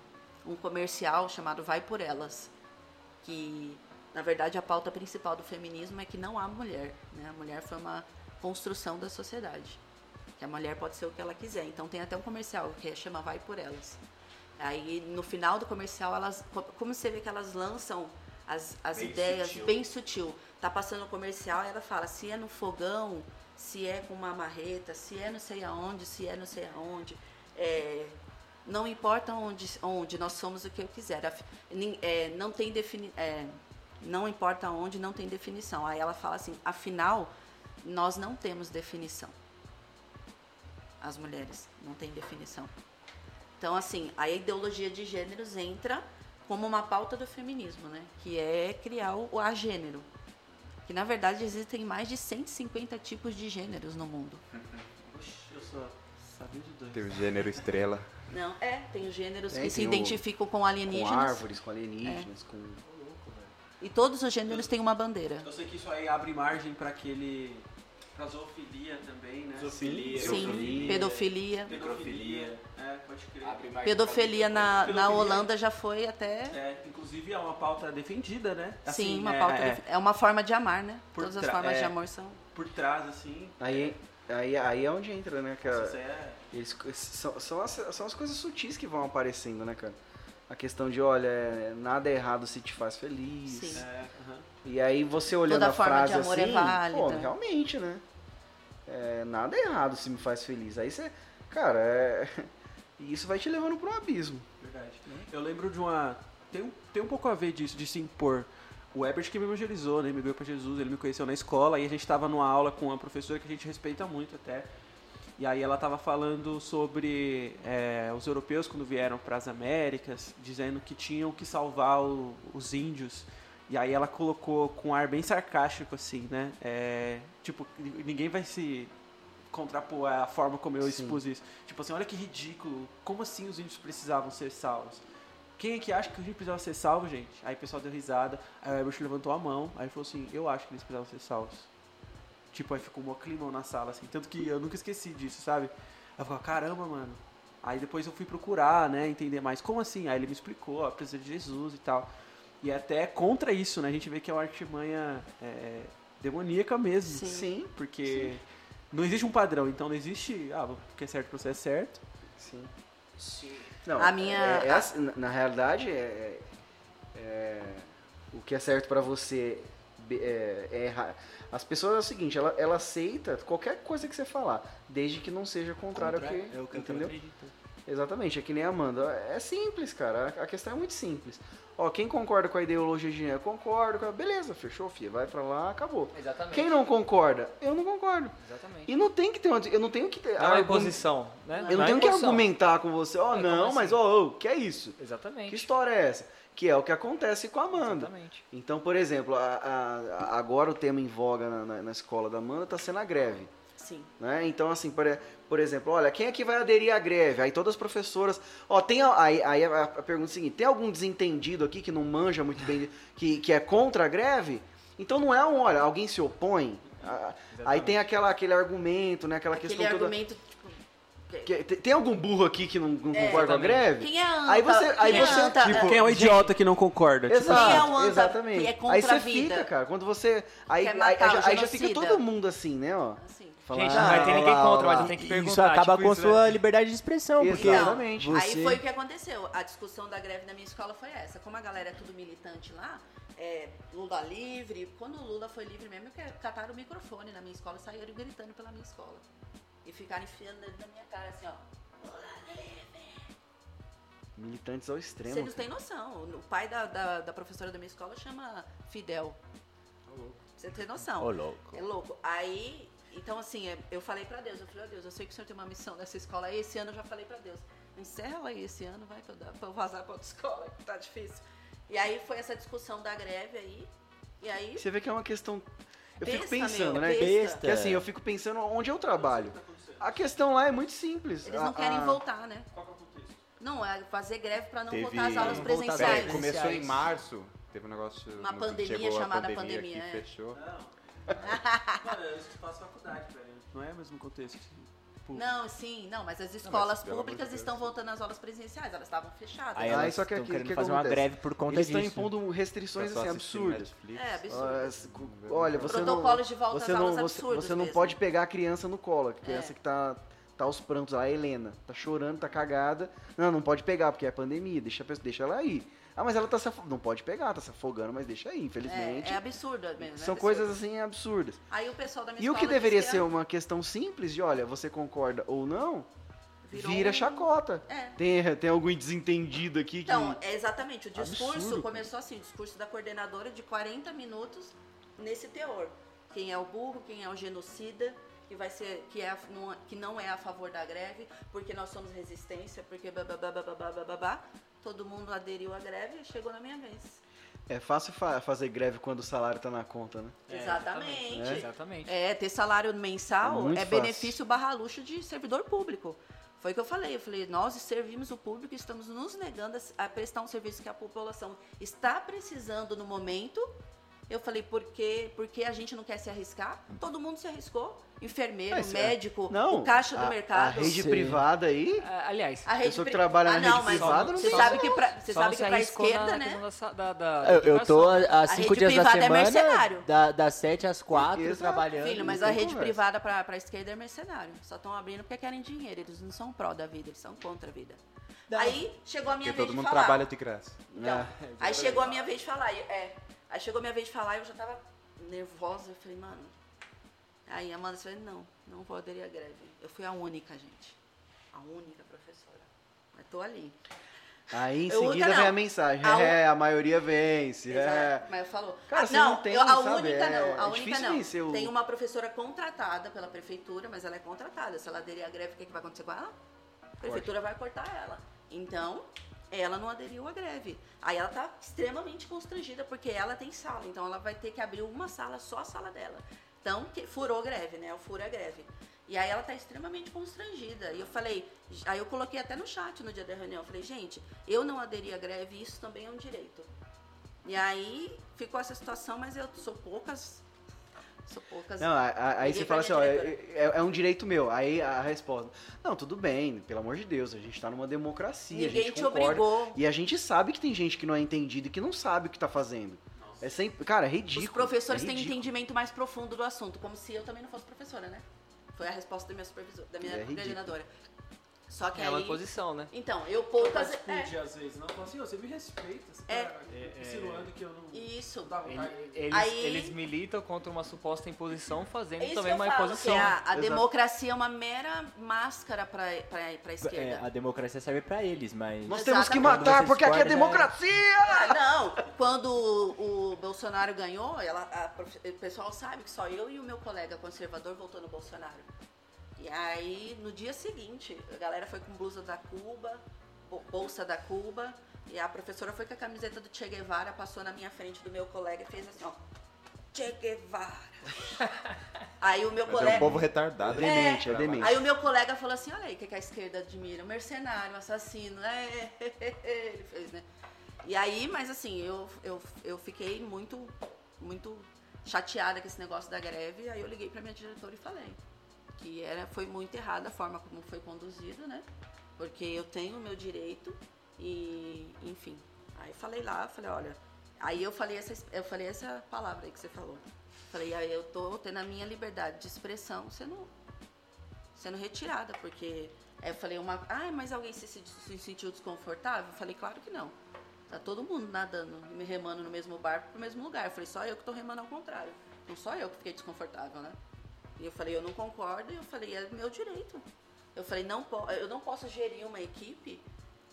Speaker 5: um comercial chamado Vai por Elas, que na verdade a pauta principal do feminismo é que não há mulher. Né? A mulher foi uma construção da sociedade. Que a mulher pode ser o que ela quiser. Então tem até um comercial que chama Vai por Elas. Aí no final do comercial, elas, co- como você vê que elas lançam as, as
Speaker 4: Bem
Speaker 5: ideias
Speaker 4: sutil.
Speaker 5: bem sutil. Tá passando o comercial e ela fala se é no fogão, se é com uma marreta, se é não sei aonde, se é não sei aonde. É, não importa onde, onde nós somos o que eu quiser. Af- nin- é, não tem defini é, não importa onde, não tem definição. Aí ela fala assim, afinal, nós não temos definição. As mulheres não têm definição. Então, assim, a ideologia de gêneros entra como uma pauta do feminismo, né? Que é criar o o agênero. Que, na verdade, existem mais de 150 tipos de gêneros no mundo.
Speaker 2: Oxi, eu só sabia de dois.
Speaker 3: Tem o gênero estrela.
Speaker 5: Não, é, tem os gêneros
Speaker 7: Tem,
Speaker 5: que se
Speaker 7: tem o-
Speaker 5: identificam com
Speaker 7: Com
Speaker 5: alienígenas.
Speaker 7: árvores, com alienígenas, com.
Speaker 5: E todos os gêneros têm uma bandeira.
Speaker 2: Eu sei que isso aí abre margem pra aquele. pra zoofilia também, né?
Speaker 4: Zoofilia,
Speaker 5: Sim,
Speaker 4: Pedofilia.
Speaker 5: pedofilia.
Speaker 2: Necrofilia. É, pode crer.
Speaker 4: Abre margem
Speaker 5: Pedofilia na, na
Speaker 2: Pedofilia.
Speaker 5: Holanda já foi até.
Speaker 2: É, inclusive é uma pauta defendida, né?
Speaker 5: Sim,
Speaker 2: Assim,
Speaker 5: uma
Speaker 2: é,
Speaker 5: pauta.
Speaker 2: é,
Speaker 5: de- É uma forma de amar, né?
Speaker 2: Por
Speaker 5: Todas as
Speaker 2: tra-
Speaker 5: formas
Speaker 2: é.
Speaker 5: de amor são.
Speaker 2: Por trás, assim.
Speaker 7: Aí, aí, aí é onde entra, né, cara?
Speaker 2: Isso é.
Speaker 7: Eles, são, são, as, são as coisas sutis que vão aparecendo, né, cara? A questão de, olha, é, nada é errado se te faz feliz.
Speaker 5: Sim.
Speaker 2: é aham.
Speaker 7: E aí você olhando
Speaker 5: Toda
Speaker 7: a
Speaker 5: forma
Speaker 7: frase
Speaker 5: de amor é
Speaker 7: assim,
Speaker 5: válida.
Speaker 7: pô, realmente, né? É, nada é errado se me faz feliz. Aí você, cara, é... [LAUGHS] e isso vai te levando para um abismo.
Speaker 2: Verdade. Eu lembro de uma. Tem um, tem um pouco a ver disso, de se impor. O Ebert que me evangelizou, né? Me ganhou pra Jesus, ele me conheceu na escola e a gente tava numa aula com uma professora que a gente respeita muito até. E aí ela tava falando sobre é, os europeus quando vieram para as Américas, dizendo que tinham que salvar o- os índios. E aí ela colocou com um ar bem sarcástico, assim, né? É, tipo, ninguém vai se contrapor a forma como eu
Speaker 7: Sim.
Speaker 2: expus isso. Tipo assim, olha que ridículo. Como assim os índios precisavam ser salvos? Quem é que acha que a gente precisava ser salvo, gente? Aí o pessoal deu risada, aí o Herbert levantou a mão, aí ele falou assim, eu acho que eles precisavam ser salvos. Tipo, aí ficou um maior climão na sala, assim, tanto que eu nunca esqueci disso, sabe? Aí eu falei, caramba, mano. Aí depois eu fui procurar, né, entender mais, como assim? Aí ele me explicou, ó, precisa de Jesus e tal. E é até contra isso, né, a gente vê que é uma artimanha é, demoníaca mesmo.
Speaker 5: Sim.
Speaker 2: Porque Não existe um padrão, então não existe. Ah, o que é certo pra você é certo.
Speaker 7: Sim. Não,
Speaker 5: A minha-
Speaker 7: é- é assim, na, na realidade, é, é- o que é certo pra você be- é, é errado. As pessoas é o seguinte, ela, ela aceita qualquer coisa que você falar, desde que não seja contrário ao que,
Speaker 4: É o que
Speaker 7: entendeu?
Speaker 4: eu acredito.
Speaker 7: Exatamente, é que nem a Amanda. É simples, cara. A- A questão é muito simples. Ó, quem concorda com a ideologia de eu concordo, com a- beleza, fechou, filho. Vai pra lá, acabou.
Speaker 6: Exatamente.
Speaker 7: Quem não concorda? Eu não concordo.
Speaker 6: Exatamente.
Speaker 7: E não tem que ter uma, eu não tenho que ter
Speaker 6: Não é
Speaker 7: argu-
Speaker 6: imposição, né?
Speaker 7: Eu não
Speaker 6: é
Speaker 7: tenho que
Speaker 6: imposição.
Speaker 7: argumentar com você. Ó,
Speaker 6: É, como
Speaker 7: não,
Speaker 6: assim?
Speaker 7: mas ó, ô, que é isso? Que
Speaker 6: Exatamente.
Speaker 7: história é essa? Que é o que acontece com a Amanda.
Speaker 6: Exatamente.
Speaker 7: Então, por exemplo, a- a- a- agora o tema em voga na, na- na escola da Amanda tá sendo a greve.
Speaker 5: Sim.
Speaker 7: Né? Então, assim, por, e- por exemplo, olha, quem aqui vai aderir à greve? Aí todas as professoras. Ó, tem. a- Aí, aí a, a pergunta é a seguinte: tem algum desentendido aqui que não manja muito bem, que, que é contra a greve? Então não é um, olha, alguém se opõe. A- Aí tem aquela, aquele argumento, né? Aquela
Speaker 5: Aquele
Speaker 7: questão toda.
Speaker 5: argumento, tipo,
Speaker 7: Que- te- tem algum burro aqui que não, não concorda com a
Speaker 6: exatamente.
Speaker 7: greve?
Speaker 5: quem é a anta?
Speaker 7: Aí você- aí
Speaker 5: quem
Speaker 7: você-
Speaker 5: é a anta?
Speaker 2: Tipo, quem é o idiota que não concorda? Tipo,
Speaker 7: Exato,
Speaker 5: Quem é o anta
Speaker 7: exatamente.
Speaker 5: que é contra
Speaker 7: aí você
Speaker 5: a vida?
Speaker 7: fica, cara. Quando você. Aí,
Speaker 5: Quer
Speaker 7: aí-
Speaker 5: matar
Speaker 7: aí
Speaker 5: o
Speaker 7: já- aí já
Speaker 5: genocida?
Speaker 7: fica todo mundo assim, né, ó.
Speaker 5: Assim.
Speaker 7: Falar,
Speaker 6: Gente,
Speaker 7: ah,
Speaker 6: não vai ter
Speaker 7: olha
Speaker 6: ninguém
Speaker 7: lá,
Speaker 6: contra,
Speaker 7: olha
Speaker 6: mas
Speaker 7: lá.
Speaker 6: eu tenho que perguntar.
Speaker 1: Isso acaba
Speaker 6: tipo
Speaker 1: com
Speaker 6: né?
Speaker 1: sua liberdade de expressão, porque
Speaker 7: Exatamente.
Speaker 1: você...
Speaker 5: Aí foi o que aconteceu. A discussão da greve na minha escola foi essa. Como a galera é tudo militante lá, é, Lula livre. Quando o Lula foi livre mesmo, eu que- é, cataram o microfone na minha escola e saíram gritando pela minha escola. E ficaram enfiando dedo na minha cara, assim, ó.
Speaker 7: Militantes ao
Speaker 5: Você
Speaker 7: extremo.
Speaker 5: não tem noção. O pai da, da- da professora da minha escola chama Fidel.
Speaker 1: Tá
Speaker 5: Você não tem noção.
Speaker 4: Ô, louco.
Speaker 5: É louco. Aí, então assim, é, eu falei pra Deus, eu falei, ó Deus, eu sei que o senhor tem uma missão nessa escola aí, esse ano eu já falei pra Deus. Encerra ela aí esse ano, vai pra, eu dar- pra eu vazar pra outra [LAUGHS] escola, que tá difícil. E aí foi essa discussão da greve aí. E aí,
Speaker 7: Você vê que é uma questão. Eu fico
Speaker 5: Besta, meu,
Speaker 7: pensando, né?
Speaker 5: besta.
Speaker 7: Que assim, eu fico pensando onde eu trabalho. A questão lá é muito simples.
Speaker 5: eles
Speaker 7: A-
Speaker 5: não querem
Speaker 7: a-
Speaker 5: voltar, né? Não, é fazer greve pra não
Speaker 3: Teve-
Speaker 5: voltar às aulas
Speaker 4: Não voltar às aulas
Speaker 5: presenciais.
Speaker 3: É, começou em
Speaker 4: Presenciais.
Speaker 3: março, teve um negócio.
Speaker 5: Uma
Speaker 3: no-
Speaker 5: pandemia
Speaker 3: chegou a
Speaker 5: chamada
Speaker 3: que
Speaker 5: pandemia, é.
Speaker 3: fechou.
Speaker 2: Mano, eu faço faculdade, velho. Não é o mesmo contexto. Tipo,
Speaker 5: Não, sim, não, mas as escolas
Speaker 3: pelo amor de
Speaker 5: públicas
Speaker 3: Deus.
Speaker 5: estão voltando às aulas presenciais, elas estavam fechadas.
Speaker 4: Aí
Speaker 7: Ah,
Speaker 4: elas
Speaker 7: só que
Speaker 4: estão
Speaker 7: aqui,
Speaker 4: querendo
Speaker 7: que
Speaker 4: fazer uma
Speaker 7: acontece?
Speaker 4: greve por conta
Speaker 7: Eles
Speaker 4: disso.
Speaker 7: estão impondo restrições assim,
Speaker 3: Pessoal assistindo
Speaker 7: absurdas.
Speaker 3: Netflix.
Speaker 5: É, absurdo.
Speaker 7: Ah, se- cu- Olha, você não,
Speaker 5: Protocolos de volta
Speaker 7: você
Speaker 5: às
Speaker 7: não,
Speaker 5: aulas
Speaker 7: você,
Speaker 5: absurdos
Speaker 7: você não
Speaker 5: mesmo.
Speaker 7: pode pegar a criança no colo, a criança
Speaker 5: É.
Speaker 7: que tá, tá aos prantos, a Helena, tá chorando, tá cagada. Não, não pode pegar, porque é pandemia, deixa, a pessoa- deixa ela aí. Ah, mas ela tá se afogando. Não pode pegar, tá se afogando, mas deixa aí, infelizmente.
Speaker 5: É, é absurdo mesmo. é
Speaker 7: São
Speaker 5: absurdo.
Speaker 7: coisas assim absurdas.
Speaker 5: Aí o pessoal da minha
Speaker 7: E o
Speaker 5: escola
Speaker 7: que
Speaker 5: disse
Speaker 7: deveria
Speaker 5: que
Speaker 7: ser uma questão simples de, olha, você concorda ou não,
Speaker 5: virou
Speaker 7: vira
Speaker 5: um-
Speaker 7: chacota.
Speaker 5: É.
Speaker 7: Tem, tem algum desentendido aqui que.
Speaker 5: Então, é exatamente. O discurso
Speaker 7: Absurdo, cara.
Speaker 5: começou assim, o discurso da coordenadora de 40 minutos nesse teor. Quem é o burro, quem é o genocida, que vai ser que é a- não, que não é a favor da greve, porque nós somos resistência, porque bababá, bababá, bababá. Todo mundo aderiu à greve e chegou na minha vez.
Speaker 7: É fácil fa- fazer greve quando o salário tá na conta, né?
Speaker 6: É,
Speaker 5: exatamente.
Speaker 6: Exatamente. Exatamente.
Speaker 5: É, ter salário mensal
Speaker 7: É
Speaker 5: é,
Speaker 7: muito fácil.
Speaker 5: benefício barra luxo de servidor público. Foi o que eu falei. Eu falei, nós servimos o público e estamos nos negando a, a prestar um serviço que a população está precisando no momento. Eu falei, porque, porque a gente não quer se arriscar. Todo mundo se arriscou. Enfermeiro,
Speaker 7: Mas, é,
Speaker 5: médico,
Speaker 7: Não.
Speaker 5: o caixa do
Speaker 7: a- A
Speaker 5: mercado.
Speaker 7: rede
Speaker 1: Sim.
Speaker 7: privada aí.
Speaker 6: Ah, Aliás,
Speaker 5: a
Speaker 7: pessoa que
Speaker 5: pri-
Speaker 7: trabalha na
Speaker 5: ah,
Speaker 7: rede
Speaker 5: não, mas
Speaker 7: privada não
Speaker 5: Você
Speaker 7: tem
Speaker 5: sabe que pra, você
Speaker 6: só
Speaker 5: sabe
Speaker 6: não se
Speaker 5: que pra
Speaker 6: arriscou na-
Speaker 5: esquerda,
Speaker 6: na
Speaker 5: né?
Speaker 6: questão dessa- da, da
Speaker 1: Eu, eu tô
Speaker 6: educação.
Speaker 1: há
Speaker 5: A
Speaker 1: cinco
Speaker 5: rede
Speaker 1: dias da
Speaker 5: privada é
Speaker 1: semana,
Speaker 5: mercenário.
Speaker 1: da, das sete às quatro,
Speaker 7: Exato.
Speaker 1: trabalhando.
Speaker 5: Filho, mas
Speaker 1: não
Speaker 5: a
Speaker 1: tem
Speaker 5: rede
Speaker 1: conversa.
Speaker 5: privada pra, pra esquerda é mercenário. Só estão abrindo porque querem dinheiro. Eles não são pró da vida, eles são contra a vida. Aí chegou a minha
Speaker 3: Porque
Speaker 5: vez
Speaker 3: todo
Speaker 5: de
Speaker 3: mundo
Speaker 5: falar.
Speaker 3: trabalha É, de graça.
Speaker 5: Então, aí chegou a minha vez de falar. e- É, aí chegou a minha vez de falar e eu já tava nervosa. Eu falei, mano. Aí a Amanda falou, não, não vou aderir à greve. Eu fui a única, gente. A única professora. Mas tô ali.
Speaker 7: Aí em
Speaker 5: Eu-
Speaker 7: seguida
Speaker 5: não.
Speaker 7: vem a mensagem.
Speaker 5: A u-
Speaker 7: É, a maioria vence.
Speaker 5: Exato.
Speaker 7: É.
Speaker 5: Mas eu falo.
Speaker 7: Cara,
Speaker 5: ah,
Speaker 7: você
Speaker 5: não,
Speaker 7: não tem,
Speaker 5: eu- a
Speaker 7: sabe?
Speaker 5: única
Speaker 7: É-
Speaker 5: não. A
Speaker 7: é
Speaker 5: única
Speaker 7: difícil
Speaker 5: não.
Speaker 7: vencer o-
Speaker 5: Tem uma professora contratada pela prefeitura, mas ela é contratada. Se ela aderir à greve, o que, é que vai acontecer com ela? A prefeitura vai cortar ela. Então, ela não aderiu à greve. Aí ela tá extremamente constrangida, porque ela tem sala. Então ela vai ter que abrir uma sala, só a sala dela. Então, que furou greve, né? O furo é greve. E aí ela tá extremamente constrangida. E eu falei, aí eu coloquei até no chat no dia da reunião, eu falei, gente, eu não aderi à greve, isso também é um direito. E aí ficou essa situação, mas eu sou poucas. Sou poucas.
Speaker 7: Não, a- a- aí
Speaker 5: Liguei
Speaker 7: você
Speaker 5: tá pra
Speaker 7: fala assim,
Speaker 5: minha
Speaker 7: ó, é,
Speaker 5: diretora.
Speaker 7: é- é um direito meu. Aí a resposta, não, tudo bem, pelo amor de Deus, a gente tá numa democracia, a
Speaker 5: Ninguém
Speaker 7: gente
Speaker 5: te
Speaker 7: concorda.
Speaker 5: obrigou.
Speaker 7: E a gente sabe que tem gente que não é entendida e que não sabe o que tá fazendo. É sempre, cara, é ridículo.
Speaker 5: Os professores
Speaker 7: é
Speaker 5: têm um
Speaker 7: ridículo.
Speaker 5: entendimento mais profundo do assunto, como se eu também não fosse professora, né? Foi a resposta da minha supervisora, da minha
Speaker 7: É ridículo.
Speaker 5: coordenadora. Só que
Speaker 8: É uma
Speaker 5: aí.
Speaker 8: imposição, né?
Speaker 5: Então, eu poucas.
Speaker 2: Poucas
Speaker 5: É,
Speaker 2: responde às vezes, não. Fala assim, "Ô, você me respeita, você
Speaker 5: É.
Speaker 2: tá insinuando que eu não
Speaker 5: isso.
Speaker 2: dava
Speaker 6: Ele-
Speaker 2: vontade.
Speaker 6: Eles,
Speaker 5: Aí-
Speaker 6: eles
Speaker 8: Militam contra uma suposta imposição, fazendo
Speaker 5: É isso
Speaker 8: também
Speaker 5: que eu
Speaker 8: uma
Speaker 5: falo,
Speaker 8: imposição.
Speaker 5: que a, a
Speaker 7: Exato.
Speaker 5: democracia é uma mera máscara para a
Speaker 4: É,
Speaker 3: Ah,
Speaker 5: esquerda.
Speaker 4: a democracia serve pra eles, mas.
Speaker 7: Nós temos que
Speaker 5: Exatamente.
Speaker 7: matar,
Speaker 4: Vocês
Speaker 7: porque aqui é
Speaker 4: guardam-
Speaker 7: democracia!
Speaker 5: Ah, não, quando o, o Bolsonaro ganhou, ela- a prof- o pessoal sabe que só eu e o meu colega conservador votou no Bolsonaro. E aí, no dia seguinte, a galera foi com blusa da Cuba, bo- bolsa da Cuba, e a professora foi com a camiseta do Che Guevara, passou na minha frente do meu colega e fez assim, ó. Che
Speaker 8: [LAUGHS]
Speaker 5: Guevara. aí o meu
Speaker 3: Mas
Speaker 5: colega...
Speaker 3: é um povo retardado. né?
Speaker 7: Demente, é demente.
Speaker 5: Aí o meu colega falou assim, olha aí o que, que a esquerda admira, um mercenário, um assassino, é, [LAUGHS] ele fez, né? E aí, mas assim, eu, eu, eu fiquei muito, muito chateada com esse negócio da greve, aí eu liguei pra minha diretora e falei que era, foi muito errada a forma como foi conduzido, né? Porque eu tenho o meu direito e, enfim. Aí eu falei lá, falei, olha, aí eu falei essa, es- eu falei essa palavra aí que você falou. Falei, aí eu tô tendo a minha liberdade de expressão, você não, sendo retirada, porque aí eu falei uma, ah, mas alguém se, se- se sentiu desconfortável? Eu falei, claro que não. Tá todo mundo nadando e me remando no mesmo barco pro mesmo lugar. Eu falei, só eu que tô remando ao contrário. Não só eu que fiquei desconfortável, né? E eu falei, eu não concordo, e eu falei, é meu direito. Eu falei, não po- eu não posso gerir uma equipe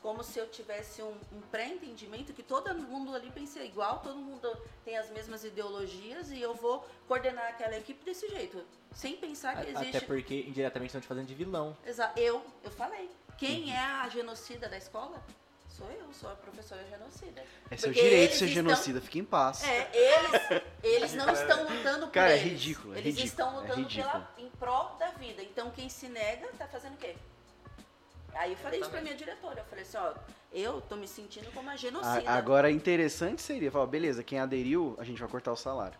Speaker 5: como se eu tivesse um, um pré-entendimento que todo mundo ali pensa igual, todo mundo tem as mesmas ideologias e eu vou coordenar aquela equipe desse jeito, sem pensar que
Speaker 4: A-
Speaker 5: existe
Speaker 4: Até porque indiretamente estão te fazendo de vilão.
Speaker 5: Exa eu, eu falei.
Speaker 7: Uhum.
Speaker 5: Quem é a genocida da escola? Sou eu, sou a professora genocida.
Speaker 7: É seu
Speaker 5: Porque
Speaker 7: direito
Speaker 5: eles
Speaker 7: ser
Speaker 5: estão-
Speaker 7: genocida, fica em paz.
Speaker 5: É, eles, eles não estão lutando por
Speaker 7: Cara, é
Speaker 5: eles.
Speaker 7: ridículo, é
Speaker 5: Eles
Speaker 7: ridículo,
Speaker 5: estão
Speaker 7: é
Speaker 5: lutando
Speaker 7: ridículo.
Speaker 5: pela, em prol da vida. Então quem se nega tá fazendo o quê? Aí eu falei isso pra minha diretora. Eu falei assim, ó, eu tô me sentindo como a genocida.
Speaker 7: A- agora, interessante seria falar, beleza, quem aderiu, a gente vai cortar o salário.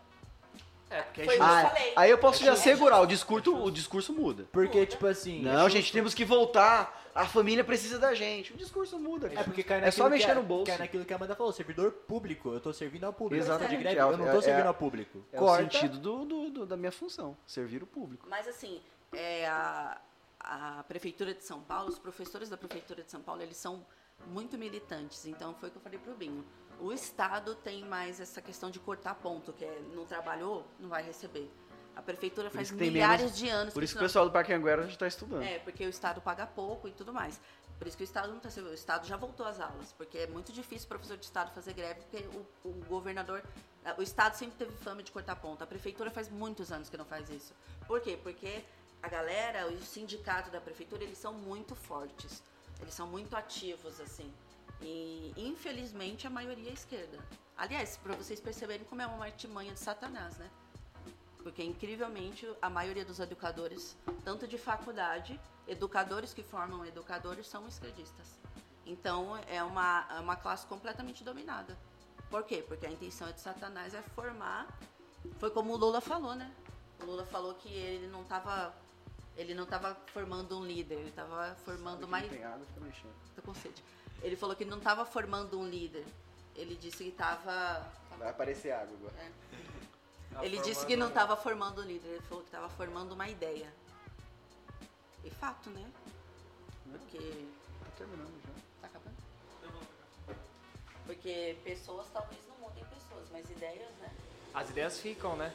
Speaker 8: É, porque é
Speaker 5: Foi o que eu
Speaker 7: Ah,
Speaker 5: falei.
Speaker 7: aí eu posso
Speaker 5: É
Speaker 7: já
Speaker 5: justo.
Speaker 7: assegurar, o discurso, o discurso muda.
Speaker 4: Porque, tipo assim.
Speaker 1: é
Speaker 7: Não, gente, temos que voltar, a família precisa da gente. O discurso muda,
Speaker 4: É
Speaker 7: cara.
Speaker 4: porque cai
Speaker 7: É só
Speaker 4: naquilo
Speaker 7: mexer
Speaker 4: que a-
Speaker 7: no bolso.
Speaker 4: Cai naquilo que a Amanda falou, servidor público. Eu tô servindo ao público. Eu
Speaker 7: Exatamente.
Speaker 4: tô de greve,
Speaker 7: É o-
Speaker 4: eu não tô
Speaker 7: é-
Speaker 4: servindo
Speaker 7: é-
Speaker 4: ao público.
Speaker 7: É o
Speaker 4: Corta.
Speaker 7: sentido do, do- do- da minha função, servir o público.
Speaker 5: Mas assim, é, a, a prefeitura de São Paulo, os professores da prefeitura de São Paulo, eles são muito militantes. Então foi o que eu falei pro Binho. O Estado tem mais essa questão de cortar ponto, que é não trabalhou, não vai receber. A prefeitura
Speaker 7: Por
Speaker 5: faz
Speaker 7: isso que tem
Speaker 5: milhares
Speaker 7: menos-
Speaker 5: de anos
Speaker 7: Por
Speaker 5: que
Speaker 7: isso que o
Speaker 5: não-
Speaker 7: pessoal do Parque Anguera já tá estudando.
Speaker 5: é, porque o Estado paga pouco e tudo mais. Por isso que o Estado não está sendo. O Estado já voltou às aulas, porque é muito difícil o professor de Estado fazer greve, porque o, o governador. ah, O Estado sempre teve fama de cortar ponta. A prefeitura faz muitos anos que não faz isso. Por quê? Porque a galera, o sindicato da prefeitura, eles são muito fortes. Eles são muito ativos, assim. E, infelizmente, a maioria é esquerda. Aliás, para vocês perceberem como é uma artimanha de Satanás, né? Porque, incrivelmente, a maioria dos educadores, tanto de faculdade, educadores que formam educadores são esquerdistas. Então, é uma, é uma classe completamente dominada. Por quê? Porque a intenção de Satanás é formar. Foi como o Lula falou, né? O Lula falou que ele não estava. Ele não estava formando um líder, ele estava formando mais. Tá
Speaker 7: Tem né? água, fica mexendo.
Speaker 5: Tô com sede. Ele falou que não estava formando um líder. Ele disse que estava.
Speaker 7: Vai aparecer água agora.
Speaker 5: Ele disse que não estava formando um líder. Ele falou que estava formando uma ideia. E fato, né? Porque
Speaker 7: Tá terminando já.
Speaker 5: Tá acabando? Porque pessoas talvez não mudem pessoas, mas ideias, né?
Speaker 8: As ideias ficam, né?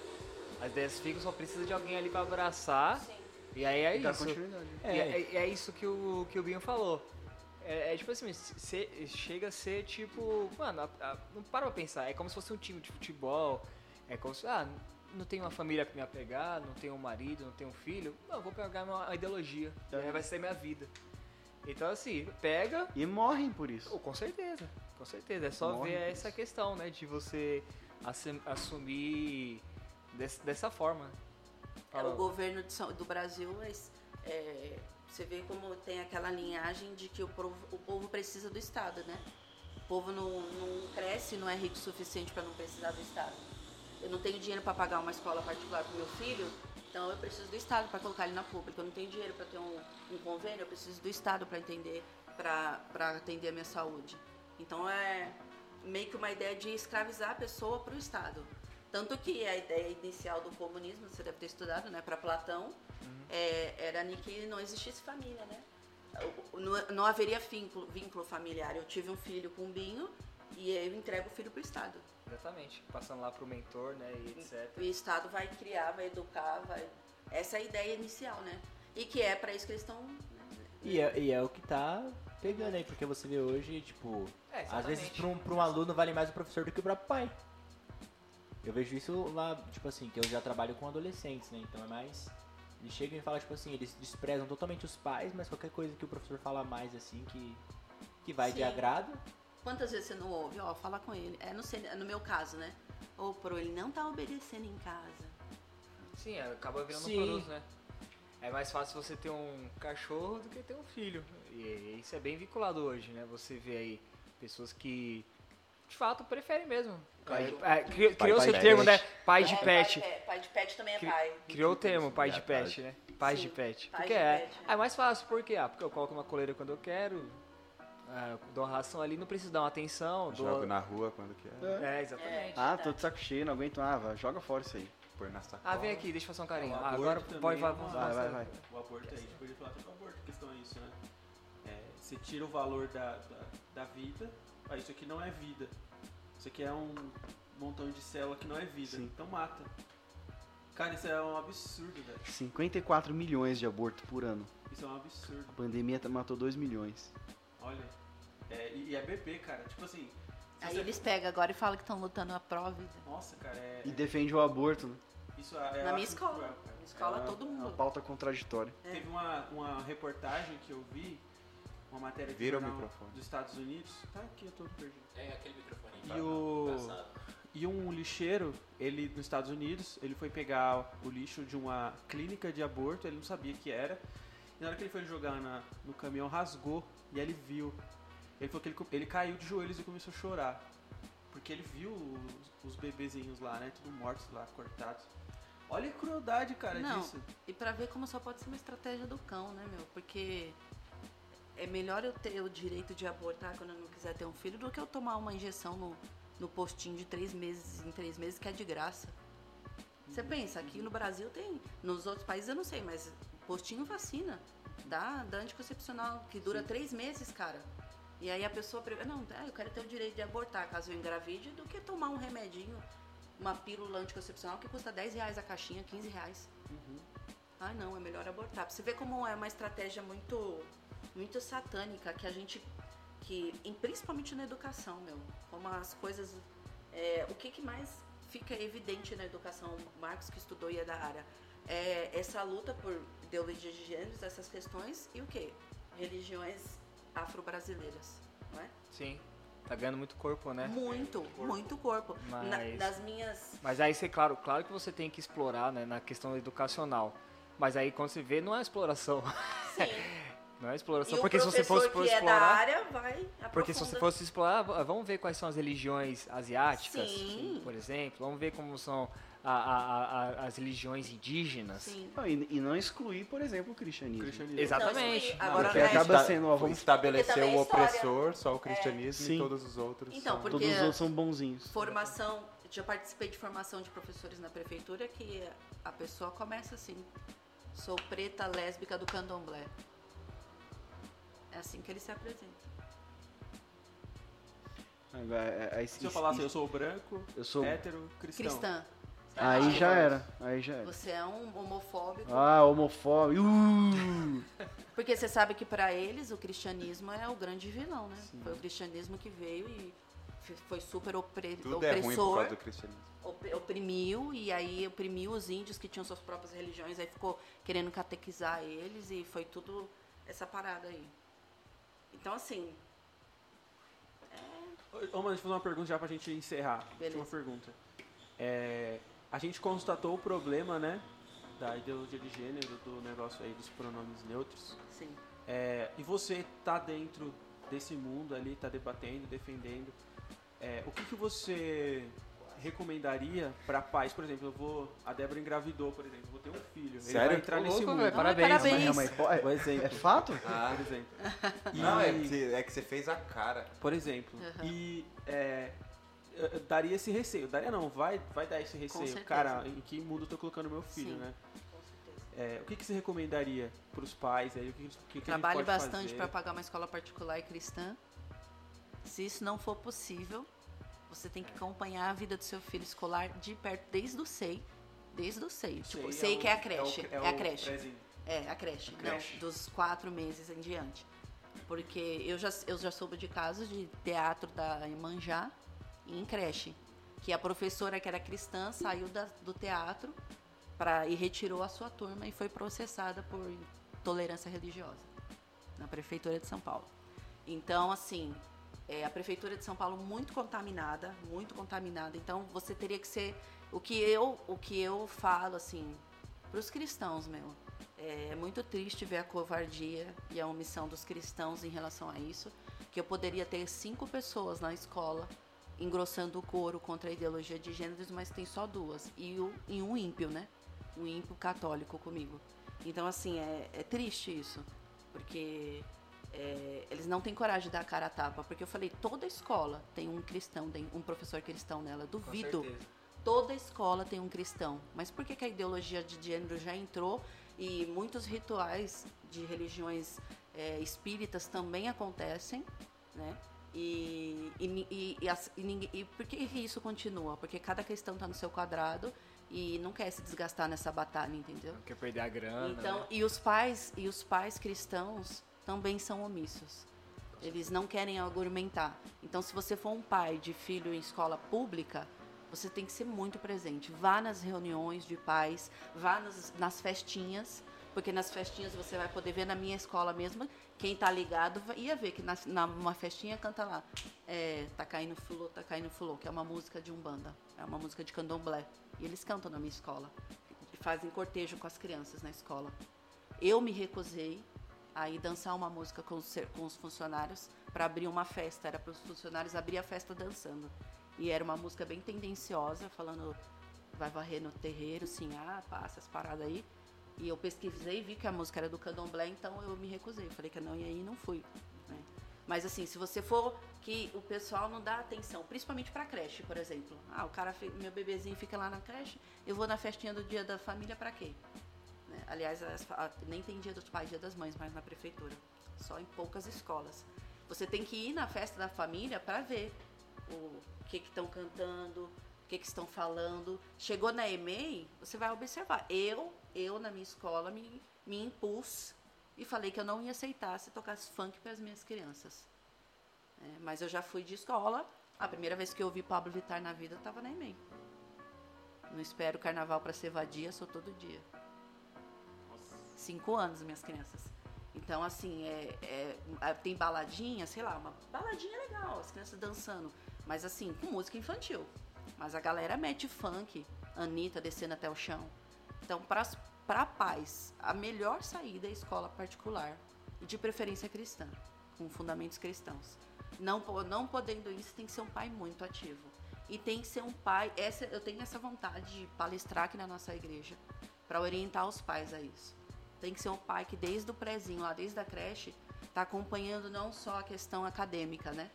Speaker 8: As ideias ficam, só precisa de alguém ali pra abraçar.
Speaker 5: Sim.
Speaker 8: E aí é
Speaker 7: E dá
Speaker 8: isso.
Speaker 7: Tá continuidade.
Speaker 8: E É, e é isso que o, que o Binho falou. É, é tipo assim, cê- chega a ser tipo. Mano, a- a- não para pra pensar. É como se fosse um time de futebol. É como se. Ah, não tenho uma família pra me apegar, não tenho um marido, não tenho um filho. Não, eu vou pegar uma ideologia. E aí
Speaker 7: é
Speaker 8: vai ser minha vida. Então assim, pega,
Speaker 7: E morrem por isso.
Speaker 8: Oh, com certeza, com certeza. É só
Speaker 7: Morre
Speaker 8: ver
Speaker 7: por
Speaker 8: essa
Speaker 7: isso.
Speaker 8: questão, né? De você assu- assumir des- dessa forma.
Speaker 5: É, o
Speaker 8: Fala.
Speaker 5: governo de São- do Brasil, mas, é, você vê como tem aquela linhagem de que o provo- o povo, precisa do Estado, né? O povo não, não cresce, não é rico o suficiente para não precisar do Estado. Eu não tenho dinheiro para pagar uma escola particular para meu filho, então eu preciso do Estado para colocar ele na pública. Eu não tenho dinheiro para ter um, um convênio, eu preciso do Estado para entender, para atender a minha saúde. Então é meio que uma ideia de escravizar a pessoa para o
Speaker 8: Uhum.
Speaker 5: Estado. Tanto que a ideia inicial do comunismo, você deve ter estudado, né, para Platão, é é, era ni que não existisse família, né? O- o- Não, não haveria vínculo, vínculo familiar. Eu tive um filho com o Binho e eu entrego o filho para o Estado.
Speaker 8: Exatamente. Passando lá pro mentor, né? E etc.
Speaker 5: O Estado vai criar, vai educar, vai... Essa é a ideia inicial, né? E que é para isso que eles estão... né?
Speaker 1: E é, e é o que tá pegando aí, porque você vê hoje, tipo,
Speaker 8: É,
Speaker 1: às vezes
Speaker 8: exatamente.
Speaker 1: pra um, pra um aluno vale mais o professor do que o próprio pai. Eu vejo isso lá, tipo assim, que eu já trabalho com adolescentes, né? Então é mais. Eles chegam e falam, tipo assim, eles desprezam totalmente os pais, mas qualquer coisa que o professor fala mais, assim, que, que vai de
Speaker 5: Sim.
Speaker 1: agrado.
Speaker 5: Quantas vezes você não ouve? Ó, fala com ele. É, não sei, no meu caso, né? Ou pro ele não tá obedecendo em casa.
Speaker 8: Sim, acaba virando
Speaker 1: Sim.
Speaker 8: um produto, né? É mais fácil você ter um cachorro do que ter um filho. E isso é bem vinculado hoje, né? Você vê aí pessoas que de fato preferem mesmo.
Speaker 7: Pai
Speaker 8: É, é, cri-
Speaker 4: pai
Speaker 8: Criou-se o
Speaker 4: de
Speaker 8: termo, né?
Speaker 4: pet.
Speaker 8: Pai de
Speaker 5: É,
Speaker 8: pet.
Speaker 5: Pai, é, pai de pet também é
Speaker 8: Cri-
Speaker 5: pai.
Speaker 8: Criou o termo, pai de
Speaker 4: É, pai.
Speaker 8: pet, né? Pai de
Speaker 5: Sim,
Speaker 8: pet.
Speaker 5: pai
Speaker 8: Porque
Speaker 5: de
Speaker 8: é.
Speaker 5: pet,
Speaker 8: Ah,
Speaker 5: é.
Speaker 8: É mais fácil, por quê? Ah, porque eu coloco uma coleira quando eu quero, ah, eu dou uma ração ali, não preciso dar uma atenção. Dou...
Speaker 3: Jogo na rua quando quer.
Speaker 8: É, exatamente.
Speaker 5: tá.
Speaker 7: Ah, tô de saco cheio, não aguento. Ah, vai, joga fora isso aí.
Speaker 3: Põe na sacola.
Speaker 8: Ah, vem aqui, deixa eu fazer um carinho.
Speaker 2: É, o
Speaker 8: Ah,
Speaker 2: aborto
Speaker 8: agora
Speaker 2: também,
Speaker 8: pode, vai,
Speaker 2: mano.
Speaker 7: Vai, vai, vai.
Speaker 2: O aborto é aí, a gente podia falar até do aborto, a questão é isso, né? É, você tira o valor da, da, da vida, ah, isso aqui não é vida. Isso aqui é um montão de célula que não é vida,
Speaker 7: Sim.
Speaker 2: então mata. Cara, isso é um absurdo, velho.
Speaker 7: 54 milhões de aborto por ano.
Speaker 2: Isso é um absurdo.
Speaker 7: A pandemia tá- matou 2 milhões.
Speaker 2: Olha. É, e, e é bebê, cara. Tipo assim. se
Speaker 5: Aí
Speaker 2: você-
Speaker 5: eles pegam agora e falam que estão lutando a pró-vida.
Speaker 2: Nossa, cara, é.
Speaker 7: E defende o aborto, né?
Speaker 2: Isso é,
Speaker 5: Na
Speaker 2: eu
Speaker 5: minha
Speaker 2: acho
Speaker 5: escola.
Speaker 2: cruel, cara.
Speaker 5: Na escola
Speaker 2: É,
Speaker 5: todo
Speaker 7: Uma
Speaker 5: mundo.
Speaker 7: pauta contraditória.
Speaker 2: Teve uma, uma reportagem que eu vi, uma matéria de
Speaker 3: Vira o
Speaker 2: jornal
Speaker 3: microfone.
Speaker 2: dos Estados Unidos. Tá aqui, eu tô perdido.
Speaker 4: É aquele microfone.
Speaker 2: E o- E um lixeiro, ele nos Estados Unidos, ele foi pegar o lixo de uma clínica de aborto, ele não sabia que era. E na hora que ele foi jogar na- no caminhão, rasgou e ele viu. Ele falou que ele, co- ele caiu de joelhos e começou a chorar. Porque ele viu os, os bebezinhos lá, né? Tudo mortos lá, cortados. Olha a crueldade, cara,
Speaker 5: Não.
Speaker 2: disso.
Speaker 5: E pra ver como só pode ser uma estratégia do cão, né, meu? Porque é melhor eu ter o direito de abortar quando eu não quiser ter um filho do que eu tomar uma injeção no, no postinho de três meses em três meses que é de graça. Você pensa, aqui no Brasil tem. Nos outros países eu não sei, mas postinho vacina. Dá, dá anticoncepcional que dura três meses, cara. E aí a pessoa. pre- Não, ah, eu quero ter o direito de abortar caso eu engravide do que tomar um remedinho, uma pílula anticoncepcional que custa 10 reais a caixinha, 15 reais. Ah, não, é melhor abortar. Pra você ver como é uma estratégia muito, muito satânica que a gente, que e principalmente na educação, meu, como as coisas, é, o que, que mais fica evidente na educação, o Marcos que estudou e é da área, é essa luta por ideologia de gêneros, essas questões e o quê? Religiões afro-brasileiras, não é?
Speaker 8: Sim. Tá ganhando muito corpo, né?
Speaker 5: Muito, muito corpo. Na-
Speaker 8: Mas-
Speaker 5: das
Speaker 8: [LAUGHS]
Speaker 5: minhas,
Speaker 8: Mas aí você, claro, claro que você tem que explorar, né, na questão educacional. Mas aí quando você vê, não é exploração. [LAUGHS]
Speaker 5: sim.
Speaker 8: Não é exploração.
Speaker 5: e
Speaker 8: porque
Speaker 5: o
Speaker 8: se você
Speaker 5: professor
Speaker 8: fosse
Speaker 5: que
Speaker 8: for
Speaker 5: é da
Speaker 8: explorar.
Speaker 5: área vai
Speaker 8: porque se você
Speaker 5: aprofunda.
Speaker 8: fosse explorar, ah, vamos ver quais são as religiões asiáticas, assim,
Speaker 5: Sim.
Speaker 8: por exemplo. Vamos ver como são a- a- a- a- as religiões indígenas.
Speaker 5: Sim. Então,
Speaker 7: Não, e, e não excluir, por exemplo, o cristianismo.
Speaker 2: Cristianismo.
Speaker 8: Exatamente.
Speaker 5: Não, agora
Speaker 7: Porque
Speaker 5: é,
Speaker 7: acaba
Speaker 3: Esta-
Speaker 7: sendo, ó,
Speaker 3: foi
Speaker 7: vamos-
Speaker 5: Porque
Speaker 3: estabelecer
Speaker 5: também é
Speaker 3: o
Speaker 5: história.
Speaker 3: opressor, só o cristianismo
Speaker 7: Sim.
Speaker 3: e todos os outros.
Speaker 5: Então,
Speaker 3: são-
Speaker 5: porque-
Speaker 7: Todos os outros são bonzinhos.
Speaker 5: Formação, já participei de formação de professores na prefeitura que a pessoa começa assim: sou preta lésbica do candomblé. É assim que ele se apresenta.
Speaker 7: Agora, é- é- é-
Speaker 2: Se eu
Speaker 7: isso-
Speaker 2: falasse, eu É,
Speaker 7: isso-
Speaker 2: sou branco,
Speaker 7: eu sou.
Speaker 8: um
Speaker 2: hétero, cristão.
Speaker 5: Cristã.
Speaker 7: Aí já
Speaker 2: é.
Speaker 7: era. Aí já era.
Speaker 5: Você é um homofóbico.
Speaker 7: Ah, homofóbico. Uh!
Speaker 5: Porque você sabe que para eles o cristianismo é o grande vilão, né? Foi o cristianismo que veio e f- foi super opre-
Speaker 3: Tudo é ruim por
Speaker 5: opressor.
Speaker 3: causa do cristianismo.
Speaker 5: op- oprimiu e aí oprimiu os índios que tinham suas próprias religiões, aí ficou querendo catequizar eles e foi tudo essa parada aí. Então assim,
Speaker 2: Ô, ô, mano, deixa eu fazer uma pergunta já pra gente encerrar.
Speaker 5: Beleza.
Speaker 2: Última pergunta. É, a gente constatou o problema, né? Da ideologia de gênero, do negócio aí dos pronomes neutros.
Speaker 5: sim.
Speaker 2: É, e você tá dentro desse mundo ali, tá debatendo, defendendo. É, o que, que você recomendaria pra pais? Por exemplo, eu vou. A Débora engravidou, por exemplo, eu vou ter um filho. Ele
Speaker 3: Sério?
Speaker 2: vai entrar
Speaker 8: Ô,
Speaker 2: nesse
Speaker 8: louco,
Speaker 2: mundo.
Speaker 8: velho, Parabéns.
Speaker 7: É uma- é uma
Speaker 5: Parabéns.
Speaker 7: hipó- é-
Speaker 2: Por exemplo.
Speaker 7: é fato?
Speaker 2: Por exemplo.
Speaker 3: Não, é
Speaker 2: E-
Speaker 3: que, você- é que você fez a cara.
Speaker 2: por exemplo.
Speaker 5: Aham.
Speaker 2: E é, eu- eu daria esse receio. Daria não, vai, vai dar esse receio.
Speaker 5: certeza.
Speaker 2: Cara, em que mundo eu tô colocando meu filho,
Speaker 5: Sim.
Speaker 2: né?
Speaker 5: Com certeza.
Speaker 2: é, o que, que você recomendaria para os pais aí? O que, que, que a gente
Speaker 5: Trabalhe
Speaker 2: pode
Speaker 5: bastante para
Speaker 2: fazer?
Speaker 5: pagar uma escola particular e cristã. Se isso não for possível, você tem que acompanhar a vida do seu filho escolar de perto desde o SEI. Desde o SEI. Tipo, SEI
Speaker 2: o-
Speaker 5: que é a creche.
Speaker 2: o-
Speaker 5: É, a
Speaker 2: o
Speaker 5: creche.
Speaker 2: prezinho.
Speaker 5: É, a creche.
Speaker 2: creche.
Speaker 5: Não, dos quatro meses em diante. Porque eu já, eu já soube de casos de teatro da Imanjá em creche. Que a professora, que era cristã, saiu da- do teatro pra, e retirou a sua turma e foi processada por intolerância religiosa na Prefeitura de São Paulo. Então, assim, é, a Prefeitura de São Paulo muito contaminada, muito contaminada. Então, você teria que ser... O que eu, o que eu falo, assim, para os cristãos, meu, é muito triste ver a covardia e a omissão dos cristãos em relação a isso. Que eu poderia ter cinco pessoas na escola engrossando o couro contra a ideologia de gêneros, mas tem só duas. E, o- e um ímpio, né? Um ímpio católico comigo. Então, assim, é, é triste isso. Porque é, eles não têm coragem de dar a cara a tapa. Porque eu falei, toda escola tem um cristão, tem um professor cristão nela. Duvido. Toda escola tem um cristão. Mas por que, que a ideologia de gênero já entrou e muitos rituais de religiões é, espíritas também acontecem, né? E, e, ni- e, e, as- e ninguém- e por que isso continua? Porque cada cristão está no seu quadrado e não quer se desgastar nessa batalha, entendeu?
Speaker 6: Não quer perder a grana.
Speaker 5: Então,
Speaker 6: né?
Speaker 5: e os pais e os pais cristãos também são omissos. Eles não querem argumentar. Então, se você for um pai de filho em escola pública, você tem que ser muito presente. Vá nas reuniões de pais, vá nas, nas festinhas, porque nas festinhas você vai poder ver na minha escola mesmo. Quem tá ligado vai- ia ver que nas- na, numa festinha canta lá. É, tá caindo fulô, tá caindo fulô, que é uma música de umbanda, é uma música de candomblé. E eles cantam na minha escola fazem cortejo com as crianças na escola. Eu me recusei a ir dançar uma música com os, ser- com os funcionários para abrir uma festa. Era para os funcionários abrir a festa dançando. E era uma música bem tendenciosa, falando vai varrer no terreiro, sim, ah, passa as paradas aí. E eu pesquisei e vi que a música era do candomblé, então eu me recusei. Falei que não ia ir e não fui. né? Mas assim, se você for que o pessoal não dá atenção, principalmente para creche, por exemplo. Ah, o cara, fi- meu bebezinho fica lá na creche, eu vou na festinha do dia da família para quê? né? Aliás, as fa- a- nem tem dia dos pais, dia das mães, mas na prefeitura. Só em poucas escolas. Você tem que ir na festa da família para ver o que que estão cantando, o que que estão falando. Chegou na EMEI, você vai observar. Eu, eu na minha escola, me, me impus e falei que eu não ia aceitar se tocasse funk para as minhas crianças. É, mas eu já fui de escola. A primeira vez que eu ouvi Pablo Vittar na vida, eu tava na EMEI. Não espero carnaval para ser vadia, sou todo dia cinco anos, minhas crianças. Então, assim, é, é- a- tem baladinha, sei lá, uma baladinha legal, as crianças dançando. Mas assim, com música infantil. Mas a galera mete funk, Anitta descendo até o chão. Então, pras- pra pais, a melhor saída é escola particular, e de preferência cristã, com fundamentos cristãos. Não, po- não podendo isso, tem que ser um pai muito ativo. E tem que ser um pai. Essa, eu tenho essa vontade de palestrar aqui na nossa igreja para orientar os pais a isso. Tem que ser um pai que desde o prezinho, lá desde a creche, está acompanhando não só a questão acadêmica, né?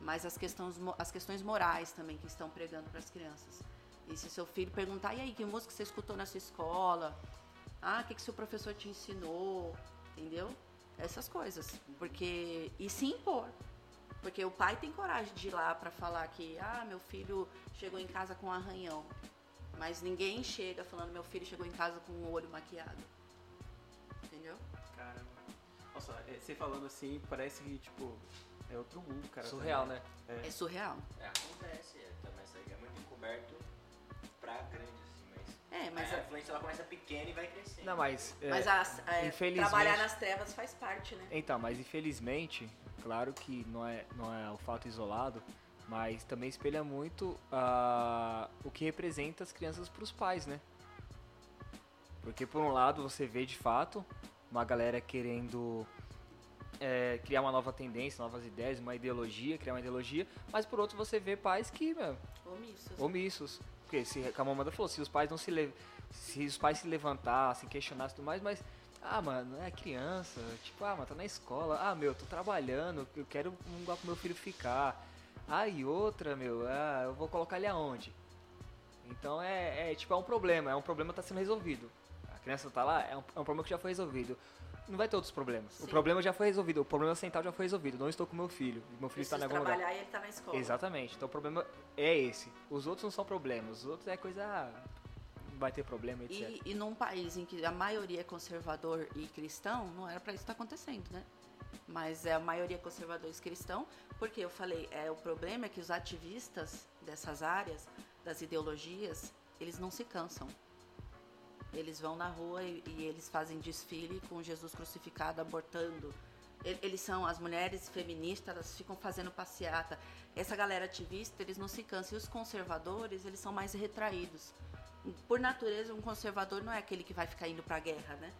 Speaker 5: Mas as questões, mo- as questões morais também que estão pregando para as crianças. E se seu filho perguntar, e aí, que música você escutou na sua escola? Ah, o que, que seu professor te ensinou? Entendeu? Essas coisas. Porque. E se impor. Porque o pai tem coragem de ir lá para falar que, ah, meu filho chegou em casa com um arranhão. Mas ninguém chega falando, meu filho chegou em casa com o olho maquiado. Entendeu?
Speaker 2: Caramba. Nossa, é, você falando assim, parece que, tipo, é outro mundo, cara.
Speaker 8: Surreal, né?
Speaker 5: É surreal.
Speaker 4: É, acontece, é, também isso aí é muito encoberto pra grande, assim, mas.
Speaker 5: É, mas,
Speaker 4: Mas a influência ela começa pequena e vai crescendo.
Speaker 6: Não, mas. é,
Speaker 5: mas as- é,
Speaker 6: infelizmente-
Speaker 5: trabalhar nas trevas faz parte, né?
Speaker 6: Então, mas infelizmente, claro que não é, não é o fato isolado, mas também espelha muito ah, o que representa as crianças para os pais, né? Porque por um lado você vê de fato uma galera querendo é, criar uma nova tendência, novas ideias, uma ideologia, criar uma ideologia, mas por outro você vê pais que, meu,
Speaker 5: Omissos.
Speaker 6: omissos. Porque se que a mamãe falou, se os pais não se le... se os pais se levantassem, questionassem e tudo mais, mas ah, mano, é criança, tipo, ah, mano, tá na escola. Ah, meu, tô trabalhando, eu quero um lugar pro meu filho ficar. Ah, e outra, meu, ah, eu vou colocar ele aonde? Então é, é, tipo, é um problema, é um problema que tá sendo resolvido. A
Speaker 8: criança tá lá, é um, é um problema que já foi resolvido. Não vai ter outros problemas. O
Speaker 5: Sim.
Speaker 8: problema já foi resolvido, o problema central já foi resolvido. Não estou com meu filho, meu filho está
Speaker 5: Preciso
Speaker 8: em algum lugar.
Speaker 5: trabalhar e ele tá na escola.
Speaker 8: Exatamente. Então o problema é esse. Os outros não são problemas. Os outros é coisa. ah, Vai ter problema, etc.
Speaker 5: E, e num país em que a maioria é conservador e cristão, não era pra isso estar acontecendo, né? Mas é a maioria conservadores cristão, porque eu falei, é o problema é que os ativistas dessas áreas, das ideologias, eles não se cansam. Eles vão na rua e, e eles fazem desfile com Jesus crucificado abortando. E- Eles são as mulheres feministas, elas ficam fazendo passeata. Essa galera ativista, eles não se cansam. E os conservadores, eles são mais retraídos por natureza, um conservador não é aquele que vai ficar indo para a guerra, né?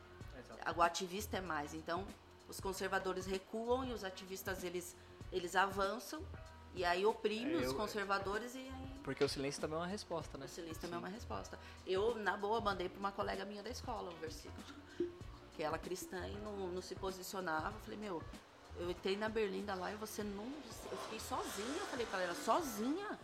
Speaker 5: O ativista é mais. Então, os conservadores recuam e os ativistas eles, eles avançam e aí oprime os conservadores e aí
Speaker 8: Porque o silêncio também é uma resposta, né?
Speaker 5: o silêncio também é uma resposta. Eu, na boa, mandei para uma colega minha da escola um versículo, que ela é cristã e não, não se posicionava. Eu falei, meu, eu entrei na Berlinda lá e você não. Eu fiquei sozinha. Eu falei pra ela, sozinha?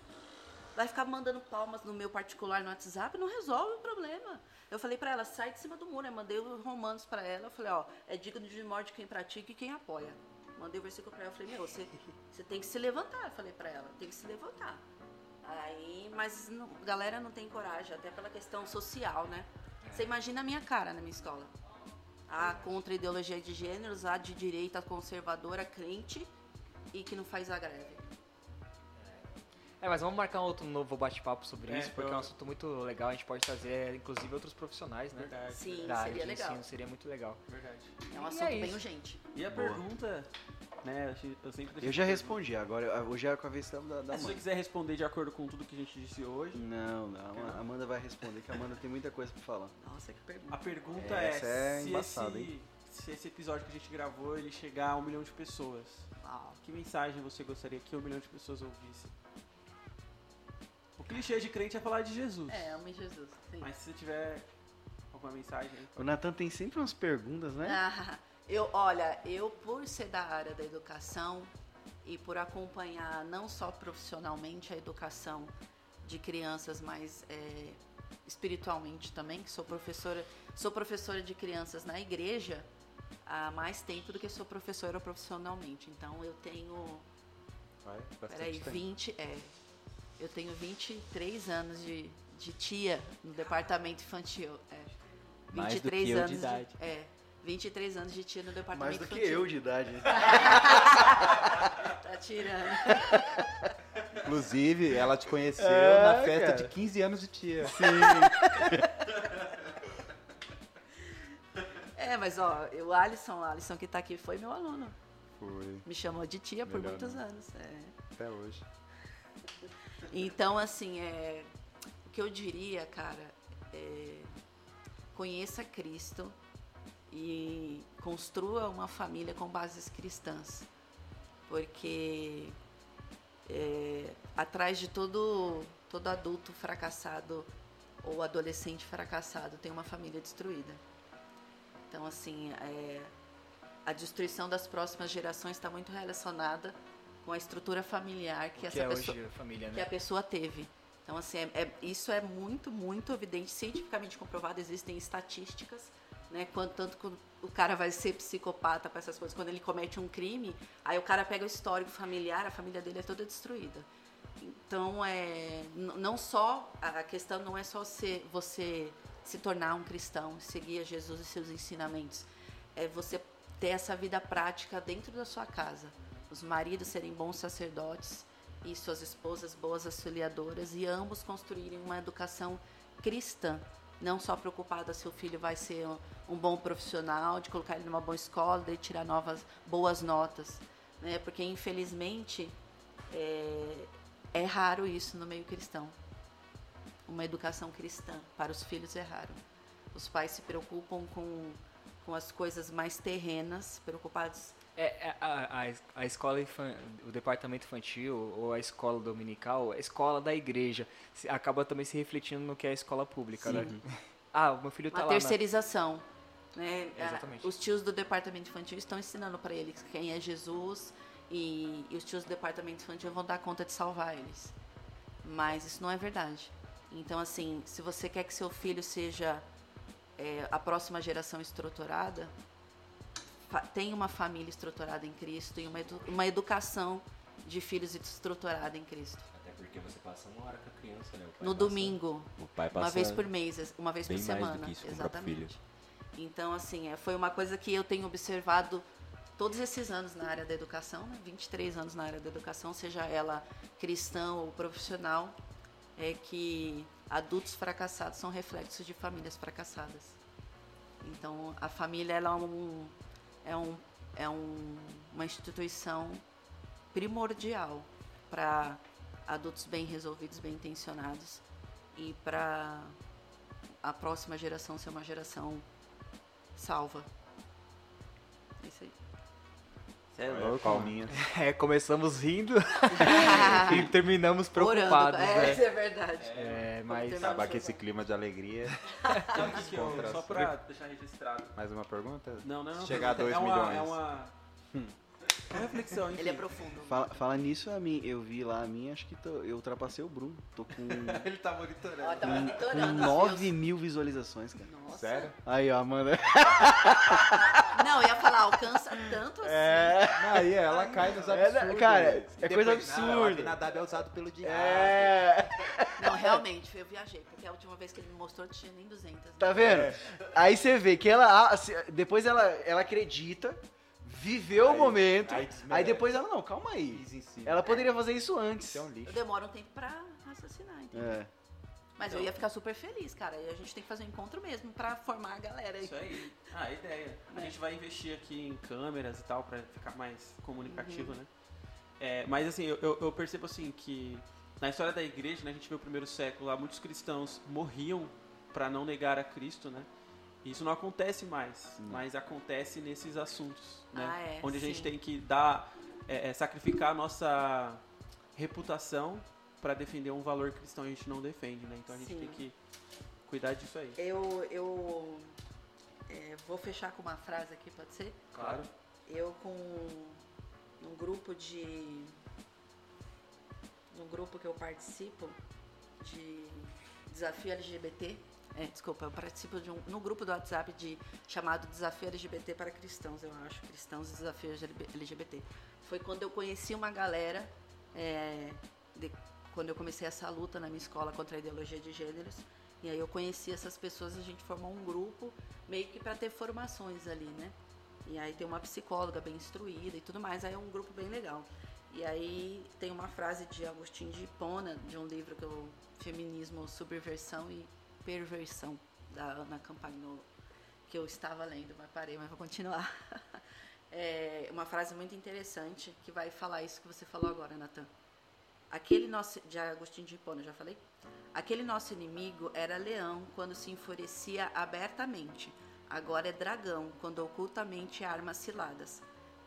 Speaker 5: Vai ficar mandando palmas no meu particular no WhatsApp, não resolve o problema. Eu falei pra ela, sai de cima do muro. Eu mandei os romanos pra ela. Eu falei, ó, é digno de morte quem pratica e quem apoia. Mandei o versículo pra ela. Eu falei, meu, você, você tem que se levantar. Eu falei pra ela, tem que se levantar. Aí, mas não, a galera não tem coragem, até pela questão social, né?
Speaker 2: É.
Speaker 5: Você imagina a minha cara na minha escola. A contra ideologia de gêneros, a de direita conservadora, crente e que não faz a greve.
Speaker 8: É, mas vamos marcar um outro novo bate-papo sobre
Speaker 2: É,
Speaker 8: isso, porque é
Speaker 2: eu-
Speaker 8: um assunto muito legal. A gente pode trazer, inclusive, outros profissionais, né?
Speaker 2: É Verdade.
Speaker 5: Sim,
Speaker 8: Da área
Speaker 5: seria
Speaker 8: de
Speaker 5: legal.
Speaker 8: ensino, seria muito legal.
Speaker 2: Verdade.
Speaker 5: É um
Speaker 8: E
Speaker 5: assunto
Speaker 8: é
Speaker 5: bem
Speaker 8: isso.
Speaker 5: urgente.
Speaker 2: E a
Speaker 3: Boa.
Speaker 2: pergunta, né? Eu che- eu sempre deixo
Speaker 7: Eu já
Speaker 2: a pergunta.
Speaker 7: respondi, agora eu- hoje é com a vez da, da
Speaker 2: É, Se você
Speaker 7: Amanda.
Speaker 2: quiser responder de acordo com tudo que a gente disse hoje,
Speaker 7: Não, não, a Amanda vai responder, que a Amanda tem muita coisa pra falar.
Speaker 5: Nossa, que pergunta.
Speaker 2: a pergunta
Speaker 7: Essa é
Speaker 2: é, se,
Speaker 7: embaçada,
Speaker 2: esse, se esse episódio que a gente gravou ele chegar a um milhão de pessoas,
Speaker 5: Uau.
Speaker 2: que mensagem você gostaria que um milhão de pessoas ouvissem? O clichê de crente é falar de Jesus.
Speaker 5: É, ame Jesus. Sim.
Speaker 2: Mas se você tiver alguma mensagem aí.
Speaker 7: O Natan tem sempre umas perguntas, né?
Speaker 5: Ah, [LAUGHS] eu, olha, eu por ser da área da educação e por acompanhar não só profissionalmente a educação de crianças, mas é, espiritualmente também, que sou professora, sou professora de crianças na igreja há mais tempo do que sou professora profissionalmente. Então eu tenho
Speaker 3: Vai, bastante
Speaker 5: Peraí,
Speaker 3: tempo.
Speaker 5: 20, é. Eu tenho 23 anos de, de tia no departamento infantil. É.
Speaker 4: Mais do que eu de idade.
Speaker 5: É. 23 anos de tia no
Speaker 7: Mais
Speaker 5: departamento
Speaker 7: do que
Speaker 5: infantil.
Speaker 7: eu de idade. né?
Speaker 5: [LAUGHS] Tá tirando.
Speaker 3: Inclusive, ela te conheceu
Speaker 7: É,
Speaker 3: na festa
Speaker 7: cara.
Speaker 3: de 15 anos de tia.
Speaker 5: É, mas ó, o Alisson, o Alisson que tá aqui foi meu aluno.
Speaker 3: Foi,
Speaker 5: Me chamou de tia por
Speaker 3: Melhor
Speaker 5: muitos
Speaker 3: não.
Speaker 5: anos. É.
Speaker 3: até hoje.
Speaker 5: Então, assim, é, o que eu diria, cara, é, conheça Cristo e construa uma família com bases cristãs. Porque é, atrás de todo, todo adulto fracassado ou adolescente fracassado tem uma família destruída. Então, assim, é, a destruição das próximas gerações está muito relacionada com a estrutura familiar que,
Speaker 8: O
Speaker 5: essa
Speaker 8: que é
Speaker 5: pessoa
Speaker 8: hoje família,
Speaker 5: que
Speaker 8: né?
Speaker 5: a pessoa teve. Então, assim, é- é- isso é muito, muito evidente, cientificamente comprovado, existem estatísticas, né? Quanto, tanto que o- o cara vai ser psicopata para essas coisas. Quando ele comete um crime, aí o cara pega o histórico familiar, a família dele é toda destruída. Então, é, n- não só, a a questão não é só ser, você se tornar um cristão, seguir a Jesus e seus ensinamentos. É você ter essa vida prática dentro da sua casa. Os maridos serem bons sacerdotes, e suas esposas boas auxiliadoras e ambos construírem uma educação cristã, não só preocupada se o filho vai ser um- um bom profissional, de colocar ele numa boa escola, de tirar novas boas notas, né? Porque infelizmente é, é raro isso no meio cristão. Uma educação cristã para os filhos é raro. Os pais se preocupam com, com as coisas mais terrenas, preocupados
Speaker 8: É, é, a, a, a escola, infan- o departamento infantil ou a escola dominical, a escola da igreja, se- acaba também se refletindo no que é a escola pública, né? Ah, o meu filho tá
Speaker 5: uma
Speaker 8: lá. na-
Speaker 5: terceirização. Né?
Speaker 8: É, exatamente.
Speaker 5: Ah, Os tios do departamento infantil estão ensinando para eles quem é Jesus e, e os tios do departamento infantil vão dar conta de salvar eles. Mas isso não é verdade. Então, assim, se você quer que seu filho seja é, a próxima geração estruturada fa- tem uma família estruturada em Cristo e uma, edu- uma educação de filhos estruturada em Cristo.
Speaker 4: Até
Speaker 8: É
Speaker 4: porque você passa uma hora com a criança, né? O pai
Speaker 5: No
Speaker 4: passa-
Speaker 5: domingo,
Speaker 4: O pai passa
Speaker 5: uma vez por mês, uma vez
Speaker 4: bem
Speaker 5: por
Speaker 4: mais do
Speaker 5: semana,
Speaker 4: que isso com o próprio filho.
Speaker 5: exatamente. Então, assim, é, foi uma coisa que eu tenho observado todos esses anos na área da educação, né? 23 anos na área da educação, seja ela cristã ou profissional, é que adultos fracassados são reflexos de famílias fracassadas. Então, a família ela é, um, é, um, é um, uma instituição primordial para adultos bem resolvidos, bem intencionados e para a próxima geração ser uma geração salva. É isso aí.
Speaker 8: Você é
Speaker 3: É, palminhas.
Speaker 8: [LAUGHS] É, começamos rindo
Speaker 5: [LAUGHS]
Speaker 8: e terminamos
Speaker 5: Orando.
Speaker 8: preocupados,
Speaker 5: É, isso
Speaker 8: né?
Speaker 5: é verdade.
Speaker 8: É,
Speaker 5: mas-
Speaker 8: mas.
Speaker 3: Acabar com esse clima de alegria.
Speaker 2: Sabe o que que eu, só
Speaker 3: Contraste.
Speaker 2: pra deixar registrado.
Speaker 3: Mais uma pergunta?
Speaker 2: Não, não, não.
Speaker 3: Chegar a dois
Speaker 2: é uma,
Speaker 3: milhões. Hum.
Speaker 2: É uma... É uma reflexão, enfim.
Speaker 5: Ele é profundo.
Speaker 7: Fala, fala nisso a mim, eu vi lá a minha, acho que tô- eu ultrapassei o Bruno. Tô com,
Speaker 2: Ele tá
Speaker 5: Ó,
Speaker 2: monitorando.
Speaker 5: tá
Speaker 7: com
Speaker 5: monitorando. ó,
Speaker 7: 9 mil visualizações, cara.
Speaker 5: Deus. Nossa.
Speaker 3: Sério?
Speaker 7: Aí, ó, Amanda.
Speaker 5: Não, eu ia falar, alcança tanto assim.
Speaker 3: Não, aí ela cai nos
Speaker 7: É,
Speaker 3: absurdos.
Speaker 7: cara, é
Speaker 3: E depois,
Speaker 7: coisa
Speaker 3: Não,
Speaker 7: absurda.
Speaker 3: Abinadab é usado pelo diabo.
Speaker 7: É,
Speaker 5: Não, realmente, eu viajei, porque a última vez que ele me mostrou não tinha nem 200. né?
Speaker 7: tá vendo?
Speaker 3: É.
Speaker 7: Aí você vê que ela. ah, se- Depois ela, ela acredita, viveu o
Speaker 3: Aí-
Speaker 7: momento.
Speaker 3: aí
Speaker 7: Aí,
Speaker 3: desmerece.
Speaker 7: depois ela, não, calma aí.
Speaker 3: Diz em si.
Speaker 7: Ela poderia fazer isso antes.
Speaker 3: Isso é um lixo.
Speaker 5: Eu demoro um tempo pra raciocinar, entendeu?
Speaker 7: É.
Speaker 5: Mas eu ia ficar super feliz, cara. E a gente tem que fazer um encontro mesmo pra formar a galera aí.
Speaker 2: Isso aí. Ah, ideia. A
Speaker 5: É.
Speaker 2: gente vai investir aqui em câmeras e tal pra ficar mais comunicativo,
Speaker 5: Uhum.
Speaker 2: né? É, mas assim, eu- eu, eu percebo assim que na história da igreja, né, a gente vê o primeiro século lá, muitos cristãos morriam pra não negar a Cristo, né? E Isso não acontece mais, mas acontece nesses assuntos, né?
Speaker 5: Ah, é,
Speaker 2: Onde a gente
Speaker 5: sim.
Speaker 2: tem que dar, é, é, sacrificar a nossa reputação pra defender um valor cristão e a gente não defende, né? Então a gente
Speaker 5: Sim.
Speaker 2: tem que cuidar disso aí.
Speaker 5: Eu, eu é, vou fechar com uma frase aqui, pode ser?
Speaker 2: Claro.
Speaker 5: Eu com um grupo de. num grupo que eu participo de desafio LGBT. É, desculpa, eu participo de um, no grupo do WhatsApp de chamado Desafio LGBT para Cristãos, eu acho. Cristãos e Desafios LGBT. Foi quando eu conheci uma galera, é, de- quando eu comecei essa luta na minha escola contra a ideologia de gêneros. E aí eu conheci essas pessoas, a gente formou um grupo meio que para ter formações ali, né? E aí tem uma psicóloga bem instruída e tudo mais, aí é um grupo bem legal. E aí tem uma frase de Agostinho de Hipona, de um livro que eu Feminismo, Subversão e Perversão, da Ana Campagnolo, que eu estava lendo, mas parei, mas vou continuar. [LAUGHS] É uma frase muito interessante que vai falar isso que você falou agora, Natan. Aquele nosso. De Agostinho de Hipona, já falei? Aquele nosso inimigo era leão quando se enfurecia abertamente. Agora é dragão quando ocultamente arma ciladas.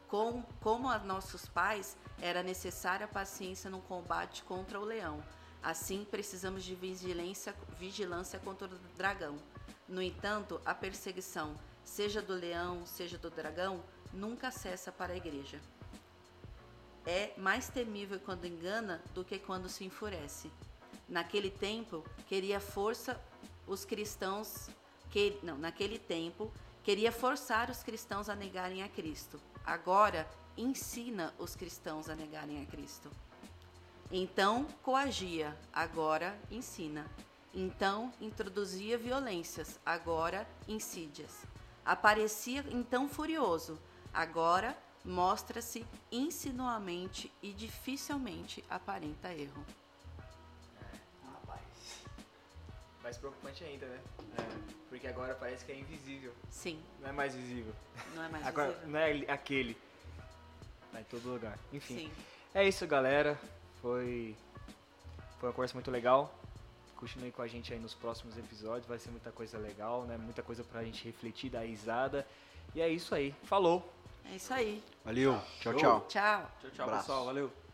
Speaker 5: Com, como a nossos pais, era necessária a paciência no combate contra o leão. Assim, precisamos de vigilância, vigilância contra o dragão. No entanto, a perseguição, seja do leão, seja do dragão, nunca cessa para a igreja é mais temível quando engana do que quando se enfurece. Naquele tempo, queria força os cristãos que não, naquele tempo, queria forçar os cristãos a negarem a Cristo. Agora, ensina os cristãos a negarem a Cristo. Então, coagia, agora ensina. Então, introduzia violências, agora insídias. Aparecia então furioso, agora mostra-se insinuamente e dificilmente aparenta erro.
Speaker 8: Rapaz. Mais preocupante ainda, né? É, porque agora parece que é invisível.
Speaker 5: Sim,
Speaker 8: Não é mais visível.
Speaker 5: não é mais
Speaker 8: Agora,
Speaker 5: visível.
Speaker 8: não é ali- aquele. Tá em todo lugar. Enfim.
Speaker 5: Sim.
Speaker 8: É isso, galera. Foi. Foi uma conversa muito legal. Continue com a gente aí nos próximos episódios. Vai ser muita coisa legal, né? Muita coisa pra gente refletir, dar risada. E é isso aí. Falou!
Speaker 5: É isso aí.
Speaker 7: Valeu. Tchau, tchau.
Speaker 5: Tchau.
Speaker 2: Tchau, tchau,
Speaker 7: Abraço.
Speaker 2: pessoal. Valeu.